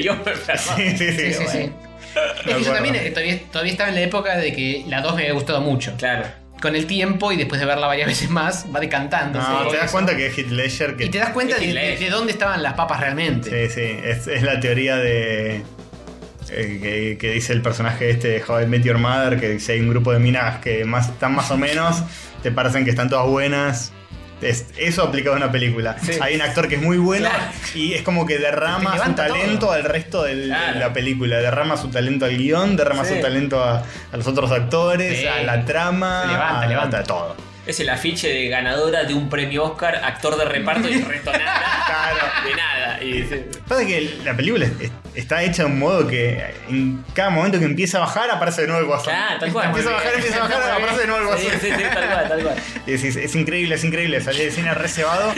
D: Dios me perdone.
B: sí, sí,
C: Sí, sí, sí.
B: bueno.
C: Es que yo
B: acuerdo.
C: también eh, todavía, todavía estaba en la época de que la 2 me había gustado mucho.
D: Claro.
C: Con el tiempo y después de verla varias veces más, va decantando.
B: No, te das cuenta que es Heath Ledger que
C: Y te das cuenta
D: Es
C: de,
D: inglés.
C: de- de dónde estaban las papas realmente.
B: Sí, sí, es, es la teoría de. eh, Que, que dice el personaje este de How I Met Your Mother, que dice hay un grupo de minas que más, están más o menos, te parecen que están todas buenas. Es- eso aplicado a una película. Hay un actor que es muy bueno
D: Claro.
B: y es como que derrama
C: Te
B: su
C: levanta
B: talento
C: todo.
B: al resto del-
D: Claro.
B: de la película. Derrama su talento al guión, derrama
D: Sí.
B: su talento a, a los otros actores,
C: Sí.
B: a la trama,
C: Levanta,
B: a-
C: levanta.
B: a todo.
D: es el afiche de ganadora de un premio Oscar, actor de reparto y el resto nada. De nada. Y, sí.
B: Pasa que la película es- está hecha de un modo que en cada momento que empieza a bajar aparece de nuevo el guasón.
D: Claro, tal cual.
B: Empieza a bajar, empieza a bajar, aparece de nuevo el
D: Sí,
B: guasón.
D: sí, sí, tal cual, tal cual.
B: Es, es- es increíble, es increíble. Salí de escena reservado,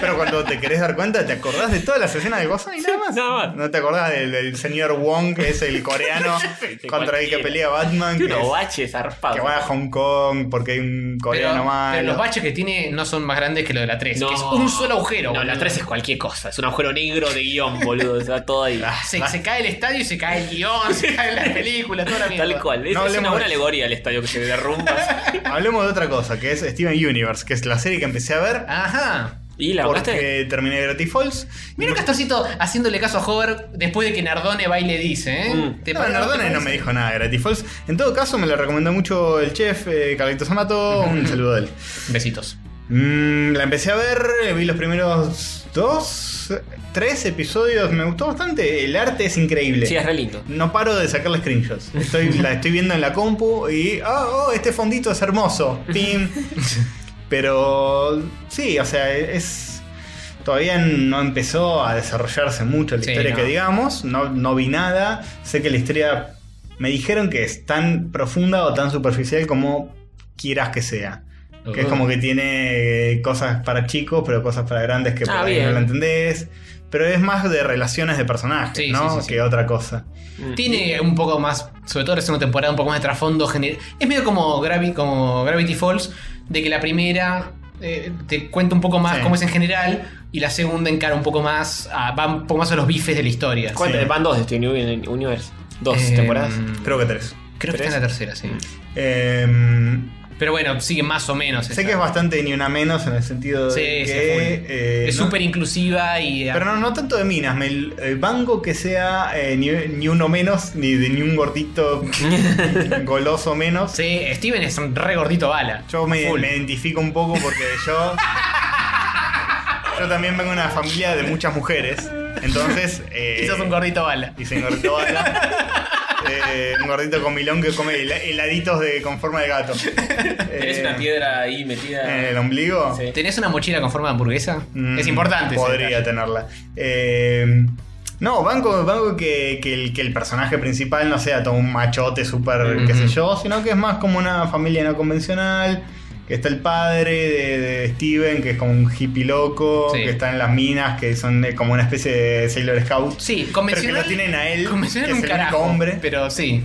B: pero cuando te querés dar cuenta, te acordás de todas las escenas de Gozan y nada más.
D: Nada más.
B: No te acordás del, del señor Wong, que es el coreano contra el que
D: cualquiera.
B: pelea Batman, que,
D: Tiene unos
B: es-
D: baches zarpados.
B: que va a Hong Kong porque hay un
C: Pero,
B: coreano malo.
C: pero los baches que tiene no son más grandes que lo de la 3. que es un solo agujero.
D: No,
C: boludo.
D: la 3 es cualquier cosa. Es un agujero negro de guión, boludo. O sea, todo ahí.
C: se, se cae el estadio y se cae el guión, se cae la película, toda la mierda.
D: Tal cual. Es,
B: No
D: es una
B: hablemos
D: buena
B: de-
D: alegoría el estadio que se derrumba.
B: Hablemos de otra cosa, que es Steven Universe, que es la serie que empecé a ver
C: Ajá.
D: ¿Y Ah, la hablaste?
B: porque terminé Gravity Falls.
C: Mira Castorcito haciéndole caso a Hover después de que Nardone va y le dice, ¿eh?
D: Mm.
C: ¿Te
B: No,
C: parece?
B: Nardone no me dijo nada, Gravity Falls. En todo caso, me lo recomendó mucho el chef eh, Carlitos Amato. Un saludo a él.
C: Besitos.
B: Mm, la empecé a ver, eh, vi los primeros dos, tres episodios, me gustó bastante. El arte es increíble.
D: Sí, es re lindo.
B: No paro de sacarle screenshots. Estoy, la estoy viendo en la compu y. ¡Oh, oh, este fondito es hermoso! ¡Pim! Pero. Sí, o sea, es. Todavía no empezó a desarrollarse mucho la
C: Sí,
B: historia
C: no.
B: que digamos. No, no vi nada. Sé que la historia. Me dijeron que es tan profunda o tan superficial como quieras que sea. Que es
C: Uh.
B: como que tiene eh, cosas para chicos, pero cosas para grandes que por
D: Ah,
B: ahí no
D: bien.
B: la entendés. Pero es más de relaciones de personajes,
C: Sí,
B: ¿no?
C: sí, sí, sí.
B: Que otra cosa.
C: Mm. Tiene un poco más, sobre todo la segunda temporada, un poco más de trasfondo. gener- Es medio como, Gravi- como Gravity Falls, de que la primera eh, te cuenta un poco más
B: Sí.
C: cómo es en general y la segunda encara un poco más, a, va un poco más a los bifes de la historia.
B: ¿Cuál?
D: ¿Cuántas?
B: Sí.
D: Van dos de Steven Uni- Universe. Dos
C: Eh,
D: temporadas.
B: Creo que tres.
C: Creo que está en la tercera, sí.
B: Eh,
C: Pero bueno, sigue más o menos.
B: sé
C: esa.
B: que es bastante ni una menos en el sentido
C: Sí,
B: de
C: sí,
B: que. eh,
C: es
B: no-
C: súper inclusiva y...
B: Pero no, no tanto de minas. Me, el banco que sea eh, ni, ni uno menos, ni de ni un gordito goloso menos.
C: Sí, Steven es un re gordito bala.
B: Yo me,
C: Full.
B: me identifico un poco porque yo. yo también vengo de una familia de muchas mujeres. Entonces. Eh,
C: Y sos un gordito bala.
B: Y soy un gordito bala. Eh, un gordito con milón que come hel- heladitos de, con forma de gato.
D: Tenés
B: Eh,
D: una piedra ahí
B: ¿En
D: metida.
B: el ombligo?
D: Sí.
C: ¿Tenés una mochila con forma de hamburguesa?
B: Mm,
C: es importante. ese
B: Podría
C: detalle.
B: tenerla. Eh, no, banco, banco que, que el, que el personaje principal no sea todo un machote súper, qué sé
C: Ujú.
B: yo, sino que es más como una familia no convencional. Que está el padre de, de Steven, que es como un hippie loco,
C: Sí.
B: que está en las minas, que son eh, como una especie de Sailor Scout.
C: Sí,
B: pero que
C: convencional.
B: lo tienen a él, que es
C: convencional
B: el
C: un
B: único
C: carajo,
B: hombre.
C: Pero sí.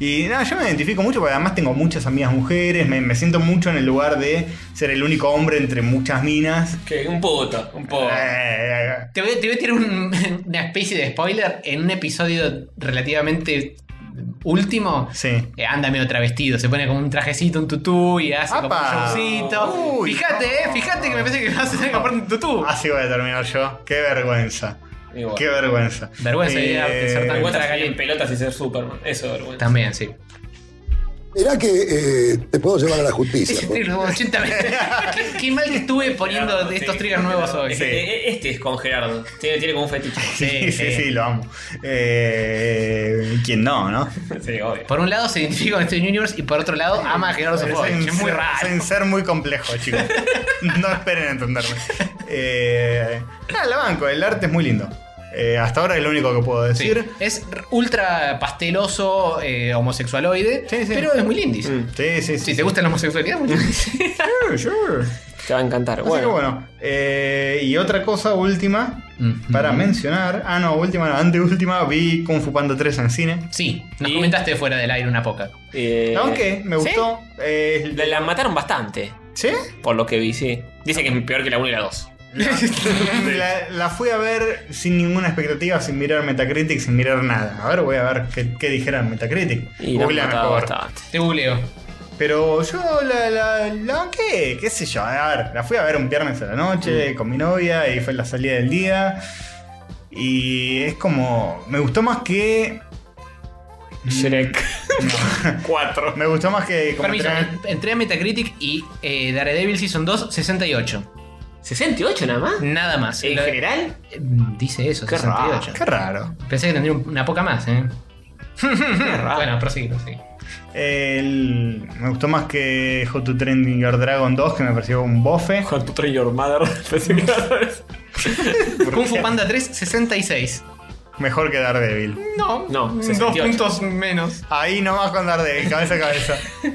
B: Y nada, yo me identifico mucho porque además tengo muchas amigas mujeres, me, me siento mucho en el lugar de ser el único hombre entre muchas minas.
D: Que un puto, un poco.
B: Eh,
C: Te voy, te voy a tirar un- una especie de spoiler en un episodio relativamente último.
B: sí.
C: eh, Anda medio travestido, se pone como un trajecito, un tutú y hace
B: ¡Apa!
C: como un showcito.
B: Uy, Ah.
C: fíjate, eh,
B: no.
C: fíjate que me parece que vas a tener que comprarte un tutú.
B: Así voy a terminar yo. Qué vergüenza.
D: Igual.
B: Qué vergüenza. Eh,
C: Vergüenza de ser tan
D: Vergüenza salir en pelotas y ser Superman. Eso es vergüenza.
C: También, sí.
G: Mirá que eh, te puedo llevar a la
C: Sí,
G: justicia.
C: sí,
G: por-
C: trigger como 80 veces. qué, qué mal que estuve poniendo de
D: Sí,
C: estos triggers nuevos hoy.
B: Sí.
D: Este, este es con Gerardo. Tiene, tiene como un fetiche.
B: Sí, sí, sí, lo amo. Eh, ¿Quién no, no?
D: Sí, obvio.
C: Por un lado se identifica con Steven Universe y por otro lado ama a Gerardo
B: Pero
C: Sofovich.
B: soy un
C: Es muy
B: ser-
C: raro.
B: soy un ser muy complejo, chicos. No esperen entenderme. Eh, nada, la banco, el arte es muy lindo. Eh, hasta ahora es lo único que puedo
C: Sí.
B: decir.
C: Es r- ultra pasteloso, eh, homosexualoide,
B: Sí, sí.
C: pero es muy lindis.
D: Mm.
B: Sí, sí, sí.
C: Si te gusta la homosexualidad, muy lindis.
B: Sure, sure.
D: Te va a encantar.
B: Así que
D: Bueno,
B: bueno. eh, y otra cosa última
C: Ujú.
B: para mencionar. Ah, no, última, no, anteúltima. Vi Kung Fu Panda 3 en cine.
C: Sí, nos
D: Y-
C: comentaste fuera del aire una poca.
D: eh,
B: Aunque me
C: ¿sí?
B: gustó. eh,
D: La, la mataron bastante,
B: ¿Sí?
D: por lo que vi, sí. Dice que es peor que la 1 y la 2.
B: La, la fui a ver sin ninguna expectativa, sin mirar Metacritic, sin mirar nada. A ver, voy a ver qué, qué dijera en Metacritic.
D: Y la
B: Googleame,
D: mataron
B: por favor.
D: bastante.
C: Te googleo.
B: Pero yo la, la, la banqué, qué sé yo. A ver, la fui a ver un viernes a la
D: Mm.
B: noche con mi novia y fue la salida del día. Y es como. Me gustó más que.
D: Mm. Shrek
B: no,
D: 4.
B: me gustó más que. como
C: Permiso,
B: tener-
C: entré a Metacritic y eh, Daredevil Season 2, 68.
D: 68 nada más.
C: Nada más.
D: ¿En
C: Lo-
D: general?
C: Eh, Dice eso,
D: Qué raro,
C: 68.
B: Qué raro.
C: Pensé que tendría un- una poca más, ¿eh?
D: raro.
C: bueno, prosigue, prosigue.
B: El- me gustó más que How to Train Your Dragon 2, que me pareció un bofe.
D: How to Train Your Mother.
C: Kung Fu Panda 3, 66.
B: Mejor que Daredevil.
C: No,
B: mm,
D: No,
C: dos
D: 68.
C: puntos menos.
B: Ahí nomás con Daredevil, cabeza a cabeza. Eh,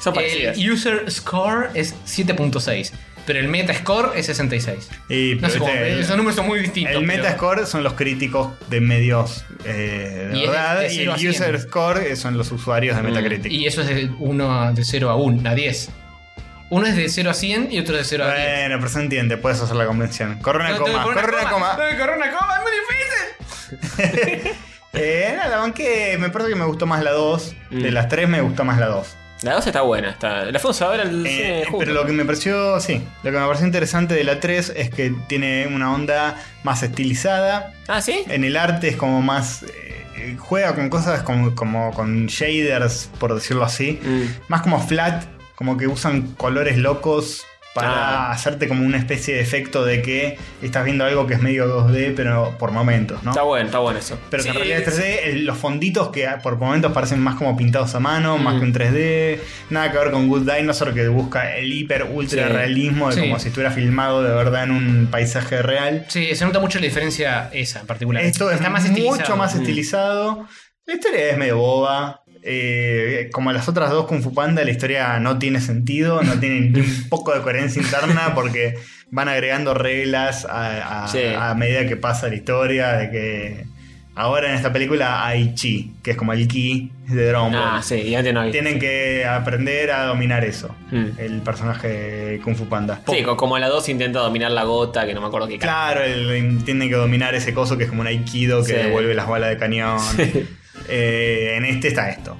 D: Son parecidas.
C: El user score es 7.6, pero el meta score es 66.
B: Y,
C: No
B: pero
C: sé cómo,
B: este,
C: esos números son muy distintos.
B: El
C: pero-
B: Metascore son los críticos de medios eh, de
C: Y es de-
B: verdad.
C: de
B: y
C: cero a
B: el
C: cien.
B: User Score eh, son los usuarios de Metacritic.
C: Mm, Y eso es de, uno de 0 a 1, a 10. Uno es de 0 a 100 y otro es de 0 a 10.
B: bueno, pero se entiende, puedes hacer la convención. Corre una
C: No, tengo
B: coma,
C: que poner
B: corre una coma.
C: Tengo que correr una coma, es muy difícil.
B: Eh, nada, banqué, me parece que me gustó más la 2.
C: Mm.
B: De las 3 me gustó más la 2.
D: La 2 está buena. Está... La fuimos a ver al
B: Eh,
D: cine juntos.
B: pero lo que me pareció, sí, lo que me pareció interesante de la 3 es que tiene una onda más estilizada.
D: Ah, ¿sí?
B: En el arte es como más. eh, juega con cosas como, como con shaders, por decirlo así.
D: Mm.
B: Más como flat, como que usan colores locos para
D: Ah.
B: hacerte como una especie de efecto de que estás viendo algo que es medio 2D, pero por momentos, ¿no?
D: Está bueno, está bueno eso.
B: Pero que en
D: Sí.
B: realidad este es 3D, el- los fonditos que por momentos parecen más como pintados a mano,
D: Mm.
B: más que un 3D. Nada que ver con Good Dinosaur que busca el hiper ultra
D: Sí.
B: realismo de
C: Sí.
B: como si estuviera filmado de verdad en un paisaje real.
C: Sí, se nota mucho la diferencia esa en particular.
B: Esto
C: Está
B: es
C: más
B: mucho
C: estilizado.
B: más estilizado. La historia es medio boba. Eh, como las otras dos Kung Fu Panda, la historia no tiene sentido, no tiene ni un poco de coherencia interna porque van agregando reglas a, a-
D: Sí.
B: a medida que pasa la historia. De que ahora en esta película hay chi, que es como el ki de Dragon Ball.
D: Ah, sí, y antes no había.
B: Tienen que aprender a dominar eso,
D: Mm.
B: el personaje de Kung Fu Panda.
D: Sí, co- como la 2 intenta dominar la gota, que no me acuerdo qué cara.
B: Claro, el- tienen que dominar ese coso que es como un aikido que
D: Sí.
B: devuelve las balas de cañón. Eh, en este está esto.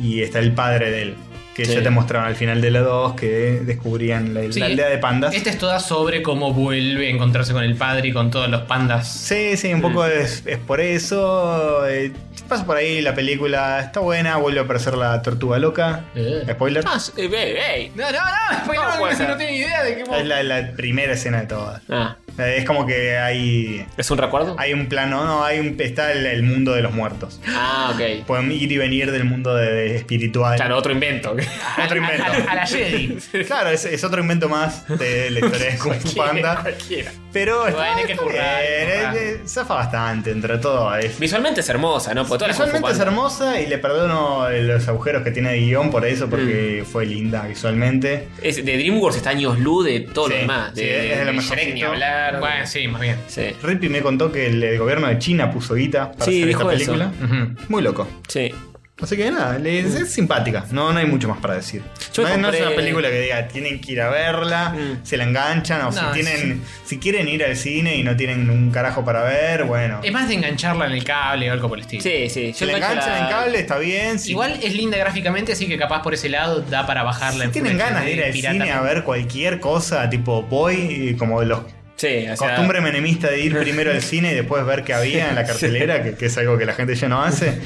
B: Y está el padre de él. Que
D: Mm. Sí.
B: ya te mostraron al final de la 2 que descubrían la, la
C: Sí. Este-
B: aldea de pandas.
C: Esta es toda sobre cómo vuelve a encontrarse con el padre y con todos los pandas.
B: Sí,
D: Mm.
B: sí, un poco es, es por eso. eh, pasa por ahí la película. Está buena, vuelve a aparecer la tortuga loca.
C: Eh.
B: Spoiler.
D: Ah, sí, ey, ey.
C: No, no, no, spoiler,
D: No, puede
C: no,
D: ser.
C: no tiene idea de qué
B: es la, la primera escena de todas.
D: Ah,
B: Eh, Es como que hay,
D: ¿es un recuerdo?
B: hay un plano, no, hay un, está el- el mundo de los muertos.
D: Ah, ok.
B: pueden ir y venir del mundo de, de espiritual.
D: Claro, otro invento.
B: Otro invento.
C: A, la- a la Jedi.
B: Claro, es, es otro invento más de la historia de Kung Fu Panda.
D: Cualquiera.
B: Pero
C: Bueno,
B: está-
C: hay que
B: está
C: currar, hay que
B: bien,
C: currar.
B: eh, eh, zafa bastante entre todo. Es,
D: Visualmente es hermosa, ¿no? Porque todas las
B: visualmente es
D: Kung Fu Panda-
B: hermosa y le perdono los agujeros que tiene de guión por eso,
C: Mm.
B: porque fue linda visualmente.
D: es De DreamWorks está años luz de todo
B: Sí,
D: lo demás. De,
B: sí, es de lo
D: de
B: mejorcito.
D: Shrek ni hablar.
C: Bueno, sí, más bien.
D: Sí.
B: Rippy me contó que el, el gobierno de China puso guita para
D: Sí,
B: hacer esta
D: dijo eso. Mm.
B: película.
C: Ujú.
B: Muy loco.
D: Sí.
B: Así que nada, le- es, es simpática. No, no hay mucho más para decir.
D: Mm. Yo
B: no, no es
D: compré-
B: una película que diga, tienen que ir a verla,
D: Mm.
B: se la enganchan, o
C: No,
B: si tienen, si quieren ir al cine y no tienen un carajo para ver, bueno.
C: Es más de engancharla en el cable o algo por el estilo.
D: Sí, sí.
B: Si
D: Yo
B: la
D: engancho
B: enganchan
D: la-
B: en cable, está bien. Si,
C: Igual es linda gráficamente, así que capaz por ese lado da para bajarla
B: si
C: en
B: tienen
C: Full
B: ganas de ir
C: HD
B: al
C: pirata.
B: cine a ver cualquier cosa, tipo voy, y como los
D: Sí, o sea,
B: costumbre menemista de ir primero al cine y después ver qué había en la cartelera, que, que es algo que la gente ya no hace.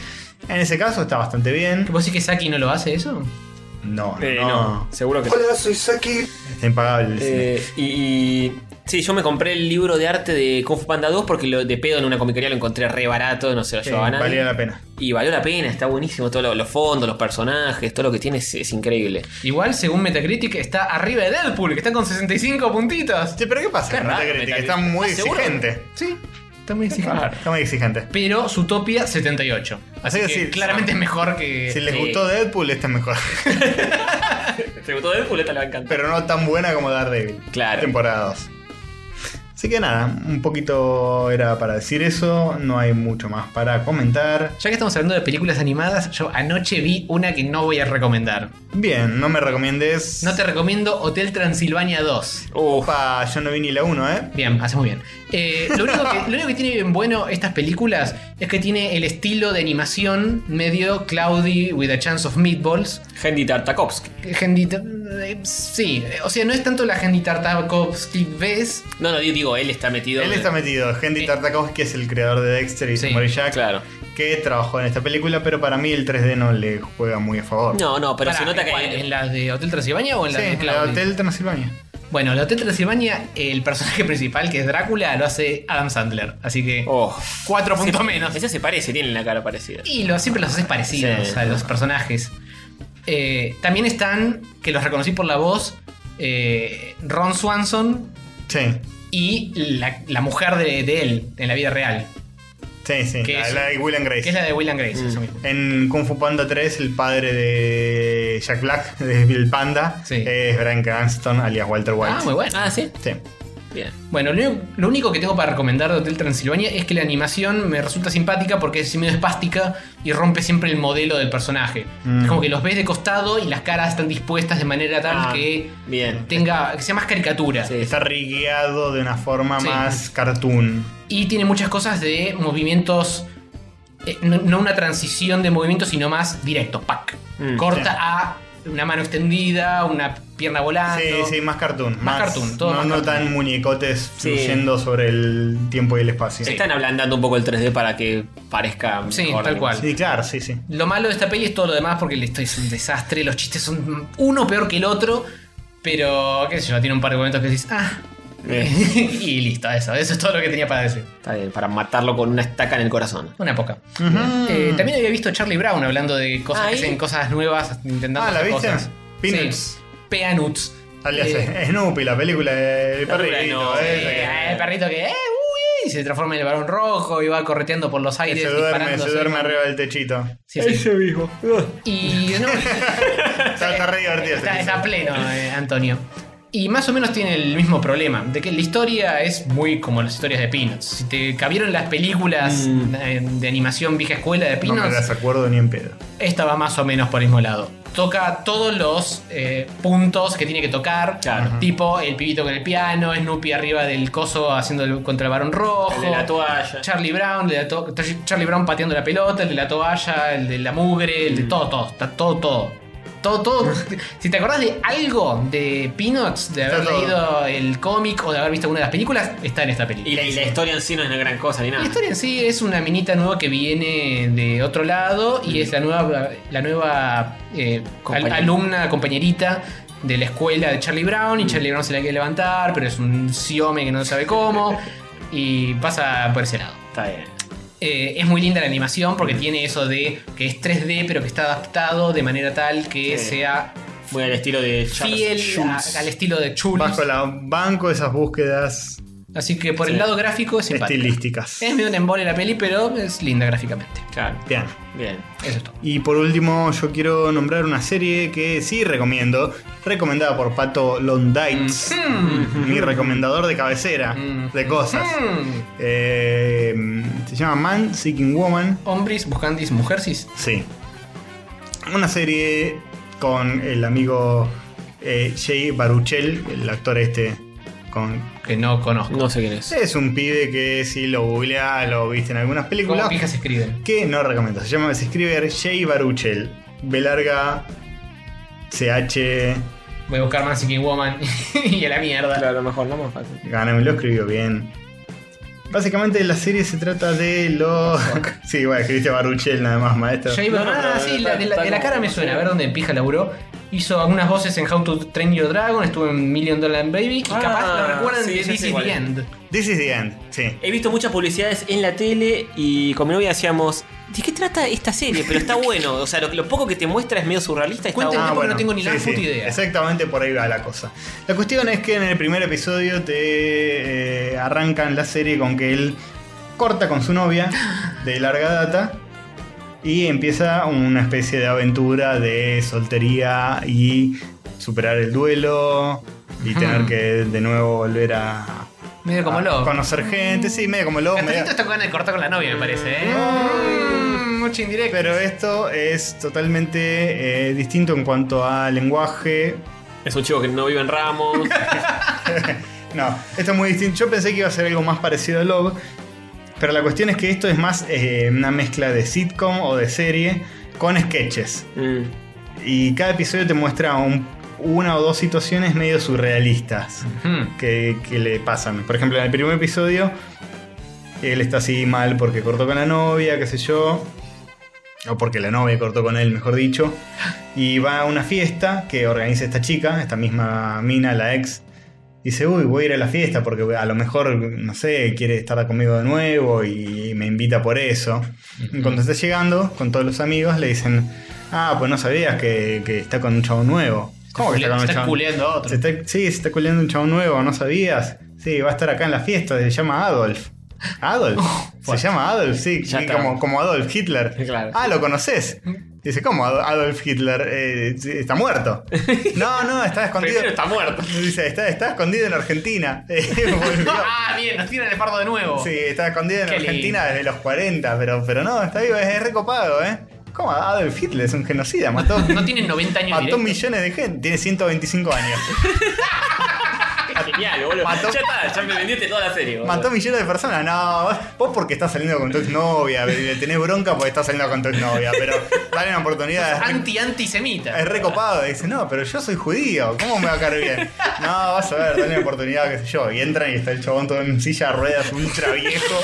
B: En ese caso está bastante bien.
C: ¿Vos decís que Saki no lo hace eso?
B: No,
D: eh,
B: no,
D: no. Seguro que sí.
G: soy Saki.
B: Es impagable. el cine.
D: Eh, y, y- Sí, yo me compré el libro de arte de Kung Fu Panda 2 porque lo, de pedo en una comiquería lo encontré re barato, no se lo
B: Sí,
D: llevaba nadie.
B: valía la pena.
D: Y valió la pena, está buenísimo. Todos los fondos, los personajes, todo lo que tiene es, es increíble.
C: Igual, según Metacritic, está arriba de Deadpool, que está con 65 puntitos.
B: Che, pero ¿qué pasa?
D: Qué
B: No
D: raro,
B: te critiques,
D: Metallica.
B: está muy
D: ¿Estás seguro?
B: exigente.
C: Ah, Sí, está muy exigente.
B: Está muy exigente.
C: Pero Zootopia 78. Así
B: Así que
C: que
B: sí,
C: claramente es mejor que.
B: Si les
D: Sí.
B: gustó Deadpool, esta es mejor.
D: ¿Te gustó Deadpool? Esta le va a encantar.
B: Pero no tan buena como Daredevil.
D: Claro.
B: Temporada 2. Así que nada, un poquito era para decir eso. No hay mucho más para comentar.
C: Ya que estamos hablando de películas animadas, yo anoche vi una que no voy a recomendar.
B: Bien, no me recomiendes.
C: No te recomiendo Hotel Transilvania 2.
D: Oh.
B: Upa, yo no vi ni la 1, ¿eh?
C: Bien, hace muy bien. Eh, lo, único que, lo único que tiene bien bueno estas películas es que tiene el estilo de animación medio Cloudy with a Chance of Meatballs.
D: Hendy Tartakovsky.
C: Gendy, eh, sí, eh, o sea, no es tanto la Gendy Tartakovsky ves,
D: No, no, digo, digo, él está metido.
B: Él está metido. Henry
C: Sí.
B: Tartakovsky que es el creador de Dexter y
C: Sí,
B: Samurai Jack,
D: Claro.
B: que trabajó en esta película, pero para mí el 3D no le juega muy a favor.
D: No, no, pero
C: Pará,
D: se nota que.
C: ¿cuál? ¿En la de Hotel Transilvania o en
B: Sí,
C: la de
B: en
C: Claudio?
B: el Hotel Transilvania.
C: Bueno, el Hotel Transilvania, el personaje principal, que es Drácula, lo hace Adam Sandler. Así que.
D: Oh.
C: cuatro puntos menos.
D: Eso se parece, tienen la cara parecida.
C: Y lo- siempre los haces parecidos
D: Sí.
C: a los personajes. Eh, también están, que los reconocí por la voz, eh, Ron Swanson
B: Sí.
C: y la, la mujer de, de él en la vida real.
B: Sí, sí.
C: Que
B: La,
C: es-
B: la de Will and Grace.
C: Que es la de Will and Grace,
D: Mm.
C: eso mismo.
B: En Kung Fu Panda 3, el padre de Jack Black, de Bill Panda, es Brian Cranston, alias Walter White.
C: Ah, muy bueno. Ah, sí.
B: Sí.
D: Bien.
C: Bueno, lo, único- lo único que tengo para recomendar de Hotel Transilvania es que la animación me resulta simpática porque es medio espástica y rompe siempre el modelo del personaje.
D: Mm.
C: Es como que los ves de costado y las caras están dispuestas de manera tal
D: Ah,
C: que
D: Bien.
C: tenga que sea más caricatura.
B: Está rigueado de una forma
C: Sí.
B: más cartoon.
C: Y tiene muchas cosas de movimientos. eh, no, no una transición de movimientos, sino más directo. Pac.
B: Mm,
C: Corta
B: sí.
C: a una mano extendida, una pierna volando.
B: Sí, sí, más cartoon.
C: Ah, Más cartoon, todo
B: no,
C: más
B: no
C: cartoon.
B: tan muñecotes
D: Sí.
B: fluyendo sobre el tiempo y el espacio.
D: Se están ablandando un poco el 3D para que parezca mejor.
C: Sí, tal cual.
B: Sí, claro, sí, sí.
C: Lo malo de esta peli es todo lo demás porque esto es un desastre. Los chistes son uno peor que el otro. Pero, qué sé yo, tiene un par de momentos que dices, ah.
B: Eh.
C: y listo, eso. Eso es todo lo que tenía para decir.
D: Está bien, para matarlo con una estaca en el corazón.
C: Una poca. Eh, también había visto a Charlie Brown hablando de cosas
D: Ah,
C: que
D: ¿y?
C: hacen cosas nuevas, intentando
B: Ah, ¿la
C: hacer
B: viste?
C: cosas.
B: Peanuts.
C: Sí. Peanuts.
B: Alias este.
C: Eh,
B: Snoopy, la película del
D: La película
B: perrito.
D: no,
B: esa
C: Eh,
B: que-
C: el perrito que eh, uy, y se transforma en el varón rojo y va correteando por los
B: que
C: aires.
B: se duerme,
C: disparando
B: se
C: así.
B: duerme arriba del techito.
C: Sí, sí.
B: mismo.
C: Y no,
B: Está, está re divertido.
C: está,
B: ese
C: está
B: episodio.
C: pleno, eh, Antonio. Y más o menos tiene el mismo problema, de que la historia es muy como las historias de Peanuts. Si te cabieron las películas eh, de animación vieja escuela de
B: No me
C: Peanuts,
B: las acuerdo ni en pedo.
C: esta va más o menos por el mismo lado. Toca todos los eh, puntos que tiene que tocar.
D: Claro.
C: Tipo el pibito con el piano, Snoopy arriba del coso haciendo el, contra el varón rojo.
D: El de la toalla.
C: Charlie Brown, el de la to- Charlie Brown pateando la pelota, el de la toalla, el de la mugre,
D: Mm.
C: el de todo, todo, está todo, todo. Todo, todo. si te acordás de algo de Peanuts, de haber
B: Está todo.
C: leído el cómic o de haber visto alguna de las películas, está en esta película.
D: Y la, y la historia en sí no es una gran cosa ni
C: La
D: nada.
C: historia en sí es una minita nueva que viene de otro lado y es la nueva, la nueva eh,
D: Compañera.
C: al- alumna, compañerita de la escuela de Charlie Brown. Y Charlie Brown se la quiere levantar, pero es un siome que no sabe cómo. y pasa por ese lado.
D: Está bien.
C: Eh, es muy linda la animación porque tiene eso de que es 3D, pero que está adaptado de manera tal que
D: Sí.
C: sea
D: Muy al estilo de Charles
C: fiel a-
D: Schulz.
C: al estilo de Chulis.
B: Bajo la banco esas búsquedas
C: Así que por el
D: Sí.
C: lado gráfico es simpático.
B: estilísticas.
C: Es medio un embole la peli, pero es linda gráficamente.
D: Claro.
B: Bien.
D: Bien.
C: Eso es todo.
B: Y por último, yo quiero nombrar una serie que sí recomiendo, recomendada por Pato Londites, mi recomendador de cabecera de cosas.
C: Mm.
B: Eh, se llama Man Seeking Woman.
C: Hombres, buscandis, mujersis.
B: Sí. Una serie con el amigo eh, Jay Baruchel, el actor este con
C: Que no conozco.
D: No sé quién es.
B: Es un pibe que si lo googleás, lo viste en algunas películas.
C: ¿Cómo pijas se escriben?
B: Que no recomiendo. Se llama, se escribe Jay Baruchel. B larga CH.
C: Voy a buscar Man Seeking Woman y a la mierda.
D: a lo mejor no más fácil.
B: Ganame, lo escribió bien. Básicamente la serie se trata de los. sí, bueno, escribiste Baruchel nada más, maestro.
C: Jay
D: No, no,
C: Bar- ah,
D: pero
C: sí,
D: está-
C: la, de, la,
D: está
C: de la
D: como-
C: cara me suena. A ver dónde pija laburó. Hizo algunas voces en How to Train Your Dragon, estuvo en Million Dollar Baby. Y
D: Ah,
C: capaz lo recuerdan
D: sí,
C: de
D: ya
C: This
D: sé
C: is
D: cuál
C: the
D: es.
C: End.
B: This is the end. Sí.
D: He visto muchas publicidades en la tele y con mi novia decíamos, ¿de qué trata esta serie? Pero está bueno, o sea, lo, lo poco que te muestra es medio surrealista. y Está
C: Cuéntenme
D: bueno.
B: Ah,
C: porque no tengo ni la puta idea.
B: Exactamente por ahí va la cosa. La cuestión es que en el primer episodio te eh, arrancan la serie con que él corta con su novia de larga data y empieza una especie de aventura de soltería y superar el duelo y tener que de nuevo volver a,
C: Medio como
B: a
C: loco.
B: conocer gente. Sí, medio como loco. medio-
C: Castanito está con el corta con la novia, me parece, ¿eh? Mm, Mucho indirecto.
B: Pero esto es totalmente eh, distinto en cuanto a lenguaje,
D: Es un chico que no vive en Ramos.
B: No, esto es muy distinto. Yo pensé que iba a ser algo más parecido a Love. Pero la cuestión es que esto es más eh, una mezcla de sitcom o de serie con sketches.
D: Mm.
B: Y cada episodio te muestra un- una o dos situaciones medio surrealistas
C: Hmm.
B: que, que le pasan. Por ejemplo, en el primer episodio, él está así mal porque cortó con la novia, qué sé yo. O porque la novia cortó con él, mejor dicho. Y va a una fiesta que organiza esta chica, esta misma mina, la ex dice, uy, voy a ir a la fiesta porque a lo mejor, no sé, quiere estar conmigo de nuevo y me invita por eso. Y cuando está llegando, con todos los amigos, le dicen, ah, pues no sabías que, que está con un chavo nuevo. ¿Cómo que está con
C: Se
B: un
C: está
B: chabón?
C: culeando a otro.
B: Se está- sí, se está culeando un chavo nuevo, ¿no sabías? Sí, va a estar acá en la fiesta, se llama Adolf. Adolf. se llama Adolf, sí,
D: Oh, Ya
B: sí,
D: está.
B: como, como Adolf Hitler.
D: Claro.
B: Ah, ¿lo conoces? Dice, ¿cómo Ad- Adolf Hitler eh, está muerto? No, no, está escondido.
D: Primero está muerto.
B: Dice, está, está escondido en Argentina. Eh, volvió.
C: Ah, bien, nos tiran el fardo de nuevo.
B: Sí, está escondido en
C: Qué
B: Argentina desde los 40, pero, pero no, está vivo, es, es recopado, ¿eh? ¿Cómo Adolf Hitler es un genocida? Mató,
C: No tienen 90 años
B: mató
C: directos.
B: millones de gente, tiene 125 años.
D: Genial, boludo.
B: Mató-
D: Ya está, ya me vendiste toda la serie. boludo.
B: Mató millones de personas. No, vos porque estás saliendo con tu exnovia, le tenés bronca porque estás saliendo con tu exnovia, pero dale una oportunidad. Es re-
C: Anti-antisemita.
B: Es recopado, dice, no, pero yo soy judío, ¿cómo me va a caer bien? No, vas a ver, dale una oportunidad, qué sé yo. Y entran y está el chabón todo en silla de ruedas, ultra viejo,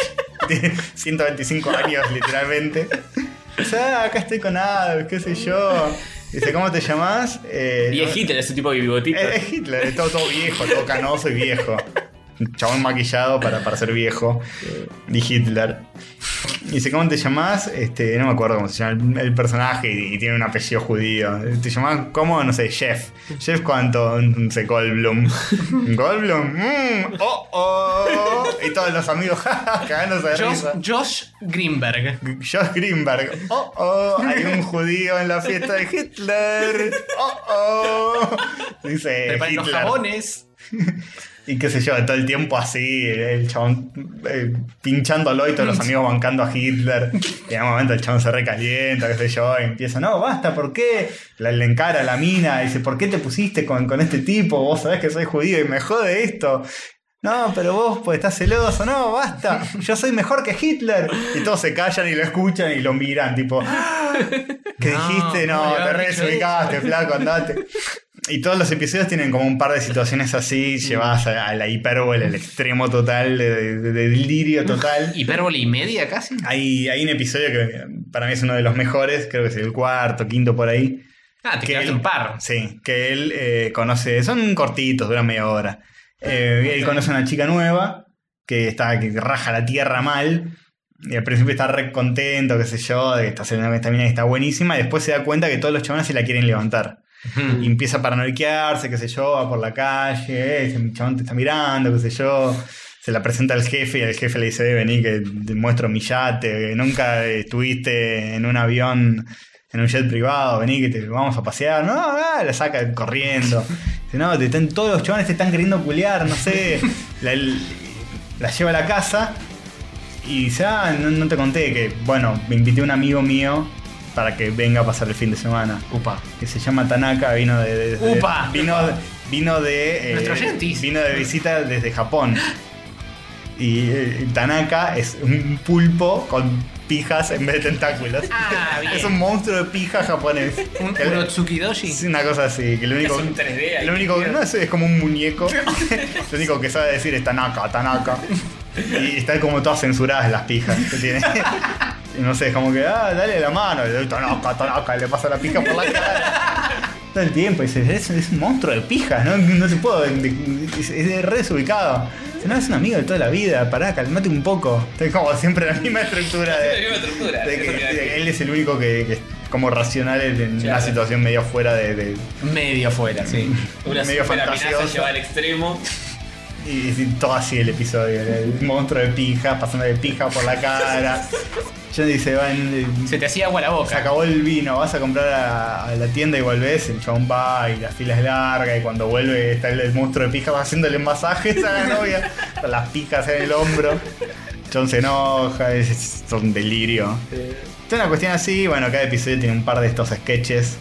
B: tiene 125 años literalmente. O sea, acá estoy con Adolf, qué sé yo. Dice, ¿cómo te llamás? Eh,
D: Y
B: no-
D: es Hitler, ese tipo de bigotito.
B: es, es Eh, Hitler, es todo, todo viejo, todo canoso y viejo. Un Chabón maquillado para, para ser viejo. Y Hitler. Y dice, ¿cómo te llamás? Este, no me acuerdo cómo se llama el, el personaje y, y tiene un apellido judío. ¿Te llamás cómo? No sé, Jeff. Jeff cuánto, no sé, Goldblum. Goldblum, mm, oh, oh. Y todos los amigos ja, ja, cagándose de
C: Josh,
B: risa. Eh,
C: Josh Greenberg.
B: Josh Greenberg. Oh, oh, hay un judío en la fiesta de Hitler. Oh, oh. Dice
C: Preparen los
B: Hitler.
C: jabones.
B: Y qué sé yo, todo el tiempo así, el, el chabón eh, pinchándolo y todos los amigos bancando a Hitler. Y en un momento el chabón se recalienta, qué sé yo, y empieza, no, basta, ¿por qué? La- le encara a la mina, y dice, ¿por qué te pusiste con, con este tipo? Vos sabés que soy judío y me jode esto. No, pero vos pues estás celoso, no, basta, yo soy mejor que Hitler. Y todos se callan y lo escuchan y lo miran, tipo, ¿Qué
C: No,
B: dijiste?
C: no
B: No,
C: me
B: te
C: habías dicho
B: resubicaste, flaco, andate. Y todos los episodios tienen como un par de situaciones así, llevadas a, a la hipérbole, al extremo total, de, de- de delirio total.
C: Hipérbole y media casi.
B: Hay, hay un episodio que eh, para mí es uno de los mejores, creo que es el cuarto, quinto por ahí.
C: Ah, te
B: que
C: quedaste
B: él-
C: un par.
B: Sí, que él eh, conoce, son cortitos, duran media hora. Eh, él conoce a una chica nueva que está que raja la tierra mal. Y al principio está re contento, qué sé yo, de que está saliendo con esta mina que está buenísima. Y después se da cuenta que todos los chabones se la quieren levantar. Y empieza a paranoiquearse, qué sé yo, va por la calle, eh, mi chabón te está mirando, qué sé yo. Se la presenta al jefe y el jefe le dice, "Eh, vení que te muestro mi yate, que nunca estuviste en un avión, en un jet privado, vení que te vamos a pasear. No, no, la saca corriendo. Dice, no, te están, todos los chabones te están queriendo culear, no sé. La, la lleva a la casa y dice, ah, no, no te conté que, bueno, me invité a un amigo mío para que venga a pasar el fin de semana. Upa. Que se llama Tanaka, vino de... de- de-
C: Upa.
B: Vino, vino de... eh,
C: Nuestro Gentis.
B: Vino de visita desde Japón. Y eh, Tanaka es un pulpo con pijas en vez de tentáculos.
C: Ah, bien.
B: Es un monstruo de pija japonés.
C: Un, un
B: El-
C: Otsukidoshi.
B: es una cosa así, que lo único.
D: Es un 3D ahí,
B: lo único que no es, es como un muñeco. lo único que sabe decir es Tanaka, Tanaka. Y están como todas censuradas las pijas que tiene. Y no sé, es como que, ah, dale la mano, le doy Tanaka, Tanaka, y le pasa la pija por la cara. Todo el tiempo, dice, es, es un monstruo de pijas, no, no se puede, es, es re desubicado. Dice, no, es un amigo de toda la vida, pará, calmate un poco. Es como siempre la misma estructura de.
D: La misma estructura.
B: de que-
D: Eso que-
B: de- él es el único que, que es como racional en una
D: Claro.
B: situación medio fuera de, de-
C: Medio afuera, sí.
D: Una
B: medio
D: super amenaza
B: fantasiosa.
D: llevada al extremo.
B: y, y todo así el episodio, el monstruo de pija, pasando de pija por la cara. John dice, van, eh,
C: Se te hacía agua la
B: se
C: boca.
B: acabó el vino, vas a comprar a, a la tienda y volvés, el chabón va y la fila es larga y cuando vuelve está el, el monstruo de pija va haciéndole masajes a la novia, con las pijas en el hombro. John se enoja, es, es un delirio. Es una cuestión así, bueno, cada episodio tiene un par de estos sketches.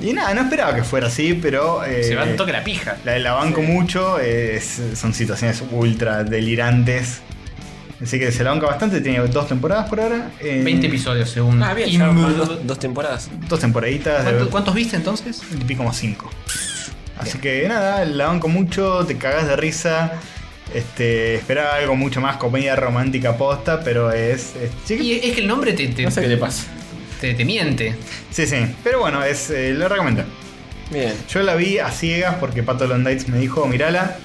B: Y nada, no esperaba que fuera así, pero... eh,
C: Se va un toque la pija.
B: la, la banco mucho, eh, es- son situaciones ultra delirantes. Así que se la banca bastante, tiene dos temporadas por ahora. eh,
C: 20 episodios según.
D: Ah, bien,
C: Inbu-
D: ya van dos, dos temporadas.
B: Dos temporaditas. de-
C: ¿Cuánto- ¿Cuántos viste entonces?
B: y pico como cinco. Así que nada, la banco mucho, te cagás de risa. Este, esperaba algo mucho más comedia romántica posta, pero es. es-
C: Y
B: sí,
C: es que el nombre te, te,
D: No sé qué le pasa.
C: te- te miente.
B: sí, sí. Pero bueno, es, eh, lo recomiendo.
D: Bien.
B: Yo la vi a ciegas porque Pato Londaitz me dijo, mirala.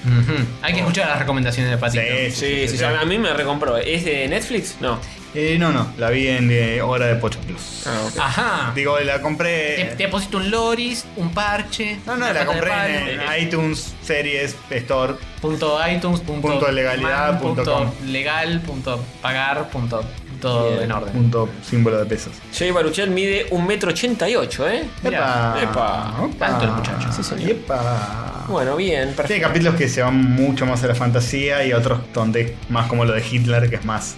C: Hay
B: Oh.
C: que escuchar las recomendaciones de Patito.
D: Sí, sí, ya- a mí me recompró. ¿Es de Netflix? No.
B: Eh, no, no, la vi en eh, Hora de Pocho
C: Ah.
B: Plus.
C: Ajá.
B: Digo, la compré.
C: Te, te deposito un loris, un parche.
B: Eh. No, no, la compré en, en iTunes Series Store.
C: eh, Punto iTunes, punto,
B: Punto legalidad,
C: man,
B: punto com.
C: legal, punto pagar, punto todo
D: Bien.
C: en orden.
B: Punto símbolo de pesos.
D: Jay Baruchel mide 1,88m, ¿eh?
B: Epa.
D: Epa.
B: Opa.
D: Alto el muchacho. Sí, señor.
B: Epa.
D: Bueno, bien, perfecto.
B: Tiene capítulos que se van mucho más a la fantasía y otros donde más como lo de Hitler, que es más.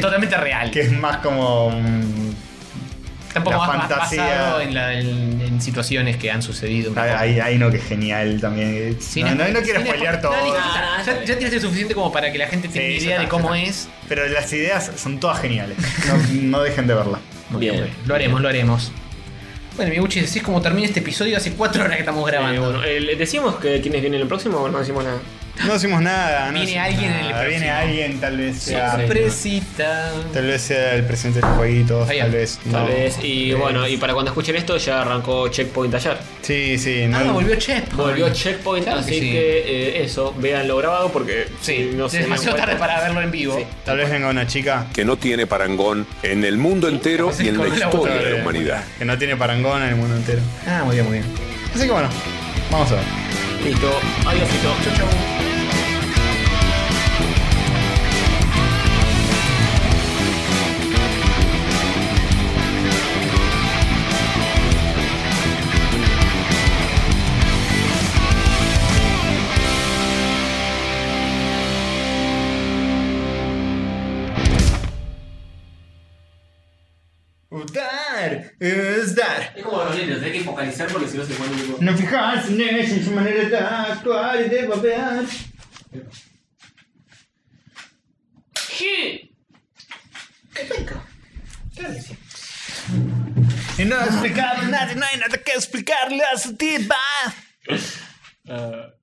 C: Totalmente real.
B: que es más como. mm,
C: Tampoco
B: la
C: más más
B: fantasía.
C: basado en, la- en- en situaciones que han sucedido. un poco.
B: Hay, hay uno que es genial también.
C: Sin
B: no, no,
C: espo-
B: no quiero
C: sin
B: spoilear
C: espo-
B: todo.
C: No, listo, ya- ya, ya tiraste suficiente como para que la gente tenga
B: Sí, ya
C: idea
B: está,
C: de
B: ya
C: cómo
B: está.
C: es.
B: Pero las ideas son todas geniales. No, no dejen de verla.
D: Bien.
C: Lo haremos, lo haremos. Bueno, mi Gucci, decís cómo termina este episodio hace cuatro horas que estamos
D: Eh,
C: grabando.
D: bueno, eh, ¿le ¿Decimos que quiénes vienen el próximo o no decimos nada?
B: No decimos nada. no
C: Viene
B: decimos
C: alguien en el
B: nada. Viene
C: próximo.
B: alguien, tal vez sea.
C: Sorpresita.
B: Tal vez sea el presidente del jueguito,
C: Ahí
B: tal
C: va.
B: vez.
D: Tal
B: no. Eh,
D: vez. Y bueno, y para cuando escuchen esto ya arrancó Checkpoint ayer.
B: Sí, sí. No,
C: Ah, volvió Chep.
D: Volvió Checkpoint,
C: Claro
D: así
C: que
D: que,
C: sí.
D: eh, eso, véanlo grabado porque
C: Sí,
D: si no
C: es
D: se dieron
C: demasiado
D: cuenta-
C: tarde para verlo en vivo.
D: Sí.
B: Tal vez venga una chica.
H: Que no tiene parangón en el mundo entero y en la historia de la humanidad.
B: Que no tiene parangón en el mundo entero.
C: Ah, muy bien, muy bien.
B: Así que bueno, vamos a ver.
D: Listo. Adiós, Chau, chau.
B: Usar, usar.
D: Es como los niños, hay que focalizar porque si no se pone un poco-
B: No fijarse en ella, en su manera de actuar y de papear. Y no explicar nada, no hay nada que explicarle a su tipa.
D: Ah.